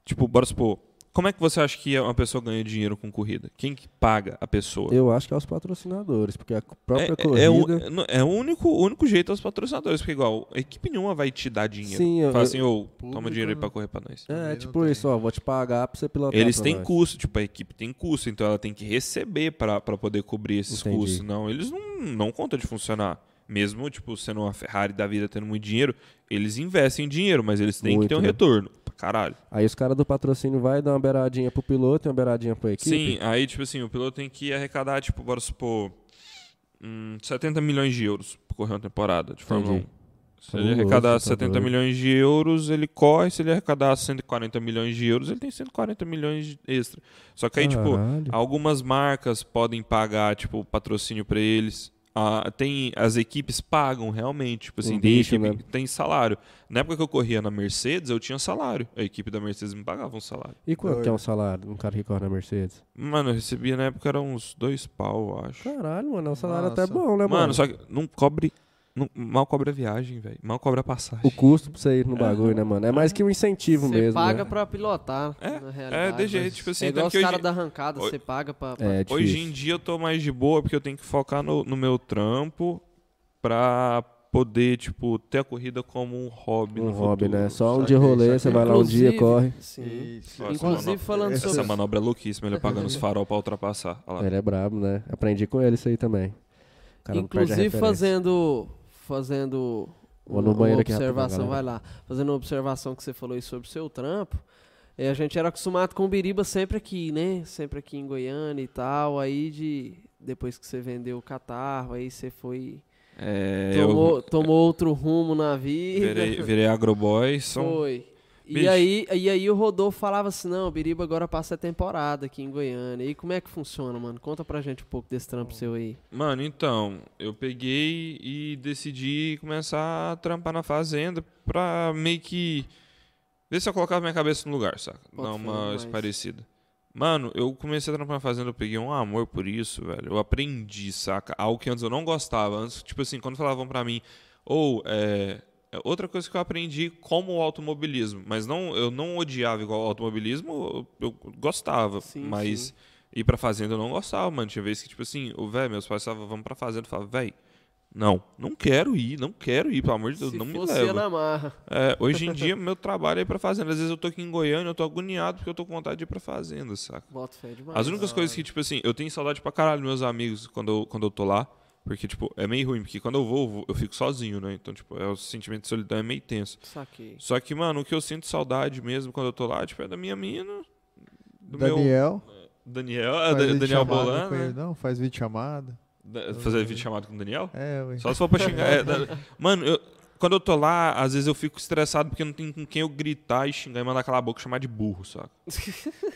[SPEAKER 4] tipo, bora supor, como é que você acha que uma pessoa ganha dinheiro com corrida? Quem que paga a pessoa?
[SPEAKER 1] eu acho que é os patrocinadores, porque a própria corrida.
[SPEAKER 4] tipo, É, o, não, é o único, o único jeito aos patrocinadores, porque igual, a equipe nenhuma vai te dar dinheiro.
[SPEAKER 1] Sim, eu-
[SPEAKER 4] Fala assim, ô, toma
[SPEAKER 2] Público,
[SPEAKER 4] dinheiro aí
[SPEAKER 2] né?
[SPEAKER 4] pra correr pra nós.
[SPEAKER 1] É,
[SPEAKER 2] Também não
[SPEAKER 1] tipo
[SPEAKER 2] tem.
[SPEAKER 1] isso, ó, vou te pagar pra você pilotar.
[SPEAKER 4] Eles
[SPEAKER 1] pra
[SPEAKER 4] têm
[SPEAKER 1] nós.
[SPEAKER 4] custo, tipo, a equipe tem custo, então ela tem que receber pra pra poder cobrir esses
[SPEAKER 1] Entendi.
[SPEAKER 4] custos. Não, eles não, não contam de funcionar. Mesmo, tipo, sendo uma Ferrari da vida tendo muito dinheiro, eles investem em dinheiro, mas eles têm
[SPEAKER 1] Muito,
[SPEAKER 4] que ter um
[SPEAKER 1] né?
[SPEAKER 4] retorno. Pra caralho.
[SPEAKER 1] Aí os caras do patrocínio vai dar uma beiradinha pro piloto e uma beiradinha pra equipe.
[SPEAKER 4] Sim, aí, tipo assim, o piloto tem que arrecadar, tipo, bora supor, hum, 70 milhões de euros pra correr uma temporada de Fórmula
[SPEAKER 1] Entendi.
[SPEAKER 4] 1. Se
[SPEAKER 1] Tá
[SPEAKER 4] ele
[SPEAKER 1] louco,
[SPEAKER 4] arrecadar
[SPEAKER 1] tá
[SPEAKER 4] 70
[SPEAKER 1] doido.
[SPEAKER 4] milhões de euros, ele corre. Se ele arrecadar 140 milhões de euros, ele tem 140 milhões de extra. Só que aí, tipo,
[SPEAKER 1] Caralho.
[SPEAKER 4] Algumas marcas podem pagar, tipo, patrocínio pra eles. Ah, tem, as equipes pagam realmente, tipo assim,
[SPEAKER 1] Um
[SPEAKER 4] tem,
[SPEAKER 1] bicho
[SPEAKER 4] equipe,
[SPEAKER 1] mesmo.
[SPEAKER 4] que tem salário. Na época que eu corria na Mercedes, eu tinha salário. A equipe da Mercedes me pagava um salário.
[SPEAKER 1] E quanto que é um salário de um cara que corre na Mercedes?
[SPEAKER 4] Mano, eu recebia na época era uns dois pau, eu acho.
[SPEAKER 1] Caralho, mano, é um salário
[SPEAKER 2] Nossa.
[SPEAKER 1] até bom, né, mano?
[SPEAKER 4] Mano, só que não cobre. não- mal cobre a viagem, velho. Mal cobre a passagem.
[SPEAKER 1] O custo pra você ir no bagulho, né, mano? É mais que um incentivo
[SPEAKER 3] Você
[SPEAKER 1] mesmo.
[SPEAKER 3] paga
[SPEAKER 1] né?
[SPEAKER 3] pra pilotar,
[SPEAKER 4] É,
[SPEAKER 3] na
[SPEAKER 4] é,
[SPEAKER 3] realidade.
[SPEAKER 4] de jeito, tipo assim,
[SPEAKER 3] É igual
[SPEAKER 4] tanto
[SPEAKER 3] os
[SPEAKER 4] que hoje-
[SPEAKER 3] caras da arrancada,
[SPEAKER 4] Oi.
[SPEAKER 3] você paga pra... pra-
[SPEAKER 1] É,
[SPEAKER 4] Hoje
[SPEAKER 1] difícil.
[SPEAKER 4] em dia eu tô mais de boa porque eu tenho que focar no, no meu trampo pra poder, tipo, ter a corrida como um hobby.
[SPEAKER 1] Um
[SPEAKER 4] no
[SPEAKER 1] hobby,
[SPEAKER 4] futuro,
[SPEAKER 1] né? Só um
[SPEAKER 4] saca?
[SPEAKER 1] dia rolê, você vai lá um dia,
[SPEAKER 3] Inclusive-
[SPEAKER 1] corre.
[SPEAKER 3] Sim.
[SPEAKER 2] Isso.
[SPEAKER 4] Nossa,
[SPEAKER 3] Inclusive,
[SPEAKER 4] mano,
[SPEAKER 3] falando
[SPEAKER 2] essa
[SPEAKER 4] Essa
[SPEAKER 3] sobre...
[SPEAKER 4] manobra é louquíssima, ele apagando os farol pra ultrapassar. Olha lá.
[SPEAKER 1] Ele é brabo, né? Aprendi com ele isso aí também. O cara não perde a
[SPEAKER 3] Inclusive
[SPEAKER 1] referência.
[SPEAKER 3] fazendo fazendo
[SPEAKER 1] Vou
[SPEAKER 3] uma,
[SPEAKER 1] no banheiro
[SPEAKER 3] uma
[SPEAKER 1] aqui rapidão,
[SPEAKER 3] observação, vai
[SPEAKER 1] galera.
[SPEAKER 3] lá. Fazendo uma observação que você falou aí sobre o seu trampo. eh, a gente era acostumado com o Biriba sempre aqui, né? Sempre aqui em Goiânia e tal. Aí de depois que você vendeu o catarro, aí você foi
[SPEAKER 4] É,
[SPEAKER 3] tomou,
[SPEAKER 4] eu
[SPEAKER 3] tomou outro rumo na vida.
[SPEAKER 4] virei, virei agroboy, um só
[SPEAKER 3] Foi. E
[SPEAKER 4] Bicho.
[SPEAKER 3] aí, e aí o Rodolfo falava assim, não, o Biriba agora passa a temporada aqui em Goiânia. E como é que funciona, mano? Conta pra gente um pouco desse trampo seu aí.
[SPEAKER 4] Mano, então, eu peguei e decidi começar a trampar na fazenda pra meio que. Ver se eu colocava minha cabeça no lugar, saca?
[SPEAKER 3] Bota
[SPEAKER 4] Dar
[SPEAKER 3] fé
[SPEAKER 4] uma
[SPEAKER 3] demais.
[SPEAKER 4] parecida. Mano, eu comecei a trampar na fazenda, eu peguei um amor por isso, velho. Eu aprendi, saca? Algo que antes eu não gostava. Antes, tipo assim, quando falavam pra mim, ou é. é Outra coisa que eu aprendi como o automobilismo, mas não eu não odiava igual o automobilismo, eu, eu gostava,
[SPEAKER 3] Sim,
[SPEAKER 4] mas
[SPEAKER 3] sim.
[SPEAKER 4] ir pra fazenda eu não gostava, mano. Tinha vezes que, tipo assim, o velho, meus pais falavam, vamos pra fazenda. Eu falava, velho, não, não quero ir, não quero ir, pelo amor de Deus,
[SPEAKER 3] Se
[SPEAKER 4] não me
[SPEAKER 3] fosse
[SPEAKER 4] leva.
[SPEAKER 3] ela amarra.
[SPEAKER 4] É, hoje em dia, meu trabalho é ir pra fazenda. Às vezes eu tô aqui em Goiânia, eu tô agoniado porque eu tô com vontade de ir pra fazenda, saca?
[SPEAKER 3] Bota fé demais. Ah,
[SPEAKER 4] As únicas coisas que, tipo assim, eu tenho saudade pra caralho dos meus amigos quando eu, quando eu tô lá. Porque, tipo, é meio ruim, porque quando eu vou, eu vou- eu fico sozinho, né? Então, tipo, é, o sentimento de solidão é meio tenso.
[SPEAKER 3] Saquei.
[SPEAKER 4] Só que, mano, o que eu sinto saudade mesmo quando eu tô lá, tipo, é da minha mina, do meu
[SPEAKER 2] Daniel.
[SPEAKER 4] Daniel,
[SPEAKER 2] faz
[SPEAKER 4] Dan- Ah, Daniel
[SPEAKER 2] videochamada
[SPEAKER 4] Bolan,
[SPEAKER 2] com
[SPEAKER 4] né?
[SPEAKER 2] ele, Não, faz vídeo chamada.
[SPEAKER 4] Da- Fazer um vídeo chamado com o Daniel?
[SPEAKER 2] Uhum. É, ué.
[SPEAKER 4] Só se for pra xingar. é, da- Mano, eu- quando eu tô lá, às vezes eu fico estressado porque não tem com quem eu gritar e xingar e mandar calar a boca e chamar de burro, saca?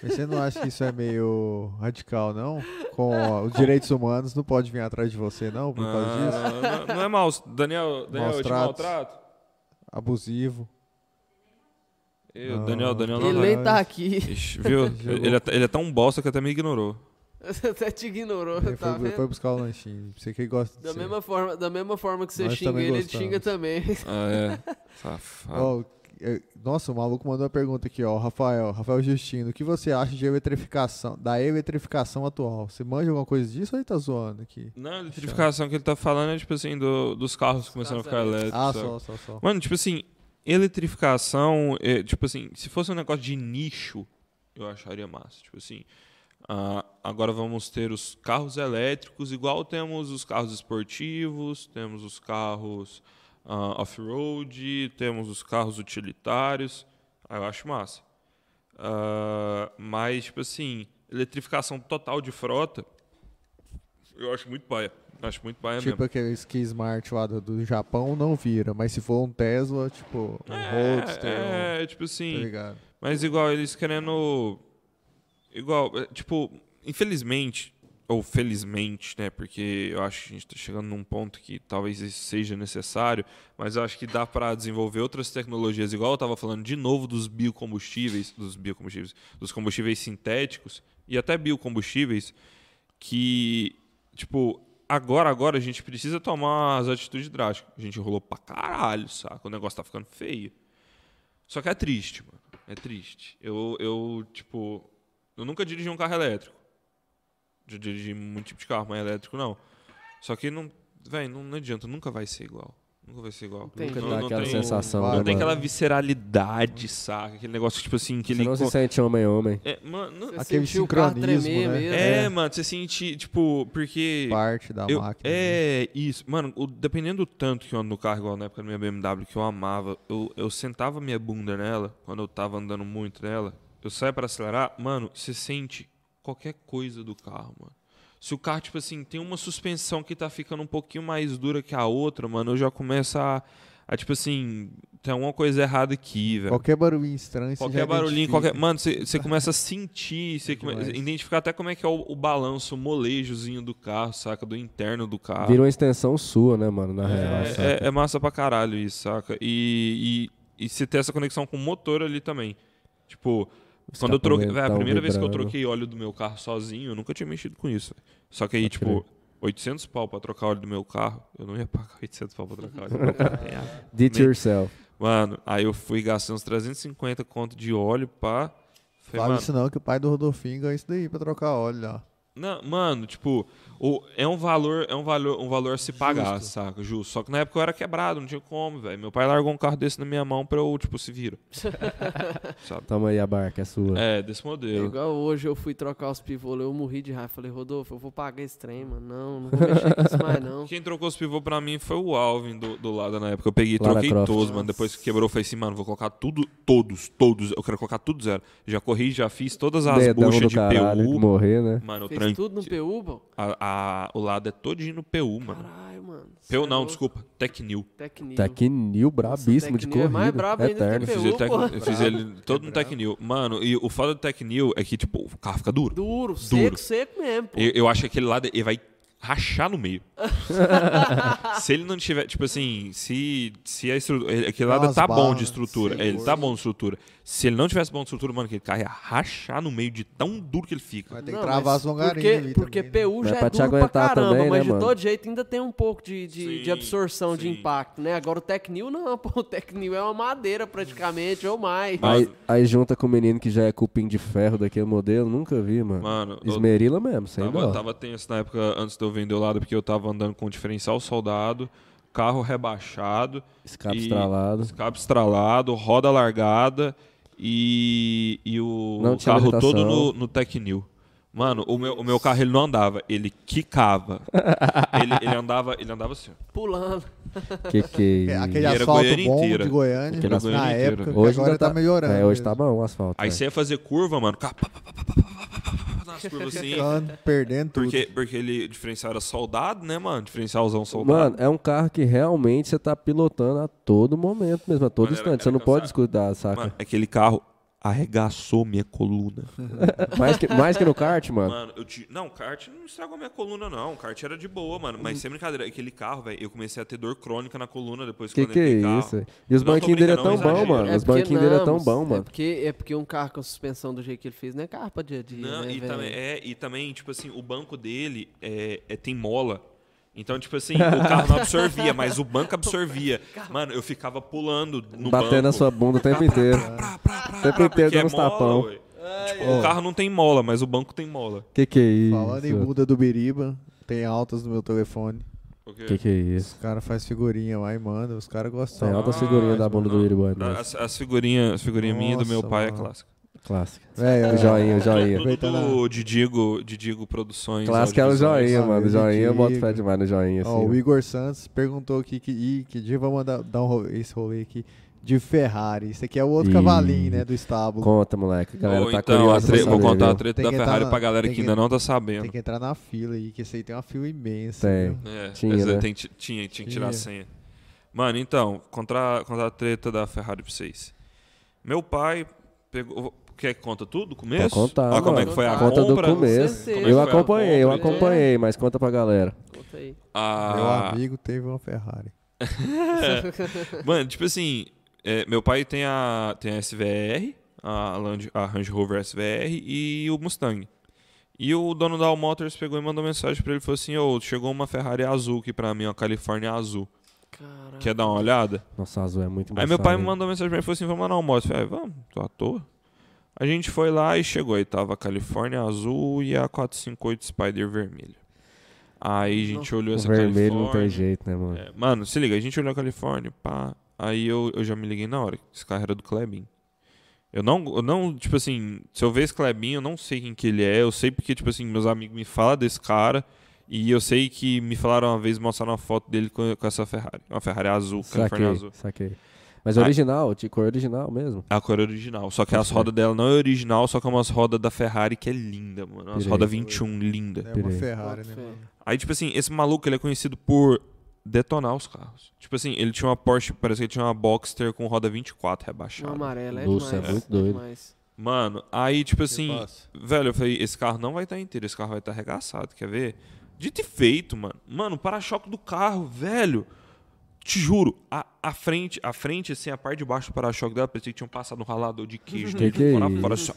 [SPEAKER 2] Mas você não acha que isso é meio radical, não? Com ó, os direitos humanos, não pode vir atrás de você, não, por causa disso?
[SPEAKER 4] Ah, não, não é mal. Daniel, Daniel eu te
[SPEAKER 2] Maus
[SPEAKER 4] maltrato?
[SPEAKER 2] Abusivo.
[SPEAKER 4] Eu, Daniel, Daniel não.
[SPEAKER 3] Ele
[SPEAKER 4] vai.
[SPEAKER 3] nem tá aqui.
[SPEAKER 4] Ixi, viu? Ele, é t- ele é tão bosta que até me ignorou.
[SPEAKER 3] Até te ignorou,
[SPEAKER 2] Ele
[SPEAKER 3] tá
[SPEAKER 2] foi,
[SPEAKER 3] vendo?
[SPEAKER 2] foi buscar o lanchinho. Você que gosta de
[SPEAKER 3] Da
[SPEAKER 2] ser.
[SPEAKER 3] mesma, forma, da mesma forma que você
[SPEAKER 2] Nós
[SPEAKER 3] xinga
[SPEAKER 2] também
[SPEAKER 3] ele, ele te
[SPEAKER 2] gostamos.
[SPEAKER 3] xinga também.
[SPEAKER 4] Ah, é. Safado.
[SPEAKER 2] Ó, é, nossa, o maluco mandou uma pergunta aqui, ó. o Rafael, Rafael Justino, o que você acha de eletrificação, da eletrificação atual? Você manja alguma coisa disso ou ele tá zoando aqui?
[SPEAKER 4] Não, a eletrificação que ele tá falando é tipo assim, do- dos carros começando a ficar
[SPEAKER 3] carros
[SPEAKER 4] elétricos.
[SPEAKER 2] Ah,
[SPEAKER 4] saca?
[SPEAKER 2] só, só, só.
[SPEAKER 4] Mano, tipo assim, eletrificação, é, tipo assim, se fosse um negócio de nicho, eu acharia massa. Tipo assim, ah, agora vamos ter os carros elétricos, igual temos os carros esportivos, temos os carros ah, off-road, temos os carros utilitários. Ah, eu acho massa. Ah, mas, tipo assim, eletrificação total de frota, eu acho muito paia. Acho muito paia É mesmo.
[SPEAKER 2] Tipo aqueles que Smart lá do, do Japão não vira, mas se for um Tesla, tipo, um Roadster, um-
[SPEAKER 4] é, é, tipo
[SPEAKER 2] tá
[SPEAKER 4] assim.
[SPEAKER 2] ligado?
[SPEAKER 4] Mas igual, eles querendo. Igual, é, tipo, infelizmente, ou felizmente, né? Porque eu acho que a gente tá chegando num ponto que talvez isso seja necessário, mas eu acho que dá para desenvolver outras tecnologias, igual eu tava falando de novo dos biocombustíveis, dos biocombustíveis, dos combustíveis sintéticos e até biocombustíveis, que, tipo, agora, agora a gente precisa tomar as atitudes drásticas. A gente rolou pra caralho, saca? O negócio tá ficando feio. Só que é triste, mano. É triste. Eu, eu tipo, eu nunca dirigi um carro elétrico. Já dirigi muito tipo de carro, mas elétrico não. Só que não, velho, não, não adianta, nunca vai ser igual. Nunca vai ser igual.
[SPEAKER 3] Entendi.
[SPEAKER 1] Nunca
[SPEAKER 4] Eu
[SPEAKER 3] Não,
[SPEAKER 1] dá
[SPEAKER 4] não
[SPEAKER 1] aquela
[SPEAKER 4] tenho-
[SPEAKER 1] sensação.
[SPEAKER 2] não
[SPEAKER 1] né,
[SPEAKER 4] Não tem
[SPEAKER 1] mano?
[SPEAKER 4] aquela visceralidade, saca? Aquele negócio, tipo assim, que
[SPEAKER 1] Você
[SPEAKER 4] ele.
[SPEAKER 1] não se sente homem-homem.
[SPEAKER 4] É, mano,
[SPEAKER 3] Você
[SPEAKER 2] Aquele
[SPEAKER 3] sentiu o carro
[SPEAKER 2] sincronismo,
[SPEAKER 3] tremer
[SPEAKER 2] né?
[SPEAKER 3] mesmo.
[SPEAKER 4] é, mano, você sente, tipo, porque.
[SPEAKER 2] Parte da
[SPEAKER 4] Eu-
[SPEAKER 2] máquina. né?
[SPEAKER 4] é, isso. Mano, o- dependendo do tanto que eu ando no carro, igual na época da minha BMW, que eu amava, eu, eu sentava minha bunda nela, quando eu tava andando muito nela, eu saio pra acelerar, mano, você sente qualquer coisa do carro, mano. Se o carro, tipo assim, tem uma suspensão que tá ficando um pouquinho mais dura que a outra, mano, eu já começo a, a tipo assim, tem alguma coisa errada aqui, velho.
[SPEAKER 2] Qualquer barulhinho estranho, você já
[SPEAKER 4] É.
[SPEAKER 2] é
[SPEAKER 4] Qualquer
[SPEAKER 1] é
[SPEAKER 4] barulhinho,
[SPEAKER 2] identifica.
[SPEAKER 4] qualquer. Mano, você começa a sentir, você come-
[SPEAKER 2] demais.
[SPEAKER 4] identificar até como é que é o, o balanço, o molejozinho do carro, saca? Do interno do carro.
[SPEAKER 1] Vira uma extensão sua, né, mano? Na real.
[SPEAKER 4] Ah. É-
[SPEAKER 1] saca?
[SPEAKER 4] É, é massa pra caralho isso, saca? E, e, e você tem essa conexão com o motor ali também. Tipo, quando eu troquei. véi, a
[SPEAKER 1] Escapamento,
[SPEAKER 4] primeira vez que eu
[SPEAKER 1] vibrando.
[SPEAKER 4] troquei óleo do meu carro sozinho, eu nunca tinha mexido com isso. véi. Só que aí,
[SPEAKER 1] Pode
[SPEAKER 4] tipo, 800 pau pra trocar óleo do meu carro, eu não ia pagar 800 pau pra trocar óleo do meu carro. Tem a
[SPEAKER 1] Did
[SPEAKER 4] Me-
[SPEAKER 1] yourself.
[SPEAKER 4] Mano, aí eu fui gastando uns 350 conto de óleo pra. Falei,
[SPEAKER 2] Fala
[SPEAKER 4] mano,
[SPEAKER 2] isso não, que o pai do Rodolfinho ganha isso daí pra trocar óleo lá.
[SPEAKER 4] não, mano, tipo, o- é um valor, é um valor, um valor a se pagar, saca? Justo. Só que na época eu era quebrado, não tinha como, velho. Meu pai largou um carro desse na minha mão pra eu, tipo, se vira. sabe?
[SPEAKER 1] Toma aí a barca, é sua.
[SPEAKER 4] É, desse
[SPEAKER 3] É
[SPEAKER 4] modelo.
[SPEAKER 3] Igual hoje eu fui trocar os pivôs, eu morri de raiva. Falei, Rodolfo, eu vou pagar esse trem, mano. Não, não vou mexer com isso mais, não.
[SPEAKER 4] Quem trocou os pivô pra mim foi o Alvin do, do lado na época. Eu peguei e
[SPEAKER 1] Lara
[SPEAKER 4] troquei
[SPEAKER 1] Croft.
[SPEAKER 4] todos, mano. Depois que quebrou, eu falei assim, mano, vou colocar tudo, todos, todos. Eu quero colocar tudo zero. Já corri, já fiz todas as
[SPEAKER 1] Dedão
[SPEAKER 4] buchas
[SPEAKER 1] do
[SPEAKER 4] de
[SPEAKER 1] caralho,
[SPEAKER 4] PU.
[SPEAKER 1] morrer, né?
[SPEAKER 4] Mano, eu
[SPEAKER 3] Fez
[SPEAKER 4] tran-
[SPEAKER 3] tudo no PU, bom?
[SPEAKER 4] a- a- o lado é todinho no PU, mano.
[SPEAKER 3] Caralho, mano. cê
[SPEAKER 4] PU
[SPEAKER 3] é
[SPEAKER 4] não,
[SPEAKER 3] louco.
[SPEAKER 4] desculpa. Tecnil.
[SPEAKER 3] Tecnil.
[SPEAKER 1] Tá aqui Nil brabíssimo de
[SPEAKER 3] Nossa, Tech
[SPEAKER 1] corrida.
[SPEAKER 3] New é mais brabo ainda que
[SPEAKER 1] Eterno.
[SPEAKER 4] Eu fiz,
[SPEAKER 3] PU,
[SPEAKER 4] ele, tec-
[SPEAKER 3] porra.
[SPEAKER 4] eu fiz ele todo no Tech New. Mano, e o foda do Tech New é que, tipo, o carro fica duro.
[SPEAKER 3] Duro, seco, seco mesmo, pô.
[SPEAKER 4] Eu, eu acho que aquele lado ele vai rachar no meio. se ele não tiver, tipo assim, se, se a estrutura. Aquele
[SPEAKER 2] Dá
[SPEAKER 4] lado
[SPEAKER 2] umas
[SPEAKER 4] tá bom
[SPEAKER 2] barras,
[SPEAKER 4] de estrutura.
[SPEAKER 2] sim,
[SPEAKER 4] é, ele
[SPEAKER 2] força.
[SPEAKER 4] tá bom de estrutura. Se ele não tivesse bom de estrutura, mano, aquele carro ia rachar no meio de tão duro que ele
[SPEAKER 2] Vai
[SPEAKER 4] fica.
[SPEAKER 2] ter
[SPEAKER 3] Não,
[SPEAKER 2] que travar
[SPEAKER 3] mas
[SPEAKER 2] as longarinhas
[SPEAKER 3] porque,
[SPEAKER 2] ali
[SPEAKER 3] Porque
[SPEAKER 2] também, né?
[SPEAKER 3] PU
[SPEAKER 1] Mas
[SPEAKER 3] já é
[SPEAKER 1] pra
[SPEAKER 3] pra
[SPEAKER 1] te
[SPEAKER 3] duro pra
[SPEAKER 1] aguentar
[SPEAKER 3] caramba,
[SPEAKER 1] também,
[SPEAKER 3] mas
[SPEAKER 1] né,
[SPEAKER 3] de
[SPEAKER 1] mano?
[SPEAKER 3] todo jeito ainda tem um pouco de, de, de
[SPEAKER 4] Sim,
[SPEAKER 3] absorção de
[SPEAKER 4] sim.
[SPEAKER 3] impacto, né? Agora o Tecnil não, pô. O Tecnil é uma madeira praticamente, ou mais.
[SPEAKER 1] Aí, aí junta com o menino que já é cupim de ferro daquele modelo, nunca vi, mano.
[SPEAKER 4] Mano, eu- Tá
[SPEAKER 1] Esmerila mesmo, sem
[SPEAKER 4] Tava,
[SPEAKER 1] dó.
[SPEAKER 4] tava tenso na época antes de eu vender o lado, porque eu tava andando com o diferencial soldado, carro rebaixado.
[SPEAKER 1] Escape
[SPEAKER 4] e-
[SPEAKER 1] estralado.
[SPEAKER 4] Escape estralado, roda largada e, e o
[SPEAKER 1] Não
[SPEAKER 4] o
[SPEAKER 1] tinha
[SPEAKER 4] carro
[SPEAKER 1] habilitação.
[SPEAKER 4] todo no, no Tech New. Mano, o meu, o meu carro ele não andava, ele quicava. ele, ele andava, ele andava assim. ó.
[SPEAKER 3] Pulando.
[SPEAKER 1] Que que...
[SPEAKER 2] É, Aquele
[SPEAKER 4] Era
[SPEAKER 2] asfalto
[SPEAKER 4] Goiânia
[SPEAKER 2] bom
[SPEAKER 4] inteira.
[SPEAKER 2] de Goiânia,
[SPEAKER 1] Aquele
[SPEAKER 4] asfalto-
[SPEAKER 2] na
[SPEAKER 4] Goiânia
[SPEAKER 2] época,
[SPEAKER 4] inteira.
[SPEAKER 2] que agora
[SPEAKER 1] ainda
[SPEAKER 2] tá, melhorando.
[SPEAKER 1] É, hoje tá
[SPEAKER 2] mesmo.
[SPEAKER 1] bom o asfalto.
[SPEAKER 4] Aí
[SPEAKER 1] é.
[SPEAKER 4] você ia fazer curva, mano, o carro pá, pá, pá, pá, pá, pá, pá, pá, pá, nas curvas assim.
[SPEAKER 2] Ficando, perdendo tudo.
[SPEAKER 4] Porque, porque ele, o diferencial era soldado, né, mano? Diferencialzão soldado.
[SPEAKER 1] Mano, é um carro que realmente você tá pilotando a todo momento mesmo, a todo
[SPEAKER 4] Mano, era-
[SPEAKER 1] instante.
[SPEAKER 4] era
[SPEAKER 1] você não pode
[SPEAKER 4] cansado.
[SPEAKER 1] descuidar, saca?
[SPEAKER 4] Mano, aquele carro arregaçou minha coluna.
[SPEAKER 1] É. Mais, que, mais que no kart, mano.
[SPEAKER 4] Mano, eu te... Não, o kart não estragou minha coluna, não. O kart era de boa, mano.
[SPEAKER 1] Hum.
[SPEAKER 4] Mas sem brincadeira, aquele carro, velho, eu comecei a ter dor crônica na coluna depois
[SPEAKER 1] que
[SPEAKER 4] quando
[SPEAKER 1] que
[SPEAKER 4] eu entrei
[SPEAKER 1] é
[SPEAKER 4] carro.
[SPEAKER 1] isso? E os
[SPEAKER 4] Não, tô
[SPEAKER 1] banquinhos dele é tão
[SPEAKER 4] brincando, não,
[SPEAKER 1] bom,
[SPEAKER 4] exagero.
[SPEAKER 1] mano. os
[SPEAKER 3] porque
[SPEAKER 1] banquinhos dele é
[SPEAKER 3] não,
[SPEAKER 1] tão bom,
[SPEAKER 3] É
[SPEAKER 1] mano.
[SPEAKER 3] porque, é porque um carro com suspensão do jeito que ele fez não é carro pra dia a dia,
[SPEAKER 4] Não,
[SPEAKER 3] né,
[SPEAKER 4] e,
[SPEAKER 3] velho?
[SPEAKER 4] também, é, e também, tipo assim, o banco dele é, é- tem mola. Então, tipo assim, o carro não absorvia, mas o banco absorvia. Mano, eu ficava pulando no
[SPEAKER 1] Batendo
[SPEAKER 4] banco.
[SPEAKER 1] a sua bunda o tempo inteiro. O tempo inteiro
[SPEAKER 4] Porque é
[SPEAKER 1] dando uns
[SPEAKER 4] mola,
[SPEAKER 1] tapão.
[SPEAKER 4] ué. Tipo, o carro não tem mola, mas o banco tem mola.
[SPEAKER 1] Que que é isso?
[SPEAKER 2] Falando em muda do Biriba, tem altas no meu telefone.
[SPEAKER 4] O quê?
[SPEAKER 1] Que que é
[SPEAKER 2] Os
[SPEAKER 1] isso?
[SPEAKER 2] caras fazem figurinha lá e manda, os caras
[SPEAKER 1] Tem
[SPEAKER 2] gostam.
[SPEAKER 1] É alta figurinha da bunda do né?
[SPEAKER 4] não.
[SPEAKER 1] Iriboy, mano.
[SPEAKER 4] As, as figurinhas as figurinha minha e do meu
[SPEAKER 2] Ah, Nossa,
[SPEAKER 4] pai é
[SPEAKER 2] mano.
[SPEAKER 4] clássica.
[SPEAKER 1] Clássica.
[SPEAKER 2] Véi,
[SPEAKER 1] O
[SPEAKER 2] ó,
[SPEAKER 1] joinha, o joinha.
[SPEAKER 4] Tudo
[SPEAKER 2] Aproveitando a-
[SPEAKER 4] do Didigo, Didigo Produções.
[SPEAKER 1] Clássica é o
[SPEAKER 4] Audiovisuais.
[SPEAKER 1] joinha,
[SPEAKER 2] Ah,
[SPEAKER 1] mano. O
[SPEAKER 2] eu
[SPEAKER 1] joinha, eu
[SPEAKER 2] digo.
[SPEAKER 1] boto fé demais no joinha,
[SPEAKER 2] Ó, o
[SPEAKER 1] assim.
[SPEAKER 2] Igor Santos perguntou aqui que, ih, que dia vamos dar, dar um rolê, esse rolê aqui de Ferrari. Isso aqui é o outro
[SPEAKER 1] Ih.
[SPEAKER 2] cavalinho, né, do estábulo.
[SPEAKER 1] Conta, moleque. A galera
[SPEAKER 4] Ou
[SPEAKER 1] tá
[SPEAKER 4] então, a
[SPEAKER 1] curiosa pra
[SPEAKER 4] tre- vou
[SPEAKER 1] saber,
[SPEAKER 4] contar a
[SPEAKER 1] viu?
[SPEAKER 4] treta
[SPEAKER 2] Tem
[SPEAKER 4] da
[SPEAKER 2] que entrar
[SPEAKER 4] Ferrari
[SPEAKER 2] na-
[SPEAKER 4] pra galera
[SPEAKER 2] tem
[SPEAKER 4] que,
[SPEAKER 2] que-
[SPEAKER 4] ainda não tá sabendo.
[SPEAKER 2] Tem que entrar na fila aí, que esse aí tem uma fila imensa.
[SPEAKER 1] Tem.
[SPEAKER 2] viu?
[SPEAKER 4] É,
[SPEAKER 1] Tinha,
[SPEAKER 4] essa
[SPEAKER 1] né?
[SPEAKER 4] tem- ti- tinha, tinha que tirar a
[SPEAKER 2] Tinha.
[SPEAKER 4] senha. Mano, então, contar, contar a treta da Ferrari pra vocês. Meu pai pegou. Quer que conta tudo do começo?
[SPEAKER 1] Pode contar,
[SPEAKER 4] Ó, como
[SPEAKER 1] Tá mano.
[SPEAKER 4] é que foi a
[SPEAKER 1] Conta
[SPEAKER 4] compra?
[SPEAKER 1] do começo.
[SPEAKER 3] Como é que
[SPEAKER 1] Eu
[SPEAKER 4] foi a
[SPEAKER 1] acompanhei, eu
[SPEAKER 4] compra,
[SPEAKER 3] né?
[SPEAKER 1] acompanhei, mas conta pra galera.
[SPEAKER 3] Conta aí.
[SPEAKER 2] Meu
[SPEAKER 4] A...
[SPEAKER 2] amigo teve uma Ferrari.
[SPEAKER 4] Mano, tipo assim, é, meu pai tem a, tem a SVR, a Land, a Range Rover SVR e o Mustang. E o dono da All Motors pegou e mandou mensagem pra ele e falou assim: Ô, chegou uma Ferrari azul aqui pra mim, uma Califórnia azul.
[SPEAKER 3] Caralho.
[SPEAKER 1] é
[SPEAKER 4] Quer dar uma olhada?
[SPEAKER 1] Nossa, azul é muito
[SPEAKER 4] Aí
[SPEAKER 1] embaçado.
[SPEAKER 4] meu pai me
[SPEAKER 1] hein?
[SPEAKER 4] mandou mensagem pra mim e falou assim: vamos lá no almoço. Eu falei, "Ah, vamos, tô à toa. A gente foi lá e chegou. Aí tava a Califórnia azul e a 458 Spider vermelha. Aí a gente olhou
[SPEAKER 5] O
[SPEAKER 4] essa
[SPEAKER 5] vermelho não tem
[SPEAKER 4] Califórnia.
[SPEAKER 5] jeito, né, mano?
[SPEAKER 4] É, mano, se liga, a gente olhou a Califórnia, pá. Aí eu, eu já me liguei na hora. que Esse carro era do Klebin. Eu não, eu não, tipo assim, se eu ver esse Klebin, eu não sei quem que ele é. Eu sei porque, tipo assim, meus amigos me falam desse cara. E eu sei que me falaram uma vez, mostraram uma foto dele com, com essa Ferrari. Uma Ferrari azul, Califórnia
[SPEAKER 5] Saquei,
[SPEAKER 4] azul.
[SPEAKER 5] saquei. Mas
[SPEAKER 4] Ah.
[SPEAKER 5] original, de cor original mesmo.
[SPEAKER 4] A cor é original. Só que
[SPEAKER 5] Pode
[SPEAKER 4] as
[SPEAKER 5] crer.
[SPEAKER 4] rodas dela não é original, só que é umas rodas da Ferrari que é linda, mano. Umas
[SPEAKER 5] Pirei.
[SPEAKER 4] rodas 21, linda.
[SPEAKER 2] É uma
[SPEAKER 5] Pirei.
[SPEAKER 2] Ferrari,
[SPEAKER 3] Boto
[SPEAKER 2] né,
[SPEAKER 3] fé.
[SPEAKER 2] mano?
[SPEAKER 4] Aí, tipo assim, esse maluco, ele é conhecido por detonar os carros. Tipo assim, ele tinha uma Porsche, parece que ele tinha uma Boxster com roda 24
[SPEAKER 3] Uma
[SPEAKER 4] rebaixada.
[SPEAKER 3] amarela, é
[SPEAKER 5] Nossa,
[SPEAKER 3] demais.
[SPEAKER 5] é muito doido.
[SPEAKER 3] demais.
[SPEAKER 4] Mano, aí, tipo assim,
[SPEAKER 2] Eu passo.
[SPEAKER 4] velho, eu falei, esse carro não vai estar inteiro, esse carro vai estar arregaçado, quer ver? Dito e feito, mano. Mano, o para-choque do carro, velho. Te juro, a, a frente, a frente, assim, a parte de baixo do para-choque dela, parecia que tinham passado um ralador de queijo.
[SPEAKER 5] Que
[SPEAKER 4] né?
[SPEAKER 5] que é
[SPEAKER 4] Fora-
[SPEAKER 5] isso?
[SPEAKER 4] fora, assim,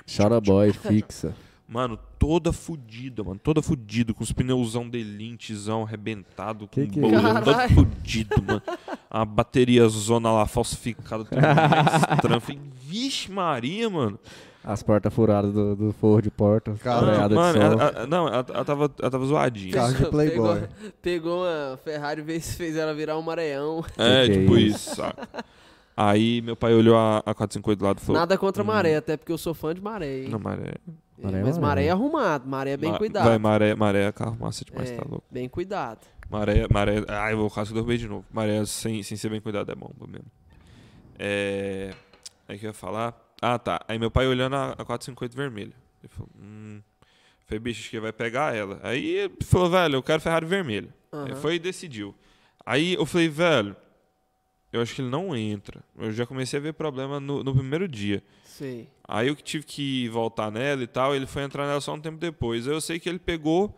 [SPEAKER 4] ó.
[SPEAKER 5] Chora boy,
[SPEAKER 4] tipo,
[SPEAKER 5] fixa.
[SPEAKER 4] Mano, toda fudida, mano. Toda fudida, com os pneuzão delintezão arrebentado,
[SPEAKER 5] Que
[SPEAKER 4] com
[SPEAKER 5] que é
[SPEAKER 4] bolha,
[SPEAKER 3] isso?
[SPEAKER 4] todo
[SPEAKER 3] Caralho.
[SPEAKER 4] fudido, mano. A bateria zona lá falsificada, tudo mais estranho. Falei, Vixe Maria, mano.
[SPEAKER 5] As portas furadas do, do forro de porta.
[SPEAKER 2] Caralho.
[SPEAKER 5] freada de
[SPEAKER 4] mano,
[SPEAKER 5] som.
[SPEAKER 4] ela- ela- não, ela, ela tava, ela tava zoadinha.
[SPEAKER 2] Carro de Playboy.
[SPEAKER 3] Pegou, pegou uma Ferrari, fez, fez ela virar um maranhão.
[SPEAKER 4] É,
[SPEAKER 5] Que que é
[SPEAKER 4] tipo
[SPEAKER 5] isso?
[SPEAKER 4] isso, saca? Aí meu pai olhou a, a 458 do lado e falou...
[SPEAKER 3] Nada contra maré, até porque eu sou fã de maré, hein?
[SPEAKER 4] Hum. Não, maré...
[SPEAKER 3] É,
[SPEAKER 5] Maré é
[SPEAKER 3] mas maré
[SPEAKER 5] maré.
[SPEAKER 3] é arrumado, maré é bem
[SPEAKER 4] ma-
[SPEAKER 3] cuidado.
[SPEAKER 4] Vai, maré, maré é carro massa demais,
[SPEAKER 3] É,
[SPEAKER 4] tá louco.
[SPEAKER 3] Bem cuidado.
[SPEAKER 4] Maré, maré. Ai, eu vou quase que eu derrubei de novo. Maré sem, sem ser bem cuidado é bomba mesmo. É. Aí que eu ia falar. Ah, tá. Aí meu pai olhando a, a 458 vermelha. Ele falou, hum. Falei, bicho, acho que vai pegar ela. Aí ele falou, velho, eu quero Ferrari vermelha.
[SPEAKER 3] Aham.
[SPEAKER 4] Aí É, foi e decidiu. Aí eu falei, velho, eu acho que ele não entra. Eu já comecei a ver problema no, no primeiro dia.
[SPEAKER 3] Sei.
[SPEAKER 4] Aí eu que tive que voltar nela e tal, ele foi entrar nela só um tempo depois. Aí eu sei que ele pegou,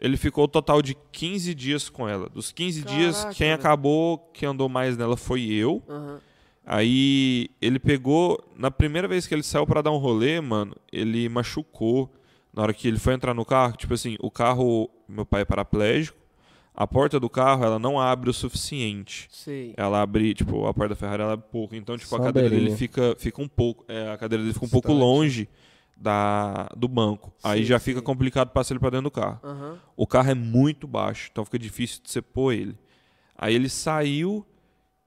[SPEAKER 4] ele ficou o total de 15 dias com ela. Dos 15
[SPEAKER 3] Caraca,
[SPEAKER 4] dias, quem
[SPEAKER 3] velho.
[SPEAKER 4] acabou, que andou mais nela foi eu.
[SPEAKER 3] Aham.
[SPEAKER 4] Aí ele pegou, na primeira vez que ele saiu pra dar um rolê, mano, ele machucou. Na hora que ele foi entrar no carro, tipo assim, o carro, meu pai é paraplégico, a porta do carro, ela não abre o suficiente
[SPEAKER 3] Sei.
[SPEAKER 4] ela abre, tipo, a porta da Ferrari ela abre pouco. Então, tipo,
[SPEAKER 5] Só
[SPEAKER 4] a
[SPEAKER 5] uma
[SPEAKER 4] cadeira dele
[SPEAKER 5] beirinha.
[SPEAKER 4] fica, fica um pouco. é, a cadeira dele fica um pouco
[SPEAKER 2] Distante.
[SPEAKER 4] longe da, do banco. Aí
[SPEAKER 3] Sim,
[SPEAKER 4] já fica
[SPEAKER 3] sim.
[SPEAKER 4] complicado passar ele pra dentro do carro.
[SPEAKER 3] Aham.
[SPEAKER 4] O carro é muito baixo, então fica difícil de você pôr ele. Aí ele saiu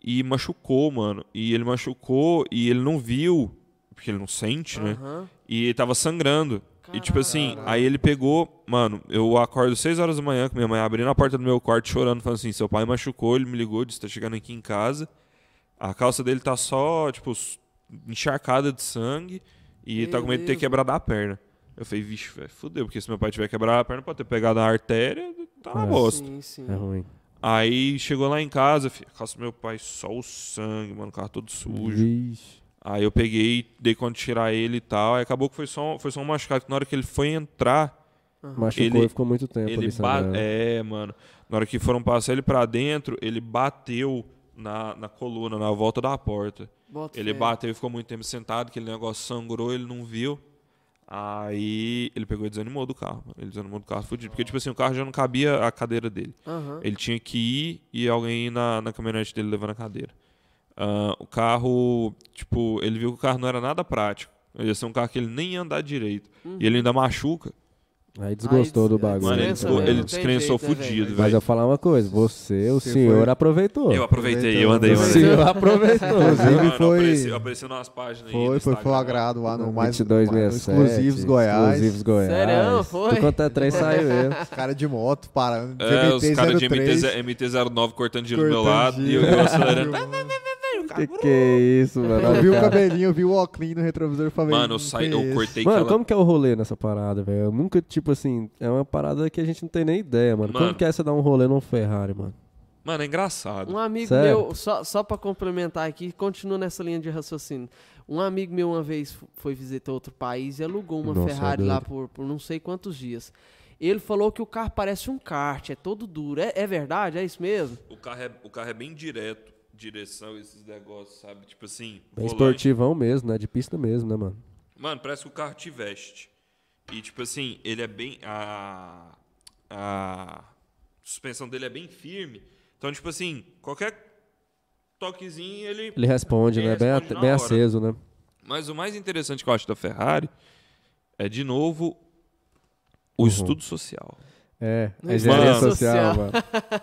[SPEAKER 4] e machucou, mano. E ele machucou e ele não viu, porque ele não sente, né?
[SPEAKER 3] Aham.
[SPEAKER 4] E ele tava sangrando. E tipo assim,
[SPEAKER 3] Caralho.
[SPEAKER 4] aí ele pegou, mano, eu acordo 6 horas da manhã com minha mãe abrindo a porta do meu quarto chorando, falando assim, seu pai machucou, ele me ligou, disse, tá chegando aqui em casa. A calça dele tá só, tipo, s- encharcada de sangue e tá com medo de ter
[SPEAKER 3] Beleza.
[SPEAKER 4] quebrado a perna. Eu falei, vixe, velho, fudeu, porque se meu pai tiver quebrado a perna, pode ter pegado a artéria, tá na
[SPEAKER 5] É.
[SPEAKER 4] bosta.
[SPEAKER 3] Ah, Sim, sim.
[SPEAKER 5] É ruim.
[SPEAKER 4] Aí chegou lá em casa, fi, a calça do meu pai, só o sangue, mano, o carro todo sujo.
[SPEAKER 5] Vixe.
[SPEAKER 4] Aí eu peguei, dei quando tirar ele e tal. Aí acabou que foi só, um- foi só um machucado. que Na hora que ele foi entrar,
[SPEAKER 5] Machucou
[SPEAKER 4] Ele-
[SPEAKER 5] e ficou muito tempo
[SPEAKER 4] ele
[SPEAKER 5] ali
[SPEAKER 4] bateu.
[SPEAKER 5] sangrando.
[SPEAKER 4] É, mano. Na hora que foram passar ele pra dentro, ele bateu na, na coluna, na volta da porta.
[SPEAKER 3] Bota
[SPEAKER 4] Ele
[SPEAKER 3] fé.
[SPEAKER 4] bateu e ficou muito tempo sentado, aquele negócio sangrou, ele não viu. Aí ele pegou e desanimou do carro. mano. Ele desanimou do carro fudido. Porque, tipo assim, o carro já não cabia a cadeira dele.
[SPEAKER 3] Aham.
[SPEAKER 4] Ele tinha que ir e alguém ir na, na caminhonete dele levando a cadeira. Ah, o carro, tipo, ele viu que o carro não era nada prático. Ia ser um carro que ele nem ia andar direito. E ele ainda machuca.
[SPEAKER 5] Aí desgostou
[SPEAKER 3] Aí
[SPEAKER 5] do
[SPEAKER 3] des-
[SPEAKER 5] bagulho. tá
[SPEAKER 4] Mano, ele,
[SPEAKER 3] Descrença,
[SPEAKER 4] desgo-
[SPEAKER 3] velho,
[SPEAKER 4] ele
[SPEAKER 3] não tem
[SPEAKER 4] descrençou
[SPEAKER 3] jeito, né, velho?
[SPEAKER 4] fudido,
[SPEAKER 5] Mas
[SPEAKER 4] velho.
[SPEAKER 5] eu vou falar uma coisa, você, o
[SPEAKER 2] Você
[SPEAKER 5] senhor,
[SPEAKER 2] foi-
[SPEAKER 5] aprovei.
[SPEAKER 4] Eu aproveitei, eu andei, eu
[SPEAKER 5] O
[SPEAKER 2] Aproveitei.
[SPEAKER 4] andei.
[SPEAKER 5] senhor aproveitou.
[SPEAKER 2] Inclusive
[SPEAKER 4] Mano, eu apareci, eu
[SPEAKER 2] foi.
[SPEAKER 4] apareci nas páginas aí.
[SPEAKER 2] Foi,
[SPEAKER 4] no
[SPEAKER 2] foi, foi o
[SPEAKER 4] Instagram.
[SPEAKER 2] agrado lá no mais. no
[SPEAKER 5] 2267,
[SPEAKER 2] Exclusivos Goiás.
[SPEAKER 5] Exclusivos Goiás.
[SPEAKER 3] Serão? Foi?
[SPEAKER 5] Tu conta três, saiu eu.
[SPEAKER 2] Cara de moto parando.
[SPEAKER 4] É,
[SPEAKER 2] GBT
[SPEAKER 4] os caras de
[SPEAKER 2] 03,
[SPEAKER 4] MT, MT-09 cortando giro do meu
[SPEAKER 2] cortando
[SPEAKER 4] lado e eu,
[SPEAKER 2] giro.
[SPEAKER 4] eu acelerando.
[SPEAKER 5] Que que é isso, mano?
[SPEAKER 2] Eu vi o cabelinho, eu vi o óculos no retrovisor e falei.
[SPEAKER 4] Mano, eu,
[SPEAKER 2] "Hum,
[SPEAKER 4] saí,
[SPEAKER 2] que
[SPEAKER 4] eu
[SPEAKER 2] isso?"
[SPEAKER 4] cortei
[SPEAKER 5] Mano,
[SPEAKER 4] aquela-
[SPEAKER 5] como que é o rolê nessa parada, velho? Eu nunca, tipo assim, é uma parada que a gente não tem nem ideia, mano.
[SPEAKER 4] Mano.
[SPEAKER 5] Como que é você dar um rolê num Ferrari, mano?
[SPEAKER 4] Mano, é engraçado.
[SPEAKER 3] Um amigo
[SPEAKER 5] Sério?
[SPEAKER 3] meu, só, só para complementar aqui, continua nessa linha de raciocínio. Um amigo meu uma vez f- foi visitar outro país e alugou uma
[SPEAKER 5] Nossa,
[SPEAKER 3] Ferrari
[SPEAKER 5] é
[SPEAKER 3] lá
[SPEAKER 5] doido.
[SPEAKER 3] por, por não sei quantos dias. Ele falou que o carro parece um kart, é todo duro. É, é verdade? É isso mesmo?
[SPEAKER 4] O carro, é, o carro é bem direto, direção, esses negócios, sabe? Tipo assim,
[SPEAKER 5] Bem
[SPEAKER 4] volante.
[SPEAKER 5] esportivão mesmo, né? De pista mesmo, né, mano?
[SPEAKER 4] Mano, parece que o carro te veste. E, tipo assim, ele é bem. A. A suspensão dele é bem firme. Então, tipo assim, qualquer toquezinho ele.
[SPEAKER 5] Ele responde,
[SPEAKER 4] Ele
[SPEAKER 5] né? Bem,
[SPEAKER 4] É, responde
[SPEAKER 5] at-
[SPEAKER 4] na
[SPEAKER 5] bem
[SPEAKER 4] hora.
[SPEAKER 5] aceso, né?
[SPEAKER 4] Mas o mais interessante que
[SPEAKER 1] Uhum.
[SPEAKER 4] eu acho da Ferrari é, de novo, o estudo social.
[SPEAKER 1] É,
[SPEAKER 3] Não
[SPEAKER 1] a
[SPEAKER 3] existe
[SPEAKER 1] engenharia
[SPEAKER 4] Mano.
[SPEAKER 1] social, mano.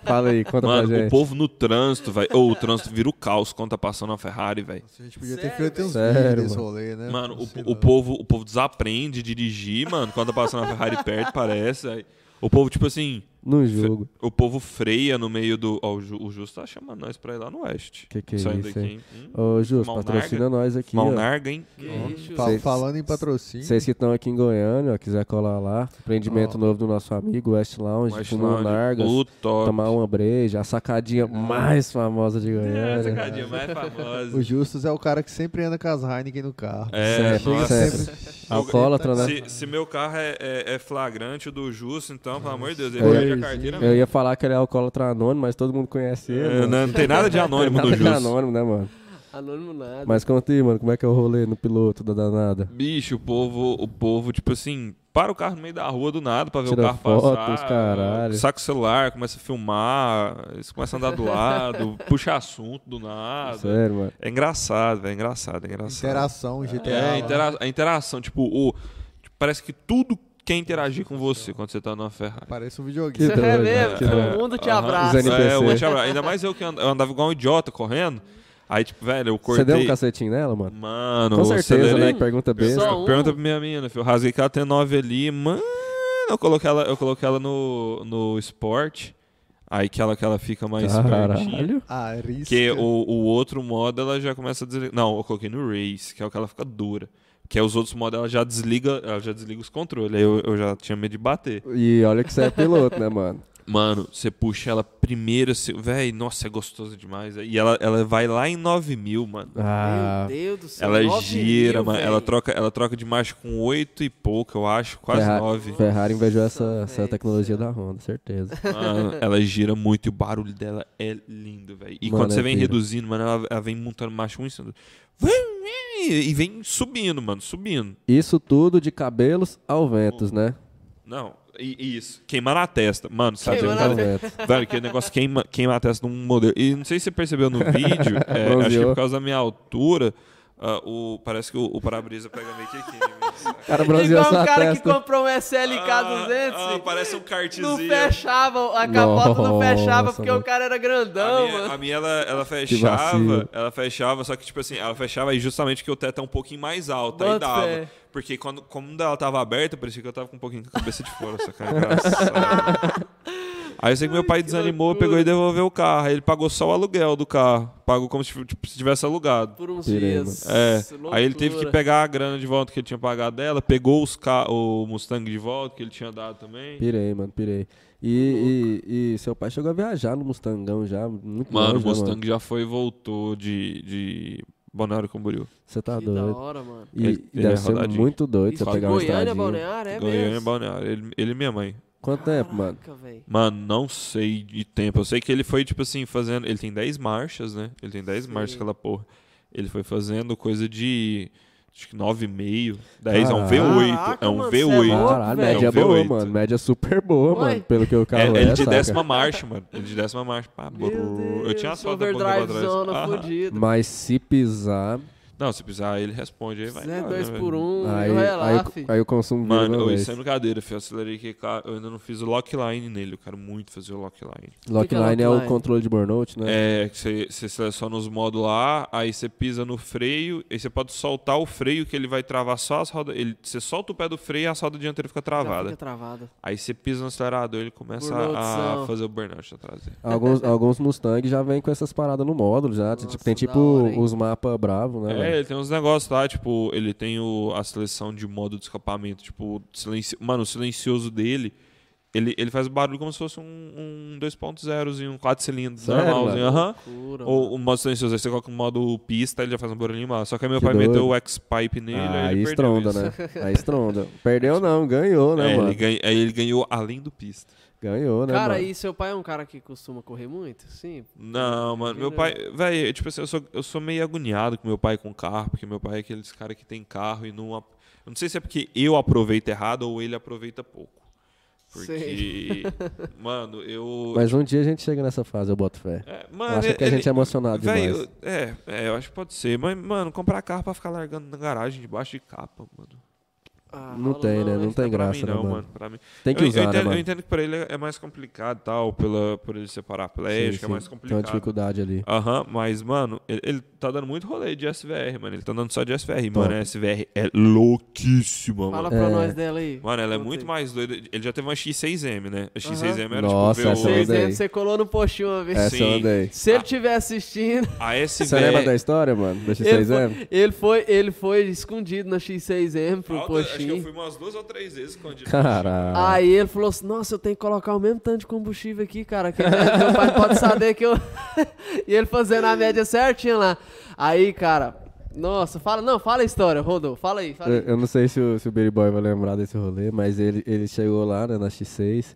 [SPEAKER 1] Fala aí, conta
[SPEAKER 4] Mano,
[SPEAKER 1] pra gente.
[SPEAKER 4] o povo no trânsito, velho. Ou o trânsito vira o caos quando tá passando a Ferrari, velho.
[SPEAKER 2] A gente podia ter feito até uns
[SPEAKER 1] Sério,
[SPEAKER 2] vídeos desse
[SPEAKER 1] mano.
[SPEAKER 2] rolê, né?
[SPEAKER 4] Mano, o,
[SPEAKER 2] Sei
[SPEAKER 4] o
[SPEAKER 2] lá.
[SPEAKER 4] povo, o povo desaprende de dirigir, mano, quando tá passando a Ferrari perto, parece. aí. O povo, tipo assim,
[SPEAKER 1] No
[SPEAKER 4] fe-
[SPEAKER 1] jogo.
[SPEAKER 4] o povo freia no meio do. Ó, o, Ju, o Justo tá chamando nós pra ir lá no Oeste.
[SPEAKER 1] Que que é
[SPEAKER 4] Saindo
[SPEAKER 1] isso,
[SPEAKER 4] daqui,
[SPEAKER 1] hein?
[SPEAKER 4] hein? Hum,
[SPEAKER 1] Ô, Jus,
[SPEAKER 4] Malnarga?
[SPEAKER 1] patrocina nós aqui, ó.
[SPEAKER 4] Malnarga, hein?
[SPEAKER 3] Que
[SPEAKER 4] Ó.
[SPEAKER 3] isso?
[SPEAKER 2] Fa-
[SPEAKER 1] Cês-
[SPEAKER 2] Falando em patrocínio,
[SPEAKER 1] Vocês que estão aqui em Goiânia, ó, quiser colar lá, empreendimento
[SPEAKER 2] Ó.
[SPEAKER 1] novo do nosso amigo, West Lounge,
[SPEAKER 4] Mas
[SPEAKER 1] fumar
[SPEAKER 4] não,
[SPEAKER 1] Nargas,
[SPEAKER 4] O top.
[SPEAKER 1] tomar uma breja, a sacadinha mais famosa de
[SPEAKER 4] É,
[SPEAKER 1] Goiânia.
[SPEAKER 4] sacadinha mais famosa.
[SPEAKER 2] o Justus é o cara que sempre anda com as Heineken no carro.
[SPEAKER 4] É,
[SPEAKER 1] Sério,
[SPEAKER 4] nossa.
[SPEAKER 1] sério. Alcoólatra, né?
[SPEAKER 4] Se, se meu carro é, é- é flagrante o do Justo, então, pelo amor de Deus, ele
[SPEAKER 1] Pois
[SPEAKER 4] perde a carteira
[SPEAKER 1] Eu
[SPEAKER 4] mesmo.
[SPEAKER 1] ia falar que ele é alcoólatra anônimo, mas todo mundo conhece ele.
[SPEAKER 4] É,
[SPEAKER 1] mano.
[SPEAKER 4] Não, não tem nada de anônimo
[SPEAKER 1] Nada
[SPEAKER 4] no
[SPEAKER 1] de
[SPEAKER 4] Justo.
[SPEAKER 1] anônimo, né, mano?
[SPEAKER 3] Anônimo nada.
[SPEAKER 1] Mas conta aí, mano, como é que é o rolê no piloto da danada?
[SPEAKER 4] Bicho, o povo, o povo, tipo assim, para o carro no meio da rua do nada pra ver
[SPEAKER 1] Tira
[SPEAKER 4] o carro
[SPEAKER 1] foto,
[SPEAKER 4] passar.
[SPEAKER 1] os caralho.
[SPEAKER 4] Saca o celular, começa a filmar, eles começam a andar do lado, puxa assunto do nada.
[SPEAKER 1] Sério, mano.
[SPEAKER 4] É engraçado, velho, é engraçado, é engraçado.
[SPEAKER 2] Interação, né? GTA.
[SPEAKER 4] É, a,
[SPEAKER 2] lá.
[SPEAKER 4] intera- a interação, tipo, o, tipo, parece que tudo quer interagir com você quando você tá numa Ferrari.
[SPEAKER 2] Parece um
[SPEAKER 1] Que
[SPEAKER 2] videogame.
[SPEAKER 3] Você é
[SPEAKER 1] doido, né?
[SPEAKER 3] mesmo,
[SPEAKER 1] que
[SPEAKER 4] É,
[SPEAKER 3] o mundo te
[SPEAKER 4] aham.
[SPEAKER 3] abraça.
[SPEAKER 1] Os NPC.
[SPEAKER 4] É, eu vou te abraçar. Ainda mais eu que and- eu andava igual um idiota correndo. Aí, tipo, velho, eu
[SPEAKER 1] Você
[SPEAKER 4] cortei.
[SPEAKER 1] deu um cacetinho nela, mano?
[SPEAKER 4] Mano,
[SPEAKER 1] Com
[SPEAKER 4] eu
[SPEAKER 1] certeza,
[SPEAKER 4] acelerei
[SPEAKER 1] né? Que Pergunta besta.
[SPEAKER 3] Só-
[SPEAKER 4] Pergunta-
[SPEAKER 3] um?
[SPEAKER 4] Pergunta pra minha mina, filho. Eu rasguei com a T9 ali, mano. Eu coloquei ela, eu coloquei ela no, no esporte. Aí que ela, que ela fica mais espertinha.
[SPEAKER 1] Caralho.
[SPEAKER 2] Ah, risca.
[SPEAKER 4] Porque o, o outro modo ela já começa a desligar. Não, eu coloquei no Race, que é o que ela fica dura. Que é os outros modos ela já desliga, ela já desliga os controles. Aí eu, eu já tinha medo de bater.
[SPEAKER 1] E olha que você é piloto, né, mano?
[SPEAKER 4] Mano, você puxa ela primeiro, você... véi, nossa, é gostoso demais. E ela, ela vai lá em 9 mil, mano.
[SPEAKER 1] Ah,
[SPEAKER 3] Meu Deus do céu.
[SPEAKER 4] Ela
[SPEAKER 3] nove
[SPEAKER 4] gira,
[SPEAKER 3] mil,
[SPEAKER 4] mano.
[SPEAKER 3] velho.
[SPEAKER 4] Ela troca, ela troca de marcha com 8 e pouco, eu acho. Quase
[SPEAKER 1] Ferra-
[SPEAKER 4] 9.
[SPEAKER 1] Ferrari invejou
[SPEAKER 3] Nossa,
[SPEAKER 1] essa, essa
[SPEAKER 3] velho do
[SPEAKER 1] tecnologia
[SPEAKER 3] céu.
[SPEAKER 1] da Honda, certeza.
[SPEAKER 4] Mano, Ah, ela gira muito e o barulho dela é lindo, velho. E
[SPEAKER 1] Mano,
[SPEAKER 4] quando você
[SPEAKER 1] é
[SPEAKER 4] vem
[SPEAKER 1] pira.
[SPEAKER 4] reduzindo, mano, ela, ela vem montando marcha um em cima. do- Vem, vem, E vem subindo, mano, subindo.
[SPEAKER 1] Isso tudo de cabelos ao ventos, né?
[SPEAKER 4] Não, e, e isso. Queimar na testa. Mano, sabe?
[SPEAKER 3] Queimar
[SPEAKER 1] Ao
[SPEAKER 3] na
[SPEAKER 4] Velho,
[SPEAKER 1] ventos.
[SPEAKER 4] Velho, aquele negócio queima, queima a testa de um modelo. E não sei se você percebeu no vídeo, é, acho que
[SPEAKER 1] Bronzeou.
[SPEAKER 4] por causa da minha altura, ah, o, parece que o, o para-brisa pega meio que aqui. né, meio que
[SPEAKER 1] O cara bronzeou
[SPEAKER 3] Igual
[SPEAKER 1] sua
[SPEAKER 3] o cara que
[SPEAKER 1] testa.
[SPEAKER 3] comprou um SLK 200.
[SPEAKER 4] Ah, ah, parece um
[SPEAKER 3] não
[SPEAKER 4] kartzinho.
[SPEAKER 3] fechava, a capota não fechava
[SPEAKER 1] Nossa,
[SPEAKER 3] porque
[SPEAKER 1] mano.
[SPEAKER 3] o cara era
[SPEAKER 4] A
[SPEAKER 3] grandão,
[SPEAKER 4] minha,
[SPEAKER 3] mano.
[SPEAKER 4] a minha, ela, ela
[SPEAKER 1] vacilo.
[SPEAKER 4] fechava, ela fechava, só que, tipo assim, ela fechava aí justamente que o teto é um pouquinho mais alto, aí
[SPEAKER 3] Bota
[SPEAKER 4] dava.
[SPEAKER 3] fé.
[SPEAKER 4] Porque quando, quando ela tava aberta, parecia que eu tava com um pouquinho com a cabeça de fora, essa cara. Engraçado. Aí eu sei que meu pai desanimou,
[SPEAKER 3] loucura.
[SPEAKER 4] pegou e devolveu o carro. Aí ele pagou só o aluguel do carro. Pagou como se, tipo, se tivesse alugado.
[SPEAKER 3] Por uns
[SPEAKER 1] Tirei,
[SPEAKER 3] dias.
[SPEAKER 4] É.
[SPEAKER 3] Loucura.
[SPEAKER 4] Aí ele teve que pegar a grana de volta que ele tinha pagado dela, pegou os ca- o Mustang de volta que ele tinha dado também.
[SPEAKER 1] Pirei, mano, pirei. E, e- e seu pai chegou a viajar no Mustangão já, muito
[SPEAKER 4] Mano, o
[SPEAKER 1] longe, né,
[SPEAKER 4] Mustang já foi e voltou de, de Balneário Camboriú.
[SPEAKER 1] Você tá
[SPEAKER 3] Que
[SPEAKER 1] doido.
[SPEAKER 3] da hora, mano.
[SPEAKER 1] E
[SPEAKER 4] Ele- ele
[SPEAKER 1] deve
[SPEAKER 4] é
[SPEAKER 1] ser
[SPEAKER 4] rodadinho.
[SPEAKER 1] muito doido você
[SPEAKER 4] Isso,
[SPEAKER 1] pegar um uma
[SPEAKER 3] Goiânia,
[SPEAKER 1] estradinha.
[SPEAKER 3] Balneário, é
[SPEAKER 4] Goiânia e
[SPEAKER 3] mesmo.
[SPEAKER 4] Balneário. Ele, ele e minha mãe.
[SPEAKER 1] Quanto tempo, mano?
[SPEAKER 3] Caraca, velho.
[SPEAKER 4] Mano, não sei de tempo. Eu sei que ele foi, tipo assim, fazendo. Ele tem 10 marchas, né? Ele tem 10 marchas, aquela porra. Ele foi fazendo coisa de. Acho que 9,5, 10. É um
[SPEAKER 1] Caraca,
[SPEAKER 4] V8. É um
[SPEAKER 3] mano, cê é
[SPEAKER 4] V8.
[SPEAKER 3] louco,
[SPEAKER 1] Caralho,
[SPEAKER 3] velho.
[SPEAKER 1] média
[SPEAKER 4] É um
[SPEAKER 1] boa,
[SPEAKER 4] V8.
[SPEAKER 1] mano. Média super boa,
[SPEAKER 3] Ué?
[SPEAKER 1] mano. Pelo que o
[SPEAKER 4] É,
[SPEAKER 1] carro é,
[SPEAKER 4] ele de
[SPEAKER 1] saca?
[SPEAKER 4] décima marcha, mano. Ele de décima marcha. Pá,
[SPEAKER 3] Meu
[SPEAKER 4] brrr. eu tinha
[SPEAKER 3] Deus,
[SPEAKER 4] só da pra trás.
[SPEAKER 3] overdrivezona
[SPEAKER 4] Ah,
[SPEAKER 3] fodida.
[SPEAKER 1] Mas se pisar,
[SPEAKER 4] Não, se precisar, ele responde aí, vai.
[SPEAKER 3] Zé
[SPEAKER 4] embora,
[SPEAKER 3] 2
[SPEAKER 4] né,
[SPEAKER 3] é por
[SPEAKER 4] velho?
[SPEAKER 3] 1, um,
[SPEAKER 1] aí,
[SPEAKER 3] e vai
[SPEAKER 1] aí,
[SPEAKER 3] lá,
[SPEAKER 1] o-
[SPEAKER 3] fi.
[SPEAKER 1] aí o consumo vira
[SPEAKER 4] Mano,
[SPEAKER 1] uma
[SPEAKER 4] eu,
[SPEAKER 1] vez.
[SPEAKER 4] isso é brincadeira, filho. Eu acelerei que ca- eu ainda não fiz o lockline nele. Eu quero muito fazer o lockline.
[SPEAKER 1] Lockline é o
[SPEAKER 3] Lockline?
[SPEAKER 1] controle de burnout, né?
[SPEAKER 4] É, que você, você seleciona os modos lá, aí você pisa no freio, aí você pode soltar o freio que ele vai travar só as rodas. Ele, você solta o pé do freio e a roda dianteira fica
[SPEAKER 3] Já
[SPEAKER 4] travada.
[SPEAKER 3] Fica travada.
[SPEAKER 4] Aí você pisa no acelerador ele começa a,
[SPEAKER 3] Burnoutzão.
[SPEAKER 4] a fazer o burnout atrás dele.
[SPEAKER 1] Alguns, alguns Mustang já vem com essas paradas no módulo, já.
[SPEAKER 3] Nossa,
[SPEAKER 1] tipo, tem
[SPEAKER 3] da
[SPEAKER 1] tipo
[SPEAKER 3] hora, hein?
[SPEAKER 1] os mapas bravo, né?
[SPEAKER 4] É,
[SPEAKER 1] velho?
[SPEAKER 4] ele tem uns negócios lá, tipo, ele tem o- a seleção de modo de escapamento, tipo, silencio, mano, o silencioso dele, ele, ele faz barulho como se fosse um, um 2.0zinho, um 4 cilindros,
[SPEAKER 1] Sério,
[SPEAKER 4] normalzinho,
[SPEAKER 1] mano?
[SPEAKER 4] aham.
[SPEAKER 3] Loucura,
[SPEAKER 4] Ou o modo silencioso, aí você coloca o modo pista, ele já faz um barulhinho massa. Só que aí meu
[SPEAKER 1] Que
[SPEAKER 4] pai meteu
[SPEAKER 1] doido.
[SPEAKER 4] o X-Pipe nele, aí
[SPEAKER 1] Aí
[SPEAKER 4] ele perdeu
[SPEAKER 1] estronda,
[SPEAKER 4] isso.
[SPEAKER 1] né? Aí estronda. Perdeu não, ganhou, né,
[SPEAKER 4] É,
[SPEAKER 1] mano?
[SPEAKER 4] ele ganha- aí ele ganhou além do pista.
[SPEAKER 1] Ganhou, né,
[SPEAKER 3] Cara,
[SPEAKER 1] mano?
[SPEAKER 3] e seu pai é um cara que costuma correr muito? Sim.
[SPEAKER 4] Não, mano, meu pai. Véi, tipo assim, eu sou, eu sou meio agoniado com meu pai com carro, porque meu pai é aqueles cara que tem carro e não. ap- Eu não sei se é porque eu aproveito errado ou ele aproveita pouco. Porque. Mano, eu.
[SPEAKER 1] Mas um dia a gente chega nessa fase, eu boto fé.
[SPEAKER 4] É,
[SPEAKER 1] Eu
[SPEAKER 4] mano,
[SPEAKER 1] acho que a
[SPEAKER 4] ele-
[SPEAKER 1] gente é emocionado
[SPEAKER 4] véi,
[SPEAKER 1] demais.
[SPEAKER 4] eu- é, é, eu acho que pode ser. Mas, mano, comprar carro pra ficar largando na garagem debaixo de capa, mano.
[SPEAKER 3] Ah,
[SPEAKER 1] Não
[SPEAKER 3] rola
[SPEAKER 1] tem, né? Não
[SPEAKER 3] hein?
[SPEAKER 1] tem
[SPEAKER 4] É, pra
[SPEAKER 1] graça,
[SPEAKER 4] mim,
[SPEAKER 1] né,
[SPEAKER 4] não,
[SPEAKER 1] mano?
[SPEAKER 4] mano. Pra mim.
[SPEAKER 1] Tem que
[SPEAKER 4] eu,
[SPEAKER 1] usar,
[SPEAKER 4] eu entendo,
[SPEAKER 1] né,
[SPEAKER 4] eu
[SPEAKER 1] mano?
[SPEAKER 4] entendo que pra ele é- é mais complicado e tal, pela, por ele ser paraplégico, é mais
[SPEAKER 1] Tem uma
[SPEAKER 4] complicado.
[SPEAKER 1] dificuldade ali.
[SPEAKER 4] Aham, mas, mano, ele, ele tá dando muito rolê de SVR, mano. Ele tá dando só de SVR,
[SPEAKER 1] Top.
[SPEAKER 4] mano. A SVR é louquíssima,
[SPEAKER 3] Fala
[SPEAKER 4] mano.
[SPEAKER 3] pra
[SPEAKER 1] É.
[SPEAKER 3] nós dela aí.
[SPEAKER 4] Mano, ela é
[SPEAKER 3] Conta
[SPEAKER 4] muito
[SPEAKER 3] aí.
[SPEAKER 4] mais doida. Ele já teve uma X6M, né? A X6M era
[SPEAKER 1] Nossa,
[SPEAKER 4] tipo
[SPEAKER 1] essa
[SPEAKER 4] V8.
[SPEAKER 1] eu
[SPEAKER 3] Vocês
[SPEAKER 1] andei.
[SPEAKER 3] lembram, Você colou no postinho uma vez.
[SPEAKER 1] Essa eu
[SPEAKER 4] Sim.
[SPEAKER 1] andei.
[SPEAKER 3] Se ele estiver assistindo,
[SPEAKER 4] A SVR.
[SPEAKER 1] Você lembra da história, mano? Da
[SPEAKER 3] ele
[SPEAKER 1] X6M?
[SPEAKER 3] foi, ele, foi, ele foi escondido na X6M pro
[SPEAKER 4] Alta, Acho que eu
[SPEAKER 3] postinho.
[SPEAKER 4] fui umas duas ou três vezes quando
[SPEAKER 1] Caralho.
[SPEAKER 3] Aí ele falou assim, nossa, eu tenho que colocar o mesmo tanto de combustível aqui, cara. Que meu pai pode saber que eu. e ele fazendo a média certinha lá. Aí, cara, nossa, fala. Não, fala a história, Rodolfo. Fala aí, fala
[SPEAKER 1] Eu,
[SPEAKER 3] aí.
[SPEAKER 1] eu não sei se o, se o Baby Boy vai lembrar desse rolê, mas ele, ele chegou lá, né, na X6.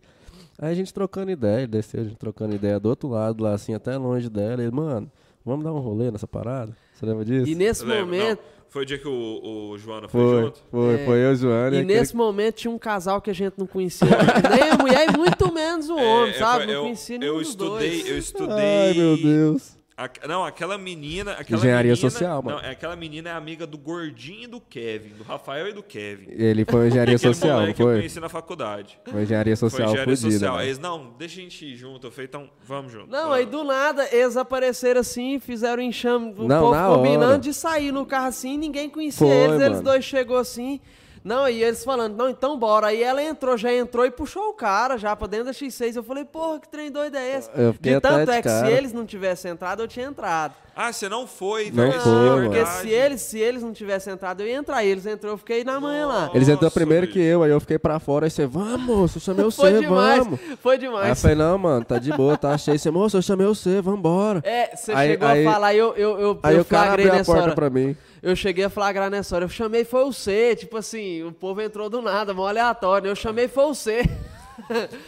[SPEAKER 1] Aí a gente trocando ideia, ele desceu, a gente trocando ideia do outro lado, lá assim, até longe dela. Ele, mano, vamos dar um rolê nessa parada? Você lembra disso?
[SPEAKER 3] E nesse
[SPEAKER 4] Lembro,
[SPEAKER 3] momento.
[SPEAKER 4] não, foi o dia que o, o Joana foi,
[SPEAKER 1] Foi,
[SPEAKER 4] junto.
[SPEAKER 1] foi,
[SPEAKER 3] É.
[SPEAKER 1] foi eu, Joana.
[SPEAKER 3] E
[SPEAKER 1] aquele-
[SPEAKER 3] nesse momento tinha um casal que a gente não conhecia. né? nem a mulher e muito menos o
[SPEAKER 4] É,
[SPEAKER 3] homem,
[SPEAKER 4] eu-
[SPEAKER 3] sabe?
[SPEAKER 4] eu-
[SPEAKER 3] não conhecia nenhum
[SPEAKER 4] Eu
[SPEAKER 3] dos
[SPEAKER 4] estudei,
[SPEAKER 3] dois.
[SPEAKER 4] eu estudei.
[SPEAKER 1] Ai, meu Deus.
[SPEAKER 4] a- não, aquela menina. Aquela
[SPEAKER 1] Engenharia
[SPEAKER 4] menina-
[SPEAKER 1] social, mano.
[SPEAKER 4] Não, é, aquela menina é amiga do gordinho e do Kevin, do Rafael e do Kevin.
[SPEAKER 1] Ele foi uma engenharia
[SPEAKER 4] Aquele
[SPEAKER 1] social, não
[SPEAKER 4] moleque que eu
[SPEAKER 1] foi?
[SPEAKER 4] conheci na faculdade.
[SPEAKER 1] Uma engenharia
[SPEAKER 4] Foi
[SPEAKER 1] social
[SPEAKER 4] engenharia
[SPEAKER 1] fodida,
[SPEAKER 4] social.
[SPEAKER 1] né?
[SPEAKER 4] Aí Eles, não, deixa a gente ir junto. Eu falei, então, vamos junto.
[SPEAKER 3] Não,
[SPEAKER 4] vamos.
[SPEAKER 3] aí do nada eles apareceram assim, fizeram enxame,
[SPEAKER 1] Não,
[SPEAKER 3] o
[SPEAKER 1] na
[SPEAKER 3] povo
[SPEAKER 1] hora.
[SPEAKER 3] combinando de sair no carro assim, ninguém conhecia
[SPEAKER 1] Foi,
[SPEAKER 3] eles, eles
[SPEAKER 1] mano.
[SPEAKER 3] dois chegou assim. Não, e eles falando, não, então bora. Aí ela entrou, já entrou e puxou o cara já pra dentro da X6. Eu falei, porra, que trem doido é esse?
[SPEAKER 1] Eu fiquei
[SPEAKER 3] de
[SPEAKER 1] até
[SPEAKER 3] tanto
[SPEAKER 1] de
[SPEAKER 3] é que se
[SPEAKER 1] cara.
[SPEAKER 3] eles não tivessem entrado, eu tinha entrado.
[SPEAKER 4] Ah, você não foi,
[SPEAKER 1] Não
[SPEAKER 4] velho.
[SPEAKER 1] foi,
[SPEAKER 4] é
[SPEAKER 1] mano.
[SPEAKER 3] Porque
[SPEAKER 4] verdade.
[SPEAKER 3] se eles, se eles não tivessem entrado, eu ia entrar. E eles entrou, eu fiquei na manhã lá.
[SPEAKER 1] Eles entraram
[SPEAKER 4] Nossa,
[SPEAKER 1] primeiro
[SPEAKER 4] bicho.
[SPEAKER 1] que eu, aí eu fiquei pra fora, aí você, vamos, eu chamei
[SPEAKER 3] Foi
[SPEAKER 1] você,
[SPEAKER 3] demais,
[SPEAKER 1] vamos.
[SPEAKER 3] foi
[SPEAKER 1] Aí eu
[SPEAKER 3] demais.
[SPEAKER 1] falei, não, mano, tá de boa, tá cheio. Você, moço, eu chamei você, vambora.
[SPEAKER 3] É, você
[SPEAKER 1] Aí-
[SPEAKER 3] chegou
[SPEAKER 1] aí-
[SPEAKER 3] a falar, eu, eu, eu,
[SPEAKER 1] aí
[SPEAKER 3] eu
[SPEAKER 1] o cara
[SPEAKER 3] flagrei
[SPEAKER 1] abriu a
[SPEAKER 3] nessa
[SPEAKER 1] porta
[SPEAKER 3] hora.
[SPEAKER 1] pra mim.
[SPEAKER 3] Eu cheguei a flagrar nessa hora. Eu chamei, foi você. Tipo assim, o povo entrou do nada, mó aleatório. né? Eu chamei, foi você.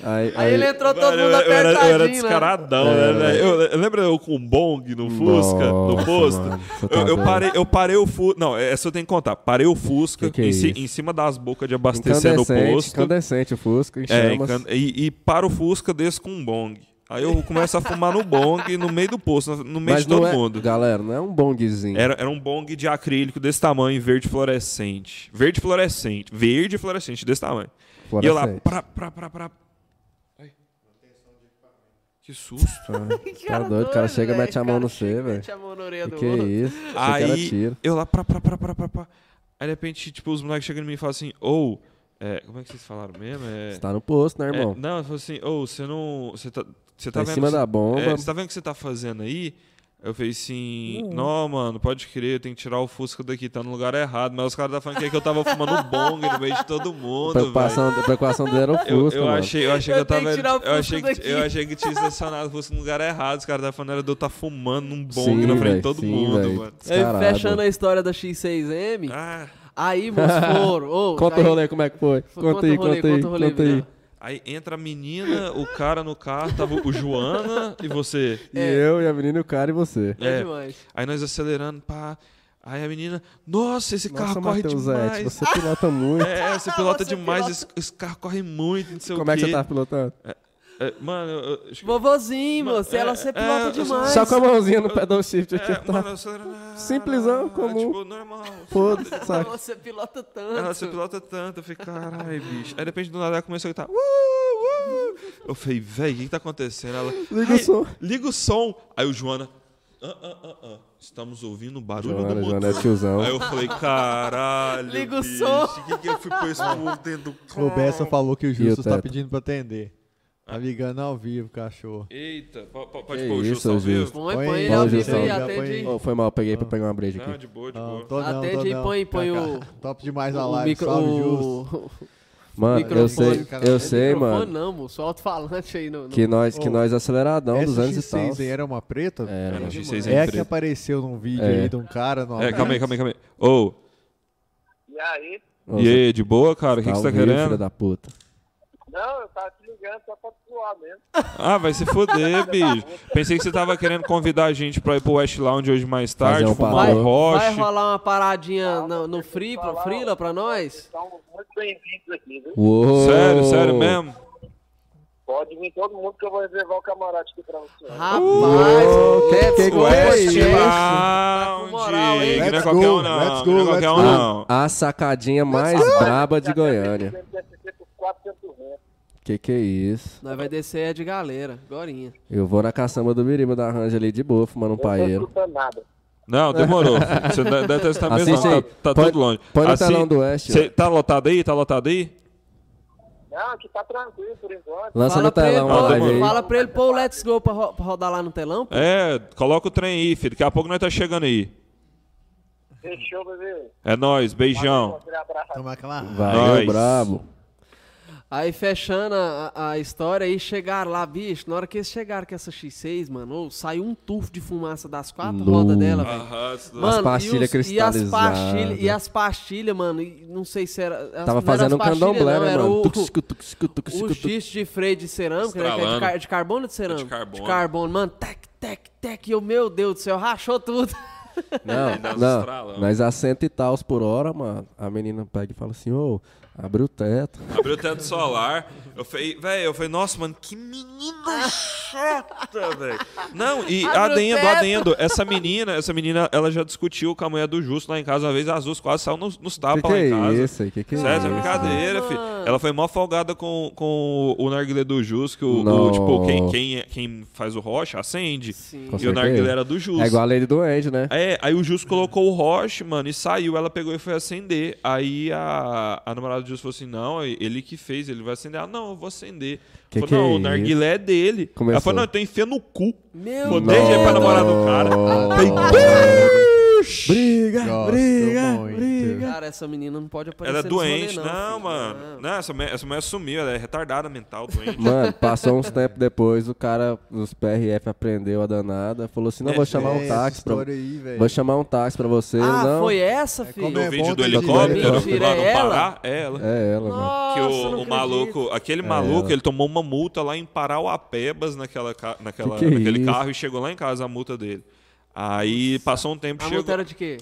[SPEAKER 1] Aí,
[SPEAKER 3] Aí ele entrou tá todo
[SPEAKER 4] Velho,
[SPEAKER 3] mundo
[SPEAKER 4] eu, era, eu era
[SPEAKER 3] apertadinho, né?
[SPEAKER 4] descaradão,
[SPEAKER 1] É,
[SPEAKER 4] né, velho? Eu, eu- lembra eu com o bong no Fusca, no
[SPEAKER 1] Nossa,
[SPEAKER 4] posto?
[SPEAKER 1] mano, você tá
[SPEAKER 4] eu, eu
[SPEAKER 1] doido.
[SPEAKER 4] parei, eu parei o Fusca. Não, é, essa eu tenho que contar. Parei o Fusca
[SPEAKER 1] Que que é
[SPEAKER 4] em, ci-
[SPEAKER 1] isso?
[SPEAKER 4] em cima das bocas de abastecer no
[SPEAKER 1] Incandescente,
[SPEAKER 4] posto.
[SPEAKER 1] incandescente o Fusca, em
[SPEAKER 4] É,
[SPEAKER 1] chamas.
[SPEAKER 4] encan- e, e para o Fusca desse com um bong. Aí eu começo a fumar no bong no meio do posto, no meio
[SPEAKER 1] Mas
[SPEAKER 4] de todo
[SPEAKER 1] não é,
[SPEAKER 4] mundo.
[SPEAKER 1] galera, não é um bonguezinho.
[SPEAKER 4] Era, era um bong de acrílico desse tamanho, verde fluorescente. Verde fluorescente. Verde fluorescente desse tamanho. E eu lá,
[SPEAKER 1] Fluorescente.
[SPEAKER 4] pra, pra, pra, pra. Ai. Que susto.
[SPEAKER 1] Tá doido, o cara chega e mete a mão no C, velho.
[SPEAKER 3] Mete a mão na
[SPEAKER 1] Que,
[SPEAKER 3] orelha do
[SPEAKER 1] que
[SPEAKER 3] outro.
[SPEAKER 1] isso? Achei que era
[SPEAKER 4] Aí
[SPEAKER 1] tiro.
[SPEAKER 4] eu lá, pra, pra, pra, pra, pra, pra. Aí de repente, tipo, os moleques chegam em mim e falam assim, ou. é, como é que vocês falaram mesmo? É,
[SPEAKER 1] Você tá no posto, né,
[SPEAKER 4] é,
[SPEAKER 1] irmão?
[SPEAKER 4] não, eu falo assim, ou você não. Você tá. Você tá,
[SPEAKER 1] Tá em
[SPEAKER 4] vendo.
[SPEAKER 1] cima
[SPEAKER 4] você-
[SPEAKER 1] da bomba.
[SPEAKER 4] é, Você tá vendo o que você tá fazendo aí? Eu falei assim,
[SPEAKER 1] Hum.
[SPEAKER 4] não, mano, pode crer, eu tenho que tirar o Fusca daqui, tá no lugar errado. Mas os caras tá falando que, é que eu tava fumando bong no meio de todo
[SPEAKER 1] A
[SPEAKER 4] mundo, velho.
[SPEAKER 1] preocupação, a preocupação dele era o Fusca,
[SPEAKER 4] Eu, eu
[SPEAKER 1] mano.
[SPEAKER 4] achei, eu achei
[SPEAKER 3] Eu
[SPEAKER 4] que eu
[SPEAKER 3] tenho
[SPEAKER 4] tava.
[SPEAKER 3] que tirar o
[SPEAKER 4] eu, achei
[SPEAKER 3] Fusca
[SPEAKER 4] que,
[SPEAKER 3] daqui.
[SPEAKER 4] eu achei que tinha estacionado o Fusca no lugar errado. Os caras estavam falando era de eu tá fumando um bong
[SPEAKER 1] Sim,
[SPEAKER 4] na frente
[SPEAKER 1] velho,
[SPEAKER 4] de todo
[SPEAKER 1] sim,
[SPEAKER 4] mundo,
[SPEAKER 1] velho.
[SPEAKER 4] mano.
[SPEAKER 3] Aí,
[SPEAKER 1] Descarado.
[SPEAKER 3] fechando a história da X6M,
[SPEAKER 4] Ah,
[SPEAKER 3] aí, moço, foram. ô,
[SPEAKER 1] Conta
[SPEAKER 3] aí-
[SPEAKER 1] o rolê, como é que foi? Conta aí,
[SPEAKER 3] o rolê,
[SPEAKER 1] conta aí,
[SPEAKER 3] conta o rolê,
[SPEAKER 1] conta aí.
[SPEAKER 3] Vidal.
[SPEAKER 4] aí entra a menina, o cara no carro, tava o Joana e você.
[SPEAKER 1] E eu, e a menina, e o cara e você.
[SPEAKER 3] É
[SPEAKER 4] É.
[SPEAKER 3] demais.
[SPEAKER 4] Aí nós acelerando, pá. Aí a menina, nossa, esse
[SPEAKER 1] Nossa, é, tipo
[SPEAKER 4] carro corre demais.
[SPEAKER 1] Matheusete, você pilota muito.
[SPEAKER 4] É, você pilota
[SPEAKER 3] Você
[SPEAKER 4] demais,
[SPEAKER 3] pilota.
[SPEAKER 4] Esse, esse carro corre muito, não sei
[SPEAKER 1] Como
[SPEAKER 4] o
[SPEAKER 1] é
[SPEAKER 4] quê.
[SPEAKER 1] que você tá pilotando?
[SPEAKER 4] É, mano, eu, eu, acho que-
[SPEAKER 3] Vovozinho,
[SPEAKER 4] Mano,
[SPEAKER 3] moço, ela
[SPEAKER 4] é-
[SPEAKER 3] se
[SPEAKER 4] é,
[SPEAKER 3] pilota
[SPEAKER 4] eu sou-
[SPEAKER 3] demais.
[SPEAKER 1] Só com a mãozinha no pedal shift aqui,
[SPEAKER 4] é,
[SPEAKER 1] tá?
[SPEAKER 4] mano, eu acelerando.
[SPEAKER 1] Simplesão, comum.
[SPEAKER 4] Tipo, normal.
[SPEAKER 1] Foda-se, saca?
[SPEAKER 3] Você pilota tanto.
[SPEAKER 4] Ela se pilota tanto, eu falei, caralho, bicho. Aí de repente do nada ela começou a gritar. "Uh, uh". Eu falei, véi, o que, que tá acontecendo? Ela.
[SPEAKER 1] Liga o
[SPEAKER 4] "Ai,
[SPEAKER 1] som."
[SPEAKER 4] Liga o som. Aí o Joana. "Ah, ah, ah, ah, Estamos ouvindo o barulho do
[SPEAKER 1] Joana,
[SPEAKER 4] motor.
[SPEAKER 1] Joana é tiozão.
[SPEAKER 4] Aí eu falei, caralho.
[SPEAKER 3] Liga o
[SPEAKER 4] bicho,
[SPEAKER 3] som.
[SPEAKER 4] O que, que eu fui pôr isso mundo dentro do
[SPEAKER 2] O Bessa falou que o
[SPEAKER 1] E o
[SPEAKER 2] Justo tá
[SPEAKER 1] teto?
[SPEAKER 2] pedindo pra atender. Tá ligando ao vivo, cachorro.
[SPEAKER 4] Eita, po- po- pode
[SPEAKER 1] Que
[SPEAKER 4] pôr o Ah,
[SPEAKER 1] isso,
[SPEAKER 4] Justo ao
[SPEAKER 1] Justo.
[SPEAKER 4] vivo?
[SPEAKER 3] Põe,
[SPEAKER 2] Põe
[SPEAKER 3] põe
[SPEAKER 2] aí,
[SPEAKER 3] ele ao
[SPEAKER 1] põe,
[SPEAKER 3] vivo aí,
[SPEAKER 1] Jussão,
[SPEAKER 2] já põe
[SPEAKER 3] atende
[SPEAKER 2] aí.
[SPEAKER 1] Ô, foi mal, peguei pra pegar uma breja
[SPEAKER 4] Não,
[SPEAKER 1] aqui. Ah,
[SPEAKER 4] de boa, de
[SPEAKER 2] Não,
[SPEAKER 4] boa.
[SPEAKER 2] tô não,
[SPEAKER 3] Atende
[SPEAKER 2] tô
[SPEAKER 3] aí,
[SPEAKER 2] não.
[SPEAKER 3] põe- põe
[SPEAKER 2] Pra cá.
[SPEAKER 3] o-
[SPEAKER 2] Top demais a
[SPEAKER 3] o
[SPEAKER 2] live,
[SPEAKER 3] micro-
[SPEAKER 2] salve, Justo.
[SPEAKER 3] o-
[SPEAKER 1] Mano, eu
[SPEAKER 3] Microfone,
[SPEAKER 1] sei,
[SPEAKER 2] cara.
[SPEAKER 1] eu sei,
[SPEAKER 3] microfone
[SPEAKER 1] mano,
[SPEAKER 3] não, moço. Alto-falante aí no... no-
[SPEAKER 1] que nós, que
[SPEAKER 2] Ô,
[SPEAKER 1] nós
[SPEAKER 2] É
[SPEAKER 1] aceleradão dos anos É um e tal.
[SPEAKER 2] SX6 era uma preta?
[SPEAKER 1] É,
[SPEAKER 4] Era
[SPEAKER 1] mano.
[SPEAKER 4] um X6
[SPEAKER 2] É a que
[SPEAKER 4] preto.
[SPEAKER 2] apareceu num vídeo
[SPEAKER 1] É.
[SPEAKER 2] aí de um cara. numa
[SPEAKER 4] É, calma aí,
[SPEAKER 2] moto.
[SPEAKER 4] calma aí, calma aí. Ô,
[SPEAKER 6] E aí?
[SPEAKER 1] Ô,
[SPEAKER 4] e aí, de boa, cara? O que,
[SPEAKER 1] tá
[SPEAKER 4] que você tá
[SPEAKER 1] ao vivo, Filha
[SPEAKER 4] querendo?
[SPEAKER 1] da puta.
[SPEAKER 6] Não, eu tava te ligando só pra te zoar mesmo.
[SPEAKER 4] Ah, vai se foder, bicho. Pensei que você tava querendo convidar a gente pra ir pro West Lounge hoje mais tarde,
[SPEAKER 1] Fazer um
[SPEAKER 4] fumar
[SPEAKER 1] Vai-
[SPEAKER 3] Vai,
[SPEAKER 4] um roche.
[SPEAKER 3] rolar uma paradinha no,
[SPEAKER 6] no- no
[SPEAKER 3] free,
[SPEAKER 6] Free- pro- Freela
[SPEAKER 3] pra
[SPEAKER 6] pra
[SPEAKER 3] nós?
[SPEAKER 6] São muito bem-vindos aqui, viu?
[SPEAKER 1] Uou!
[SPEAKER 4] Sério, sério mesmo?
[SPEAKER 6] Pode vir todo mundo que eu vou reservar o camarote aqui pra você.
[SPEAKER 3] Ah, Rapaz, é
[SPEAKER 2] Let's
[SPEAKER 1] que é
[SPEAKER 2] go,
[SPEAKER 4] West
[SPEAKER 2] West.
[SPEAKER 4] Lounge.
[SPEAKER 3] Tá moral, hein?
[SPEAKER 4] Não é
[SPEAKER 2] Let's
[SPEAKER 4] qualquer
[SPEAKER 2] go,
[SPEAKER 4] um, não.
[SPEAKER 2] let's go,
[SPEAKER 4] não é qualquer
[SPEAKER 2] let's go.
[SPEAKER 4] um, não.
[SPEAKER 1] A sacadinha mais braba de Goiânia. Que que é isso?
[SPEAKER 3] nós vai descer é de galera, gorinha.
[SPEAKER 1] Eu vou na caçamba do Biriba da Ranja ali de boa, fumando um paeiro.
[SPEAKER 6] escutando nada.
[SPEAKER 4] Não, demorou. filho. Você deve- deve estar mesmo,
[SPEAKER 1] Assiste
[SPEAKER 4] não,
[SPEAKER 1] aí.
[SPEAKER 4] tá, tá
[SPEAKER 1] Põe-
[SPEAKER 4] tudo longe.
[SPEAKER 1] põe no
[SPEAKER 4] Assi-
[SPEAKER 1] telão do Oeste,
[SPEAKER 4] Cê- Tá lotado aí? Tá lotado aí?
[SPEAKER 6] Não, aqui tá tranquilo por enquanto.
[SPEAKER 1] Lança
[SPEAKER 3] Fala
[SPEAKER 1] no
[SPEAKER 3] pra, ele,
[SPEAKER 1] telão
[SPEAKER 4] Ó,
[SPEAKER 1] a
[SPEAKER 3] pô,
[SPEAKER 1] live aí.
[SPEAKER 3] fala pra ele pôr o Let's Go pra, ro- pra rodar lá no telão. pô.
[SPEAKER 4] É, coloca o trem aí, filho. Daqui a pouco nós tá chegando aí.
[SPEAKER 6] Fechou, bebê.
[SPEAKER 4] É nóis, beijão.
[SPEAKER 6] Aquele abraço.
[SPEAKER 7] Toma aquela
[SPEAKER 1] Valeu,
[SPEAKER 4] Nice.
[SPEAKER 1] brabo.
[SPEAKER 3] Aí fechando a, a- a história, aí chegaram lá, bicho. Na hora que eles chegaram com essa X6, mano, ô, saiu um tufo de fumaça das quatro
[SPEAKER 1] Nu.
[SPEAKER 3] rodas dela, velho.
[SPEAKER 4] Arrasta.
[SPEAKER 3] Mano,
[SPEAKER 1] pastilhas
[SPEAKER 3] e os- e as
[SPEAKER 1] cristalizadas.
[SPEAKER 3] pastilhas, e as pastilhas, mano, e não sei se era. as-
[SPEAKER 1] Tava
[SPEAKER 3] não era
[SPEAKER 1] fazendo um
[SPEAKER 3] as pastilhas,
[SPEAKER 1] candomblé,
[SPEAKER 3] não,
[SPEAKER 1] né,
[SPEAKER 3] era
[SPEAKER 1] mano?
[SPEAKER 3] o-
[SPEAKER 1] Tux, tux, tux, tux, tux,
[SPEAKER 3] O
[SPEAKER 1] tux.
[SPEAKER 3] giz de freio de cerâmica, né, que é de,
[SPEAKER 4] Estralando.
[SPEAKER 3] car- de carbono ou de cerâmica?
[SPEAKER 4] carbono.
[SPEAKER 3] De carbono, mano. Tec, tec, tec. E eu, meu Deus do céu, rachou tudo. né?
[SPEAKER 1] Não,
[SPEAKER 4] dá uns
[SPEAKER 1] não.
[SPEAKER 4] estralão.
[SPEAKER 1] Nós a cento e tals por hora, mano. A menina pega e fala assim, ô, abriu o teto.
[SPEAKER 4] Abriu o teto solar. Eu falei, velho, eu falei, nossa, mano, que menina chata, velho. Não,
[SPEAKER 3] Abre
[SPEAKER 4] e
[SPEAKER 3] o
[SPEAKER 4] adendo,
[SPEAKER 3] teto.
[SPEAKER 4] adendo. Essa menina, essa menina, ela já discutiu com a mulher do Justo lá em casa uma vez, as duas quase saiu nos, nos
[SPEAKER 1] Que
[SPEAKER 4] tapas
[SPEAKER 1] que
[SPEAKER 4] lá em
[SPEAKER 1] é
[SPEAKER 4] casa.
[SPEAKER 1] isso aí? Que que é
[SPEAKER 4] Sério, é
[SPEAKER 1] isso?
[SPEAKER 4] brincadeira, filho. Ela foi mó folgada com, com o narguilé do Jus, que o,
[SPEAKER 1] Não.
[SPEAKER 4] o, tipo, quem, quem, quem faz o rocha acende.
[SPEAKER 3] Sim.
[SPEAKER 1] Com
[SPEAKER 4] E o narguilé
[SPEAKER 1] certeza.
[SPEAKER 4] era do Jus.
[SPEAKER 1] É igual a Lady do Andy, né?
[SPEAKER 4] É, aí o Jus colocou o roche, mano, e saiu. Ela pegou e foi acender. Aí a, a namorada do Jus falou assim: não, ele que fez, ele vai acender. Ah, não, eu vou acender.
[SPEAKER 1] Que
[SPEAKER 4] falou,
[SPEAKER 1] que
[SPEAKER 4] não,
[SPEAKER 1] é
[SPEAKER 4] o narguilé é dele.
[SPEAKER 1] Começou.
[SPEAKER 4] Ela falou, não, eu tô enfiando no cu.
[SPEAKER 3] Meu
[SPEAKER 4] Pô, desde aí pra namorar do cara.
[SPEAKER 1] Briga,
[SPEAKER 2] Gosto
[SPEAKER 1] briga,
[SPEAKER 2] muito.
[SPEAKER 1] briga.
[SPEAKER 3] Cara, essa menina não pode aparecer.
[SPEAKER 4] Ela é
[SPEAKER 3] nesse rolê,
[SPEAKER 4] doente. Não,
[SPEAKER 3] filho.
[SPEAKER 4] mano. Não, essa mulher, essa mulher sumiu, ela é retardada mental, doente.
[SPEAKER 1] Mano, passou uns tempos depois, o cara dos PRF aprendeu a danada, falou assim, não,
[SPEAKER 3] É,
[SPEAKER 1] vou chamar um táxi pra...
[SPEAKER 2] história aí, velho.
[SPEAKER 1] Vou chamar um táxi pra você,
[SPEAKER 3] Ah,
[SPEAKER 1] não.
[SPEAKER 3] foi essa,
[SPEAKER 2] como
[SPEAKER 3] filho?
[SPEAKER 4] No
[SPEAKER 2] é?
[SPEAKER 4] vídeo
[SPEAKER 2] bom
[SPEAKER 4] do
[SPEAKER 2] que
[SPEAKER 4] helicóptero, né?
[SPEAKER 3] mentira,
[SPEAKER 4] lá no
[SPEAKER 3] é ela?
[SPEAKER 4] Pará, é ela.
[SPEAKER 1] É ela, mano.
[SPEAKER 3] Nossa,
[SPEAKER 4] Que
[SPEAKER 3] não
[SPEAKER 4] o, o
[SPEAKER 3] acredito.
[SPEAKER 4] maluco, aquele
[SPEAKER 1] É.
[SPEAKER 4] maluco, ele tomou uma multa lá em Parauapebas, naquela, ca- naquela,
[SPEAKER 1] Que que é
[SPEAKER 4] naquele
[SPEAKER 1] isso?
[SPEAKER 4] carro, e chegou lá em casa a multa dele. Aí passou um tempo,
[SPEAKER 3] A
[SPEAKER 4] chegou.
[SPEAKER 3] multa
[SPEAKER 4] Era...
[SPEAKER 3] era de quê?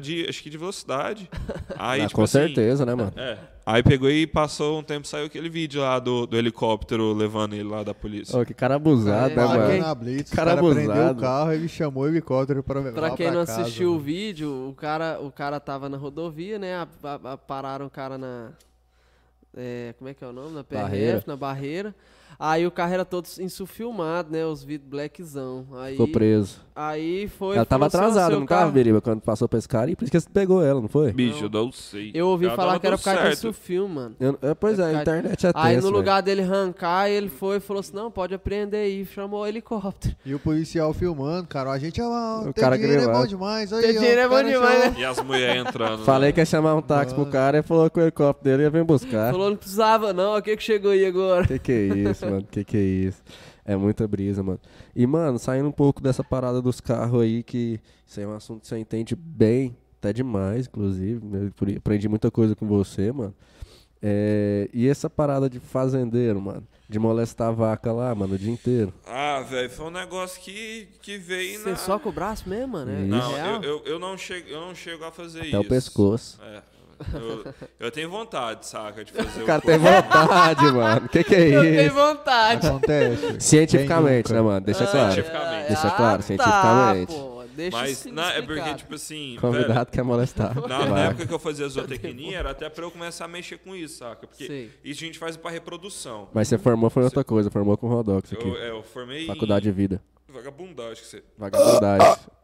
[SPEAKER 4] de, acho que de velocidade. Aí,
[SPEAKER 1] Ah,
[SPEAKER 4] tipo
[SPEAKER 1] com
[SPEAKER 4] assim,
[SPEAKER 1] certeza, né, mano?
[SPEAKER 4] É. Aí pegou e passou um tempo, saiu aquele vídeo lá do, do helicóptero levando ele lá da polícia.
[SPEAKER 1] Ô, que cara abusado,
[SPEAKER 3] É,
[SPEAKER 1] né,
[SPEAKER 3] ok.
[SPEAKER 1] mano?
[SPEAKER 2] Parou na Blitz,
[SPEAKER 1] Cara
[SPEAKER 2] o cara prendeu
[SPEAKER 1] abusado.
[SPEAKER 2] o carro e me chamou o helicóptero para levar
[SPEAKER 3] Pra quem não
[SPEAKER 2] casa,
[SPEAKER 3] assistiu o
[SPEAKER 1] né?
[SPEAKER 2] mano.
[SPEAKER 3] vídeo, o cara, o cara tava na rodovia, né? A- a- a- pararam o cara na. é, como é que é o nome? Na PRF,
[SPEAKER 1] Barreira.
[SPEAKER 3] na barreira. Aí o carro era todo insufilmado, né? Os vidros blackzão. Aí,
[SPEAKER 1] Ficou preso.
[SPEAKER 3] aí foi.
[SPEAKER 1] ela tava
[SPEAKER 3] falou assim, ó,
[SPEAKER 1] atrasada,
[SPEAKER 3] seu
[SPEAKER 1] não tava,
[SPEAKER 3] carro-
[SPEAKER 1] Biriba, quando passou pra esse cara. E por isso que você pegou ela, não foi?
[SPEAKER 4] Bicho, eu não sei.
[SPEAKER 3] Eu ouvi
[SPEAKER 4] Ela
[SPEAKER 3] falar
[SPEAKER 4] tava
[SPEAKER 3] que era por
[SPEAKER 4] tudo
[SPEAKER 3] causa um
[SPEAKER 4] certo.
[SPEAKER 3] disso filme, mano.
[SPEAKER 1] Eu- é, pois é, a
[SPEAKER 3] Cara,
[SPEAKER 1] internet é tenso,
[SPEAKER 3] Aí no
[SPEAKER 1] velho.
[SPEAKER 3] lugar dele arrancar, ele foi e falou assim: não, pode apreender aí. Chamou o helicóptero.
[SPEAKER 2] E o policial filmando, cara, a gente, olha lá,
[SPEAKER 1] O
[SPEAKER 2] o
[SPEAKER 1] cara
[SPEAKER 2] cara dinheiro é
[SPEAKER 1] grilado.
[SPEAKER 2] bom demais. Aí,
[SPEAKER 3] Ter
[SPEAKER 2] ó,
[SPEAKER 3] dinheiro
[SPEAKER 2] o
[SPEAKER 3] é bom
[SPEAKER 2] cara
[SPEAKER 3] demais,
[SPEAKER 2] chamou.
[SPEAKER 3] né?
[SPEAKER 4] E as mulheres entrando. né?
[SPEAKER 1] Falei que ia chamar um táxi pro cara e falou que o helicóptero dele ia vir buscar.
[SPEAKER 3] Falou, não precisava, não. O que que chegou aí agora?
[SPEAKER 1] Que que é isso, mano? Que que é isso? É muita brisa, mano. E, mano, saindo um pouco dessa parada dos carros aí, que isso aí é um assunto que você entende bem, até demais, inclusive. Eu apre- aprendi muita coisa com você, mano. É, e essa parada de fazendeiro, mano, de molestar a vaca lá, mano, o dia inteiro.
[SPEAKER 4] Ah, velho, foi um negócio que, que veio
[SPEAKER 3] Você
[SPEAKER 4] na.
[SPEAKER 3] só com o braço mesmo, mano? É
[SPEAKER 4] Não,
[SPEAKER 3] real?
[SPEAKER 4] eu, eu, eu não chego, eu não chego a fazer
[SPEAKER 1] Até
[SPEAKER 4] isso.
[SPEAKER 1] o pescoço.
[SPEAKER 4] É. Eu, eu tenho vontade, saca, de fazer
[SPEAKER 1] O cara
[SPEAKER 4] coisa.
[SPEAKER 1] tem vontade, mano. Que que
[SPEAKER 3] Eu tenho
[SPEAKER 1] é isso?
[SPEAKER 3] vontade.
[SPEAKER 2] Acontece.
[SPEAKER 1] Cientificamente,
[SPEAKER 2] Quem
[SPEAKER 1] né,
[SPEAKER 2] nunca?
[SPEAKER 1] mano?
[SPEAKER 4] Ah,
[SPEAKER 1] Deixa claro.
[SPEAKER 4] Cientificamente.
[SPEAKER 1] Deixa claro, cientificamente.
[SPEAKER 3] Tá, Ah, pô, deixa
[SPEAKER 4] Mas
[SPEAKER 3] isso
[SPEAKER 4] na- é porque,
[SPEAKER 3] explicado.
[SPEAKER 4] tipo assim, velho,
[SPEAKER 1] Convidado quer molestar.
[SPEAKER 4] na, na
[SPEAKER 1] Vai.
[SPEAKER 4] época que eu fazia zootecnia, era até pra eu começar a mexer com isso, saca? Porque
[SPEAKER 3] Sei.
[SPEAKER 4] isso a gente faz pra reprodução.
[SPEAKER 1] Mas você formou foi outra coisa, formou com Rodox aqui.
[SPEAKER 4] Eu, é, eu formei
[SPEAKER 1] Faculdade de Vida.
[SPEAKER 4] em vagabundagem. Que você,
[SPEAKER 1] Vagabundagem.
[SPEAKER 4] Ah, tipo,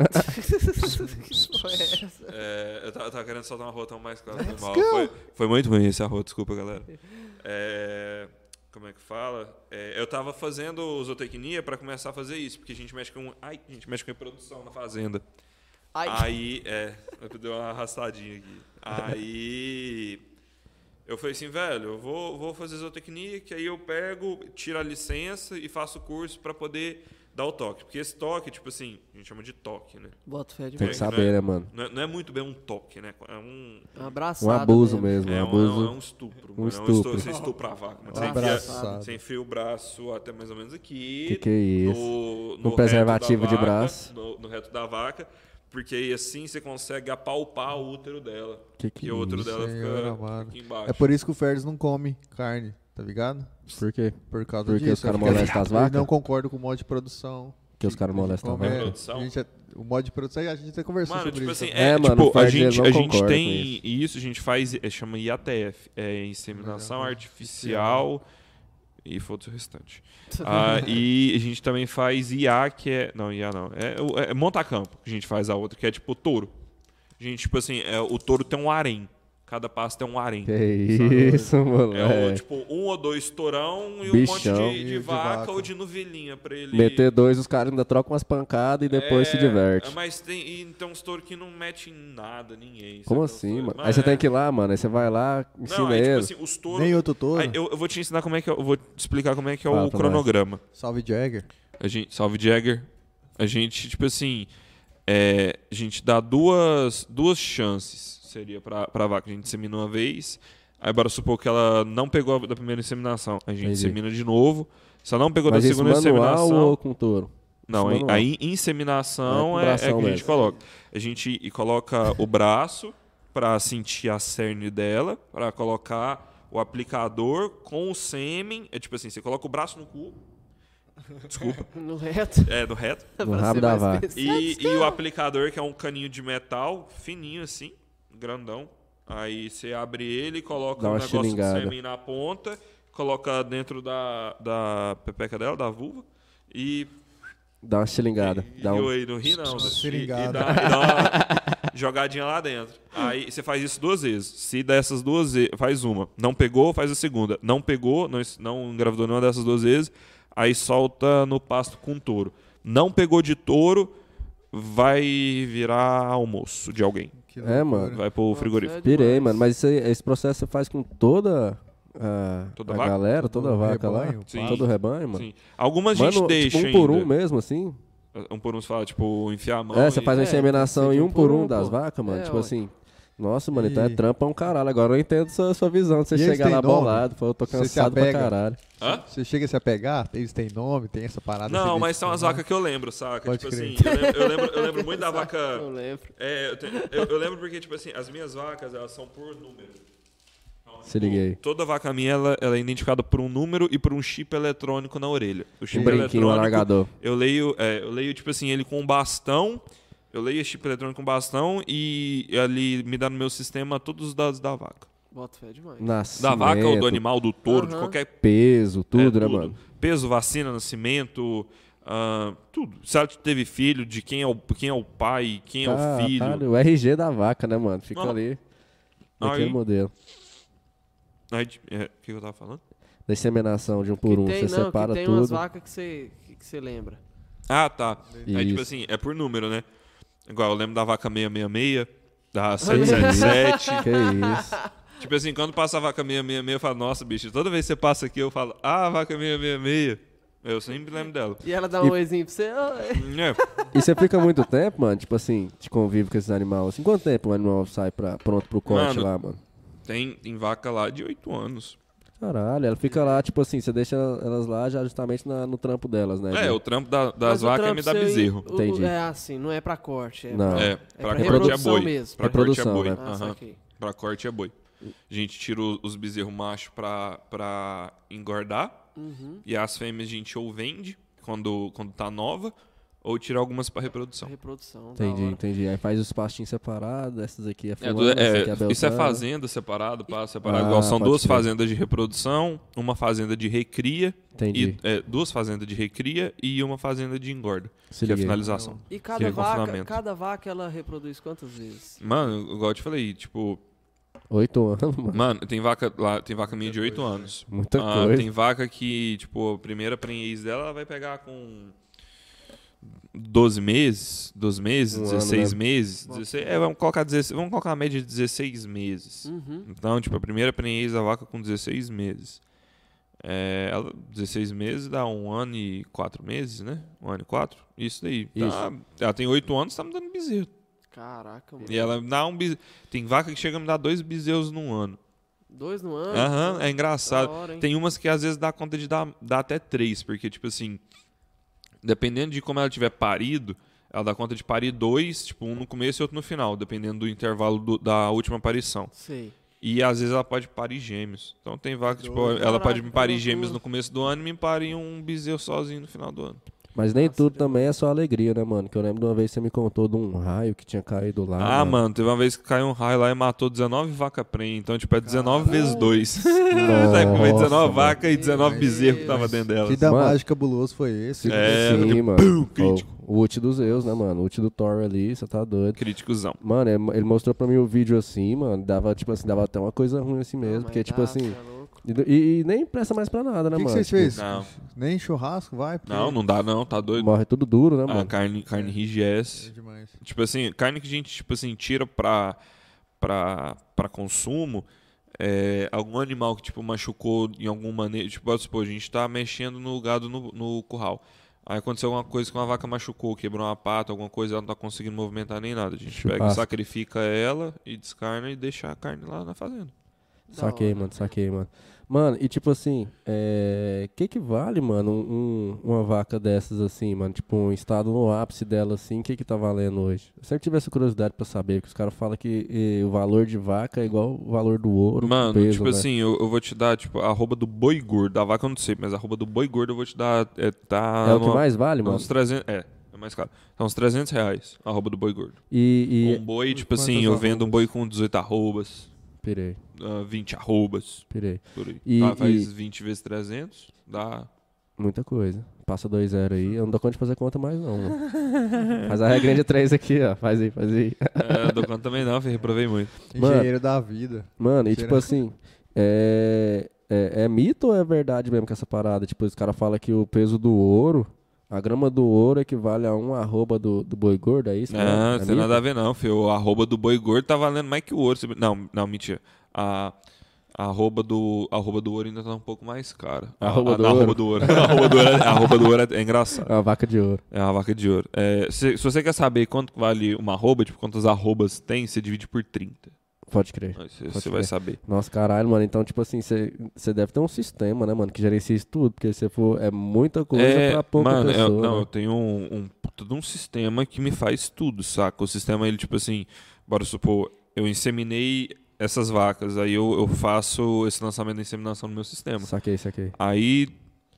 [SPEAKER 3] Que porra é essa?
[SPEAKER 4] é, eu, tava, eu tava querendo soltar uma rotão mais claro do normal. Foi, foi muito ruim esse arroto, desculpa, galera. É, como é que fala? É, eu tava fazendo zootecnia pra começar a fazer isso, porque a gente mexe com, ai, a gente mexe com reprodução na fazenda.
[SPEAKER 3] Ai,
[SPEAKER 4] Aí, é, eu dei uma arrastadinha aqui. Aí eu falei assim, velho, eu vou, vou fazer zootecnia, que aí eu pego, tiro a licença e faço o curso pra poder dar o toque. Porque esse toque, tipo assim, a gente chama de toque, né?
[SPEAKER 3] bota fé de
[SPEAKER 1] Tem
[SPEAKER 3] mim.
[SPEAKER 1] que saber, né, mano?
[SPEAKER 4] Não é, não é muito bem um toque, né? É um,
[SPEAKER 3] Um abraço. né?
[SPEAKER 1] Um abuso mesmo,
[SPEAKER 4] é
[SPEAKER 1] um
[SPEAKER 4] um, é um- é
[SPEAKER 1] abuso.
[SPEAKER 4] um estupro.
[SPEAKER 1] Um
[SPEAKER 4] mano. É um
[SPEAKER 1] estupro.
[SPEAKER 4] estupro. Você estupra a vaca. Mas você, enfia,
[SPEAKER 2] Abraçado.
[SPEAKER 4] você enfia o braço até mais ou menos aqui.
[SPEAKER 1] Que que é isso?
[SPEAKER 4] No,
[SPEAKER 1] No
[SPEAKER 4] reto
[SPEAKER 1] preservativo
[SPEAKER 4] da
[SPEAKER 1] de
[SPEAKER 4] vaca,
[SPEAKER 1] braço.
[SPEAKER 4] No, no reto da vaca. Porque aí assim você consegue apalpar o útero dela.
[SPEAKER 1] Que que
[SPEAKER 4] e o útero
[SPEAKER 1] isso, É
[SPEAKER 4] dela
[SPEAKER 2] Senhor
[SPEAKER 4] fica
[SPEAKER 2] amado.
[SPEAKER 4] aqui embaixo.
[SPEAKER 2] É por isso que o Ferdis não come carne. tá ligado?
[SPEAKER 1] Por quê?
[SPEAKER 2] Por causa
[SPEAKER 1] Porque
[SPEAKER 2] disso.
[SPEAKER 1] os caras
[SPEAKER 2] eu fico-
[SPEAKER 1] molestam as
[SPEAKER 2] eu
[SPEAKER 1] vacas?
[SPEAKER 2] não concordo com o modo de produção.
[SPEAKER 1] Porque os caras molestam a
[SPEAKER 2] Como é?
[SPEAKER 1] vaca.
[SPEAKER 4] Produção?
[SPEAKER 2] A gente já- o modo de produção, a gente até conversou
[SPEAKER 4] Mano,
[SPEAKER 2] sobre
[SPEAKER 4] tipo
[SPEAKER 2] isso.
[SPEAKER 4] assim,
[SPEAKER 1] É,
[SPEAKER 4] é,
[SPEAKER 1] mano,
[SPEAKER 4] tipo, a
[SPEAKER 1] Fred, eu
[SPEAKER 4] gente,
[SPEAKER 1] não
[SPEAKER 4] a gente
[SPEAKER 1] concordo com
[SPEAKER 4] tem isso, a gente faz, é, chama IATF, é inseminação artificial e foda-se o restante.
[SPEAKER 2] é
[SPEAKER 4] Ah, e a gente também faz IA, que é, não, IA não, é, o- é monta-campo, que a gente faz a outra, que é tipo touro. A gente, tipo assim, é, o touro tem um harém, cada passo tem um harém.
[SPEAKER 1] Que isso, moleque.
[SPEAKER 4] É, o, tipo, um ou dois tourão e
[SPEAKER 1] Bichão.
[SPEAKER 4] um monte
[SPEAKER 2] E
[SPEAKER 4] de,
[SPEAKER 2] de
[SPEAKER 4] de, vaca,
[SPEAKER 2] vaca.
[SPEAKER 4] ou de novelinha pra ele...
[SPEAKER 1] Meter dois, os caras ainda trocam umas pancadas e depois se
[SPEAKER 4] É,
[SPEAKER 1] diverte.
[SPEAKER 4] Mas tem, e tem uns touros que não metem em nada, ninguém.
[SPEAKER 1] Como
[SPEAKER 4] sabe?
[SPEAKER 1] assim,
[SPEAKER 4] Uns
[SPEAKER 1] mano?
[SPEAKER 4] touros-
[SPEAKER 1] Aí você
[SPEAKER 4] Mas é.
[SPEAKER 1] tem que ir lá, mano. Aí você vai lá, ensina
[SPEAKER 4] Não, é tipo
[SPEAKER 1] ele.
[SPEAKER 4] assim, os touros.
[SPEAKER 2] Nem outro touro.
[SPEAKER 4] Aí eu, eu vou te ensinar como é que é, eu vou te explicar como é que é
[SPEAKER 1] Fala
[SPEAKER 4] o
[SPEAKER 1] pra
[SPEAKER 4] cronograma.
[SPEAKER 2] Salve Jagger.
[SPEAKER 4] A gente, salve Jagger. A gente tipo assim, é, a gente dá duas duas chances seria pra, pra vaca, a gente insemina uma vez. Aí bora supor que ela não pegou a da primeira inseminação, a gente
[SPEAKER 1] Entendi.
[SPEAKER 4] insemina de novo. Se ela não pegou
[SPEAKER 1] Mas
[SPEAKER 4] da
[SPEAKER 1] isso
[SPEAKER 4] segunda
[SPEAKER 1] manual
[SPEAKER 4] inseminação,
[SPEAKER 1] ou com touro?
[SPEAKER 4] não,
[SPEAKER 1] Isso
[SPEAKER 4] aí-
[SPEAKER 1] manual.
[SPEAKER 4] aí
[SPEAKER 1] É,
[SPEAKER 4] inseminação é, é, que
[SPEAKER 1] bração
[SPEAKER 4] a gente
[SPEAKER 1] mesmo.
[SPEAKER 4] coloca. A gente e coloca o braço para sentir a cerne dela, para colocar o aplicador com o sêmen. É tipo assim, você coloca o braço no cu. Desculpa,
[SPEAKER 3] No reto.
[SPEAKER 4] é do reto.
[SPEAKER 1] No
[SPEAKER 3] pra
[SPEAKER 1] Um rabo
[SPEAKER 3] ser
[SPEAKER 1] da
[SPEAKER 3] mais
[SPEAKER 1] vaca.
[SPEAKER 3] específico.
[SPEAKER 4] E, e o aplicador, que é um caninho de metal, fininho assim, grandão. Aí você abre ele, coloca
[SPEAKER 1] Dá
[SPEAKER 4] um
[SPEAKER 1] uma
[SPEAKER 4] negócio
[SPEAKER 1] xilingada.
[SPEAKER 4] de sêmen na ponta, coloca dentro da, da pepeca dela, da vulva, e
[SPEAKER 1] Dá uma xilingada.
[SPEAKER 4] e
[SPEAKER 1] Dá um...
[SPEAKER 4] eu aí não ri, não. E, e dá,
[SPEAKER 2] Seringada.
[SPEAKER 4] e dá uma jogadinha lá dentro. Aí você faz isso duas vezes. Se dessas duas vezes, faz uma. Não pegou, faz a segunda. Não pegou, não, es- não engravidou nenhuma dessas duas vezes, aí solta no pasto com touro. Não pegou de touro, vai virar almoço de alguém.
[SPEAKER 2] Que
[SPEAKER 1] É, mano.
[SPEAKER 4] Vai pro frigorífico.
[SPEAKER 1] Pirei, mano. Mas isso aí- esse processo você faz com toda a,
[SPEAKER 4] Toda
[SPEAKER 1] a
[SPEAKER 4] vaca?
[SPEAKER 1] galera, toda a
[SPEAKER 2] Todo
[SPEAKER 1] vaca
[SPEAKER 2] rebanho,
[SPEAKER 1] lá?
[SPEAKER 4] Sim.
[SPEAKER 1] Todo o rebanho, mano?
[SPEAKER 4] Sim. Algumas
[SPEAKER 1] Mano,
[SPEAKER 4] gente deixa
[SPEAKER 1] tipo, um por
[SPEAKER 4] ainda.
[SPEAKER 1] um mesmo, assim?
[SPEAKER 4] Um por um, você fala, tipo, enfiar a mão.
[SPEAKER 1] é, você
[SPEAKER 4] e-
[SPEAKER 1] faz a
[SPEAKER 3] É,
[SPEAKER 1] inseminação
[SPEAKER 3] tem
[SPEAKER 1] em
[SPEAKER 3] que
[SPEAKER 1] um por um das
[SPEAKER 3] pô.
[SPEAKER 1] vacas, mano.
[SPEAKER 3] É,
[SPEAKER 1] tipo
[SPEAKER 3] ué.
[SPEAKER 1] assim. Nossa, mano, então é
[SPEAKER 2] E-
[SPEAKER 1] trampa um caralho. Agora eu entendo sua, sua visão. de Você
[SPEAKER 2] E eles
[SPEAKER 1] chegar
[SPEAKER 2] têm
[SPEAKER 1] lá
[SPEAKER 2] nome?
[SPEAKER 1] bolado, falou, eu tô
[SPEAKER 2] Você se
[SPEAKER 1] cansado pra
[SPEAKER 2] apega?
[SPEAKER 1] caralho.
[SPEAKER 4] Hã?
[SPEAKER 2] Você chega a se apegar? Eles têm nome, tem essa parada?
[SPEAKER 4] Não,
[SPEAKER 2] Você
[SPEAKER 4] mas
[SPEAKER 2] diz-
[SPEAKER 4] são as vacas que eu lembro, saca?
[SPEAKER 2] Pode
[SPEAKER 4] tipo
[SPEAKER 2] crer.
[SPEAKER 4] assim, eu lembro, eu lembro- eu lembro muito da vaca.
[SPEAKER 3] Não lembro.
[SPEAKER 4] É, eu, tenho- eu- eu lembro porque, tipo assim, as minhas vacas, elas são por número. Então,
[SPEAKER 1] Se
[SPEAKER 4] tipo,
[SPEAKER 1] liga aí.
[SPEAKER 4] Toda vaca minha, ela, ela é identificada por um número e por um chip eletrônico na orelha. O chip
[SPEAKER 1] Um brinquinho, um
[SPEAKER 4] eletrônico,
[SPEAKER 1] alargador.
[SPEAKER 4] Eu leio, é, eu leio, tipo assim, ele com um bastão. Eu leio esse chip eletrônico com um bastão e ele me dá no meu sistema todos os dados da vaca.
[SPEAKER 3] Bota fé demais.
[SPEAKER 1] Nascimento,
[SPEAKER 4] Da vaca ou do animal, do touro, de
[SPEAKER 3] Aham.
[SPEAKER 4] qualquer
[SPEAKER 1] peso,
[SPEAKER 4] é,
[SPEAKER 1] tudo, né, mano?
[SPEAKER 4] Peso, vacina, nascimento, ah, tudo. Se ela teve filho, de quem é o, quem é o pai, quem é o filho.
[SPEAKER 1] Caralho, Tá, o RG da vaca, né, mano? Fica
[SPEAKER 4] Mano,
[SPEAKER 1] ali naquele
[SPEAKER 4] aí-
[SPEAKER 1] modelo.
[SPEAKER 4] Aí, é, o que eu tava falando?
[SPEAKER 1] Da inseminação de um
[SPEAKER 3] Que
[SPEAKER 1] por um.
[SPEAKER 3] tem,
[SPEAKER 1] você
[SPEAKER 3] não,
[SPEAKER 1] separa
[SPEAKER 3] que tem umas
[SPEAKER 1] tudo.
[SPEAKER 3] vacas que você que que você lembra.
[SPEAKER 4] Ah, tá. Aí,
[SPEAKER 1] Isso.
[SPEAKER 4] tipo assim, é por número, né? Igual, eu lembro da vaca 666, da 777.
[SPEAKER 1] Que isso.
[SPEAKER 4] tipo assim, quando passa a vaca 666, eu falo, nossa, bicho, toda vez que você passa aqui, eu falo, ah, vaca 666. Eu sempre lembro dela.
[SPEAKER 3] E ela dá um oizinho pra você. "Oi".
[SPEAKER 4] É,
[SPEAKER 1] E você fica muito tempo, mano? Tipo assim, de convívio com esses animais. Assim, quanto tempo um animal sai pra, pronto pro corte
[SPEAKER 4] Mano.
[SPEAKER 1] lá, mano?
[SPEAKER 4] tem, tem vaca lá de 8 anos.
[SPEAKER 1] Caralho, ela fica lá, tipo assim, você deixa elas lá já justamente na- no trampo delas, né?
[SPEAKER 4] É,
[SPEAKER 1] Gui?
[SPEAKER 4] o trampo da-
[SPEAKER 3] Mas
[SPEAKER 4] das
[SPEAKER 3] o
[SPEAKER 4] vacas é
[SPEAKER 3] trampo
[SPEAKER 4] me dá
[SPEAKER 3] seu em-
[SPEAKER 4] bezerro.
[SPEAKER 3] o-
[SPEAKER 1] Entendi.
[SPEAKER 3] É assim, não é pra corte. É
[SPEAKER 1] Não.
[SPEAKER 3] pra-
[SPEAKER 4] É,
[SPEAKER 3] pra
[SPEAKER 4] pra, corte é
[SPEAKER 3] reprodução
[SPEAKER 4] boi.
[SPEAKER 3] mesmo.
[SPEAKER 4] Pra
[SPEAKER 1] Pra
[SPEAKER 4] corte é
[SPEAKER 1] produção,
[SPEAKER 4] boi.
[SPEAKER 1] né?
[SPEAKER 3] Ah,
[SPEAKER 4] Aham.
[SPEAKER 3] saquei.
[SPEAKER 4] Pra corte é boi. A gente tira o- os bezerros machos pra, pra engordar.
[SPEAKER 1] Uhum.
[SPEAKER 4] E as fêmeas a gente ou vende quando, quando tá nova, ou tira algumas pra reprodução.
[SPEAKER 3] Reprodução. da
[SPEAKER 1] Entendi,
[SPEAKER 3] hora.
[SPEAKER 1] entendi. Aí faz os pastinhos separados, essas aqui é
[SPEAKER 4] É,
[SPEAKER 1] fulana,
[SPEAKER 4] é,
[SPEAKER 1] essa aqui é a
[SPEAKER 4] isso é
[SPEAKER 1] Beltrana.
[SPEAKER 4] fazenda separado, pá, separado.
[SPEAKER 1] Ah,
[SPEAKER 4] igual são
[SPEAKER 1] pode
[SPEAKER 4] duas
[SPEAKER 1] crer.
[SPEAKER 4] fazendas de reprodução, uma fazenda de recria.
[SPEAKER 1] Entendi.
[SPEAKER 4] E, é, duas fazendas de recria e uma fazenda de engorda.
[SPEAKER 1] Se
[SPEAKER 4] que é a
[SPEAKER 1] liguei.
[SPEAKER 4] finalização.
[SPEAKER 3] E
[SPEAKER 4] Que
[SPEAKER 3] cada
[SPEAKER 4] é
[SPEAKER 3] vaca,
[SPEAKER 4] confinamento.
[SPEAKER 3] cada vaca ela reproduz quantas vezes?
[SPEAKER 4] Mano, igual eu te falei, tipo,
[SPEAKER 1] Oito anos, mano.
[SPEAKER 4] Mano, tem vaca lá, tem vaca minha de 8 anos.
[SPEAKER 1] Muita
[SPEAKER 4] Ah,
[SPEAKER 1] coisa.
[SPEAKER 4] Tem vaca que, tipo, a primeira prenhez dela, ela vai pegar com 12 meses, 12 meses,
[SPEAKER 1] Um ano,
[SPEAKER 4] 16
[SPEAKER 1] né?
[SPEAKER 4] meses, 16, é, vamos colocar 16, vamos colocar a média de 16 meses. Então, tipo, a primeira prenhez da vaca com 16 meses. É, ela, 16 meses dá um ano e 4 meses, né? Um ano e 4. Isso daí. Tá-
[SPEAKER 1] Isso.
[SPEAKER 4] ela tem 8 anos, tá me dando bezerro.
[SPEAKER 3] Caraca, mano.
[SPEAKER 4] E ela me dá um bezerro. Tem vaca que chega a me dar dois bezerros num ano.
[SPEAKER 3] Dois no ano?
[SPEAKER 4] Aham, é engraçado.
[SPEAKER 3] então, Da hora, hein?
[SPEAKER 4] Tem umas que às vezes dá conta de dar, dar até três, porque, tipo assim, dependendo de como ela tiver parido, ela dá conta de parir dois, tipo, um no começo e outro no final, dependendo do intervalo do- da última aparição.
[SPEAKER 3] Sei.
[SPEAKER 4] E às vezes ela pode parir gêmeos. Então tem vaca que, tipo, ela
[SPEAKER 3] Caraca,
[SPEAKER 4] pode me parir
[SPEAKER 3] que
[SPEAKER 4] gêmeos
[SPEAKER 3] loucura.
[SPEAKER 4] no começo do ano e me parir um bezerro sozinho no final do ano.
[SPEAKER 1] Mas nem tudo também é só alegria, né, mano? Que eu lembro de uma vez que você me contou de um raio que tinha caído lá.
[SPEAKER 4] Ah, mano, teve uma vez que caiu um raio lá e matou 19 vaca prenha. Então, tipo, é 19 vezes 2. Tá comer 19
[SPEAKER 1] mano.
[SPEAKER 4] vacas e 19
[SPEAKER 3] Meu
[SPEAKER 4] bezerros que tava
[SPEAKER 3] Deus.
[SPEAKER 4] dentro
[SPEAKER 2] Que
[SPEAKER 4] delas.
[SPEAKER 2] da
[SPEAKER 1] Mano.
[SPEAKER 2] mágica cabuloso foi esse?
[SPEAKER 4] É,
[SPEAKER 1] Sim,
[SPEAKER 4] porque,
[SPEAKER 1] mano.
[SPEAKER 4] pum, crítico.
[SPEAKER 1] O, o ult do Zeus, né, mano? O ult do Thor ali, você tá doido.
[SPEAKER 4] Críticozão.
[SPEAKER 1] Mano, ele ele mostrou pra mim o vídeo assim, mano. Dava, tipo assim, dava até uma coisa ruim assim mesmo. porque, tipo assim.
[SPEAKER 3] é
[SPEAKER 1] E, e- e nem presta mais pra nada, né,
[SPEAKER 2] O que, que
[SPEAKER 1] mano?
[SPEAKER 2] vocês
[SPEAKER 1] Tipo,
[SPEAKER 2] fez?
[SPEAKER 4] Não.
[SPEAKER 2] Nem churrasco, vai? porque-
[SPEAKER 4] Não, não dá não, tá doido.
[SPEAKER 1] Morre tudo duro, né,
[SPEAKER 4] A
[SPEAKER 1] mano?
[SPEAKER 4] carne, carne
[SPEAKER 2] É
[SPEAKER 4] rigesse.
[SPEAKER 2] demais.
[SPEAKER 4] Tipo assim, carne que a gente, tipo assim, tira pra, pra, pra consumo, é, algum animal que, tipo, machucou em algum maneira, tipo, pode supor, a gente tá mexendo no gado no, no curral. Aí aconteceu alguma coisa que uma vaca machucou, quebrou uma pata, alguma coisa, ela não tá conseguindo movimentar nem nada. A gente pega,
[SPEAKER 1] Churrasco.
[SPEAKER 4] sacrifica ela e descarna e deixa a carne lá na fazenda.
[SPEAKER 1] Saquei, mano, saquei, mano. Mano, e tipo assim, é. Que que vale, mano, um- um- uma vaca dessas assim, mano? Tipo, um estado no ápice dela assim, o que que tá valendo hoje? Eu sempre tive essa curiosidade pra saber, porque os caras falam que eh, o valor de vaca é igual o valor do ouro. pro
[SPEAKER 4] Mano,
[SPEAKER 1] peso,
[SPEAKER 4] tipo
[SPEAKER 1] né?
[SPEAKER 4] assim, eu, eu vou te dar, tipo, a arroba do boi gordo. Da vaca eu não sei, mas a arroba do boi gordo eu vou te dar. É, tá
[SPEAKER 1] É o que
[SPEAKER 4] numa-
[SPEAKER 1] mais vale,
[SPEAKER 4] Dá
[SPEAKER 1] mano.
[SPEAKER 4] uns 300, é, é mais caro. Tá uns 300 reais a arroba do boi gordo.
[SPEAKER 1] E.
[SPEAKER 4] um
[SPEAKER 1] e...
[SPEAKER 4] boi, tipo
[SPEAKER 2] Quantas
[SPEAKER 4] assim, eu vendo um
[SPEAKER 2] arrobas?
[SPEAKER 4] boi com 18 arrobas,
[SPEAKER 1] Pirei,
[SPEAKER 4] ah, 20 arrobas,
[SPEAKER 1] pirei.
[SPEAKER 4] por aí.
[SPEAKER 1] E-
[SPEAKER 4] Tá, faz
[SPEAKER 1] e-
[SPEAKER 4] 20 vezes 300, dá...
[SPEAKER 1] Muita coisa. Passa 2-0 aí. Eu não dou conta de fazer conta mais, não. Mano. Faz a regrinha de 3 aqui, ó. Faz aí, faz aí.
[SPEAKER 4] É, dou conta também não, filho, reprovei muito.
[SPEAKER 1] Mano.
[SPEAKER 2] Engenheiro da vida.
[SPEAKER 1] Mano, e
[SPEAKER 2] Será?
[SPEAKER 1] tipo assim, é, é, é mito ou é verdade mesmo que essa parada? Tipo, os caras falam que o peso do ouro, a grama do ouro equivale a um arroba do, do boi gordo, é isso?
[SPEAKER 4] Não,
[SPEAKER 1] é
[SPEAKER 4] não tem
[SPEAKER 1] mito?
[SPEAKER 4] nada a ver não, filho. A arroba do boi gordo tá valendo mais que o ouro. se- Não, não, mentira. A... A arroba, do, a arroba do ouro ainda tá um pouco mais cara.
[SPEAKER 1] A arroba do
[SPEAKER 4] na
[SPEAKER 1] ouro.
[SPEAKER 4] arroba do ouro. A arroba do ouro, é- a arroba do ouro é, é engraçado.
[SPEAKER 1] É uma vaca de ouro.
[SPEAKER 4] É uma vaca de ouro. É, se, se você quer saber quanto vale uma arroba, tipo, quantas arrobas tem, você divide por 30.
[SPEAKER 1] Pode crer.
[SPEAKER 4] Aí você,
[SPEAKER 1] Pode
[SPEAKER 4] você vai
[SPEAKER 1] crer.
[SPEAKER 4] saber.
[SPEAKER 1] Nossa, caralho, mano. Então, tipo assim, você deve ter um sistema, né, mano, que gerencia isso tudo. Porque se for, é muita coisa
[SPEAKER 4] É,
[SPEAKER 1] pra pouca
[SPEAKER 4] mano,
[SPEAKER 1] pessoa.
[SPEAKER 4] eu, não,
[SPEAKER 1] né?
[SPEAKER 4] eu tenho um, um puta de um sistema que me faz tudo, saca? O sistema, ele, tipo assim, bora supor, eu inseminei essas vacas, aí eu, eu faço esse lançamento da inseminação no meu sistema.
[SPEAKER 1] Saquei, saquei. É,
[SPEAKER 4] Aí,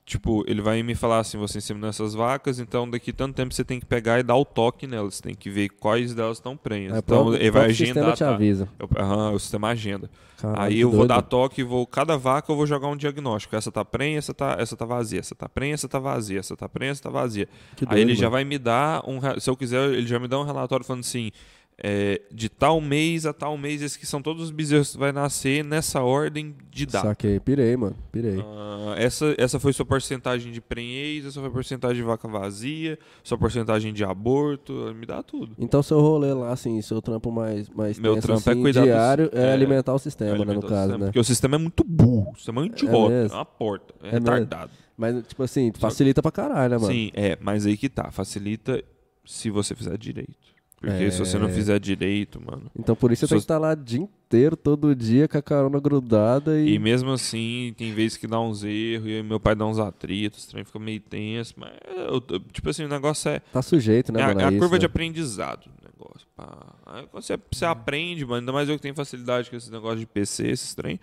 [SPEAKER 4] tipo, ele vai me falar assim: você inseminou essas vacas, então daqui tanto tempo você tem que pegar e dar o toque nelas. Tem que ver quais delas estão prenhas.
[SPEAKER 1] É, o
[SPEAKER 4] então
[SPEAKER 1] próprio-
[SPEAKER 4] ele
[SPEAKER 1] o
[SPEAKER 4] vai
[SPEAKER 1] próprio
[SPEAKER 4] agendar.
[SPEAKER 1] sistema te
[SPEAKER 4] tá?
[SPEAKER 1] avisa.
[SPEAKER 4] Eu- aham, o sistema agenda.
[SPEAKER 1] Caralho,
[SPEAKER 4] Aí
[SPEAKER 1] que
[SPEAKER 4] eu vou
[SPEAKER 1] doido.
[SPEAKER 4] dar toque, e vou cada vaca eu vou jogar um diagnóstico. Essa tá prenha, essa tá, essa tá vazia, essa tá prenha, essa tá vazia, essa tá prenha, essa tá vazia.
[SPEAKER 1] Que
[SPEAKER 4] Aí ele
[SPEAKER 1] doido,
[SPEAKER 4] já
[SPEAKER 1] mano.
[SPEAKER 4] vai me dar um, re- se eu quiser, ele já me dá um relatório falando assim, é, de tal mês a tal mês, esses que são todos os bezerros que vai nascer nessa ordem de data.
[SPEAKER 1] Saquei, pirei, mano, pirei.
[SPEAKER 4] Ah, essa, essa foi sua porcentagem de prenhez, essa foi a porcentagem de vaca vazia, sua porcentagem de aborto, me dá tudo.
[SPEAKER 1] Então seu rolê lá, assim, seu trampo mais, mais
[SPEAKER 4] Meu
[SPEAKER 1] tenso,
[SPEAKER 4] trampo é
[SPEAKER 1] assim,
[SPEAKER 4] cuidar dos-
[SPEAKER 1] diário é,
[SPEAKER 4] é,
[SPEAKER 1] alimentar o sistema, né, no
[SPEAKER 4] Alimentar o
[SPEAKER 1] caso,
[SPEAKER 4] sistema,
[SPEAKER 1] né?
[SPEAKER 4] Porque o sistema é muito burro, o sistema é um idiota, é,
[SPEAKER 1] mesmo?
[SPEAKER 4] uma porta, é,
[SPEAKER 1] É mesmo?
[SPEAKER 4] retardado.
[SPEAKER 1] Mas, tipo assim, facilita pra caralho, né, mano?
[SPEAKER 4] Sim, é, mas aí que tá, facilita se você fizer direito. Porque se você não
[SPEAKER 1] É.
[SPEAKER 4] fizer direito, mano.
[SPEAKER 1] Então por isso você tem que
[SPEAKER 4] Sus-
[SPEAKER 1] estar lá o dia inteiro, todo dia, com a carona grudada e...
[SPEAKER 4] E mesmo assim, tem vezes que dá uns erros, e aí meu pai dá uns atritos, o trem fica meio tenso, mas eu tô- tipo assim, o negócio é.
[SPEAKER 1] tá sujeito, né,
[SPEAKER 4] é a,
[SPEAKER 1] mano?
[SPEAKER 4] é a
[SPEAKER 1] isso,
[SPEAKER 4] curva de
[SPEAKER 1] né?
[SPEAKER 4] aprendizado o negócio. pá. Aí quando você,
[SPEAKER 1] Uhum.
[SPEAKER 4] você aprende, mano, ainda mais eu que tenho facilidade com esse negócio de PC, esses trem.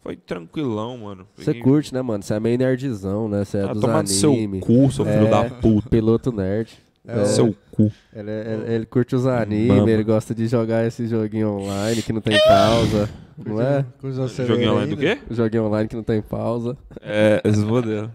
[SPEAKER 4] Foi tranquilão, mano.
[SPEAKER 1] Você curte, né, mano? Você é meio nerdzão, né? Você é
[SPEAKER 4] ah,
[SPEAKER 1] dos
[SPEAKER 4] tomar no seu
[SPEAKER 1] anime,
[SPEAKER 4] cu, seu filho
[SPEAKER 1] É.
[SPEAKER 4] da puta.
[SPEAKER 1] piloto nerd. É.
[SPEAKER 4] Seu cu.
[SPEAKER 1] Ele, é- ele- ele curte os animes,
[SPEAKER 4] Mama.
[SPEAKER 1] ele gosta de jogar esse joguinho online que não tem pausa, não é?
[SPEAKER 4] Joguinho online do quê?
[SPEAKER 1] Joguinho online que não tem pausa.
[SPEAKER 4] É, esse modelo.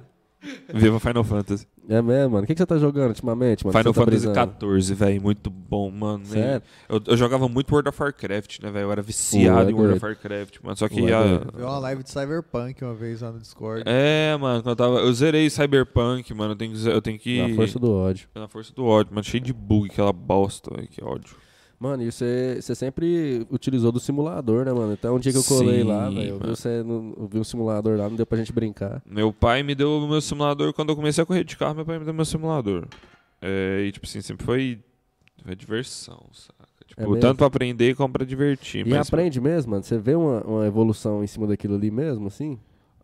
[SPEAKER 4] Viva Final Fantasy.
[SPEAKER 1] É mesmo, mano? O que, que você tá jogando ultimamente, mano?
[SPEAKER 4] Final
[SPEAKER 1] Você tá
[SPEAKER 4] Fantasy
[SPEAKER 1] brisando?
[SPEAKER 4] XIV, velho, muito bom, mano. nem-
[SPEAKER 1] Sério?
[SPEAKER 4] Eu, eu jogava muito World of Warcraft, né, velho? Eu era viciado
[SPEAKER 1] Pô, é
[SPEAKER 4] em World
[SPEAKER 1] doido.
[SPEAKER 4] of Warcraft, mano. Só que.
[SPEAKER 1] Pô, é
[SPEAKER 4] a-
[SPEAKER 1] doido.
[SPEAKER 2] Viu uma live de Cyberpunk uma vez lá no Discord.
[SPEAKER 4] é, mano, quando eu, tava, eu zerei Cyberpunk, mano. Eu tenho que. Eu tenho que
[SPEAKER 1] Na força do ódio.
[SPEAKER 4] na força do ódio, mano. Cheio de bug, aquela bosta, velho. Que ódio.
[SPEAKER 1] Mano, e você você sempre utilizou do simulador, né, mano? Até um dia que eu colei lá,
[SPEAKER 4] Sim,
[SPEAKER 1] velho, eu vi
[SPEAKER 4] mano.
[SPEAKER 1] você no- eu vi um simulador lá, não deu pra gente brincar.
[SPEAKER 4] Meu pai me deu o meu simulador quando eu comecei a correr de carro, meu pai me deu meu simulador. É, e, tipo assim, sempre foi, foi diversão, saca?
[SPEAKER 1] É
[SPEAKER 4] Tipo,
[SPEAKER 1] mesmo?
[SPEAKER 4] tanto pra aprender como pra divertir.
[SPEAKER 1] E
[SPEAKER 4] mas-
[SPEAKER 1] aprende mesmo, mano? Você vê uma, uma evolução em cima daquilo ali mesmo, assim?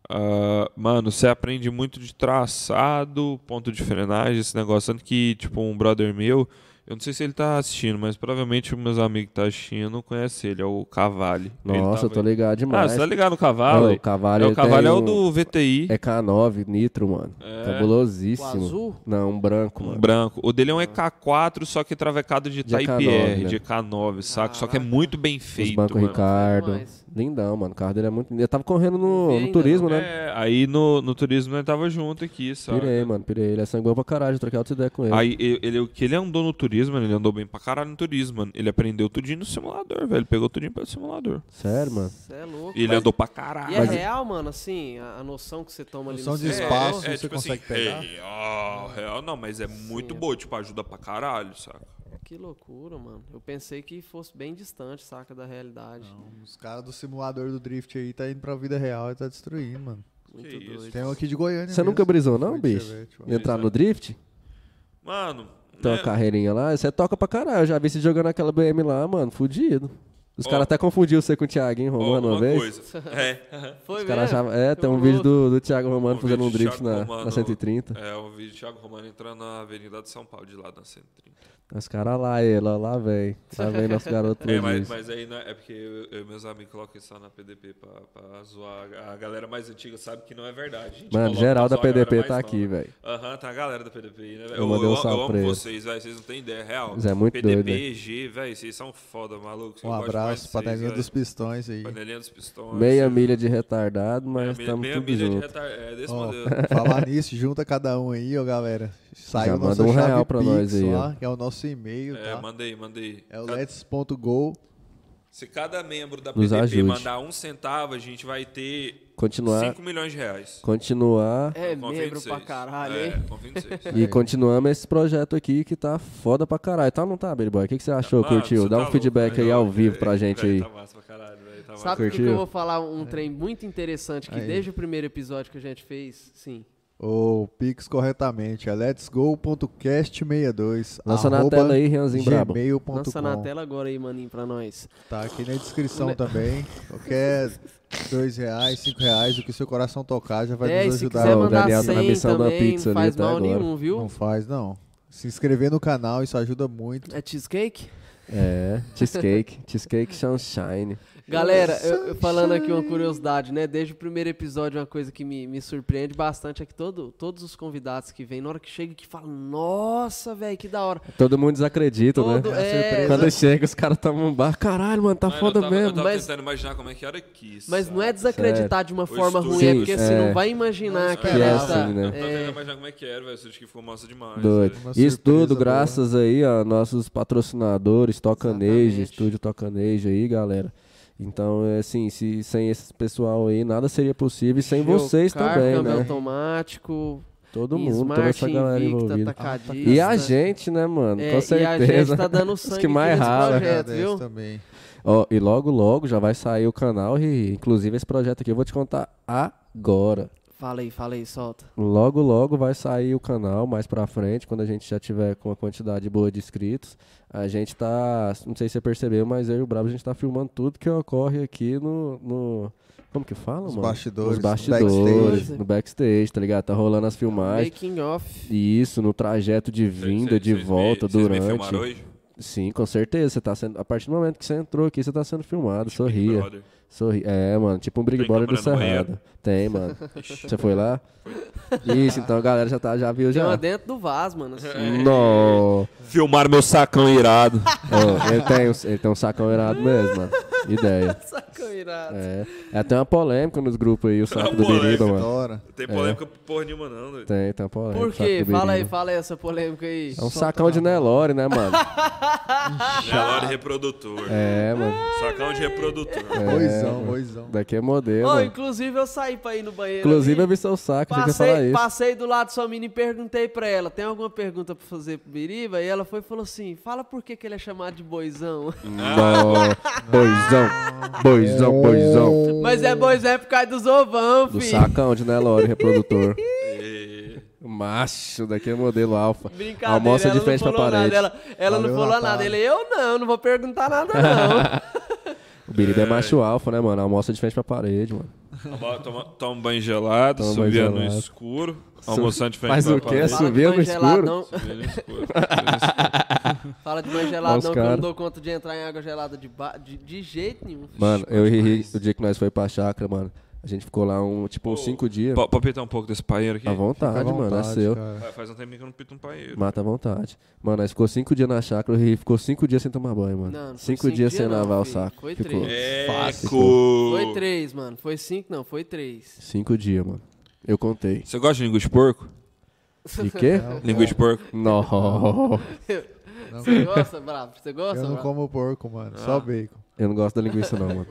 [SPEAKER 4] Ah, mano, você aprende muito de traçado, ponto de frenagem, esse negócio. Tanto que, tipo, um brother meu Eu não sei se ele tá assistindo, mas provavelmente os meus amigos que tá assistindo conhecem ele, é o Cavalli. Ele
[SPEAKER 1] Nossa, eu
[SPEAKER 4] tava
[SPEAKER 1] tô
[SPEAKER 4] aí.
[SPEAKER 1] ligado
[SPEAKER 4] Ah,
[SPEAKER 1] demais.
[SPEAKER 4] você tá ligado no Cavalli?
[SPEAKER 1] Não, o Cavalli,
[SPEAKER 4] é, o
[SPEAKER 1] ele
[SPEAKER 4] Cavalli
[SPEAKER 1] tem
[SPEAKER 4] é o
[SPEAKER 1] um-
[SPEAKER 4] do VTI,
[SPEAKER 1] É K9 Nitro, mano.
[SPEAKER 4] É.
[SPEAKER 1] Cabulosíssimo.
[SPEAKER 3] O azul?
[SPEAKER 1] Não, um branco,
[SPEAKER 4] um
[SPEAKER 1] mano.
[SPEAKER 4] branco. O dele é um EK4, só que travecado de,
[SPEAKER 1] De EK9,
[SPEAKER 4] Type R,
[SPEAKER 1] né?
[SPEAKER 4] de EK9, saca? Só que é
[SPEAKER 3] Caraca.
[SPEAKER 4] muito bem
[SPEAKER 1] Os
[SPEAKER 4] feito,
[SPEAKER 1] bancos
[SPEAKER 4] mano.
[SPEAKER 1] Ricardo.
[SPEAKER 3] Demais.
[SPEAKER 1] Lindão, mano. O carro dele é muito. Eu tava correndo no,
[SPEAKER 3] Vi
[SPEAKER 1] no
[SPEAKER 3] ainda,
[SPEAKER 1] turismo, né?
[SPEAKER 4] É, aí no, no turismo nós tava junto aqui, sabe?
[SPEAKER 1] Pirei, mano, pirei. Ele é sangue pra caralho, troquei altas ideias com ele.
[SPEAKER 4] Aí e- ele, o que ele andou no turismo, mano, ele andou bem pra caralho no turismo, mano. Ele aprendeu tudinho no simulador, velho. Pegou tudinho pelo simulador.
[SPEAKER 1] Sério, mano. um
[SPEAKER 3] Você é louco.
[SPEAKER 4] E ele
[SPEAKER 3] Mas-
[SPEAKER 4] andou pra caralho. É,
[SPEAKER 3] E é real, mano, assim, a, a noção que você toma ali
[SPEAKER 2] Noção
[SPEAKER 3] no
[SPEAKER 2] de
[SPEAKER 3] celular.
[SPEAKER 2] espaço. você consegue pegar?
[SPEAKER 4] tipo assim, Real, real não, mas é muito
[SPEAKER 3] Sim.
[SPEAKER 4] boa, tipo, ajuda pra caralho, saca?
[SPEAKER 3] Que loucura, mano. Eu pensei que fosse bem distante, saca, da realidade.
[SPEAKER 2] Os caras do simulador do drift aí tá indo pra vida real e tá destruindo, mano.
[SPEAKER 3] Muito
[SPEAKER 4] Que isso.
[SPEAKER 3] doido.
[SPEAKER 2] Tem um aqui de Goiânia.
[SPEAKER 1] Você
[SPEAKER 2] mesmo.
[SPEAKER 1] nunca brisou, não,
[SPEAKER 2] Fui de
[SPEAKER 1] bicho?
[SPEAKER 2] Chevette, mano.
[SPEAKER 1] Entrar no drift?
[SPEAKER 4] Mano,
[SPEAKER 1] Tem uma
[SPEAKER 4] né,
[SPEAKER 1] carreirinha lá, você toca pra caralho. Eu já vi você jogando aquela BM lá, mano, fudido. Os
[SPEAKER 4] Ó.
[SPEAKER 1] caras até confundiu você com o Thiaguinho
[SPEAKER 4] ó,
[SPEAKER 1] Romano uma
[SPEAKER 4] uma
[SPEAKER 1] vez.
[SPEAKER 4] coisa. É.
[SPEAKER 3] Foi
[SPEAKER 1] Os
[SPEAKER 3] mesmo?
[SPEAKER 1] caras achavam. É, tem um
[SPEAKER 3] Eu
[SPEAKER 1] vídeo
[SPEAKER 3] louco.
[SPEAKER 1] do, do Thiago Romano
[SPEAKER 4] Um
[SPEAKER 1] fazendo um
[SPEAKER 4] vídeo do
[SPEAKER 1] drift
[SPEAKER 4] Thiago
[SPEAKER 1] na,
[SPEAKER 4] Romano.
[SPEAKER 1] na 130.
[SPEAKER 4] É, o vídeo do Thiago Romano entrando na Avenida de São Paulo, de lá na 130.
[SPEAKER 1] Os caras lá, ele, ó, lá vem. Lá vem nosso garoto.
[SPEAKER 4] É, mas,
[SPEAKER 1] prodígio.
[SPEAKER 4] mas aí né, é porque eu, eu e meus amigos colocam isso lá na PDP pra, pra zoar. A- A galera mais antiga sabe que não é verdade. A gente
[SPEAKER 1] Mano,
[SPEAKER 4] coloca
[SPEAKER 1] geral
[SPEAKER 4] pra
[SPEAKER 1] da
[SPEAKER 4] zoar a galera
[SPEAKER 1] PDP
[SPEAKER 4] mais
[SPEAKER 1] tá
[SPEAKER 4] nova.
[SPEAKER 1] aqui, velho.
[SPEAKER 4] Aham, tá a galera da PDP aí, né, velho?
[SPEAKER 1] Eu
[SPEAKER 4] Eu,
[SPEAKER 1] mandei um
[SPEAKER 4] eu- eu
[SPEAKER 1] salve pra
[SPEAKER 4] amo
[SPEAKER 1] eles.
[SPEAKER 4] vocês, velho. Vocês não têm ideia, é real.
[SPEAKER 1] Eles é muito
[SPEAKER 4] PDP,
[SPEAKER 1] doido, né?
[SPEAKER 4] G, velho, vocês são foda, maluco.
[SPEAKER 2] Um abraço, panelinha dos pistões aí.
[SPEAKER 4] Panelinha dos pistões.
[SPEAKER 1] Meia milha de retardado,
[SPEAKER 4] Meia
[SPEAKER 1] mas
[SPEAKER 4] milha-
[SPEAKER 1] estamos
[SPEAKER 4] meia
[SPEAKER 1] tudo
[SPEAKER 4] milha de
[SPEAKER 1] junto.
[SPEAKER 4] retar- É, desse
[SPEAKER 2] Ó,
[SPEAKER 4] modelo.
[SPEAKER 2] falar nisso, junta cada um aí, ó, galera. Saiu
[SPEAKER 1] Já
[SPEAKER 2] nossa
[SPEAKER 1] manda um
[SPEAKER 2] chave
[SPEAKER 1] real pra
[SPEAKER 2] Pix
[SPEAKER 1] nós aí,
[SPEAKER 2] lá, que é o nosso e-mail,
[SPEAKER 4] É,
[SPEAKER 2] tá?
[SPEAKER 4] manda aí, manda aí.
[SPEAKER 2] É o
[SPEAKER 4] Cada-
[SPEAKER 2] lets.go.
[SPEAKER 4] Se cada membro da
[SPEAKER 1] Nos
[SPEAKER 4] PDP
[SPEAKER 1] ajude.
[SPEAKER 4] mandar um centavo, a gente vai ter
[SPEAKER 1] Continuar,
[SPEAKER 4] 5 milhões de reais.
[SPEAKER 1] continuar
[SPEAKER 3] É
[SPEAKER 4] Eu confio em
[SPEAKER 3] membro pra
[SPEAKER 4] vocês.
[SPEAKER 3] caralho,
[SPEAKER 4] é,
[SPEAKER 3] hein?
[SPEAKER 4] confio em vocês.
[SPEAKER 1] e continuamos esse projeto aqui que tá foda pra caralho. Tá ou não tá, Baby Boy? O que, que você achou,
[SPEAKER 4] Mano,
[SPEAKER 1] curtiu? Dá
[SPEAKER 4] você tá
[SPEAKER 1] um
[SPEAKER 4] louco,
[SPEAKER 1] feedback
[SPEAKER 4] velho.
[SPEAKER 1] aí ao
[SPEAKER 4] Não,
[SPEAKER 1] vivo
[SPEAKER 4] é,
[SPEAKER 1] pra gente
[SPEAKER 4] velho,
[SPEAKER 1] aí.
[SPEAKER 4] Tá massa pra caralho, velho. Tá massa.
[SPEAKER 3] Sabe o que que
[SPEAKER 1] Curtiu?
[SPEAKER 3] eu vou falar?
[SPEAKER 2] É.
[SPEAKER 3] Um trem muito interessante que
[SPEAKER 2] Aí.
[SPEAKER 3] desde o primeiro episódio que a gente fez, sim.
[SPEAKER 2] Ou Pix corretamente. É letsgo.cast62.
[SPEAKER 1] Lança na
[SPEAKER 2] arroba
[SPEAKER 1] tela aí, Renanzinho Brabo.
[SPEAKER 2] gmail.com.
[SPEAKER 3] Lança na tela agora aí, maninho, pra nós.
[SPEAKER 2] Tá aqui na
[SPEAKER 3] Né?
[SPEAKER 2] descrição também. Qualquer dois reais, cinco reais, o que seu coração tocar já vai
[SPEAKER 3] Dez,
[SPEAKER 2] nos
[SPEAKER 3] É, se
[SPEAKER 2] ajudar.
[SPEAKER 3] quiser
[SPEAKER 1] o
[SPEAKER 3] mandar
[SPEAKER 1] Daniel tá na
[SPEAKER 3] 100
[SPEAKER 1] missão da
[SPEAKER 3] também,
[SPEAKER 1] pizza
[SPEAKER 3] não
[SPEAKER 1] ali
[SPEAKER 3] faz
[SPEAKER 1] até
[SPEAKER 3] mal
[SPEAKER 1] agora.
[SPEAKER 3] nenhum, viu?
[SPEAKER 2] Não faz, não. Se inscrever no canal, isso ajuda muito.
[SPEAKER 3] É cheesecake?
[SPEAKER 1] É, cheesecake. cheesecake sunshine.
[SPEAKER 3] Galera, eu- eu falando aqui uma curiosidade, né? Desde o primeiro episódio, uma coisa que me, me surpreende bastante é que todo, todos os convidados que vêm, na hora que chega, que falam, nossa, velho, que da hora.
[SPEAKER 1] Todo mundo desacredita,
[SPEAKER 3] Todo,
[SPEAKER 1] né?
[SPEAKER 3] é,
[SPEAKER 1] Quando chega, os caras tomam um bar. Caralho, mano, tá
[SPEAKER 4] Mano,
[SPEAKER 1] foda
[SPEAKER 4] eu tava, Eu
[SPEAKER 1] mesmo.
[SPEAKER 4] tava
[SPEAKER 3] mas-
[SPEAKER 4] tentando imaginar como é que era aqui.
[SPEAKER 3] mas
[SPEAKER 4] sabe?
[SPEAKER 3] não é desacreditar de uma
[SPEAKER 4] O
[SPEAKER 3] forma
[SPEAKER 4] estúdio,
[SPEAKER 3] ruim, é
[SPEAKER 4] sim,
[SPEAKER 3] porque
[SPEAKER 1] é.
[SPEAKER 3] você não vai imaginar que
[SPEAKER 1] Que é
[SPEAKER 3] era
[SPEAKER 1] assim,
[SPEAKER 3] essa...
[SPEAKER 1] né?
[SPEAKER 4] Eu tava tentando
[SPEAKER 3] é,
[SPEAKER 4] imaginar como é que era, velho. Isso acho que ficou massa demais.
[SPEAKER 1] Doido.
[SPEAKER 4] velho.
[SPEAKER 2] Uma
[SPEAKER 1] Isso
[SPEAKER 2] surpresa
[SPEAKER 1] tudo
[SPEAKER 2] boa.
[SPEAKER 1] graças aí a nossos patrocinadores, Tocanejo,
[SPEAKER 3] Exatamente.
[SPEAKER 1] Estúdio Tocanejo aí, galera. Então, é assim, se, sem esse pessoal aí, nada seria possível. E sem vocês
[SPEAKER 3] Geocar,
[SPEAKER 1] também,
[SPEAKER 3] câmbio
[SPEAKER 1] né?
[SPEAKER 3] automático,
[SPEAKER 1] Todo mundo,
[SPEAKER 3] Smart,
[SPEAKER 1] toda essa galera
[SPEAKER 3] Invicta,
[SPEAKER 1] envolvida.
[SPEAKER 3] Atacadista.
[SPEAKER 1] E a gente, né, mano?
[SPEAKER 3] É,
[SPEAKER 1] Com
[SPEAKER 3] E a gente
[SPEAKER 1] certeza.
[SPEAKER 3] tá dando sangue
[SPEAKER 1] Os que mais
[SPEAKER 3] aqui nesse
[SPEAKER 1] rala.
[SPEAKER 3] projeto,
[SPEAKER 2] Agradece
[SPEAKER 3] viu?
[SPEAKER 2] também.
[SPEAKER 1] Ó, e logo, logo já vai sair o canal. E, inclusive, esse projeto aqui eu vou te contar agora.
[SPEAKER 3] Fala aí, fala aí, solta.
[SPEAKER 1] Logo, logo vai sair o canal mais pra frente, quando a gente já tiver com uma quantidade boa de inscritos. A gente tá, não sei se você percebeu, mas eu e o Brabo a gente tá filmando tudo que ocorre aqui no. no- como que fala,
[SPEAKER 2] Nos
[SPEAKER 1] mano?
[SPEAKER 2] bastidores,
[SPEAKER 1] Nos
[SPEAKER 2] no
[SPEAKER 1] bastidores,
[SPEAKER 3] backstage.
[SPEAKER 1] no backstage, tá ligado? Tá rolando as filmagens.
[SPEAKER 3] Making off.
[SPEAKER 1] E isso, no trajeto de vinda,
[SPEAKER 4] Vocês-
[SPEAKER 1] de
[SPEAKER 4] vocês me-
[SPEAKER 1] volta,
[SPEAKER 4] vocês me
[SPEAKER 1] durante.
[SPEAKER 4] filmaram hoje?
[SPEAKER 1] Sim, com certeza. Você tá sendo, a partir do momento que você entrou aqui, você tá sendo filmado.
[SPEAKER 4] Big
[SPEAKER 1] Sorria.
[SPEAKER 4] Brother.
[SPEAKER 1] Sorri. É, mano, tipo um Big
[SPEAKER 4] Tem
[SPEAKER 1] Brother do
[SPEAKER 4] câmera no
[SPEAKER 1] Cerrado.
[SPEAKER 4] banheiro?
[SPEAKER 1] Tem, mano. Você foi lá? Isso, então a galera já, tá, já viu
[SPEAKER 3] Tem uma
[SPEAKER 1] já.
[SPEAKER 3] dentro do vaso, mano. assim.
[SPEAKER 1] Não.
[SPEAKER 4] Filmaram É. meu sacão irado.
[SPEAKER 1] Ô, ele, tem, um- ele tem um sacão irado mesmo, mano. Ideia.
[SPEAKER 3] Saca, irado.
[SPEAKER 1] É. é até uma polêmica nos grupos aí, o saco do
[SPEAKER 4] É polêmica.
[SPEAKER 1] Biriba, mano.
[SPEAKER 2] Adora.
[SPEAKER 4] Tem polêmica porra nenhuma, não, doido.
[SPEAKER 1] Tem, tem uma polêmica.
[SPEAKER 3] Por
[SPEAKER 1] o saco
[SPEAKER 3] quê?
[SPEAKER 1] do
[SPEAKER 3] Fala aí,
[SPEAKER 1] Biriba.
[SPEAKER 3] fala aí essa polêmica aí.
[SPEAKER 1] É um sacão de Nelore, né, mano?
[SPEAKER 4] Nelore reprodutor.
[SPEAKER 1] É, mano.
[SPEAKER 4] Sacão de reprodutor.
[SPEAKER 1] É,
[SPEAKER 2] Boizão, boizão.
[SPEAKER 1] Daqui é modelo.
[SPEAKER 3] Ô,
[SPEAKER 1] mano.
[SPEAKER 3] inclusive eu saí pra ir no banheiro.
[SPEAKER 1] Inclusive, é eu
[SPEAKER 3] ali.
[SPEAKER 1] vi seu saco, achei que ia falar
[SPEAKER 3] passei,
[SPEAKER 1] isso.
[SPEAKER 3] passei do lado da sua mina e perguntei pra ela: tem alguma pergunta pra fazer pro Biriba? E ela foi e falou assim: fala por que, que ele é chamado de boizão.
[SPEAKER 1] Não. Boizão, boizão, boizão.
[SPEAKER 3] Mas é boizão por causa dos ovão,
[SPEAKER 1] Hum. Do
[SPEAKER 3] filho.
[SPEAKER 1] sacão de Nelore, reprodutor.
[SPEAKER 4] E-
[SPEAKER 1] Macho, daqui é modelo alfa.
[SPEAKER 3] Brincadeira,
[SPEAKER 1] Almoça de
[SPEAKER 3] ela
[SPEAKER 1] frente
[SPEAKER 3] não
[SPEAKER 1] pra
[SPEAKER 3] falou
[SPEAKER 1] parede.
[SPEAKER 3] nada. Ela, ela não
[SPEAKER 2] Valeu,
[SPEAKER 3] falou
[SPEAKER 2] Natália.
[SPEAKER 3] nada. Ele, eu não, não vou perguntar nada, não.
[SPEAKER 1] O Biriba é macho alfa, né, mano? Almoça de frente pra parede, mano.
[SPEAKER 4] Toma, toma- toma um banho gelado,
[SPEAKER 1] Toma um banho
[SPEAKER 4] subia no
[SPEAKER 1] gelado.
[SPEAKER 4] escuro, almoçando de frente
[SPEAKER 1] Faz
[SPEAKER 4] pra
[SPEAKER 1] o quê?
[SPEAKER 4] parede.
[SPEAKER 1] Subia no escuro?
[SPEAKER 3] Geladão.
[SPEAKER 4] Subia no escuro, subia no escuro.
[SPEAKER 3] Fala de banho gelado,
[SPEAKER 1] Os
[SPEAKER 3] não, que eu
[SPEAKER 1] cara.
[SPEAKER 3] não dou conta de entrar em água gelada de, ba- de, de jeito nenhum.
[SPEAKER 1] Mano,
[SPEAKER 4] Ixi,
[SPEAKER 1] eu
[SPEAKER 4] bom
[SPEAKER 1] ri
[SPEAKER 4] demais.
[SPEAKER 1] o dia que nós foi pra chácara, mano. A gente ficou lá, um, tipo, uns
[SPEAKER 4] Ô,
[SPEAKER 1] 5 dias.
[SPEAKER 4] Pa- Pra pitar um pouco desse paeiro aqui.
[SPEAKER 1] À vontade,
[SPEAKER 2] Fica Tá à
[SPEAKER 1] mano, é
[SPEAKER 2] vontade,
[SPEAKER 1] seu.
[SPEAKER 2] cara.
[SPEAKER 4] Ah, Faz um tempinho que eu não pito um paeiro.
[SPEAKER 1] Mata à vontade. Mano, nós ficou 5 dias na chácara, o Riri ficou 5 dias sem tomar banho, mano.
[SPEAKER 3] Não, não foi
[SPEAKER 1] 5
[SPEAKER 3] cinco
[SPEAKER 1] dias
[SPEAKER 3] dias
[SPEAKER 1] sem
[SPEAKER 3] não,
[SPEAKER 1] lavar o
[SPEAKER 3] filho.
[SPEAKER 1] saco.
[SPEAKER 3] Foi
[SPEAKER 1] ficou.
[SPEAKER 3] três.
[SPEAKER 4] É,
[SPEAKER 1] Fácil.
[SPEAKER 4] co-
[SPEAKER 3] Foi três, mano. Foi cinco, não, foi três.
[SPEAKER 1] 5 dias, mano. Eu contei.
[SPEAKER 4] Você gosta de linguiça de porco?
[SPEAKER 1] De quê?
[SPEAKER 4] Linguiça de porco?
[SPEAKER 1] Não.
[SPEAKER 3] Você gosta, Bravo? Você gosta,
[SPEAKER 2] Eu não
[SPEAKER 3] Bravo?
[SPEAKER 2] como porco, mano.
[SPEAKER 3] Ah.
[SPEAKER 2] Só bacon.
[SPEAKER 1] Eu não gosto da linguiça, não, mano.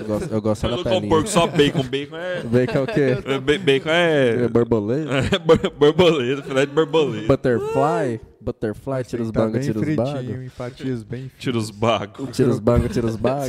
[SPEAKER 1] Eu gosto, eu gosto só
[SPEAKER 4] Eu
[SPEAKER 1] da
[SPEAKER 4] não como
[SPEAKER 1] pelinha.
[SPEAKER 4] porco, só bacon. Bacon é...
[SPEAKER 1] Bacon é o quê?
[SPEAKER 4] é, ba- Bacon
[SPEAKER 1] É
[SPEAKER 4] é...
[SPEAKER 1] borboleta?
[SPEAKER 4] é bor- borboleta, filé de borboleta.
[SPEAKER 1] Butterfly? Butterfly, tira os
[SPEAKER 2] Tem que tá
[SPEAKER 1] bangos,
[SPEAKER 2] bem
[SPEAKER 1] tira os bagos.
[SPEAKER 2] fritinho, enfatizo bem.
[SPEAKER 4] Tira os bagos.
[SPEAKER 1] Tira os bangos, tira os bagos.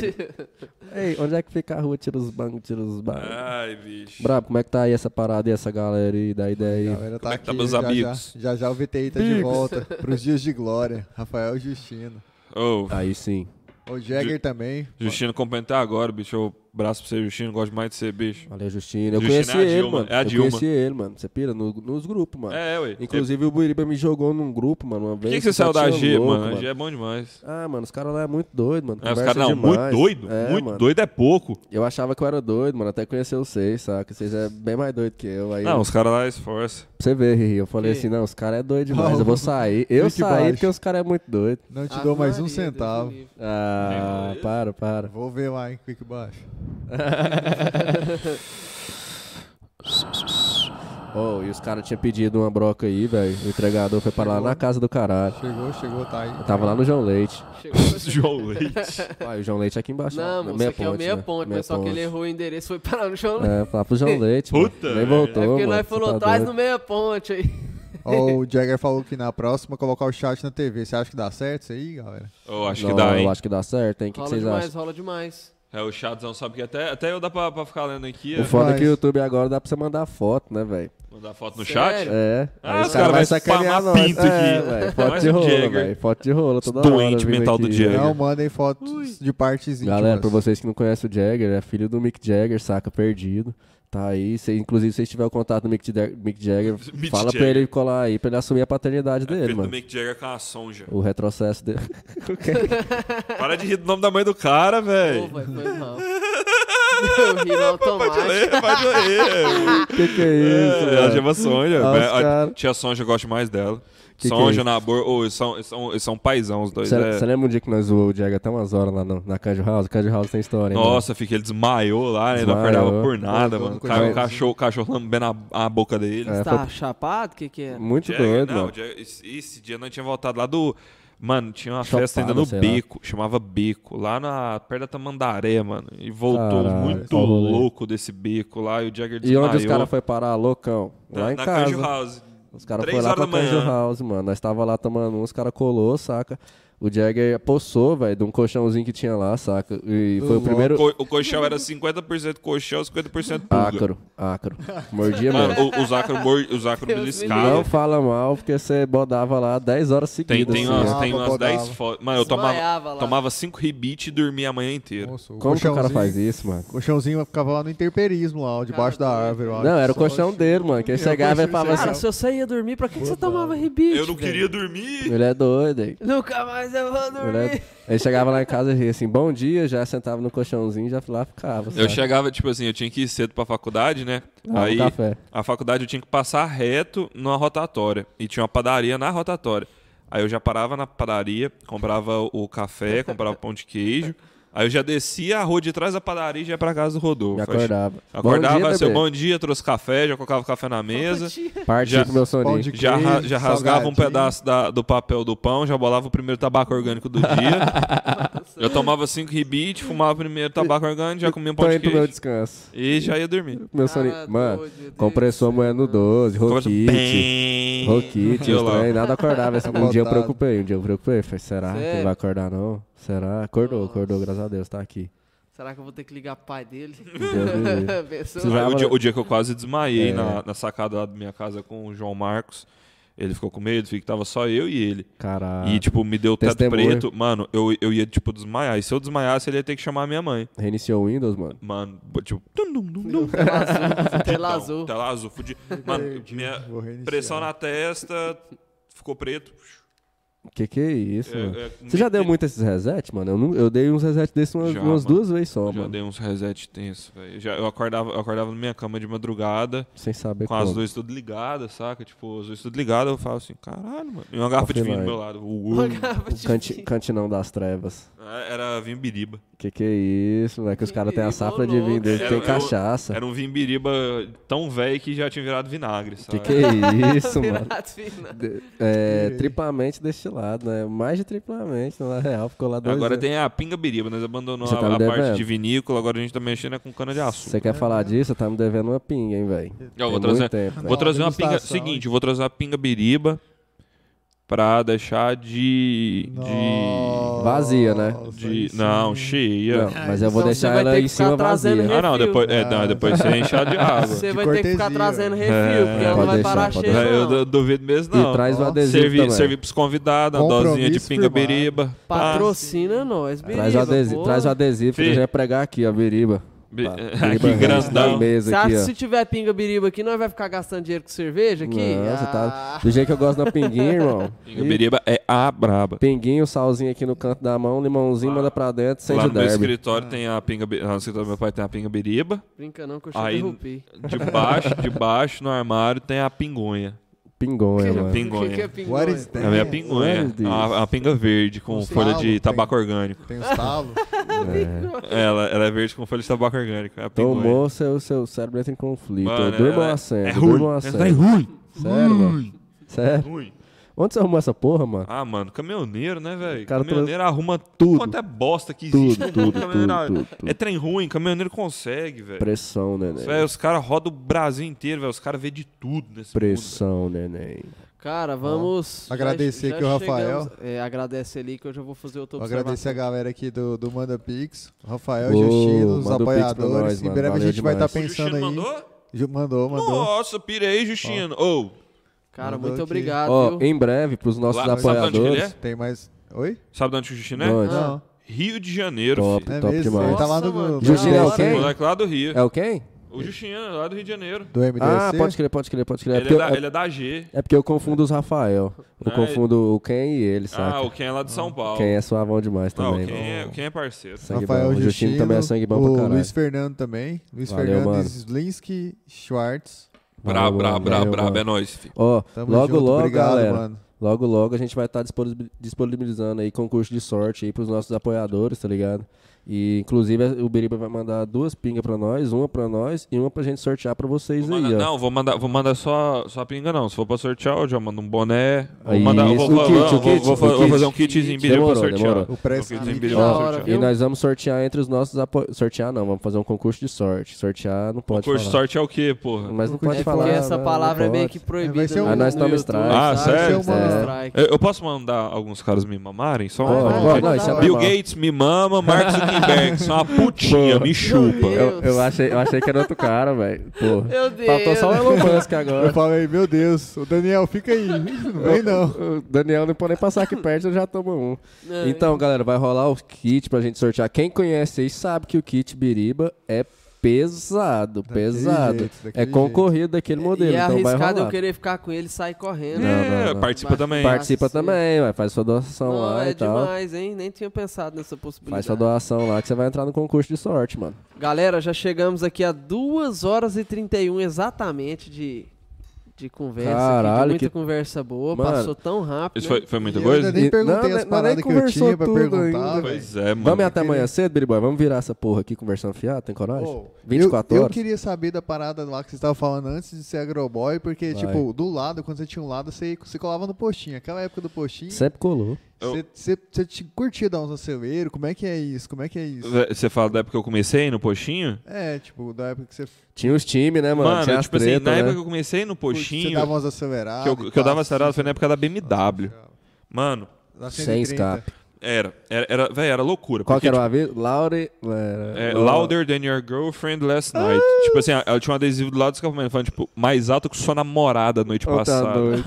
[SPEAKER 1] Ei, onde é que fica a rua? Tira os bangos, tira os bagos.
[SPEAKER 4] Ai, bicho.
[SPEAKER 1] Brabo, como é que tá aí essa parada e essa galera aí da
[SPEAKER 2] A
[SPEAKER 1] ideia aí?
[SPEAKER 2] galera tá
[SPEAKER 4] Como é que tá
[SPEAKER 2] aqui,
[SPEAKER 4] meus
[SPEAKER 2] já,
[SPEAKER 4] amigos?
[SPEAKER 2] Já, já já o VTI tá de volta pros dias de glória. Rafael Justino.
[SPEAKER 4] Ô,
[SPEAKER 1] Aí sim.
[SPEAKER 2] O Jagger também.
[SPEAKER 4] Justino acompanha até agora, bicho. Eu braço pra você, Justino. Gosto mais de você, bicho.
[SPEAKER 1] Valeu, Justino. Eu
[SPEAKER 4] Justino é
[SPEAKER 1] conheci
[SPEAKER 4] a
[SPEAKER 1] ele,
[SPEAKER 4] Dilma,
[SPEAKER 1] mano.
[SPEAKER 4] é a
[SPEAKER 1] Eu
[SPEAKER 4] Dilma.
[SPEAKER 1] conheci ele, mano. Você pira? No- nos grupos, mano.
[SPEAKER 4] É, ué.
[SPEAKER 1] Inclusive o Buriba me jogou num grupo, mano, uma
[SPEAKER 4] Por
[SPEAKER 1] vez.
[SPEAKER 4] que, que você saiu
[SPEAKER 1] tá
[SPEAKER 4] da
[SPEAKER 1] tirando
[SPEAKER 4] G,
[SPEAKER 1] louco,
[SPEAKER 4] mano? A G é bom demais.
[SPEAKER 1] Ah, mano, os caras lá é muito doido, mano.
[SPEAKER 4] Ah, os
[SPEAKER 1] Conversa
[SPEAKER 4] caras não, muito
[SPEAKER 1] demais.
[SPEAKER 4] doido.
[SPEAKER 1] É,
[SPEAKER 4] muito
[SPEAKER 1] mano.
[SPEAKER 4] doido é pouco.
[SPEAKER 1] Eu achava que eu era doido, mano, até conhecer vocês, saca? Vocês é bem mais doido que eu. Aí
[SPEAKER 4] Não, os caras lá esforçam.
[SPEAKER 1] Pra você ver, Riri. Eu falei
[SPEAKER 3] Que? um
[SPEAKER 1] assim, não, os caras é doido demais,
[SPEAKER 2] Não.
[SPEAKER 1] eu vou sair. Eu
[SPEAKER 2] Fique
[SPEAKER 1] saí
[SPEAKER 2] baixo.
[SPEAKER 1] porque os caras é muito doido.
[SPEAKER 2] Não
[SPEAKER 3] Ah,
[SPEAKER 2] te dou mais um centavo.
[SPEAKER 1] Ah, para, para.
[SPEAKER 2] Vou ver lá em Quick Baixo.
[SPEAKER 1] Oh, e os caras tinham pedido uma broca aí, velho. O entregador foi pra lá na casa do caralho.
[SPEAKER 2] Chegou, chegou, tá aí.
[SPEAKER 1] Eu tava lá no João Leite.
[SPEAKER 4] João Leite.
[SPEAKER 1] Ah, e o João Leite é aqui embaixo.
[SPEAKER 3] Não,
[SPEAKER 1] né?
[SPEAKER 3] moço, aqui é o meia
[SPEAKER 1] né?
[SPEAKER 3] ponte,
[SPEAKER 1] Meia
[SPEAKER 3] mas só que ele errou o endereço, foi parar no chão.
[SPEAKER 1] É, falar pro João Leite. mano.
[SPEAKER 4] Puta,
[SPEAKER 1] Nem
[SPEAKER 4] velho.
[SPEAKER 1] voltou,
[SPEAKER 3] É porque
[SPEAKER 1] mano.
[SPEAKER 3] nós
[SPEAKER 1] Você
[SPEAKER 3] falou
[SPEAKER 1] tá
[SPEAKER 3] atrás
[SPEAKER 1] doido.
[SPEAKER 3] no meia ponte aí.
[SPEAKER 2] Ó, o Jagger falou que na próxima colocar o chat na TV. Você acha que dá certo isso aí, galera?
[SPEAKER 4] Eu acho que
[SPEAKER 1] Não,
[SPEAKER 4] dá, hein?
[SPEAKER 1] Eu acho que dá certo, hein? O que, que
[SPEAKER 3] rola
[SPEAKER 1] vocês
[SPEAKER 3] demais,
[SPEAKER 1] acham?
[SPEAKER 3] rola demais.
[SPEAKER 4] É, o chatzão sabe que até, até eu dá pra, pra ficar lendo aqui.
[SPEAKER 1] O
[SPEAKER 4] é.
[SPEAKER 1] foda é que o
[SPEAKER 2] Mas-
[SPEAKER 1] YouTube agora dá pra você mandar foto, né, velho?
[SPEAKER 4] Mandar foto no
[SPEAKER 3] Sério?
[SPEAKER 4] chat.
[SPEAKER 1] É.
[SPEAKER 4] Ah,
[SPEAKER 1] Aí
[SPEAKER 4] os
[SPEAKER 1] os
[SPEAKER 4] cara
[SPEAKER 1] caras
[SPEAKER 4] vai
[SPEAKER 1] vão sacanear
[SPEAKER 4] spamar
[SPEAKER 1] nós.
[SPEAKER 4] pinto
[SPEAKER 1] É,
[SPEAKER 4] aqui.
[SPEAKER 1] velho, Foto
[SPEAKER 4] Mais
[SPEAKER 1] de
[SPEAKER 4] um
[SPEAKER 1] rola,
[SPEAKER 4] Jagger.
[SPEAKER 1] velho. Foto de rola toda hora.
[SPEAKER 4] Doente
[SPEAKER 1] vindo
[SPEAKER 4] mental do
[SPEAKER 1] aqui.
[SPEAKER 4] Jagger.
[SPEAKER 2] Não, mandem fotos de partes íntimas.
[SPEAKER 1] Galera, pra vocês que não conhecem o Jagger, é filho do Mick Jagger, saca? Perdido. Tá aí. Se, inclusive, se vocês tiverem o contato do Mick, Jagger- Mick Jagger,
[SPEAKER 4] Mick
[SPEAKER 1] fala pra
[SPEAKER 4] Jagger.
[SPEAKER 1] ele colar aí, pra ele assumir a paternidade dele,
[SPEAKER 4] Feito do
[SPEAKER 1] mano.
[SPEAKER 4] Mick Jagger é com a sonja.
[SPEAKER 1] O retrocesso dele.
[SPEAKER 4] Para de rir do nome da mãe do cara,
[SPEAKER 3] Pô,
[SPEAKER 4] velho.
[SPEAKER 3] vai, foi mal. Eu ri no
[SPEAKER 4] Pode
[SPEAKER 3] automático.
[SPEAKER 4] ler, pode ler.
[SPEAKER 1] que que é isso,
[SPEAKER 4] É, Ela
[SPEAKER 1] velho?
[SPEAKER 4] chama Sonja.
[SPEAKER 1] Ah,
[SPEAKER 4] Mas
[SPEAKER 1] os
[SPEAKER 4] a
[SPEAKER 1] cara.
[SPEAKER 4] Tia Sonja, eu gosto mais dela.
[SPEAKER 1] Que que é
[SPEAKER 4] Sonja,
[SPEAKER 1] isso?
[SPEAKER 4] Nabor, ô, eles, são, eles, são, eles são paizão, os dois.
[SPEAKER 1] Você
[SPEAKER 4] é.
[SPEAKER 1] você lembra um dia que nós zoou o Jagger até umas horas lá no- na Caju House? Caju House tem história, hein?
[SPEAKER 4] Nossa, fica, ele desmaiou lá, né? Não
[SPEAKER 1] Desmaiou.
[SPEAKER 4] acordava por nada,
[SPEAKER 2] Acordou
[SPEAKER 4] mano.
[SPEAKER 2] com
[SPEAKER 4] Caiu o
[SPEAKER 2] coisinha.
[SPEAKER 4] cachorro, o cachorro lambendo a, a boca dele.
[SPEAKER 1] É,
[SPEAKER 3] Tá
[SPEAKER 1] foi- Hum,
[SPEAKER 3] chapado? O que que é?
[SPEAKER 1] Muito
[SPEAKER 4] Jagger,
[SPEAKER 1] doido,
[SPEAKER 4] não,
[SPEAKER 1] mano.
[SPEAKER 4] Jagger- esse, esse dia nós tinha voltado lá do. Mano, tinha uma
[SPEAKER 1] Chopada,
[SPEAKER 4] festa ainda no
[SPEAKER 1] sei lá.
[SPEAKER 4] Beco, chamava Beco, lá na perto da Tamandaré, mano. E voltou
[SPEAKER 1] Caralho,
[SPEAKER 4] muito
[SPEAKER 1] que rolê.
[SPEAKER 4] louco desse beco lá e o Jagger
[SPEAKER 1] E
[SPEAKER 4] desmaiou.
[SPEAKER 1] onde os caras foi parar, loucão?
[SPEAKER 4] na,
[SPEAKER 1] lá em
[SPEAKER 4] na
[SPEAKER 1] casa.
[SPEAKER 4] Canjo House.
[SPEAKER 1] Os caras
[SPEAKER 4] Três
[SPEAKER 1] foram lá
[SPEAKER 4] horas
[SPEAKER 1] pra
[SPEAKER 4] da manhã.
[SPEAKER 1] Canjo House, mano. Nós tava lá tomando um, os caras colou, saca? O Jagger poçou, velho, de um colchãozinho que tinha lá, saca? E foi o
[SPEAKER 2] louco.
[SPEAKER 1] primeiro.
[SPEAKER 4] Co- o colchão era 50% colchão, 50% pulga.
[SPEAKER 1] Ácaro, ácaro. Mordia
[SPEAKER 4] Mano,
[SPEAKER 1] mesmo.
[SPEAKER 4] o- os ácaros mor- os ácaros
[SPEAKER 3] Deus me
[SPEAKER 1] Não
[SPEAKER 4] beliscavam.
[SPEAKER 1] fala mal, porque você bodava lá 10 horas
[SPEAKER 4] Tem,
[SPEAKER 1] seguidas.
[SPEAKER 4] tem
[SPEAKER 1] assim,
[SPEAKER 4] umas,
[SPEAKER 1] né?
[SPEAKER 4] tem umas
[SPEAKER 2] Rodava,
[SPEAKER 4] 10
[SPEAKER 2] rodava.
[SPEAKER 4] fotos. Mano, eu tomava,
[SPEAKER 3] Desmaiava lá.
[SPEAKER 4] tomava 5 rebite e dormia a manhã inteira.
[SPEAKER 2] Nossa,
[SPEAKER 1] Como que o cara
[SPEAKER 2] colchãozinho-
[SPEAKER 1] faz isso, mano?
[SPEAKER 2] colchãozinho ficava lá no interperismo, lá, ó, debaixo da
[SPEAKER 3] Cara,
[SPEAKER 2] árvore. ó.
[SPEAKER 1] Não, era o
[SPEAKER 2] Só- É
[SPEAKER 1] colchão dele, mano. Que ele
[SPEAKER 2] Eu
[SPEAKER 1] chegava e
[SPEAKER 2] conheci
[SPEAKER 1] falava
[SPEAKER 2] isso aí.
[SPEAKER 3] Cara,
[SPEAKER 1] assim:
[SPEAKER 3] se você ia dormir, pra que, que você
[SPEAKER 2] um-
[SPEAKER 3] tomava rebite?
[SPEAKER 4] Eu não
[SPEAKER 3] velho?
[SPEAKER 4] queria dormir.
[SPEAKER 1] ele é doido, aí.
[SPEAKER 3] Nunca mais eu vou
[SPEAKER 1] Ele, é-
[SPEAKER 3] dormir.
[SPEAKER 1] ele chegava lá em casa e ria assim: bom dia, já sentava no colchãozinho e já lá ficava.
[SPEAKER 4] Eu
[SPEAKER 1] saca?
[SPEAKER 4] chegava, tipo assim, eu tinha que ir cedo pra faculdade, né?
[SPEAKER 1] Ah, um
[SPEAKER 4] Aí
[SPEAKER 1] café.
[SPEAKER 4] a faculdade eu tinha que passar reto numa rotatória. E tinha uma padaria na rotatória. Aí eu já parava na padaria, comprava o café, comprava pão de queijo. Aí eu já descia a rua de trás da padaria e já ia pra casa do Rodolfo.
[SPEAKER 1] Já acordava.
[SPEAKER 4] Aí, Acordava,
[SPEAKER 1] bom dia,
[SPEAKER 4] seu
[SPEAKER 1] bebê. um
[SPEAKER 4] bom dia, trouxe café, já colocava café na mesa.
[SPEAKER 1] Partiu
[SPEAKER 4] Já-
[SPEAKER 1] pro meu
[SPEAKER 2] Pão
[SPEAKER 1] soninho.
[SPEAKER 2] de
[SPEAKER 4] Já,
[SPEAKER 2] queijo,
[SPEAKER 4] ra- já rasgava um
[SPEAKER 2] salgadinho.
[SPEAKER 4] pedaço da- do papel do pão, já bolava o primeiro tabaco orgânico do dia. eu tomava cinco ribite, fumava o primeiro tabaco orgânico, já comia um pão
[SPEAKER 1] Tô
[SPEAKER 4] de
[SPEAKER 1] indo pro Então meu
[SPEAKER 4] queijo.
[SPEAKER 1] descanso.
[SPEAKER 4] E já ia dormir.
[SPEAKER 1] Meu
[SPEAKER 3] Cara,
[SPEAKER 1] soninho. Mano,
[SPEAKER 3] doido, meu Deus
[SPEAKER 1] compressou a
[SPEAKER 3] do céu,
[SPEAKER 1] manhã no 12,
[SPEAKER 4] Conversa
[SPEAKER 1] Roquite.
[SPEAKER 4] bem.
[SPEAKER 1] Roquite, né?
[SPEAKER 4] Eu
[SPEAKER 1] os
[SPEAKER 4] lá.
[SPEAKER 1] trem, nada acordava. Esse- Um dia eu
[SPEAKER 2] Botado.
[SPEAKER 1] preocupei, um dia eu preocupei. Falei, será que
[SPEAKER 3] Sério?
[SPEAKER 1] ele vai acordar não? Será? Acordou,
[SPEAKER 3] Nossa.
[SPEAKER 1] acordou, graças a Deus, tá aqui.
[SPEAKER 3] Será que eu vou ter que ligar pro pai dele?
[SPEAKER 1] Deus me livre.
[SPEAKER 3] Pensou?
[SPEAKER 1] Precisava-
[SPEAKER 4] Aí, o, dia, o dia que eu quase desmaiei
[SPEAKER 1] né? É.
[SPEAKER 4] na, na sacada lá da minha casa com o João Marcos, ele ficou com medo, vi que tava só eu e ele.
[SPEAKER 1] Caralho.
[SPEAKER 4] E, tipo, me deu o teto
[SPEAKER 1] Testemunho.
[SPEAKER 4] preto. Mano, eu, eu ia, tipo, desmaiar. E se eu desmaiasse, ele ia ter que chamar a minha mãe.
[SPEAKER 1] Reiniciou o Windows, mano.
[SPEAKER 4] Mano, tipo... Dum, dum, dum, dum.
[SPEAKER 3] Tela azul, tela azul.
[SPEAKER 4] Não, Então,
[SPEAKER 2] Tá.
[SPEAKER 4] Tela azul, fudi. Mano, minha
[SPEAKER 2] Vou reiniciar.
[SPEAKER 4] pressão na testa ficou preto.
[SPEAKER 1] Que que é isso,
[SPEAKER 4] É,
[SPEAKER 1] mano?
[SPEAKER 4] é,
[SPEAKER 1] Você já deu muito esses resets, mano? Eu, não- eu dei uns resets desses umas,
[SPEAKER 4] Já,
[SPEAKER 1] umas
[SPEAKER 4] mano.
[SPEAKER 1] duas vezes só,
[SPEAKER 4] Eu já
[SPEAKER 1] mano.
[SPEAKER 4] dei uns reset tenso, velho. Eu já- Eu acordava, eu acordava na minha cama de madrugada,
[SPEAKER 1] Sem saber
[SPEAKER 4] com
[SPEAKER 1] como.
[SPEAKER 4] as luzes tudo ligadas, saca? Tipo, as luzes tudo ligadas, eu falo assim, caralho, mano. E uma garrafa de
[SPEAKER 1] Coffee
[SPEAKER 4] vinho do
[SPEAKER 1] Light.
[SPEAKER 4] meu lado. Uh, Uou.
[SPEAKER 1] O canti- cantinão das trevas.
[SPEAKER 4] Ah, Era vinho biriba.
[SPEAKER 1] Que que é isso, moleque? Os
[SPEAKER 3] Que
[SPEAKER 1] caras têm a
[SPEAKER 3] perigo,
[SPEAKER 1] safra de vinho
[SPEAKER 3] louco.
[SPEAKER 1] deles,
[SPEAKER 4] Era-
[SPEAKER 1] tem
[SPEAKER 4] eu-
[SPEAKER 1] cachaça.
[SPEAKER 4] Era um vinho biriba tão velho que já tinha virado vinagre, sabe?
[SPEAKER 1] Que que é isso, mano?
[SPEAKER 3] Pirata, filho.
[SPEAKER 1] De- é, triplamente destilado, né? Mais de triplamente, na real. Ficou lá dois
[SPEAKER 4] Agora
[SPEAKER 1] anos.
[SPEAKER 4] tem a pinga biriba, nós abandonamos
[SPEAKER 1] Você tá
[SPEAKER 4] a,
[SPEAKER 1] me
[SPEAKER 4] a parte
[SPEAKER 1] devendo.
[SPEAKER 4] de vinícola, agora a gente tá mexendo é com cana de açúcar.
[SPEAKER 1] Você quer falar disso? Tá me devendo uma pinga, hein, velho?
[SPEAKER 4] Eu vou
[SPEAKER 1] Tem
[SPEAKER 4] trazer,
[SPEAKER 1] muito tempo, né?
[SPEAKER 4] vou
[SPEAKER 1] velho.
[SPEAKER 4] trazer uma pinga.
[SPEAKER 2] Degustação,
[SPEAKER 4] Seguinte, eu vou trazer uma pinga biriba pra deixar de. de.
[SPEAKER 1] Vazia, né?
[SPEAKER 2] Nossa,
[SPEAKER 4] de-
[SPEAKER 2] isso
[SPEAKER 4] não,
[SPEAKER 2] é-
[SPEAKER 4] cheia.
[SPEAKER 1] Não, mas eu vou
[SPEAKER 3] Então você
[SPEAKER 1] deixar
[SPEAKER 3] vai ter
[SPEAKER 1] ela
[SPEAKER 3] que
[SPEAKER 1] em
[SPEAKER 3] ficar
[SPEAKER 1] cima
[SPEAKER 3] trazendo
[SPEAKER 1] vazia.
[SPEAKER 3] refri.
[SPEAKER 4] Ah, não, depois, é, não,
[SPEAKER 2] Ah,
[SPEAKER 4] depois você enche de água.
[SPEAKER 3] Você
[SPEAKER 2] De
[SPEAKER 3] vai ter que ficar
[SPEAKER 2] cortesia.
[SPEAKER 3] trazendo refil,
[SPEAKER 4] É.
[SPEAKER 3] porque ela não
[SPEAKER 1] Pode
[SPEAKER 3] vai
[SPEAKER 1] deixar,
[SPEAKER 3] parar
[SPEAKER 1] pode
[SPEAKER 3] cheia.
[SPEAKER 4] Véi, eu
[SPEAKER 3] não.
[SPEAKER 4] du- duvido mesmo,
[SPEAKER 1] E
[SPEAKER 4] não.
[SPEAKER 1] traz o
[SPEAKER 2] Ó,
[SPEAKER 1] adesivo
[SPEAKER 4] Servir,
[SPEAKER 1] também.
[SPEAKER 4] servir pros convidados, uma dosinha de
[SPEAKER 2] Compromisso
[SPEAKER 4] pinga
[SPEAKER 2] firmado.
[SPEAKER 4] biriba.
[SPEAKER 3] Patrocina nós, beleza.
[SPEAKER 1] Ah, Traz o adesivo,
[SPEAKER 3] pô.
[SPEAKER 1] traz o adesivo que
[SPEAKER 4] Fih.
[SPEAKER 1] eu já ia pregar aqui, ó, biriba.
[SPEAKER 4] Bi-
[SPEAKER 1] Tá,
[SPEAKER 4] Aqui,
[SPEAKER 1] biriba na
[SPEAKER 4] grandão.
[SPEAKER 1] mesa
[SPEAKER 3] Você acha
[SPEAKER 1] aqui,
[SPEAKER 3] que
[SPEAKER 1] ó.
[SPEAKER 3] se tiver pinga biriba aqui, nós vai ficar gastando dinheiro com cerveja aqui?
[SPEAKER 1] Não, você tá...
[SPEAKER 3] Ah,
[SPEAKER 1] Do jeito que eu gosto da pinguinha, irmão.
[SPEAKER 4] Pinga
[SPEAKER 1] Ih,
[SPEAKER 4] biriba é a braba.
[SPEAKER 1] Pinguinho, salzinho aqui no canto da mão, limãozinho, manda pra dentro, sem
[SPEAKER 4] Ah. Lá
[SPEAKER 1] de
[SPEAKER 4] no meu
[SPEAKER 1] derby.
[SPEAKER 4] escritório tem a pinga biriba. Lá no escritório do meu pai tem a pinga biriba.
[SPEAKER 3] Brinca não, que eu já
[SPEAKER 4] Aí,
[SPEAKER 1] É,
[SPEAKER 3] interrompi.
[SPEAKER 4] debaixo, debaixo no armário tem a pingonha.
[SPEAKER 1] Pingonha,
[SPEAKER 4] Que-
[SPEAKER 1] mano.
[SPEAKER 4] Pin-
[SPEAKER 3] O que que é
[SPEAKER 4] Pingonha.
[SPEAKER 2] What
[SPEAKER 3] pingonha?
[SPEAKER 2] is that?
[SPEAKER 4] É a minha
[SPEAKER 1] Meu
[SPEAKER 4] pingonha.
[SPEAKER 1] Deus.
[SPEAKER 4] A, a pinga verde com
[SPEAKER 2] Um
[SPEAKER 4] folha
[SPEAKER 2] salo,
[SPEAKER 4] de
[SPEAKER 2] tem.
[SPEAKER 4] tabaco orgânico.
[SPEAKER 2] Tem os talos.
[SPEAKER 4] Ela, ela é verde com folha de tabaco orgânico. É a pingonha.
[SPEAKER 1] Tomou, seu, seu cérebro entra em conflito.
[SPEAKER 4] Mano,
[SPEAKER 1] durma
[SPEAKER 4] ela-
[SPEAKER 1] uma cena,
[SPEAKER 4] é
[SPEAKER 1] durma
[SPEAKER 4] ruim.
[SPEAKER 1] uma
[SPEAKER 4] Essa
[SPEAKER 1] cena.
[SPEAKER 4] daí é ruim.
[SPEAKER 1] Sério, mano? Sério?
[SPEAKER 4] Ruim.
[SPEAKER 1] Onde você arrumou essa porra, mano?
[SPEAKER 4] Ah, mano, caminhoneiro, né, velho?
[SPEAKER 1] Cara,
[SPEAKER 4] Caminhoneiro arruma
[SPEAKER 1] tudo.
[SPEAKER 4] tudo quanto é bosta que
[SPEAKER 1] Tudo,
[SPEAKER 4] existe.
[SPEAKER 1] tudo,
[SPEAKER 4] Caminhoneiro-
[SPEAKER 1] tudo, tudo,
[SPEAKER 4] É trem ruim, caminhoneiro consegue, velho. é
[SPEAKER 1] Pressão, neném.
[SPEAKER 4] Véi, Os caras rodam o Brasil inteiro, velho. Os caras vê de tudo nesse mundo.
[SPEAKER 1] Pressão, neném.
[SPEAKER 3] Cara, vamos. já-
[SPEAKER 2] agradecer
[SPEAKER 3] já
[SPEAKER 2] aqui o Rafael.
[SPEAKER 3] chegamos- É, agradece ali que eu já vou fazer outra
[SPEAKER 2] Vou
[SPEAKER 3] observação.
[SPEAKER 2] agradecer a galera aqui do, do Manda Pix, Rafael,
[SPEAKER 1] Ô,
[SPEAKER 2] Justino, os
[SPEAKER 1] manda o Pix pra
[SPEAKER 2] apoiadores.
[SPEAKER 1] nós,
[SPEAKER 2] em
[SPEAKER 1] mano,
[SPEAKER 2] breve a
[SPEAKER 1] valeu
[SPEAKER 2] gente vai estar
[SPEAKER 1] demais.
[SPEAKER 4] O
[SPEAKER 2] pensando
[SPEAKER 4] Justino
[SPEAKER 2] aí.
[SPEAKER 4] mandou?
[SPEAKER 2] Ju- Mandou, mandou.
[SPEAKER 4] Nossa, pirei, Justino. Ô,
[SPEAKER 3] Cara,
[SPEAKER 2] Mandou
[SPEAKER 3] muito
[SPEAKER 2] aqui.
[SPEAKER 3] obrigado.
[SPEAKER 1] Ó,
[SPEAKER 3] viu?
[SPEAKER 1] em breve, pros nossos
[SPEAKER 4] Lá- sabe onde que ele
[SPEAKER 1] apoiadores.
[SPEAKER 4] é?
[SPEAKER 2] Tem mais. Oi?
[SPEAKER 4] sabe de onde o Justino é?
[SPEAKER 1] Onde?
[SPEAKER 2] Não.
[SPEAKER 4] Rio de Janeiro,
[SPEAKER 1] Top.
[SPEAKER 4] filho.
[SPEAKER 2] É
[SPEAKER 1] Ah, Top
[SPEAKER 2] mesmo?
[SPEAKER 1] demais.
[SPEAKER 2] Ele tá lá
[SPEAKER 3] Nossa,
[SPEAKER 2] no.
[SPEAKER 3] mano, que
[SPEAKER 2] no-
[SPEAKER 3] da
[SPEAKER 1] Justino é o
[SPEAKER 3] hora,
[SPEAKER 1] quem?
[SPEAKER 4] O
[SPEAKER 3] hein?
[SPEAKER 4] moleque lá do Rio.
[SPEAKER 1] É o quem?
[SPEAKER 4] O Justino, lá do Rio de Janeiro.
[SPEAKER 2] Do MDC.
[SPEAKER 1] Ah, pode crer, pode crer, pode crer. É
[SPEAKER 4] Ele é,
[SPEAKER 1] porque,
[SPEAKER 4] da,
[SPEAKER 1] eu,
[SPEAKER 4] ele é da G.
[SPEAKER 1] é porque eu confundo os Rafael. Eu
[SPEAKER 4] Ah,
[SPEAKER 1] confundo o Ken e ele,
[SPEAKER 4] Ah,
[SPEAKER 1] sabe?
[SPEAKER 4] o Ken é lá de São Paulo.
[SPEAKER 1] Quem é suavão demais
[SPEAKER 4] Não,
[SPEAKER 1] também,
[SPEAKER 4] o Ken
[SPEAKER 1] mano.
[SPEAKER 4] é, o Ken é parceiro.
[SPEAKER 1] Sangue bom.
[SPEAKER 2] Rafael
[SPEAKER 1] O
[SPEAKER 2] Justino,
[SPEAKER 1] Justino também é sangue bom
[SPEAKER 2] o
[SPEAKER 1] pra caralho.
[SPEAKER 2] Luiz Fernando também. Luiz
[SPEAKER 1] Valeu, mano.
[SPEAKER 2] Fernandes Slinsky Schwartz.
[SPEAKER 1] Valeu,
[SPEAKER 4] Brabo, brabo,
[SPEAKER 1] mano.
[SPEAKER 4] brabo,
[SPEAKER 1] Valeu,
[SPEAKER 4] brabo. É
[SPEAKER 1] mano.
[SPEAKER 4] nóis, filho.
[SPEAKER 1] Ó,
[SPEAKER 2] Tamo
[SPEAKER 1] logo,
[SPEAKER 2] junto,
[SPEAKER 1] logo,
[SPEAKER 2] obrigado,
[SPEAKER 1] galera.
[SPEAKER 2] mano.
[SPEAKER 1] Logo, logo a gente vai estar disponibilizando aí concurso de sorte aí pros nossos apoiadores, tá ligado? E inclusive o Beriba vai mandar duas pingas pra nós, uma pra nós e uma pra gente sortear pra vocês
[SPEAKER 4] Vou
[SPEAKER 1] aí,
[SPEAKER 4] mandar-
[SPEAKER 1] ó.
[SPEAKER 4] não, vou mandar, vou mandar só, só a pinga, não. Se for pra sortear, eu já mando um boné. Vou,
[SPEAKER 1] Aí,
[SPEAKER 4] mandar, vou,
[SPEAKER 1] isso. O
[SPEAKER 4] vou-
[SPEAKER 1] kit,
[SPEAKER 4] não,
[SPEAKER 1] o
[SPEAKER 4] vou-
[SPEAKER 1] kit,
[SPEAKER 4] vou
[SPEAKER 1] o
[SPEAKER 4] fa- vou
[SPEAKER 1] kit.
[SPEAKER 4] fazer um kitzinho bilhão pra
[SPEAKER 1] Demorou,
[SPEAKER 4] sortear.
[SPEAKER 1] demorou.
[SPEAKER 2] O preço
[SPEAKER 4] Um
[SPEAKER 2] tá
[SPEAKER 4] kitzinho
[SPEAKER 2] muito
[SPEAKER 4] bilhão
[SPEAKER 3] da
[SPEAKER 4] pra
[SPEAKER 3] hora,
[SPEAKER 4] sortear.
[SPEAKER 1] E
[SPEAKER 3] viu?
[SPEAKER 1] nós vamos sortear entre os nossos apoiadores. Sortear não, vamos fazer um concurso de sorte. Sortear não pode
[SPEAKER 4] Concurso de
[SPEAKER 1] falar.
[SPEAKER 4] sorte é o quê, porra?
[SPEAKER 1] Mas não
[SPEAKER 2] Concurso
[SPEAKER 1] pode
[SPEAKER 2] de
[SPEAKER 3] É
[SPEAKER 1] falar.
[SPEAKER 3] porque
[SPEAKER 2] sorte.
[SPEAKER 1] né?
[SPEAKER 3] essa
[SPEAKER 1] Não
[SPEAKER 3] palavra é
[SPEAKER 1] pode.
[SPEAKER 3] meio que proibida.
[SPEAKER 2] Vai ser
[SPEAKER 3] no-
[SPEAKER 2] um-
[SPEAKER 1] Ah, nós
[SPEAKER 3] no
[SPEAKER 1] tamo
[SPEAKER 3] YouTube.
[SPEAKER 1] strike.
[SPEAKER 4] Ah,
[SPEAKER 3] Vai ser
[SPEAKER 4] sério?
[SPEAKER 3] um mano
[SPEAKER 1] É.
[SPEAKER 3] strike.
[SPEAKER 4] Eu, eu posso mandar alguns caras me mamarem? Só
[SPEAKER 1] Pode,
[SPEAKER 4] um-
[SPEAKER 3] pode,
[SPEAKER 4] Pode.
[SPEAKER 3] não, isso é
[SPEAKER 4] Bill
[SPEAKER 1] normal.
[SPEAKER 4] Gates me mama, Mark Zuckerberg são uma putinha, me chupa.
[SPEAKER 3] Deus.
[SPEAKER 1] Eu, eu achei, eu achei que era outro cara, velho. Porra.
[SPEAKER 3] Meu Deus.
[SPEAKER 1] Faltou só o Elon Musk
[SPEAKER 2] Eu
[SPEAKER 1] agora.
[SPEAKER 2] falei, meu Deus, o Daniel, fica aí. Não vem não.
[SPEAKER 1] O Daniel não pode nem passar aqui perto, eu já tomo um.
[SPEAKER 3] Não,
[SPEAKER 1] Então, galera, vai rolar o kit pra gente sortear. Quem conhece aí sabe que o kit biriba é pesado, pesado.
[SPEAKER 2] jeito, daquele
[SPEAKER 1] é concorrido daquele modelo,
[SPEAKER 3] e é
[SPEAKER 1] então vai rolar.
[SPEAKER 3] arriscado eu querer ficar com ele e sair correndo.
[SPEAKER 1] Não,
[SPEAKER 4] É,
[SPEAKER 1] não, não.
[SPEAKER 4] participa
[SPEAKER 3] Mas-
[SPEAKER 4] também.
[SPEAKER 3] Part-
[SPEAKER 1] Participa
[SPEAKER 3] Nossa,
[SPEAKER 1] também, vai, faz sua doação
[SPEAKER 3] Não,
[SPEAKER 1] lá
[SPEAKER 3] é
[SPEAKER 1] e tal.
[SPEAKER 3] demais, é hein? Nem tinha pensado nessa
[SPEAKER 1] Faz
[SPEAKER 3] possibilidade.
[SPEAKER 1] sua doação lá que você vai entrar no concurso de sorte, mano.
[SPEAKER 3] Galera, já chegamos aqui a 2 horas e 31 exatamente de, de conversa. aqui, de
[SPEAKER 1] Caralho,
[SPEAKER 3] muita
[SPEAKER 1] que-
[SPEAKER 3] conversa boa.
[SPEAKER 1] Mano,
[SPEAKER 3] passou tão rápido.
[SPEAKER 4] Isso
[SPEAKER 3] né?
[SPEAKER 4] foi, foi muita
[SPEAKER 2] E Eu ainda
[SPEAKER 4] coisa?
[SPEAKER 1] E-
[SPEAKER 2] nem
[SPEAKER 1] não,
[SPEAKER 2] perguntei
[SPEAKER 1] não,
[SPEAKER 2] as
[SPEAKER 1] não,
[SPEAKER 2] paradas
[SPEAKER 1] nem
[SPEAKER 2] que eu tinha
[SPEAKER 1] conversou
[SPEAKER 2] pra
[SPEAKER 1] tudo
[SPEAKER 2] perguntar.
[SPEAKER 1] ainda.
[SPEAKER 2] velho.
[SPEAKER 4] Pois é,
[SPEAKER 1] Vamos
[SPEAKER 4] mano.
[SPEAKER 1] e até
[SPEAKER 2] queria-
[SPEAKER 1] amanhã cedo, Biriboy? Vamos virar essa porra aqui conversando fiado? Tem coragem?
[SPEAKER 2] Pô,
[SPEAKER 1] 24
[SPEAKER 2] eu,
[SPEAKER 1] horas?
[SPEAKER 2] Eu queria saber da parada lá que você estava falando antes de ser agroboy, porque,
[SPEAKER 1] Vai.
[SPEAKER 2] tipo, do lado, quando você tinha um lado, você, você colava no postinho. Aquela época do postinho, você,
[SPEAKER 1] Sempre colou.
[SPEAKER 4] Eu-
[SPEAKER 2] você, você te curtia dar uns aceleros? Como é que é isso? Como é que é isso?
[SPEAKER 4] Vé, Você fala da época que eu comecei no postinho?
[SPEAKER 2] É, tipo, da época que você,
[SPEAKER 1] Tinha os times, né, mano? Tinha as
[SPEAKER 4] tipo
[SPEAKER 1] treta,
[SPEAKER 4] assim, na
[SPEAKER 1] né?
[SPEAKER 4] época que eu comecei no
[SPEAKER 2] você
[SPEAKER 4] postinho,
[SPEAKER 2] dava umas aceleradas.
[SPEAKER 4] que eu,
[SPEAKER 2] e
[SPEAKER 4] que eu dava
[SPEAKER 2] pá,
[SPEAKER 4] acelerado
[SPEAKER 2] assim,
[SPEAKER 4] foi na época da BMW. Mano,
[SPEAKER 2] da
[SPEAKER 1] Sem
[SPEAKER 2] 130.
[SPEAKER 1] escape.
[SPEAKER 4] era, era, era, véi, era loucura.
[SPEAKER 1] Qual que
[SPEAKER 4] porque, tipo,
[SPEAKER 1] era o aviso? Laure... Era-
[SPEAKER 4] É,
[SPEAKER 1] Laure-
[SPEAKER 4] louder than your girlfriend last night.
[SPEAKER 1] Ah!
[SPEAKER 4] Tipo assim, ela tinha um adesivo do lado do escapamento, falando, tipo, mais alto que sua namorada noite
[SPEAKER 1] Outra
[SPEAKER 4] passada.
[SPEAKER 1] noite.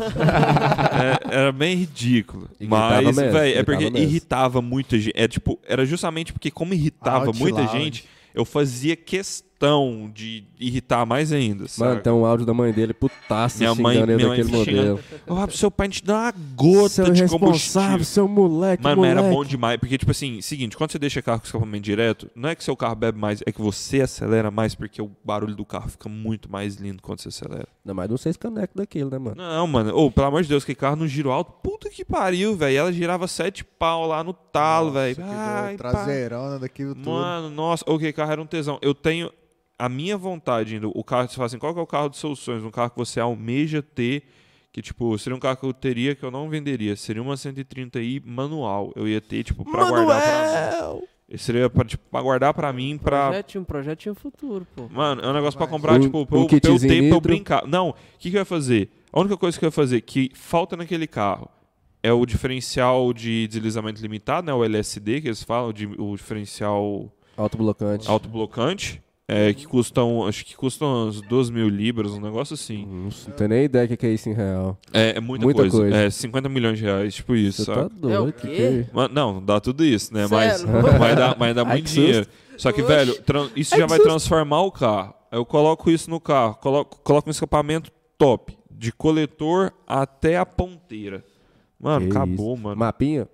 [SPEAKER 4] É, era bem ridículo.
[SPEAKER 1] E gritava
[SPEAKER 4] Mas,
[SPEAKER 1] mesmo,
[SPEAKER 4] velho, é
[SPEAKER 1] gritava
[SPEAKER 4] porque
[SPEAKER 1] mesmo.
[SPEAKER 4] irritava muita gente. É, tipo, era justamente porque, como irritava
[SPEAKER 2] Out
[SPEAKER 4] muita
[SPEAKER 2] loud.
[SPEAKER 4] gente, eu fazia questão tão de irritar mais ainda. Saca?
[SPEAKER 1] Mano, tem um áudio da mãe dele, putaça, minha Tá xingando mãe, ele
[SPEAKER 4] tá
[SPEAKER 1] daquele modelo.
[SPEAKER 4] Ô, Rafa, seu pai te dá uma gota
[SPEAKER 1] Seu
[SPEAKER 4] de combustível.
[SPEAKER 1] responsável, seu moleque,
[SPEAKER 4] Mano, mas
[SPEAKER 1] moleque.
[SPEAKER 4] era bom demais. Porque, tipo assim, seguinte, quando você deixa carro com escapamento direto, não é que seu carro bebe mais, é que você acelera mais, porque o barulho do carro fica muito mais lindo quando você acelera.
[SPEAKER 1] Não, mas não sei se conecta daquilo, né, mano?
[SPEAKER 4] Não, mano. Ô, pelo amor de Deus, que carro no giro alto. Puta que pariu, velho. Ela girava sete pau lá no talo, velho. Ai, pá.
[SPEAKER 2] Traseirona daquilo tudo.
[SPEAKER 4] Mano, nossa, ok, carro era um tesão. Eu tenho a minha vontade ainda. O carro, você fala assim, qual que é o carro dos seus sonhos? Um carro que você almeja ter, que tipo, seria um carro que eu teria que eu não venderia. Seria uma 130i manual. Eu ia ter, tipo, pra guardar pra mim. Esse Seria pra, tipo, pra guardar pra mim, pra.
[SPEAKER 3] Projetinho, um projetinho futuro, pô.
[SPEAKER 4] Mano, é um negócio pra
[SPEAKER 2] Vai.
[SPEAKER 4] comprar,
[SPEAKER 1] Um-
[SPEAKER 4] tipo, pra,
[SPEAKER 1] um
[SPEAKER 4] eu- pra eu
[SPEAKER 1] kitzinho
[SPEAKER 4] ter, pra eu
[SPEAKER 1] nitro.
[SPEAKER 4] brincar. Não, o que, que eu ia fazer? A única coisa que eu ia fazer que falta naquele carro é o diferencial de deslizamento limitado, né? O LSD que eles falam, de, o diferencial
[SPEAKER 1] Autoblocante.
[SPEAKER 4] autoblocante, é, que custam, acho que custam umas 2 mil libras, um negócio assim.
[SPEAKER 1] Não sei- não tenho nem ideia o que que é isso em real.
[SPEAKER 4] É, é muita,
[SPEAKER 1] Muita
[SPEAKER 4] coisa.
[SPEAKER 1] coisa.
[SPEAKER 4] É 50 milhões de reais, tipo isso,
[SPEAKER 1] Você
[SPEAKER 4] sabe?
[SPEAKER 1] tá doido.
[SPEAKER 3] É o
[SPEAKER 1] que
[SPEAKER 3] quê?
[SPEAKER 1] que-
[SPEAKER 4] Mas, não, dá tudo isso, né? Mas,
[SPEAKER 3] Sério?
[SPEAKER 4] mas dá, mas dá
[SPEAKER 1] Ai,
[SPEAKER 4] muito
[SPEAKER 1] que
[SPEAKER 4] dinheiro. Só que,
[SPEAKER 3] Oxe.
[SPEAKER 4] velho, tran- isso já vai transformar o carro. Eu coloco isso no carro, coloco, coloco um escapamento top, de coletor até a ponteira. Mano,
[SPEAKER 1] que
[SPEAKER 4] acabou,
[SPEAKER 1] isso.
[SPEAKER 4] mano.
[SPEAKER 1] Mapinha?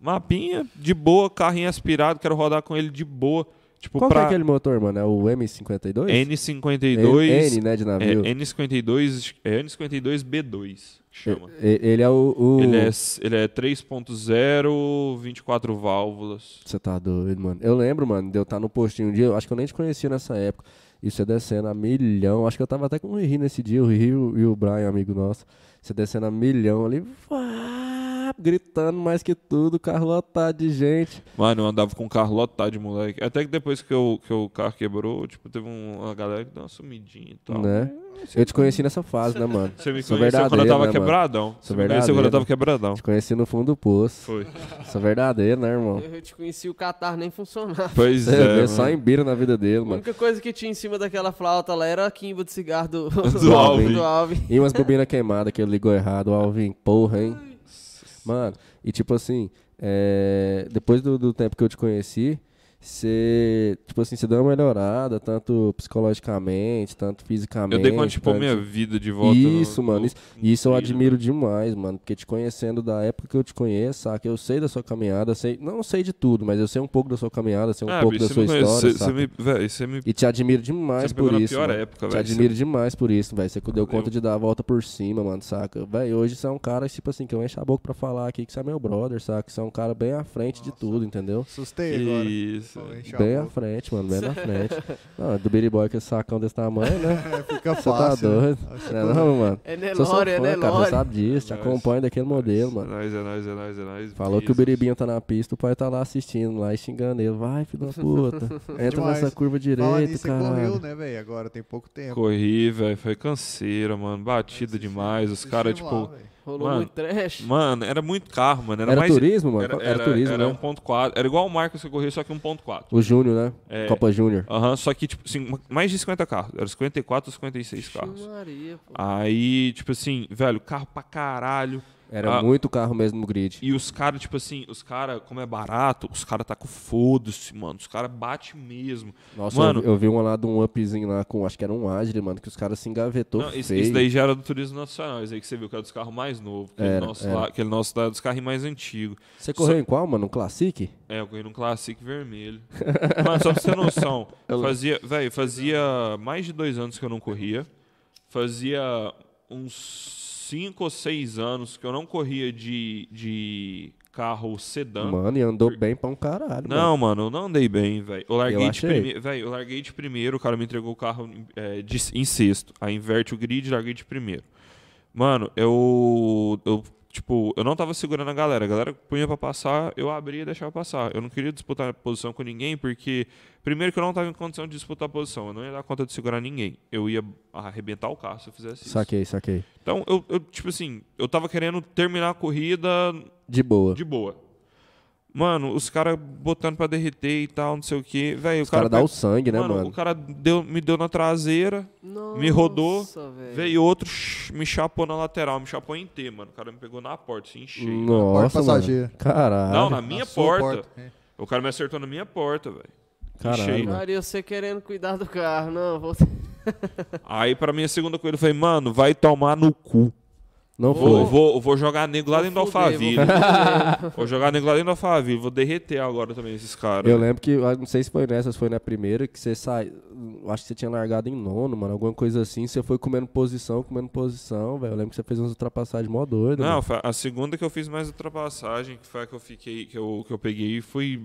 [SPEAKER 4] Mapinha, de boa, carrinho aspirado, quero rodar com ele de boa. Tipo,
[SPEAKER 1] Qual que é
[SPEAKER 4] pra
[SPEAKER 1] aquele motor, mano? É o M52?
[SPEAKER 4] N52.
[SPEAKER 1] N, né, de navio.
[SPEAKER 4] É, N52, é N52B2 que chama.
[SPEAKER 1] E- Ele é o... o-
[SPEAKER 4] Ele é, s- ele é 3.0, 24 válvulas.
[SPEAKER 1] Você tá doido, mano. Eu lembro, mano, de eu estar no postinho um dia, eu acho que eu nem te conhecia nessa época. E você descendo a milhão. Acho que eu tava até com o Riri nesse dia, o Riri e o- e o Brian, amigo nosso. Você descendo a milhão ali, vá, gritando mais que tudo, o carro lotado de gente.
[SPEAKER 4] Mano, eu andava com o carro lotado de moleque. Até que depois que, eu, que o carro quebrou, tipo, teve um- uma galera que deu uma sumidinha e tal.
[SPEAKER 1] Né? Eu te conheci nessa fase, né, mano?
[SPEAKER 4] Você me
[SPEAKER 1] Sou
[SPEAKER 4] conheceu quando eu
[SPEAKER 1] verdadeiro,
[SPEAKER 4] tava
[SPEAKER 1] né, mano?
[SPEAKER 4] quebradão. Você
[SPEAKER 1] Sou
[SPEAKER 4] me conheceu quando eu
[SPEAKER 1] verdadeiro.
[SPEAKER 4] tava quebradão.
[SPEAKER 1] Te conheci no fundo do poço.
[SPEAKER 4] Foi.
[SPEAKER 1] Isso é verdadeiro, né, irmão?
[SPEAKER 3] Eu te conheci o Catar nem funcionava.
[SPEAKER 4] Pois
[SPEAKER 1] Você
[SPEAKER 4] é.
[SPEAKER 1] vê
[SPEAKER 4] mano.
[SPEAKER 1] só em bira na vida dele,
[SPEAKER 3] A
[SPEAKER 1] mano.
[SPEAKER 3] única coisa que tinha em cima daquela flauta lá era a quimba de cigarro do,
[SPEAKER 4] Do Alvin.
[SPEAKER 3] do Alvin.
[SPEAKER 1] E umas bobinas queimadas que ele ligou errado, o Alvin, porra, hein? Mano, e tipo assim, é, depois do, do tempo que eu te conheci, você, tipo assim, você deu uma melhorada, tanto psicologicamente, tanto fisicamente.
[SPEAKER 4] Eu dei quando, tipo,
[SPEAKER 1] tanto-
[SPEAKER 4] minha vida de volta. no-
[SPEAKER 1] Isso, mano,
[SPEAKER 4] no-
[SPEAKER 1] isso, isso eu
[SPEAKER 4] no né?
[SPEAKER 1] admiro demais, mano, porque te conhecendo da época que eu te conheço, saca? Eu sei da sua caminhada, sei, não sei de tudo, mas eu sei um pouco da sua caminhada, sei um
[SPEAKER 4] Ah,
[SPEAKER 1] pouco
[SPEAKER 4] bicho,
[SPEAKER 1] da sua
[SPEAKER 4] você me conhece,
[SPEAKER 1] história,
[SPEAKER 4] você-
[SPEAKER 1] saca?
[SPEAKER 4] você me- Véi, você me
[SPEAKER 1] E te admiro demais
[SPEAKER 4] Você pegou
[SPEAKER 1] por
[SPEAKER 4] na
[SPEAKER 1] isso.
[SPEAKER 4] pior
[SPEAKER 1] mano.
[SPEAKER 4] época,
[SPEAKER 1] Te
[SPEAKER 4] velho.
[SPEAKER 1] admiro demais por isso, velho. Você deu
[SPEAKER 4] Valeu.
[SPEAKER 1] conta de dar a volta por cima, mano, saca? Velho, hoje você é um cara, tipo assim, que eu encho a boca pra falar aqui, que você é meu brother, saca? Que você é um cara bem à frente de tudo, entendeu?
[SPEAKER 2] Assustei agora.
[SPEAKER 4] Isso.
[SPEAKER 2] Falei, enche a
[SPEAKER 1] Bem à
[SPEAKER 2] boca.
[SPEAKER 1] frente, mano, bem na frente. Não, do Billy Boy que é sacão desse tamanho, né?
[SPEAKER 2] É, fica
[SPEAKER 1] Você tá
[SPEAKER 2] fácil. né?
[SPEAKER 1] doido? Não, é não, mano.
[SPEAKER 3] É
[SPEAKER 1] Sou seu
[SPEAKER 3] Nelore, é
[SPEAKER 1] fã, cara, você
[SPEAKER 3] Nelore.
[SPEAKER 1] sabe disso, te acompanho daquele modelo,
[SPEAKER 4] É
[SPEAKER 1] mano.
[SPEAKER 4] nóis, é nóis, é nóis, é nóis.
[SPEAKER 1] Falou que o Biribinha tá na pista, o pai tá lá assistindo, lá e xingando ele. Vai, filho da puta. Entra
[SPEAKER 2] Demais.
[SPEAKER 1] nessa curva
[SPEAKER 2] Fala
[SPEAKER 1] direito,
[SPEAKER 2] nisso, você correu,
[SPEAKER 1] cara.
[SPEAKER 2] né, velho? Agora tem pouco tempo.
[SPEAKER 4] Corri, velho, foi canseira, mano. Batida
[SPEAKER 2] Esse
[SPEAKER 4] demais. Os
[SPEAKER 2] filme
[SPEAKER 4] caras,
[SPEAKER 2] lá,
[SPEAKER 4] tipo.
[SPEAKER 2] velho.
[SPEAKER 3] Rolou
[SPEAKER 4] Mano.
[SPEAKER 3] muito trash.
[SPEAKER 4] Mano, era muito carro, mano. Era,
[SPEAKER 1] Era
[SPEAKER 4] mais.
[SPEAKER 1] turismo, mano?
[SPEAKER 4] Era,
[SPEAKER 1] Era
[SPEAKER 4] era-
[SPEAKER 1] turismo,
[SPEAKER 4] era
[SPEAKER 1] né?
[SPEAKER 4] 1.4. Era igual o Marcos que eu corri, só que 1.4.
[SPEAKER 1] O Júnior, né?
[SPEAKER 4] É.
[SPEAKER 1] Copa Júnior.
[SPEAKER 4] Aham, só que, tipo, assim, ma- mais de 50 carros. Era 54 ou 56 carros.
[SPEAKER 3] Maria, pô.
[SPEAKER 4] Aí, tipo assim, velho, carro pra caralho.
[SPEAKER 1] Era
[SPEAKER 4] Ah.
[SPEAKER 1] muito carro mesmo no grid.
[SPEAKER 4] E os caras, tipo assim, os caras, como é barato, os caras tá com foda-se, mano. Os caras batem mesmo.
[SPEAKER 1] Nossa,
[SPEAKER 4] Mano.
[SPEAKER 1] eu, vi- eu vi um lá de um upzinho lá com, acho que era um Agile, mano, que os caras se engavetou
[SPEAKER 4] Não, isso,
[SPEAKER 1] feio.
[SPEAKER 4] isso daí já era do turismo nacional. Isso aí que você viu que era dos carros mais novos. Aquele,
[SPEAKER 1] Era,
[SPEAKER 4] nosso,
[SPEAKER 1] era.
[SPEAKER 4] Lá, aquele nosso lá era dos carros mais antigos.
[SPEAKER 1] Você correu em qual, mano? Um Classic?
[SPEAKER 4] É, eu ganhei num Classic vermelho. Mano, só pra você ter noção, fazia, velho, fazia mais de dois anos que eu não corria. Fazia uns cinco ou seis anos que eu não corria de, de carro sedã.
[SPEAKER 1] Mano, e andou bem pra um caralho, mano.
[SPEAKER 4] Não, mano, eu não andei bem, velho. Eu larguei
[SPEAKER 1] Eu
[SPEAKER 4] de
[SPEAKER 1] achei.
[SPEAKER 4] primeiro. Velho, eu larguei de primeiro, o cara me entregou o carro é, de, em sexto. Aí inverte o grid e larguei de primeiro. Mano, eu. Eu, tipo, eu não tava segurando a galera. A galera punha pra passar, eu abria e deixava passar. Eu não queria disputar posição com ninguém, porque. Primeiro que eu não tava em condição de disputar posição. Eu não ia dar conta de segurar ninguém. Eu ia arrebentar o carro se eu fizesse isso.
[SPEAKER 1] Saquei, saquei.
[SPEAKER 4] Então, eu, eu, tipo assim, eu tava querendo terminar a corrida
[SPEAKER 1] De boa.
[SPEAKER 4] de boa. Mano, os caras botando pra derreter e tal, não sei o que. Velho, o
[SPEAKER 1] Os caras
[SPEAKER 4] cara.
[SPEAKER 1] dá
[SPEAKER 4] pe-
[SPEAKER 1] o sangue, né,
[SPEAKER 4] mano,
[SPEAKER 1] mano?
[SPEAKER 4] o cara deu, me deu na traseira,
[SPEAKER 3] Nossa,
[SPEAKER 4] me rodou,
[SPEAKER 3] velho.
[SPEAKER 4] veio outro, shh, me chapou na lateral, me chapou em T, mano. O cara me pegou na porta, se encheu.
[SPEAKER 1] Nossa,
[SPEAKER 2] Porta passageira.
[SPEAKER 1] mano. Caralho.
[SPEAKER 4] é Não, na minha
[SPEAKER 2] sua É.
[SPEAKER 4] porta. O cara me acertou na minha porta, velho. Enchei.
[SPEAKER 1] Caralho, mano.
[SPEAKER 3] Maria, você querendo cuidar do carro. Não, vou...
[SPEAKER 4] Aí pra minha segunda coisa eu falei, mano, vai tomar no cu.
[SPEAKER 1] Não
[SPEAKER 4] Vou,
[SPEAKER 1] foi.
[SPEAKER 4] vou, vou jogar nego lá dentro
[SPEAKER 3] Vou
[SPEAKER 4] do
[SPEAKER 3] fuder, vou
[SPEAKER 4] Alphaville. Vou, jogar nego lá dentro do Alphaville. Vou derreter agora também esses caras.
[SPEAKER 1] Eu lembro que, ah, não sei se foi nessa, se foi na primeira, que você sai. Acho que você tinha largado em nono, mano. Alguma coisa assim. Você foi comendo posição, comendo posição, velho. Eu lembro que você fez umas ultrapassagens mó doidas.
[SPEAKER 4] Não,
[SPEAKER 1] mano.
[SPEAKER 4] foi a segunda que eu fiz mais ultrapassagem, que foi a que eu fiquei, que eu, que eu peguei e fui.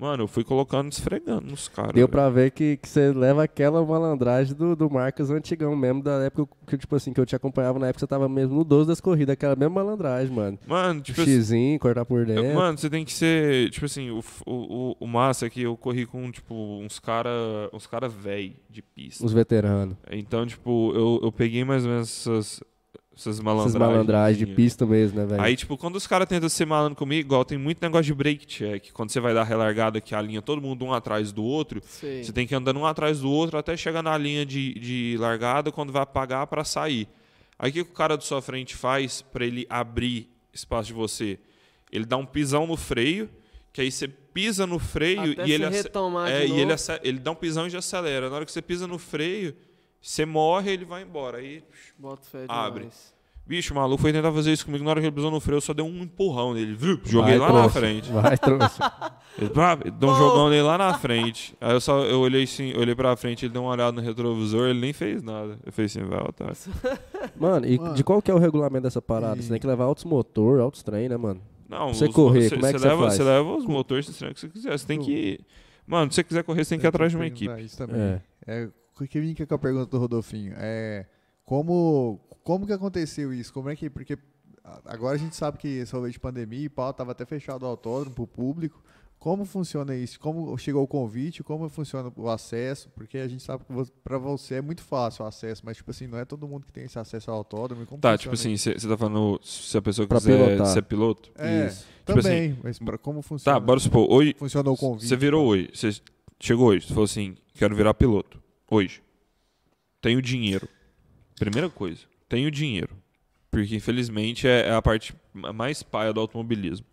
[SPEAKER 4] Mano, eu fui colocando, esfregando nos caras.
[SPEAKER 1] Deu
[SPEAKER 4] velho.
[SPEAKER 1] pra ver que que você leva aquela malandragem do, do Marcos antigão mesmo, da época que, tipo assim, que eu te acompanhava na época, você tava mesmo no 12 das corridas, aquela mesma malandragem, mano.
[SPEAKER 4] Mano, tipo assim.
[SPEAKER 1] Xizinho, cortar por
[SPEAKER 4] eu-
[SPEAKER 1] dentro.
[SPEAKER 4] Mano, você tem que ser. Tipo assim, o, f- o, o, o massa é que eu corri com, tipo, uns cara. Uns cara véi de pista.
[SPEAKER 1] Os veteranos.
[SPEAKER 4] Então, tipo, eu, eu peguei mais ou menos essas. Essas malandragens.
[SPEAKER 1] Essas malandragens de pista mesmo, né, velho?
[SPEAKER 4] Aí, tipo, quando os caras tentam ser malandro comigo, igual tem muito negócio de break check. Quando você vai dar relargada que a linha todo mundo um atrás do outro,
[SPEAKER 3] Sei.
[SPEAKER 4] você tem que ir andando um atrás do outro até chegar na linha de, de largada quando vai apagar pra sair. Aí o que que o cara da sua frente faz pra ele abrir espaço de você? Ele dá um pisão no freio, que aí você pisa no freio
[SPEAKER 3] Até
[SPEAKER 4] e ele
[SPEAKER 3] se
[SPEAKER 4] ace-
[SPEAKER 3] retomar
[SPEAKER 4] é,
[SPEAKER 3] de
[SPEAKER 4] e
[SPEAKER 3] novo.
[SPEAKER 4] ele, ace- ele dá um pisão e já acelera. Na hora que você pisa no freio, você morre, ele vai embora. Aí
[SPEAKER 3] Bota fé
[SPEAKER 4] Abre.
[SPEAKER 3] demais.
[SPEAKER 4] Bicho, o maluco foi tentar fazer isso comigo. Na hora que ele pisou no freio, eu só dei um empurrão nele. Viu? Joguei lá na
[SPEAKER 1] trouxa.
[SPEAKER 4] frente.
[SPEAKER 1] Vai, trouxa.
[SPEAKER 4] Ele pá, ele deu um jogão nele lá na frente. Aí eu só eu olhei assim, eu olhei pra frente, ele deu uma olhada no retrovisor, ele nem fez nada. Eu falei assim, vai, otário.
[SPEAKER 1] Mano, e
[SPEAKER 2] Mano.
[SPEAKER 1] de qual que é o regulamento dessa parada? Você tem que levar altos motor, altos trem, né, mano?
[SPEAKER 4] Não,
[SPEAKER 1] Você
[SPEAKER 4] os-
[SPEAKER 1] correr, como é que você
[SPEAKER 4] leva,
[SPEAKER 1] faz?
[SPEAKER 4] Você leva os motores estranhos que você quiser. Você tem que. Mano, se você quiser correr, você tem que ir atrás de uma equipe.
[SPEAKER 2] Isso também. É, o que vem com a pergunta do Rodolfinho? É, como, como que aconteceu isso? Como é que. Porque a- agora a gente sabe que somente de pandemia e pau, tava até fechado o autódromo pro público. Como funciona isso? Como chegou o convite? Como funciona o acesso? Porque a gente sabe que vo- pra você é muito fácil o acesso, mas tipo assim, não é todo mundo que tem esse acesso ao autódromo. E Como
[SPEAKER 4] Tá,
[SPEAKER 2] funciona
[SPEAKER 4] tipo
[SPEAKER 2] isso?
[SPEAKER 4] assim, você você tá falando se a pessoa
[SPEAKER 1] Pra
[SPEAKER 4] quiser
[SPEAKER 1] pilotar.
[SPEAKER 4] ser piloto?
[SPEAKER 2] É,
[SPEAKER 4] Tipo
[SPEAKER 2] também, mas pra, como funciona?
[SPEAKER 4] Tá, bora supor, hoje,
[SPEAKER 2] Funcionou o convite.
[SPEAKER 4] Você virou hoje, você chegou hoje, você falou assim, quero virar piloto. Hoje. Tenho dinheiro. Primeira coisa, tenho dinheiro. Porque infelizmente é é a parte ma- mais paia do automobilismo.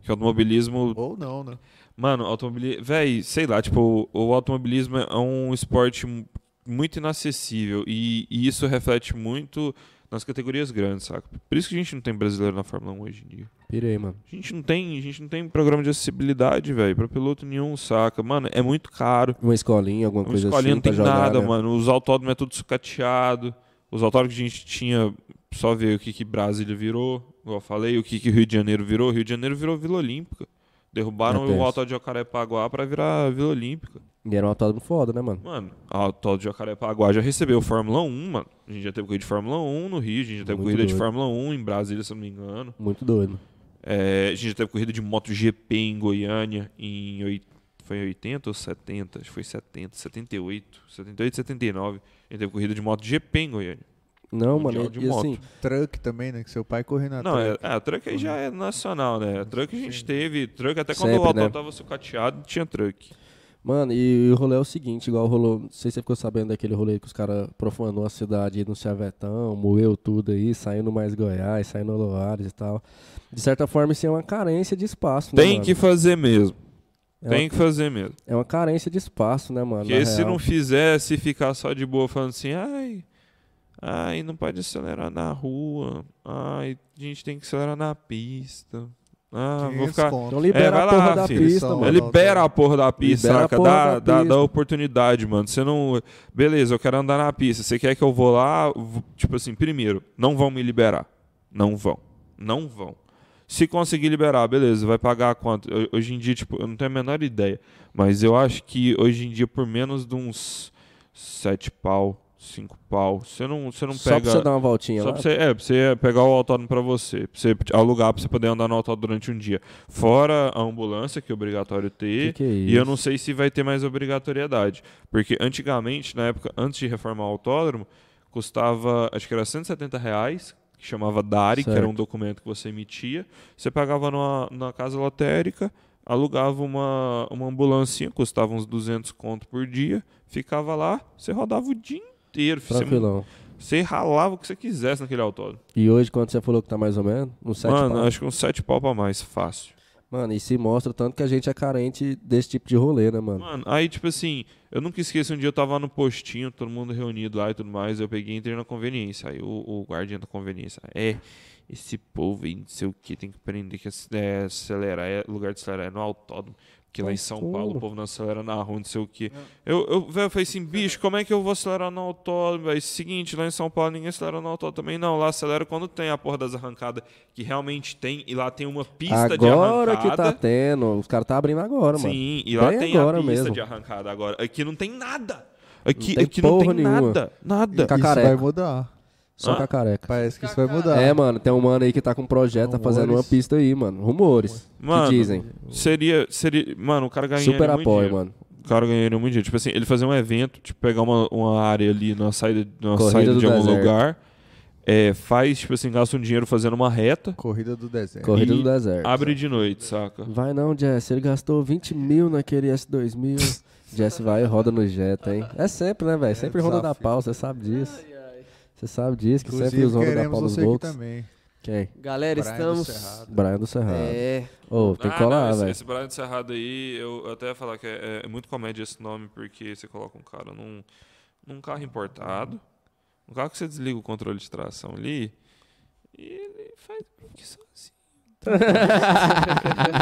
[SPEAKER 4] Que o automobilismo
[SPEAKER 2] Ou não, né?
[SPEAKER 4] Mano, automobilismo. Véi, sei lá, tipo, o, o automobilismo é um esporte mu- muito inacessível e, e isso reflete muito nas categorias grandes, saca? Por isso que a gente não tem brasileiro na Fórmula 1 hoje em dia.
[SPEAKER 1] Pirei, mano.
[SPEAKER 4] A gente não tem, a gente não tem programa de acessibilidade, velho, pra piloto nenhum, saca? Mano, é muito caro.
[SPEAKER 1] Uma escolinha, alguma
[SPEAKER 4] Uma
[SPEAKER 1] coisa
[SPEAKER 4] escolinha
[SPEAKER 1] assim.
[SPEAKER 4] não tem
[SPEAKER 1] pra jogar,
[SPEAKER 4] nada,
[SPEAKER 1] né?
[SPEAKER 4] mano. Os autódromos é tudo sucateado. Os autódromos que a gente tinha, só ver o que, que Brasília virou, igual eu falei, o que, que Rio de Janeiro virou. Rio de Janeiro virou Vila Olímpica. Derrubaram
[SPEAKER 1] É
[SPEAKER 4] o
[SPEAKER 1] tenso.
[SPEAKER 4] autódromo de Jacarepaguá pra virar Vila Olímpica.
[SPEAKER 1] E era um autódromo foda, né, mano?
[SPEAKER 4] Mano, a autódromo de Jacarepaguá já recebeu Fórmula 1, mano. A gente já teve corrida de Fórmula 1 no Rio, a gente já teve
[SPEAKER 1] Muito
[SPEAKER 4] corrida de
[SPEAKER 1] doido.
[SPEAKER 4] Fórmula 1 em Brasília, se eu não me engano.
[SPEAKER 1] Muito doido. mano.
[SPEAKER 4] É, a gente já teve corrida de MotoGP em Goiânia em oit- foi em 80 ou 70? Acho que foi 70, 78, 78, 79. A gente teve corrida de MotoGP em Goiânia.
[SPEAKER 1] Não,
[SPEAKER 4] Mundial
[SPEAKER 1] mano,
[SPEAKER 4] de
[SPEAKER 1] e, e assim,
[SPEAKER 2] Truck também, né? Que seu pai correu na
[SPEAKER 4] Não,
[SPEAKER 2] truck.
[SPEAKER 4] é, é, a truck aí já é nacional, né? A truck a gente teve, truck até quando o
[SPEAKER 1] Sempre,
[SPEAKER 4] Altão
[SPEAKER 1] né?
[SPEAKER 4] tava sucateado, tinha truck.
[SPEAKER 1] mano, e o rolê é o seguinte, igual rolou, não sei se você ficou sabendo daquele rolê que os caras profanou a cidade aí no Chavetão, moeu tudo aí, saiu no Mais Goiás, saiu no Loares e tal. De certa forma, isso é uma carência de espaço, né,
[SPEAKER 4] Tem
[SPEAKER 1] mano?
[SPEAKER 4] que fazer mesmo.
[SPEAKER 1] É
[SPEAKER 4] Tem que fazer mesmo.
[SPEAKER 1] É uma carência de espaço, né, mano?
[SPEAKER 4] Porque
[SPEAKER 1] na
[SPEAKER 4] se
[SPEAKER 1] real.
[SPEAKER 4] não fizer, se ficar só de boa falando assim, ai, ai, não pode acelerar na rua, ai, a gente tem que acelerar na pista. Ah, vou
[SPEAKER 2] 500
[SPEAKER 4] ficar.
[SPEAKER 2] conto.
[SPEAKER 1] Então libera
[SPEAKER 4] vai
[SPEAKER 1] a
[SPEAKER 4] lá,
[SPEAKER 1] porra da
[SPEAKER 4] filho.
[SPEAKER 1] pista,
[SPEAKER 2] São-
[SPEAKER 1] mano.
[SPEAKER 2] Ele-
[SPEAKER 4] Libera a porra da pista,
[SPEAKER 1] Libera a
[SPEAKER 4] saca?
[SPEAKER 1] porra
[SPEAKER 4] dá,
[SPEAKER 1] da
[SPEAKER 4] dá,
[SPEAKER 1] pista.
[SPEAKER 4] dá oportunidade, mano. Você não. Beleza, eu quero andar na pista. Você quer que eu vou lá? V- Tipo assim, primeiro, não vão me liberar. Não vão. Não vão. Se conseguir liberar, beleza, vai pagar quanto? Eu- Hoje em dia, tipo, eu não tenho a menor ideia. Mas eu acho que hoje em dia, por menos de uns sete pau, cinco pau, você não, você não
[SPEAKER 1] Só
[SPEAKER 4] pega.
[SPEAKER 1] pra você dar uma voltinha
[SPEAKER 4] Só
[SPEAKER 1] lá.
[SPEAKER 4] pra você, é, pra você pegar o autódromo pra você, pra você alugar pra você poder andar no autódromo durante um dia. Fora a ambulância, que é obrigatório ter.
[SPEAKER 1] Que que é
[SPEAKER 4] E eu
[SPEAKER 1] isso?
[SPEAKER 4] não sei se vai ter mais obrigatoriedade. Porque antigamente, na época, antes de reformar o autódromo, custava, acho que era 170 reais, que chamava DARI, que era um
[SPEAKER 1] Certo.
[SPEAKER 4] documento que você emitia. Você pagava numa, na casa lotérica, alugava uma, uma ambulancinha, custava uns 200 conto por dia, ficava lá, você rodava o dia inteiro. filho. Você
[SPEAKER 1] Tranquilão.
[SPEAKER 4] você ralava o que você quisesse naquele autódromo.
[SPEAKER 1] E hoje, quando você falou que tá mais ou menos, uns sete
[SPEAKER 4] Mano,
[SPEAKER 1] pau.
[SPEAKER 4] acho que uns sete pau pra mais, fácil.
[SPEAKER 1] Mano, e se mostra o tanto que a gente é carente desse tipo de rolê, né, mano?
[SPEAKER 4] Mano, aí, tipo assim, eu nunca esqueço, um dia eu tava lá no postinho, todo mundo reunido lá e tudo mais, eu peguei e entrei na conveniência. Aí o, o guardinha da conveniência, é, esse povo, aí, não sei o que, tem que prender que é, acelerar, é, lugar de acelerar é no autódromo. Porque lá em São Paulo o povo não acelera na rua, não sei o que. Eu, eu, velho, eu falei assim, bicho, como é que eu vou acelerar no autódromo? Aí, seguinte, lá em São Paulo ninguém acelera no autódromo também, não. Lá acelera quando tem a porra das arrancadas, que realmente tem, e lá tem uma pista de arrancada.
[SPEAKER 1] Agora que tá tendo, os caras tá abrindo agora, mano.
[SPEAKER 4] Sim, e lá
[SPEAKER 1] Bem
[SPEAKER 4] tem
[SPEAKER 1] agora
[SPEAKER 4] a pista
[SPEAKER 1] mesmo.
[SPEAKER 4] de arrancada agora. Aqui não tem nada. Aqui,
[SPEAKER 1] tem
[SPEAKER 4] aqui não
[SPEAKER 1] porra
[SPEAKER 4] tem
[SPEAKER 1] nenhuma.
[SPEAKER 4] nada. Nada.
[SPEAKER 1] Ca-
[SPEAKER 2] Isso
[SPEAKER 1] Cacareca.
[SPEAKER 2] vai mudar.
[SPEAKER 1] Só
[SPEAKER 4] Hã?
[SPEAKER 1] com a careca.
[SPEAKER 2] Parece que isso vai mudar.
[SPEAKER 1] É, mano, tem um mano aí que tá com um projeto, tá fazendo uma
[SPEAKER 2] Tá. Rumores.
[SPEAKER 1] pista aí, mano. Rumores.
[SPEAKER 4] Mano,
[SPEAKER 1] que dizem.
[SPEAKER 4] Seria, seria. Mano, o cara ganharia
[SPEAKER 1] Super
[SPEAKER 4] muito
[SPEAKER 1] apoio,
[SPEAKER 4] dinheiro.
[SPEAKER 1] mano.
[SPEAKER 4] O cara ganharia muito dinheiro. Tipo assim, ele fazer um evento, tipo, pegar uma, uma área ali na saída, numa
[SPEAKER 1] Corrida
[SPEAKER 4] saída
[SPEAKER 1] do
[SPEAKER 4] de algum
[SPEAKER 1] deserto.
[SPEAKER 4] lugar. é, faz, tipo assim, gasta um dinheiro fazendo uma reta,
[SPEAKER 2] Corrida do deserto.
[SPEAKER 1] Corrida
[SPEAKER 4] E
[SPEAKER 1] do deserto.
[SPEAKER 4] abre de noite, saca?
[SPEAKER 1] Vai não, Jess. Ele gastou 20 mil naquele S2000. Jess vai e roda no Jetta, hein? É sempre, né, velho? Sempre roda da
[SPEAKER 2] desafio.
[SPEAKER 1] pau, você sabe disso. Você sabe disso, que sempre os
[SPEAKER 2] Inclusive,
[SPEAKER 1] roda da
[SPEAKER 2] queremos
[SPEAKER 1] pau nos
[SPEAKER 2] você aqui
[SPEAKER 1] box.
[SPEAKER 2] também.
[SPEAKER 1] Quem?
[SPEAKER 3] Galera,
[SPEAKER 2] Brian do
[SPEAKER 3] estamos.
[SPEAKER 2] Cerrado.
[SPEAKER 1] Brian do Cerrado.
[SPEAKER 3] É.
[SPEAKER 1] Ô, tem que
[SPEAKER 4] Ah,
[SPEAKER 1] colar,
[SPEAKER 4] não, esse,
[SPEAKER 1] velho.
[SPEAKER 4] esse Brian de Cerrado aí, eu eu até ia falar que é, é- é muito comédia esse nome, porque você coloca um cara num, num carro importado, um carro que você desliga o controle de tração ali, e ele faz meio que sozinho.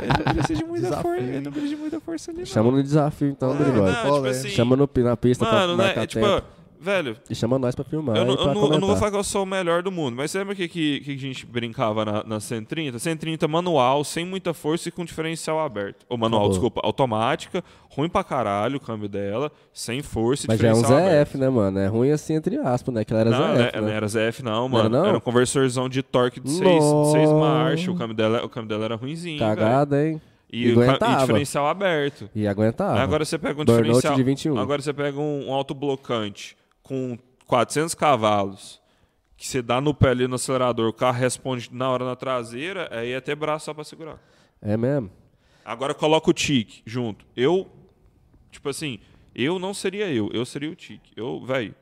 [SPEAKER 4] ele não precisa de muita força, ele não precisa de muita força ali, não.
[SPEAKER 1] Chama no desafio, então,
[SPEAKER 4] Ah,
[SPEAKER 1] Brigode.
[SPEAKER 4] não,
[SPEAKER 2] Qual
[SPEAKER 4] tipo
[SPEAKER 2] é?
[SPEAKER 4] assim,
[SPEAKER 1] Chama no, pi- na pista tá-
[SPEAKER 4] Mano,
[SPEAKER 1] pra
[SPEAKER 4] né,
[SPEAKER 1] marcar
[SPEAKER 4] é tipo,
[SPEAKER 1] tempo.
[SPEAKER 4] velho,
[SPEAKER 1] E chama nós pra filmar
[SPEAKER 4] eu, não,
[SPEAKER 1] e pra
[SPEAKER 4] eu, não, eu não vou
[SPEAKER 1] comentar.
[SPEAKER 4] falar que eu sou o melhor do mundo, mas você lembra que, que, que a gente brincava na, na 130? 130 manual, sem muita força e com diferencial aberto. Ou manual,
[SPEAKER 1] Acabou.
[SPEAKER 4] desculpa, automática, ruim pra caralho o câmbio dela, sem força e
[SPEAKER 1] Mas já é um
[SPEAKER 4] diferencial aberto.
[SPEAKER 1] ZF, né, mano? É ruim assim, entre aspas, né? Que ela era
[SPEAKER 4] Não, né,
[SPEAKER 1] ZF,
[SPEAKER 4] não
[SPEAKER 1] né?
[SPEAKER 4] era ZF não,
[SPEAKER 1] Não era
[SPEAKER 4] mano.
[SPEAKER 1] não?
[SPEAKER 4] Era um conversorzão de torque de 6
[SPEAKER 1] Nó.
[SPEAKER 4] marchas, o câmbio dela, o câmbio dela era ruimzinho, velho.
[SPEAKER 1] Cagada, hein?
[SPEAKER 4] E,
[SPEAKER 1] E
[SPEAKER 4] o ca- e
[SPEAKER 1] aguentava.
[SPEAKER 4] diferencial aberto.
[SPEAKER 1] E aguentava.
[SPEAKER 4] Agora você pega um
[SPEAKER 1] Ah, Burnout
[SPEAKER 4] diferencial.
[SPEAKER 1] de 21.
[SPEAKER 4] Agora você pega um, um autoblocante com 400 cavalos, que você dá no pé ali no acelerador, o carro responde na hora na traseira, aí é ter braço só pra segurar.
[SPEAKER 1] É mesmo.
[SPEAKER 4] Agora coloca o tique junto. Eu, tipo assim, eu não seria eu, eu seria o tique. Eu, velho.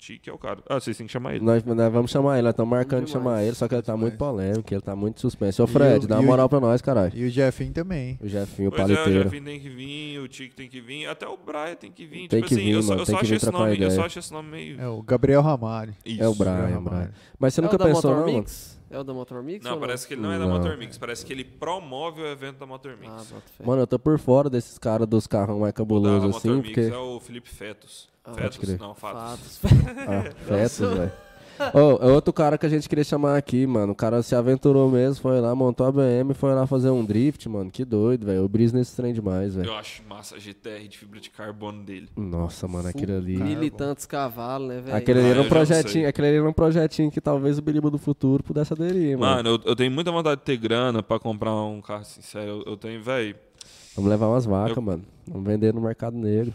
[SPEAKER 4] Tique é o cara. Ah, vocês têm que chamar ele.
[SPEAKER 1] Nós, nós vamos chamar ele, nós estamos marcando de
[SPEAKER 3] Demais.
[SPEAKER 1] chamar ele, só que ele tá muito polêmico, ele tá muito suspenso. Ô
[SPEAKER 2] E
[SPEAKER 1] Fred,
[SPEAKER 2] o-
[SPEAKER 1] dá
[SPEAKER 2] e
[SPEAKER 1] uma
[SPEAKER 2] o-
[SPEAKER 1] moral pra nós, caralho.
[SPEAKER 2] E o Jeffinho também.
[SPEAKER 1] O Jefinho, o
[SPEAKER 4] Pois é, o
[SPEAKER 1] paliteiro.
[SPEAKER 4] Jeffin tem que vir, o Tique tem que vir, até o Brian tem que vir.
[SPEAKER 1] Tem
[SPEAKER 4] tipo
[SPEAKER 1] que
[SPEAKER 4] assim,
[SPEAKER 1] vir,
[SPEAKER 4] eu só,
[SPEAKER 1] mano,
[SPEAKER 4] eu
[SPEAKER 1] tem
[SPEAKER 4] só
[SPEAKER 1] que
[SPEAKER 4] acho
[SPEAKER 1] vir
[SPEAKER 4] esse
[SPEAKER 1] pra
[SPEAKER 4] nome,
[SPEAKER 1] ideia.
[SPEAKER 4] eu só acho esse nome meio.
[SPEAKER 2] É o Gabriel Ramalho.
[SPEAKER 4] Isso.
[SPEAKER 1] é o Brian,
[SPEAKER 2] Brian.
[SPEAKER 1] o Brian. Mas você
[SPEAKER 3] é o
[SPEAKER 1] nunca
[SPEAKER 3] da
[SPEAKER 1] pensou,
[SPEAKER 3] Motor
[SPEAKER 1] não? mano?
[SPEAKER 3] Mix? É o da Motor Mix?
[SPEAKER 4] Não,
[SPEAKER 3] ou
[SPEAKER 4] parece que ele não é da
[SPEAKER 1] Não.
[SPEAKER 4] Motor Mix, parece que ele promove o evento da Motor Mix.
[SPEAKER 3] Ah, bota fé.
[SPEAKER 1] Mano, eu tô por fora desses caras dos carros mais
[SPEAKER 4] da
[SPEAKER 1] cabulosos
[SPEAKER 4] Motor
[SPEAKER 1] assim,
[SPEAKER 4] Mix
[SPEAKER 1] porque.
[SPEAKER 4] é o Felipe Fetos.
[SPEAKER 1] Ah, Pode
[SPEAKER 4] Fetos?
[SPEAKER 1] crer.
[SPEAKER 4] Não, Fatos.
[SPEAKER 3] Fatos.
[SPEAKER 1] Ah, fetos, velho. Ô, é outro cara que a gente queria chamar aqui, mano. O cara se aventurou mesmo, foi lá, montou a BM, foi lá fazer um drift, mano. Que doido, velho. Eu briso nesse trem demais, velho.
[SPEAKER 4] Eu acho massa a GTR de fibra de carbono dele.
[SPEAKER 1] Nossa, mano, aquilo ali.
[SPEAKER 3] Mil e tantos cavalos, né, velho?
[SPEAKER 1] Aquele ali
[SPEAKER 4] Ah,
[SPEAKER 1] era
[SPEAKER 4] eu
[SPEAKER 1] um
[SPEAKER 4] já não sei.
[SPEAKER 1] projetinho, aquele ali era um projetinho que talvez o Biriba do futuro pudesse aderir, mano.
[SPEAKER 4] Mano, eu, eu tenho muita vontade de ter grana pra comprar um carro sincero. Eu, eu tenho, velho.
[SPEAKER 1] Vamos levar umas vacas,
[SPEAKER 4] Eu-
[SPEAKER 1] mano. Vamos vender no mercado negro.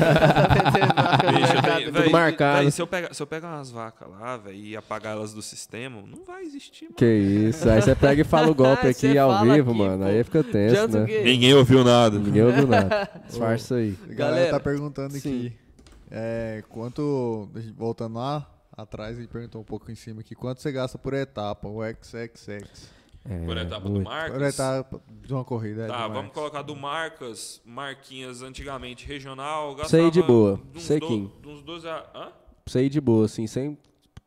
[SPEAKER 1] né?
[SPEAKER 4] Bicho, eu tenho- véi,
[SPEAKER 1] marcado.
[SPEAKER 4] véi, se, eu pegar, se eu pegar umas vacas lá, velho, e apagar elas do sistema, não vai existir, mano.
[SPEAKER 1] Que isso. Aí você pega e fala o golpe aqui
[SPEAKER 3] Você
[SPEAKER 1] ao
[SPEAKER 3] fala
[SPEAKER 1] vivo,
[SPEAKER 3] aqui,
[SPEAKER 1] mano.
[SPEAKER 3] pô.
[SPEAKER 1] Aí fica tenso,
[SPEAKER 3] Adianta o
[SPEAKER 1] né?
[SPEAKER 3] quê?
[SPEAKER 4] Ninguém ouviu nada.
[SPEAKER 1] Ninguém ouviu nada. Disfarça aí.
[SPEAKER 2] A
[SPEAKER 3] Galera,
[SPEAKER 2] galera tá perguntando
[SPEAKER 3] sim.
[SPEAKER 2] aqui. É, quanto. Voltando lá atrás, ele perguntou um pouco em cima aqui. Quanto você gasta por etapa? O XXX.
[SPEAKER 1] É,
[SPEAKER 4] Por etapa do
[SPEAKER 1] muito.
[SPEAKER 4] Marcos.
[SPEAKER 2] Por etapa de uma corrida. é,
[SPEAKER 4] Tá,
[SPEAKER 2] de
[SPEAKER 4] vamos
[SPEAKER 2] marcas.
[SPEAKER 4] colocar do Marcas, Marquinhas, antigamente regional.
[SPEAKER 1] Sei
[SPEAKER 4] gastava
[SPEAKER 1] de boa,
[SPEAKER 4] de uns
[SPEAKER 1] sequinho.
[SPEAKER 4] do- de uns 12 a... Hã?
[SPEAKER 1] Pra você ir de boa, assim, sem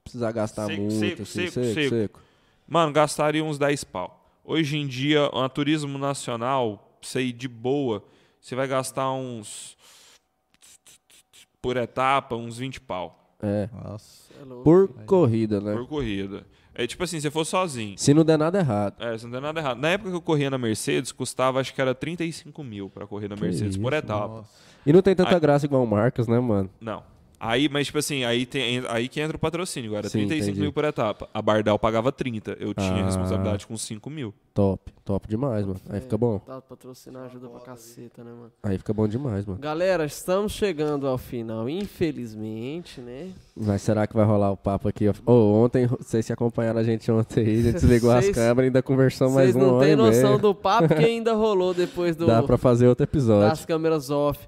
[SPEAKER 1] precisar gastar
[SPEAKER 4] Seco,
[SPEAKER 1] muito,
[SPEAKER 4] seco,
[SPEAKER 1] assim,
[SPEAKER 4] seco,
[SPEAKER 1] seco,
[SPEAKER 4] seco.
[SPEAKER 1] seco.
[SPEAKER 4] Mano, gastaria uns 10 pau. Hoje em dia, a turismo nacional, pra você ir de boa, você vai gastar uns. Por etapa, uns 20 pau
[SPEAKER 1] É.
[SPEAKER 2] Nossa.
[SPEAKER 3] É louco.
[SPEAKER 1] Por corrida, né?
[SPEAKER 4] por corrida. É tipo assim, se você for sozinho.
[SPEAKER 1] Se não der nada errado.
[SPEAKER 4] É, você não tem nada errado. Na época que eu corria na Mercedes, custava acho que era 35 mil pra correr na Mercedes por etapa.
[SPEAKER 1] E não tem tanta
[SPEAKER 4] Ai.
[SPEAKER 1] graça igual o Marcos, né, mano?
[SPEAKER 4] Não. Aí, mas tipo assim, aí, tem, aí que entra o patrocínio. Agora,
[SPEAKER 1] Sim,
[SPEAKER 4] 35
[SPEAKER 1] entendi.
[SPEAKER 4] mil por etapa. A Bardal pagava 30. Eu tinha
[SPEAKER 1] Ah.
[SPEAKER 4] responsabilidade com 5 mil.
[SPEAKER 1] Top, top demais, mano. Aí fica bom.
[SPEAKER 3] Tá, patrocinar ajuda pra caceta, né, mano?
[SPEAKER 1] Aí fica bom demais, mano.
[SPEAKER 3] Galera, estamos chegando ao final, infelizmente, né?
[SPEAKER 1] Mas será que vai rolar o papo aqui? Ô, ontem, vocês se acompanharam a gente ontem aí, a gente desligou as
[SPEAKER 3] Vocês-
[SPEAKER 1] câmeras e ainda conversamos mais
[SPEAKER 3] Vocês
[SPEAKER 1] um
[SPEAKER 3] não
[SPEAKER 1] ano e
[SPEAKER 3] têm noção
[SPEAKER 1] meio.
[SPEAKER 3] do papo que ainda rolou depois do,
[SPEAKER 1] Dá pra fazer outro episódio.
[SPEAKER 3] das câmeras off.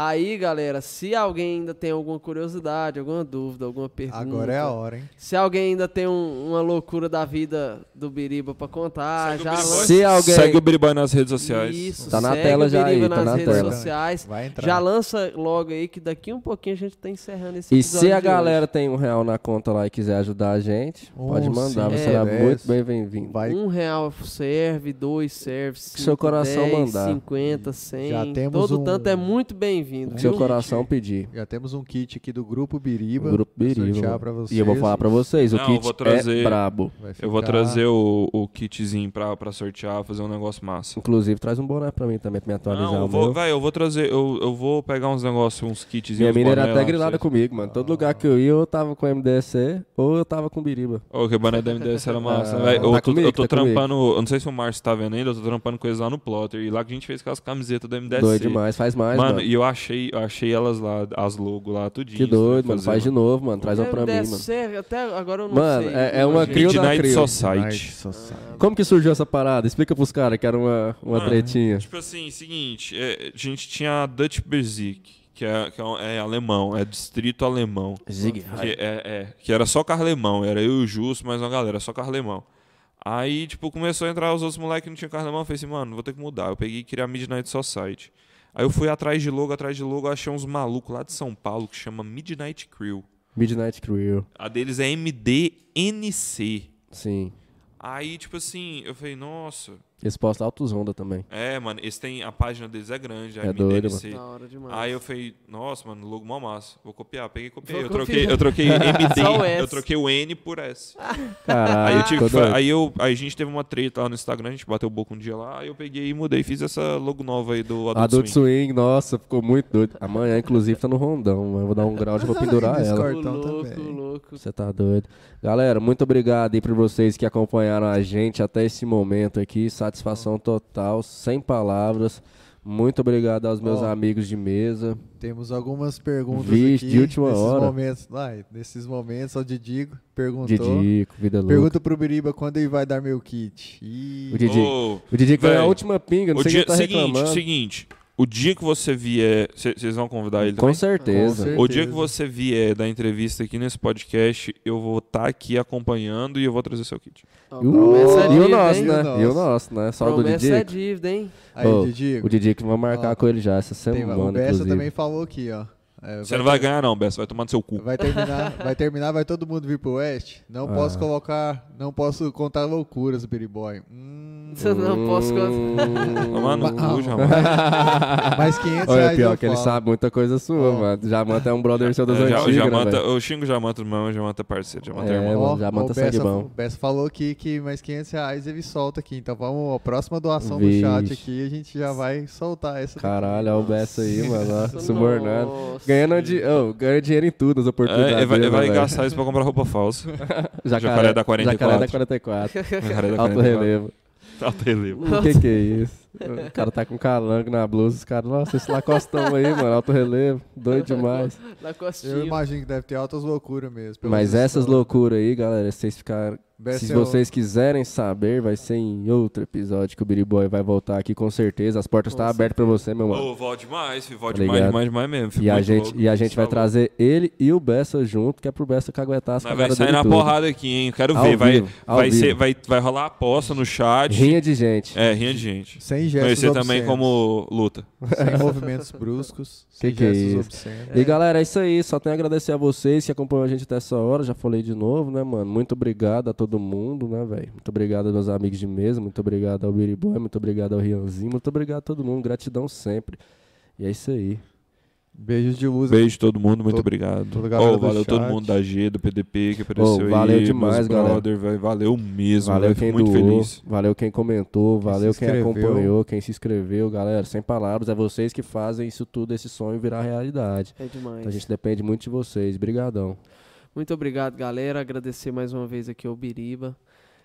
[SPEAKER 3] Aí, galera, se alguém ainda tem alguma curiosidade, alguma dúvida, alguma pergunta.
[SPEAKER 2] Agora é a hora, hein?
[SPEAKER 3] Se alguém ainda tem um- uma loucura da vida do Biriba pra contar,
[SPEAKER 4] Segue o
[SPEAKER 3] Ah, já
[SPEAKER 4] Biriboy.
[SPEAKER 3] lança
[SPEAKER 1] Se alguém.
[SPEAKER 4] Segue o Biriboy nas redes sociais.
[SPEAKER 3] isso.
[SPEAKER 1] Tá na
[SPEAKER 3] segue
[SPEAKER 1] tela
[SPEAKER 3] o
[SPEAKER 1] já aí,
[SPEAKER 3] Biriba
[SPEAKER 1] tá
[SPEAKER 3] nas
[SPEAKER 1] na
[SPEAKER 3] redes
[SPEAKER 1] tela.
[SPEAKER 3] sociais.
[SPEAKER 2] Vai entrar.
[SPEAKER 3] Já lança logo aí que daqui um pouquinho a gente tá encerrando esse
[SPEAKER 1] E
[SPEAKER 3] episódio
[SPEAKER 1] se a
[SPEAKER 3] de
[SPEAKER 1] galera tem um real na conta lá e quiser ajudar a gente, pode
[SPEAKER 2] Um,
[SPEAKER 1] mandar, você
[SPEAKER 3] cinco,
[SPEAKER 1] será
[SPEAKER 2] dez.
[SPEAKER 1] muito bem-vindo.
[SPEAKER 2] Vai,
[SPEAKER 3] hoje. Um real serve, dois serve, cinco,
[SPEAKER 1] seu coração
[SPEAKER 3] dez,
[SPEAKER 1] mandar.
[SPEAKER 3] 50, 100.
[SPEAKER 2] Já temos
[SPEAKER 3] Todo
[SPEAKER 2] um-
[SPEAKER 3] tanto é muito
[SPEAKER 1] O que
[SPEAKER 3] bem-vindo. viu?
[SPEAKER 1] seu coração pedir.
[SPEAKER 2] já temos um kit aqui do Grupo Biriba.
[SPEAKER 1] Grupo
[SPEAKER 2] pra
[SPEAKER 1] Biriba.
[SPEAKER 2] sortear pra vocês.
[SPEAKER 1] E eu vou falar pra vocês, o
[SPEAKER 4] Não, eu
[SPEAKER 1] kit
[SPEAKER 4] vou trazer-
[SPEAKER 1] é brabo.
[SPEAKER 2] Vai
[SPEAKER 4] Eu vou
[SPEAKER 2] ficar-
[SPEAKER 4] trazer o, o kitzinho pra, pra sortear, fazer um negócio massa.
[SPEAKER 1] Inclusive, traz um boné pra mim também, pra me atualizar
[SPEAKER 4] Não, eu
[SPEAKER 1] o
[SPEAKER 4] vou,
[SPEAKER 1] meu.
[SPEAKER 4] véi, eu vou trazer, eu, eu vou pegar uns negócios, uns kitzinhos.
[SPEAKER 1] Minha
[SPEAKER 4] uns
[SPEAKER 1] mina era
[SPEAKER 4] boné
[SPEAKER 1] até
[SPEAKER 4] lá pra
[SPEAKER 1] grilada
[SPEAKER 4] vocês. Ah.
[SPEAKER 1] comigo, mano. Todo lugar que eu ia, ou eu tava com MDC, ou eu tava com biriba.
[SPEAKER 4] Ô, que o boné da MDS era massa,
[SPEAKER 1] Ah,
[SPEAKER 4] velho.
[SPEAKER 1] tá
[SPEAKER 4] Eu, tô-
[SPEAKER 1] comigo,
[SPEAKER 4] eu tô
[SPEAKER 1] tá comigo.
[SPEAKER 4] trampando, eu não sei se o Márcio tá vendo ainda, eu tô trampando coisas lá no Plotter. E lá que a gente fez aquelas camisetas da MDS.
[SPEAKER 1] Doido demais, faz mais,
[SPEAKER 4] Mano,
[SPEAKER 1] mano.
[SPEAKER 4] e eu achei, eu achei elas lá, as logo lá, né, tudinho.
[SPEAKER 1] Que doido, mano. Faz de
[SPEAKER 4] de
[SPEAKER 1] novo, mano. Traz uma pra mim, mano.
[SPEAKER 3] MDC, Até agora eu não
[SPEAKER 1] Mano,
[SPEAKER 3] sei.
[SPEAKER 1] é- é uma
[SPEAKER 3] Gente,
[SPEAKER 1] crio da
[SPEAKER 4] Midnight
[SPEAKER 1] crio.
[SPEAKER 4] Society.
[SPEAKER 2] Night Society.
[SPEAKER 1] Como que surgiu essa parada? Explica pros caras que era uma, uma
[SPEAKER 4] Ah,
[SPEAKER 1] tretinha.
[SPEAKER 4] Tipo assim, seguinte, é, a gente tinha a Dutch Bezig, que, é, que é, um- é alemão, é distrito alemão.
[SPEAKER 1] Zig.
[SPEAKER 4] Que, é, é, que era só carlemão, era eu e o Justo, mais uma galera, só carlemão. Aí, tipo, começou a entrar os outros moleques que não tinham carlemão, eu falei assim, mano, vou ter que mudar. Eu peguei e criei a Midnight Society. Aí eu fui atrás de logo, atrás de logo, achei uns malucos lá de São Paulo que chama Midnight Crew.
[SPEAKER 1] Midnight Crew.
[SPEAKER 4] A deles é MDNC.
[SPEAKER 1] Sim.
[SPEAKER 4] Aí, tipo assim, eu falei, nossa.
[SPEAKER 1] Eles postam altos onda também.
[SPEAKER 4] É, mano, eles têm. A página deles é grande, a
[SPEAKER 1] É doido,
[SPEAKER 4] MDNC.
[SPEAKER 3] Da hora demais.
[SPEAKER 4] Aí eu falei, nossa, mano, logo mó massa. Vou copiar, peguei e
[SPEAKER 3] Vou
[SPEAKER 4] copiei. Eu
[SPEAKER 3] copiar.
[SPEAKER 4] troquei, eu troquei MD,
[SPEAKER 3] Só o S.
[SPEAKER 4] eu troquei o N por S.
[SPEAKER 1] Ah, Caralho,
[SPEAKER 4] Aí, eu tive,
[SPEAKER 1] ficou
[SPEAKER 4] que fa-
[SPEAKER 1] doido.
[SPEAKER 4] aí, eu, aí a gente teve uma treta lá no Instagram, a gente bateu o boca um dia lá, aí eu peguei e mudei, fiz essa logo nova aí do Adult,
[SPEAKER 1] Adult
[SPEAKER 4] Swing.
[SPEAKER 1] Swing, nossa, ficou muito doido. Amanhã, inclusive, tá no rondão, mano. Eu Vou dar um grau e vou pendurar
[SPEAKER 2] Discord.
[SPEAKER 1] ela.
[SPEAKER 3] Ô,
[SPEAKER 2] Cartão
[SPEAKER 3] louco,
[SPEAKER 2] também.
[SPEAKER 3] Então louco.
[SPEAKER 1] Você tá doido. Galera, muito obrigado aí pra vocês que acompanharam a gente até esse momento aqui. Satisfação total, sem palavras. Muito obrigado aos meus
[SPEAKER 2] Ó.
[SPEAKER 1] amigos de mesa.
[SPEAKER 2] Temos algumas perguntas
[SPEAKER 1] Vixe,
[SPEAKER 2] aqui.
[SPEAKER 1] de última
[SPEAKER 2] nesses
[SPEAKER 1] hora.
[SPEAKER 2] Momentos, Ai, nesses momentos, ó, o Didigo perguntou.
[SPEAKER 1] Didico, vida louca.
[SPEAKER 2] Pergunta pro Biriba quando ele vai dar meu kit. Ih,
[SPEAKER 1] O Didi.
[SPEAKER 4] Ô,
[SPEAKER 1] O Didico ganhou a
[SPEAKER 4] Véi,
[SPEAKER 1] última pinga, não
[SPEAKER 4] o
[SPEAKER 1] sei
[SPEAKER 4] dia,
[SPEAKER 1] quem tá
[SPEAKER 4] seguinte,
[SPEAKER 1] reclamando.
[SPEAKER 4] seguinte. O dia que você vier. Vocês vão convidar ele
[SPEAKER 1] Com
[SPEAKER 4] também?
[SPEAKER 1] certeza.
[SPEAKER 2] Com
[SPEAKER 4] O dia que
[SPEAKER 2] certeza.
[SPEAKER 4] você vier da entrevista aqui nesse podcast, eu vou estar aqui acompanhando e eu vou trazer seu kit.
[SPEAKER 3] Ó, promessa é
[SPEAKER 1] Uh, e o
[SPEAKER 3] dívida,
[SPEAKER 1] nosso,
[SPEAKER 3] hein?
[SPEAKER 1] né?
[SPEAKER 2] hein?
[SPEAKER 1] E o nosso, né? Só o do
[SPEAKER 3] Promessa é
[SPEAKER 1] Didico.
[SPEAKER 3] dívida, hein?
[SPEAKER 2] Aí,
[SPEAKER 1] Ô,
[SPEAKER 2] Didigo.
[SPEAKER 1] O Didico vai marcar
[SPEAKER 2] Ó,
[SPEAKER 1] com ele já essa
[SPEAKER 2] tem-
[SPEAKER 1] semana,
[SPEAKER 2] o Bessa
[SPEAKER 1] inclusive.
[SPEAKER 2] também falou aqui, ó. É,
[SPEAKER 4] Você não vai ganhar, não, Bessa. Vai tomar no seu cu.
[SPEAKER 2] Vai terminar, vai terminar, vai todo mundo vir pro Oeste? Não
[SPEAKER 1] Ah.
[SPEAKER 2] posso colocar, não posso contar loucuras, Biriboy. Hum,
[SPEAKER 3] Eu não posso contar.
[SPEAKER 4] Tomar no cu, já, mano.
[SPEAKER 2] mais 500
[SPEAKER 1] Olha,
[SPEAKER 2] reais
[SPEAKER 1] pior
[SPEAKER 2] eu
[SPEAKER 1] que ele
[SPEAKER 2] falo.
[SPEAKER 1] sabe muita coisa sua,
[SPEAKER 2] Ó.
[SPEAKER 1] mano. Jamanta é um brother seu das
[SPEAKER 4] É, já,
[SPEAKER 1] antigas,
[SPEAKER 4] já
[SPEAKER 1] né,
[SPEAKER 4] manta,
[SPEAKER 1] velho?
[SPEAKER 4] eu xingo o Jamanta, mas o Jamanta é parceiro. Jamanta é,
[SPEAKER 1] É,
[SPEAKER 4] irmão.
[SPEAKER 1] mano,
[SPEAKER 2] Ó,
[SPEAKER 1] já
[SPEAKER 2] ó,
[SPEAKER 1] manda
[SPEAKER 2] o
[SPEAKER 1] sangue
[SPEAKER 2] Bessa-
[SPEAKER 1] bom.
[SPEAKER 2] O Bessa falou aqui que mais 500 reais ele solta aqui. Então vamos, a próxima doação
[SPEAKER 1] Vixe.
[SPEAKER 2] do chat aqui, a gente já vai soltar essa. daqui.
[SPEAKER 1] Caralho, olha o Bessa aí, mano. ó,
[SPEAKER 3] Nossa.
[SPEAKER 1] Subornando. Ganhando, di oh, ganha dinheiro em tudo nas oportunidades.
[SPEAKER 4] É, é, vai,
[SPEAKER 1] né,
[SPEAKER 4] vai
[SPEAKER 1] velho?
[SPEAKER 4] gastar isso pra comprar roupa falsa.
[SPEAKER 1] Jacaré
[SPEAKER 4] da 44.
[SPEAKER 1] Jacaré da 44.
[SPEAKER 4] Jacaré da
[SPEAKER 1] Alto
[SPEAKER 4] 44.
[SPEAKER 1] relevo.
[SPEAKER 4] Alto relevo.
[SPEAKER 1] O que que é isso? O cara tá com calango na blusa. Os caras, nossa, esse lacostão aí, mano. Alto relevo. Doido demais.
[SPEAKER 3] Na costinha.
[SPEAKER 2] Eu imagino que deve ter altas loucuras mesmo. pelo
[SPEAKER 1] Mas
[SPEAKER 2] visto.
[SPEAKER 1] essas loucuras aí, galera, se vocês ficar,
[SPEAKER 2] Bessa
[SPEAKER 1] se
[SPEAKER 2] é o-
[SPEAKER 1] vocês quiserem saber, vai ser em outro episódio que o Biriboy vai voltar aqui com certeza. As portas estão abertas pra você, meu mano.
[SPEAKER 4] Ô, vó demais, filho. Vó
[SPEAKER 1] Tá
[SPEAKER 4] demais,
[SPEAKER 1] ligado?
[SPEAKER 4] demais, demais mesmo. filho.
[SPEAKER 1] e, a
[SPEAKER 4] Muito
[SPEAKER 1] gente,
[SPEAKER 4] louco.
[SPEAKER 1] e a gente vai
[SPEAKER 4] Tá
[SPEAKER 1] trazer ele e o Bessa junto, que é pro Bessa caguetar as
[SPEAKER 4] Mas vai
[SPEAKER 1] cagadas
[SPEAKER 4] sair
[SPEAKER 1] dele
[SPEAKER 4] na
[SPEAKER 1] tudo.
[SPEAKER 4] porrada aqui, hein? Quero
[SPEAKER 1] Ao
[SPEAKER 4] ver. Vai,
[SPEAKER 1] vivo, ao
[SPEAKER 4] vai, ser,
[SPEAKER 1] vivo.
[SPEAKER 4] vai, vai rolar aposta no chat.
[SPEAKER 1] Rinha de gente.
[SPEAKER 4] É, rinha de gente.
[SPEAKER 2] Sem gestos
[SPEAKER 4] Conhecer também
[SPEAKER 2] obscenos,
[SPEAKER 4] como luta.
[SPEAKER 2] Sem movimentos bruscos, sem
[SPEAKER 1] que é
[SPEAKER 2] gestos
[SPEAKER 1] isso?
[SPEAKER 2] obscenos.
[SPEAKER 1] E galera, é isso aí. Só tenho a agradecer a vocês que acompanham a gente até essa hora. Já falei de novo, né, mano? Muito obrigado a todo mundo, né, velho? Muito obrigado aos meus amigos de mesa. Muito obrigado ao Biriboy. Muito obrigado ao Rianzinho. Muito obrigado a todo mundo. Gratidão sempre. E é isso aí.
[SPEAKER 2] Beijos de luz.
[SPEAKER 4] Beijo de todo mundo, muito
[SPEAKER 2] Todo-
[SPEAKER 4] obrigado.
[SPEAKER 2] toda a galera
[SPEAKER 4] Ô,
[SPEAKER 2] do
[SPEAKER 4] valeu todo
[SPEAKER 2] chat.
[SPEAKER 4] mundo da G, do PDP que apareceu aí.
[SPEAKER 1] valeu
[SPEAKER 4] meus
[SPEAKER 1] demais, galera.
[SPEAKER 4] brother, velho, valeu mesmo,
[SPEAKER 1] Valeu
[SPEAKER 4] velho,
[SPEAKER 1] quem
[SPEAKER 4] fico um muito
[SPEAKER 1] doou,
[SPEAKER 4] feliz.
[SPEAKER 1] valeu quem comentou, valeu
[SPEAKER 2] se
[SPEAKER 1] quem
[SPEAKER 2] inscreveu.
[SPEAKER 1] acompanhou, quem se inscreveu, galera, sem palavras, é vocês que fazem isso tudo, esse sonho virar realidade.
[SPEAKER 3] É demais.
[SPEAKER 1] Então a gente depende muito de vocês, brigadão.
[SPEAKER 3] Muito obrigado, galera. Agradecer mais uma vez aqui ao Biriba.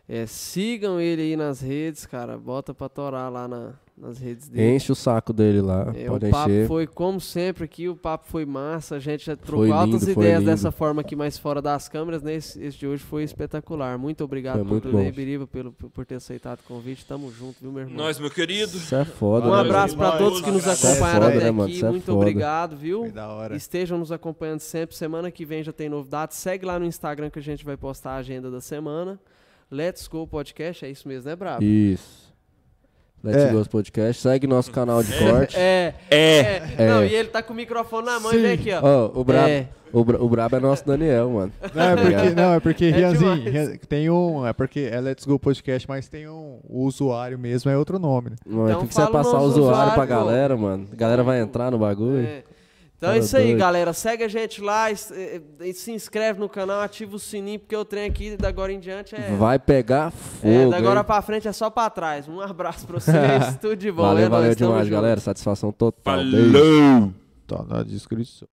[SPEAKER 3] É, sigam ele aí nas redes, cara. Bota pra torar lá na, nas redes dele.
[SPEAKER 1] Enche o saco dele lá,
[SPEAKER 3] É,
[SPEAKER 1] pode
[SPEAKER 3] o papo
[SPEAKER 1] encher.
[SPEAKER 3] foi, como sempre aqui, o papo foi massa, a gente já trocou
[SPEAKER 1] lindo,
[SPEAKER 3] altas
[SPEAKER 1] foi
[SPEAKER 3] ideias
[SPEAKER 1] lindo.
[SPEAKER 3] dessa forma aqui, mais fora das câmeras, né? Esse, esse de hoje foi espetacular. Muito obrigado
[SPEAKER 1] Foi muito
[SPEAKER 3] por tudo aí,
[SPEAKER 1] bom.
[SPEAKER 3] Biriba, pelo, por ter aceitado o convite. Tamo junto, viu, meu irmão?
[SPEAKER 4] Nós, meu querido.
[SPEAKER 1] Isso é foda,
[SPEAKER 3] um
[SPEAKER 1] né,
[SPEAKER 4] Valeu,
[SPEAKER 3] abraço
[SPEAKER 4] irmão.
[SPEAKER 3] pra todos que nos
[SPEAKER 4] Isso é
[SPEAKER 3] acompanharam
[SPEAKER 1] foda,
[SPEAKER 3] até
[SPEAKER 1] né, mano?
[SPEAKER 3] aqui.
[SPEAKER 1] Isso é
[SPEAKER 3] Muito
[SPEAKER 1] foda.
[SPEAKER 3] obrigado, viu?
[SPEAKER 2] Foi da hora.
[SPEAKER 3] Estejam nos acompanhando sempre. Semana que vem já tem novidades. Segue lá no Instagram que a gente vai postar a agenda da semana. Let's Go Podcast, é isso mesmo, né, Brabo?
[SPEAKER 1] Isso. Let's
[SPEAKER 2] É.
[SPEAKER 1] Go Podcast. Segue nosso canal de corte.
[SPEAKER 3] É,
[SPEAKER 4] É.
[SPEAKER 3] é, Não,
[SPEAKER 1] É.
[SPEAKER 3] e ele tá com o microfone na mão, ele vem aqui, ó.
[SPEAKER 1] Ó, o, brabo,
[SPEAKER 3] É.
[SPEAKER 1] o, Bra- o Brabo é nosso Daniel, mano. Tá
[SPEAKER 2] Não, é porque, não, é porque Rianzinho,
[SPEAKER 3] demais.
[SPEAKER 2] Rian- tem um. É porque é Let's Go Podcast, mas tem um. O usuário mesmo é outro nome, né?
[SPEAKER 1] Mano,
[SPEAKER 3] Então
[SPEAKER 1] tem que você
[SPEAKER 3] fala o
[SPEAKER 1] passar o
[SPEAKER 3] nosso
[SPEAKER 1] usuário,
[SPEAKER 3] usuário,
[SPEAKER 1] pra
[SPEAKER 3] pô.
[SPEAKER 1] galera, mano. A galera vai entrar no bagulho.
[SPEAKER 3] É. Então é
[SPEAKER 1] Cara
[SPEAKER 3] isso aí,
[SPEAKER 1] doido.
[SPEAKER 3] galera. Segue a gente lá, es- eh, eh, se inscreve no canal, ativa o sininho, porque o trem aqui da agora em diante é.
[SPEAKER 1] Vai pegar
[SPEAKER 3] é,
[SPEAKER 1] fogo.
[SPEAKER 3] da agora
[SPEAKER 1] hein?
[SPEAKER 3] pra frente é só pra trás. Um abraço pra vocês, tudo de bom.
[SPEAKER 1] Valeu,
[SPEAKER 3] é nóis,
[SPEAKER 1] valeu
[SPEAKER 3] tamo
[SPEAKER 1] demais,
[SPEAKER 3] junto.
[SPEAKER 1] galera. Satisfação total. Beijo.
[SPEAKER 4] Falou!
[SPEAKER 2] Tá na descrição.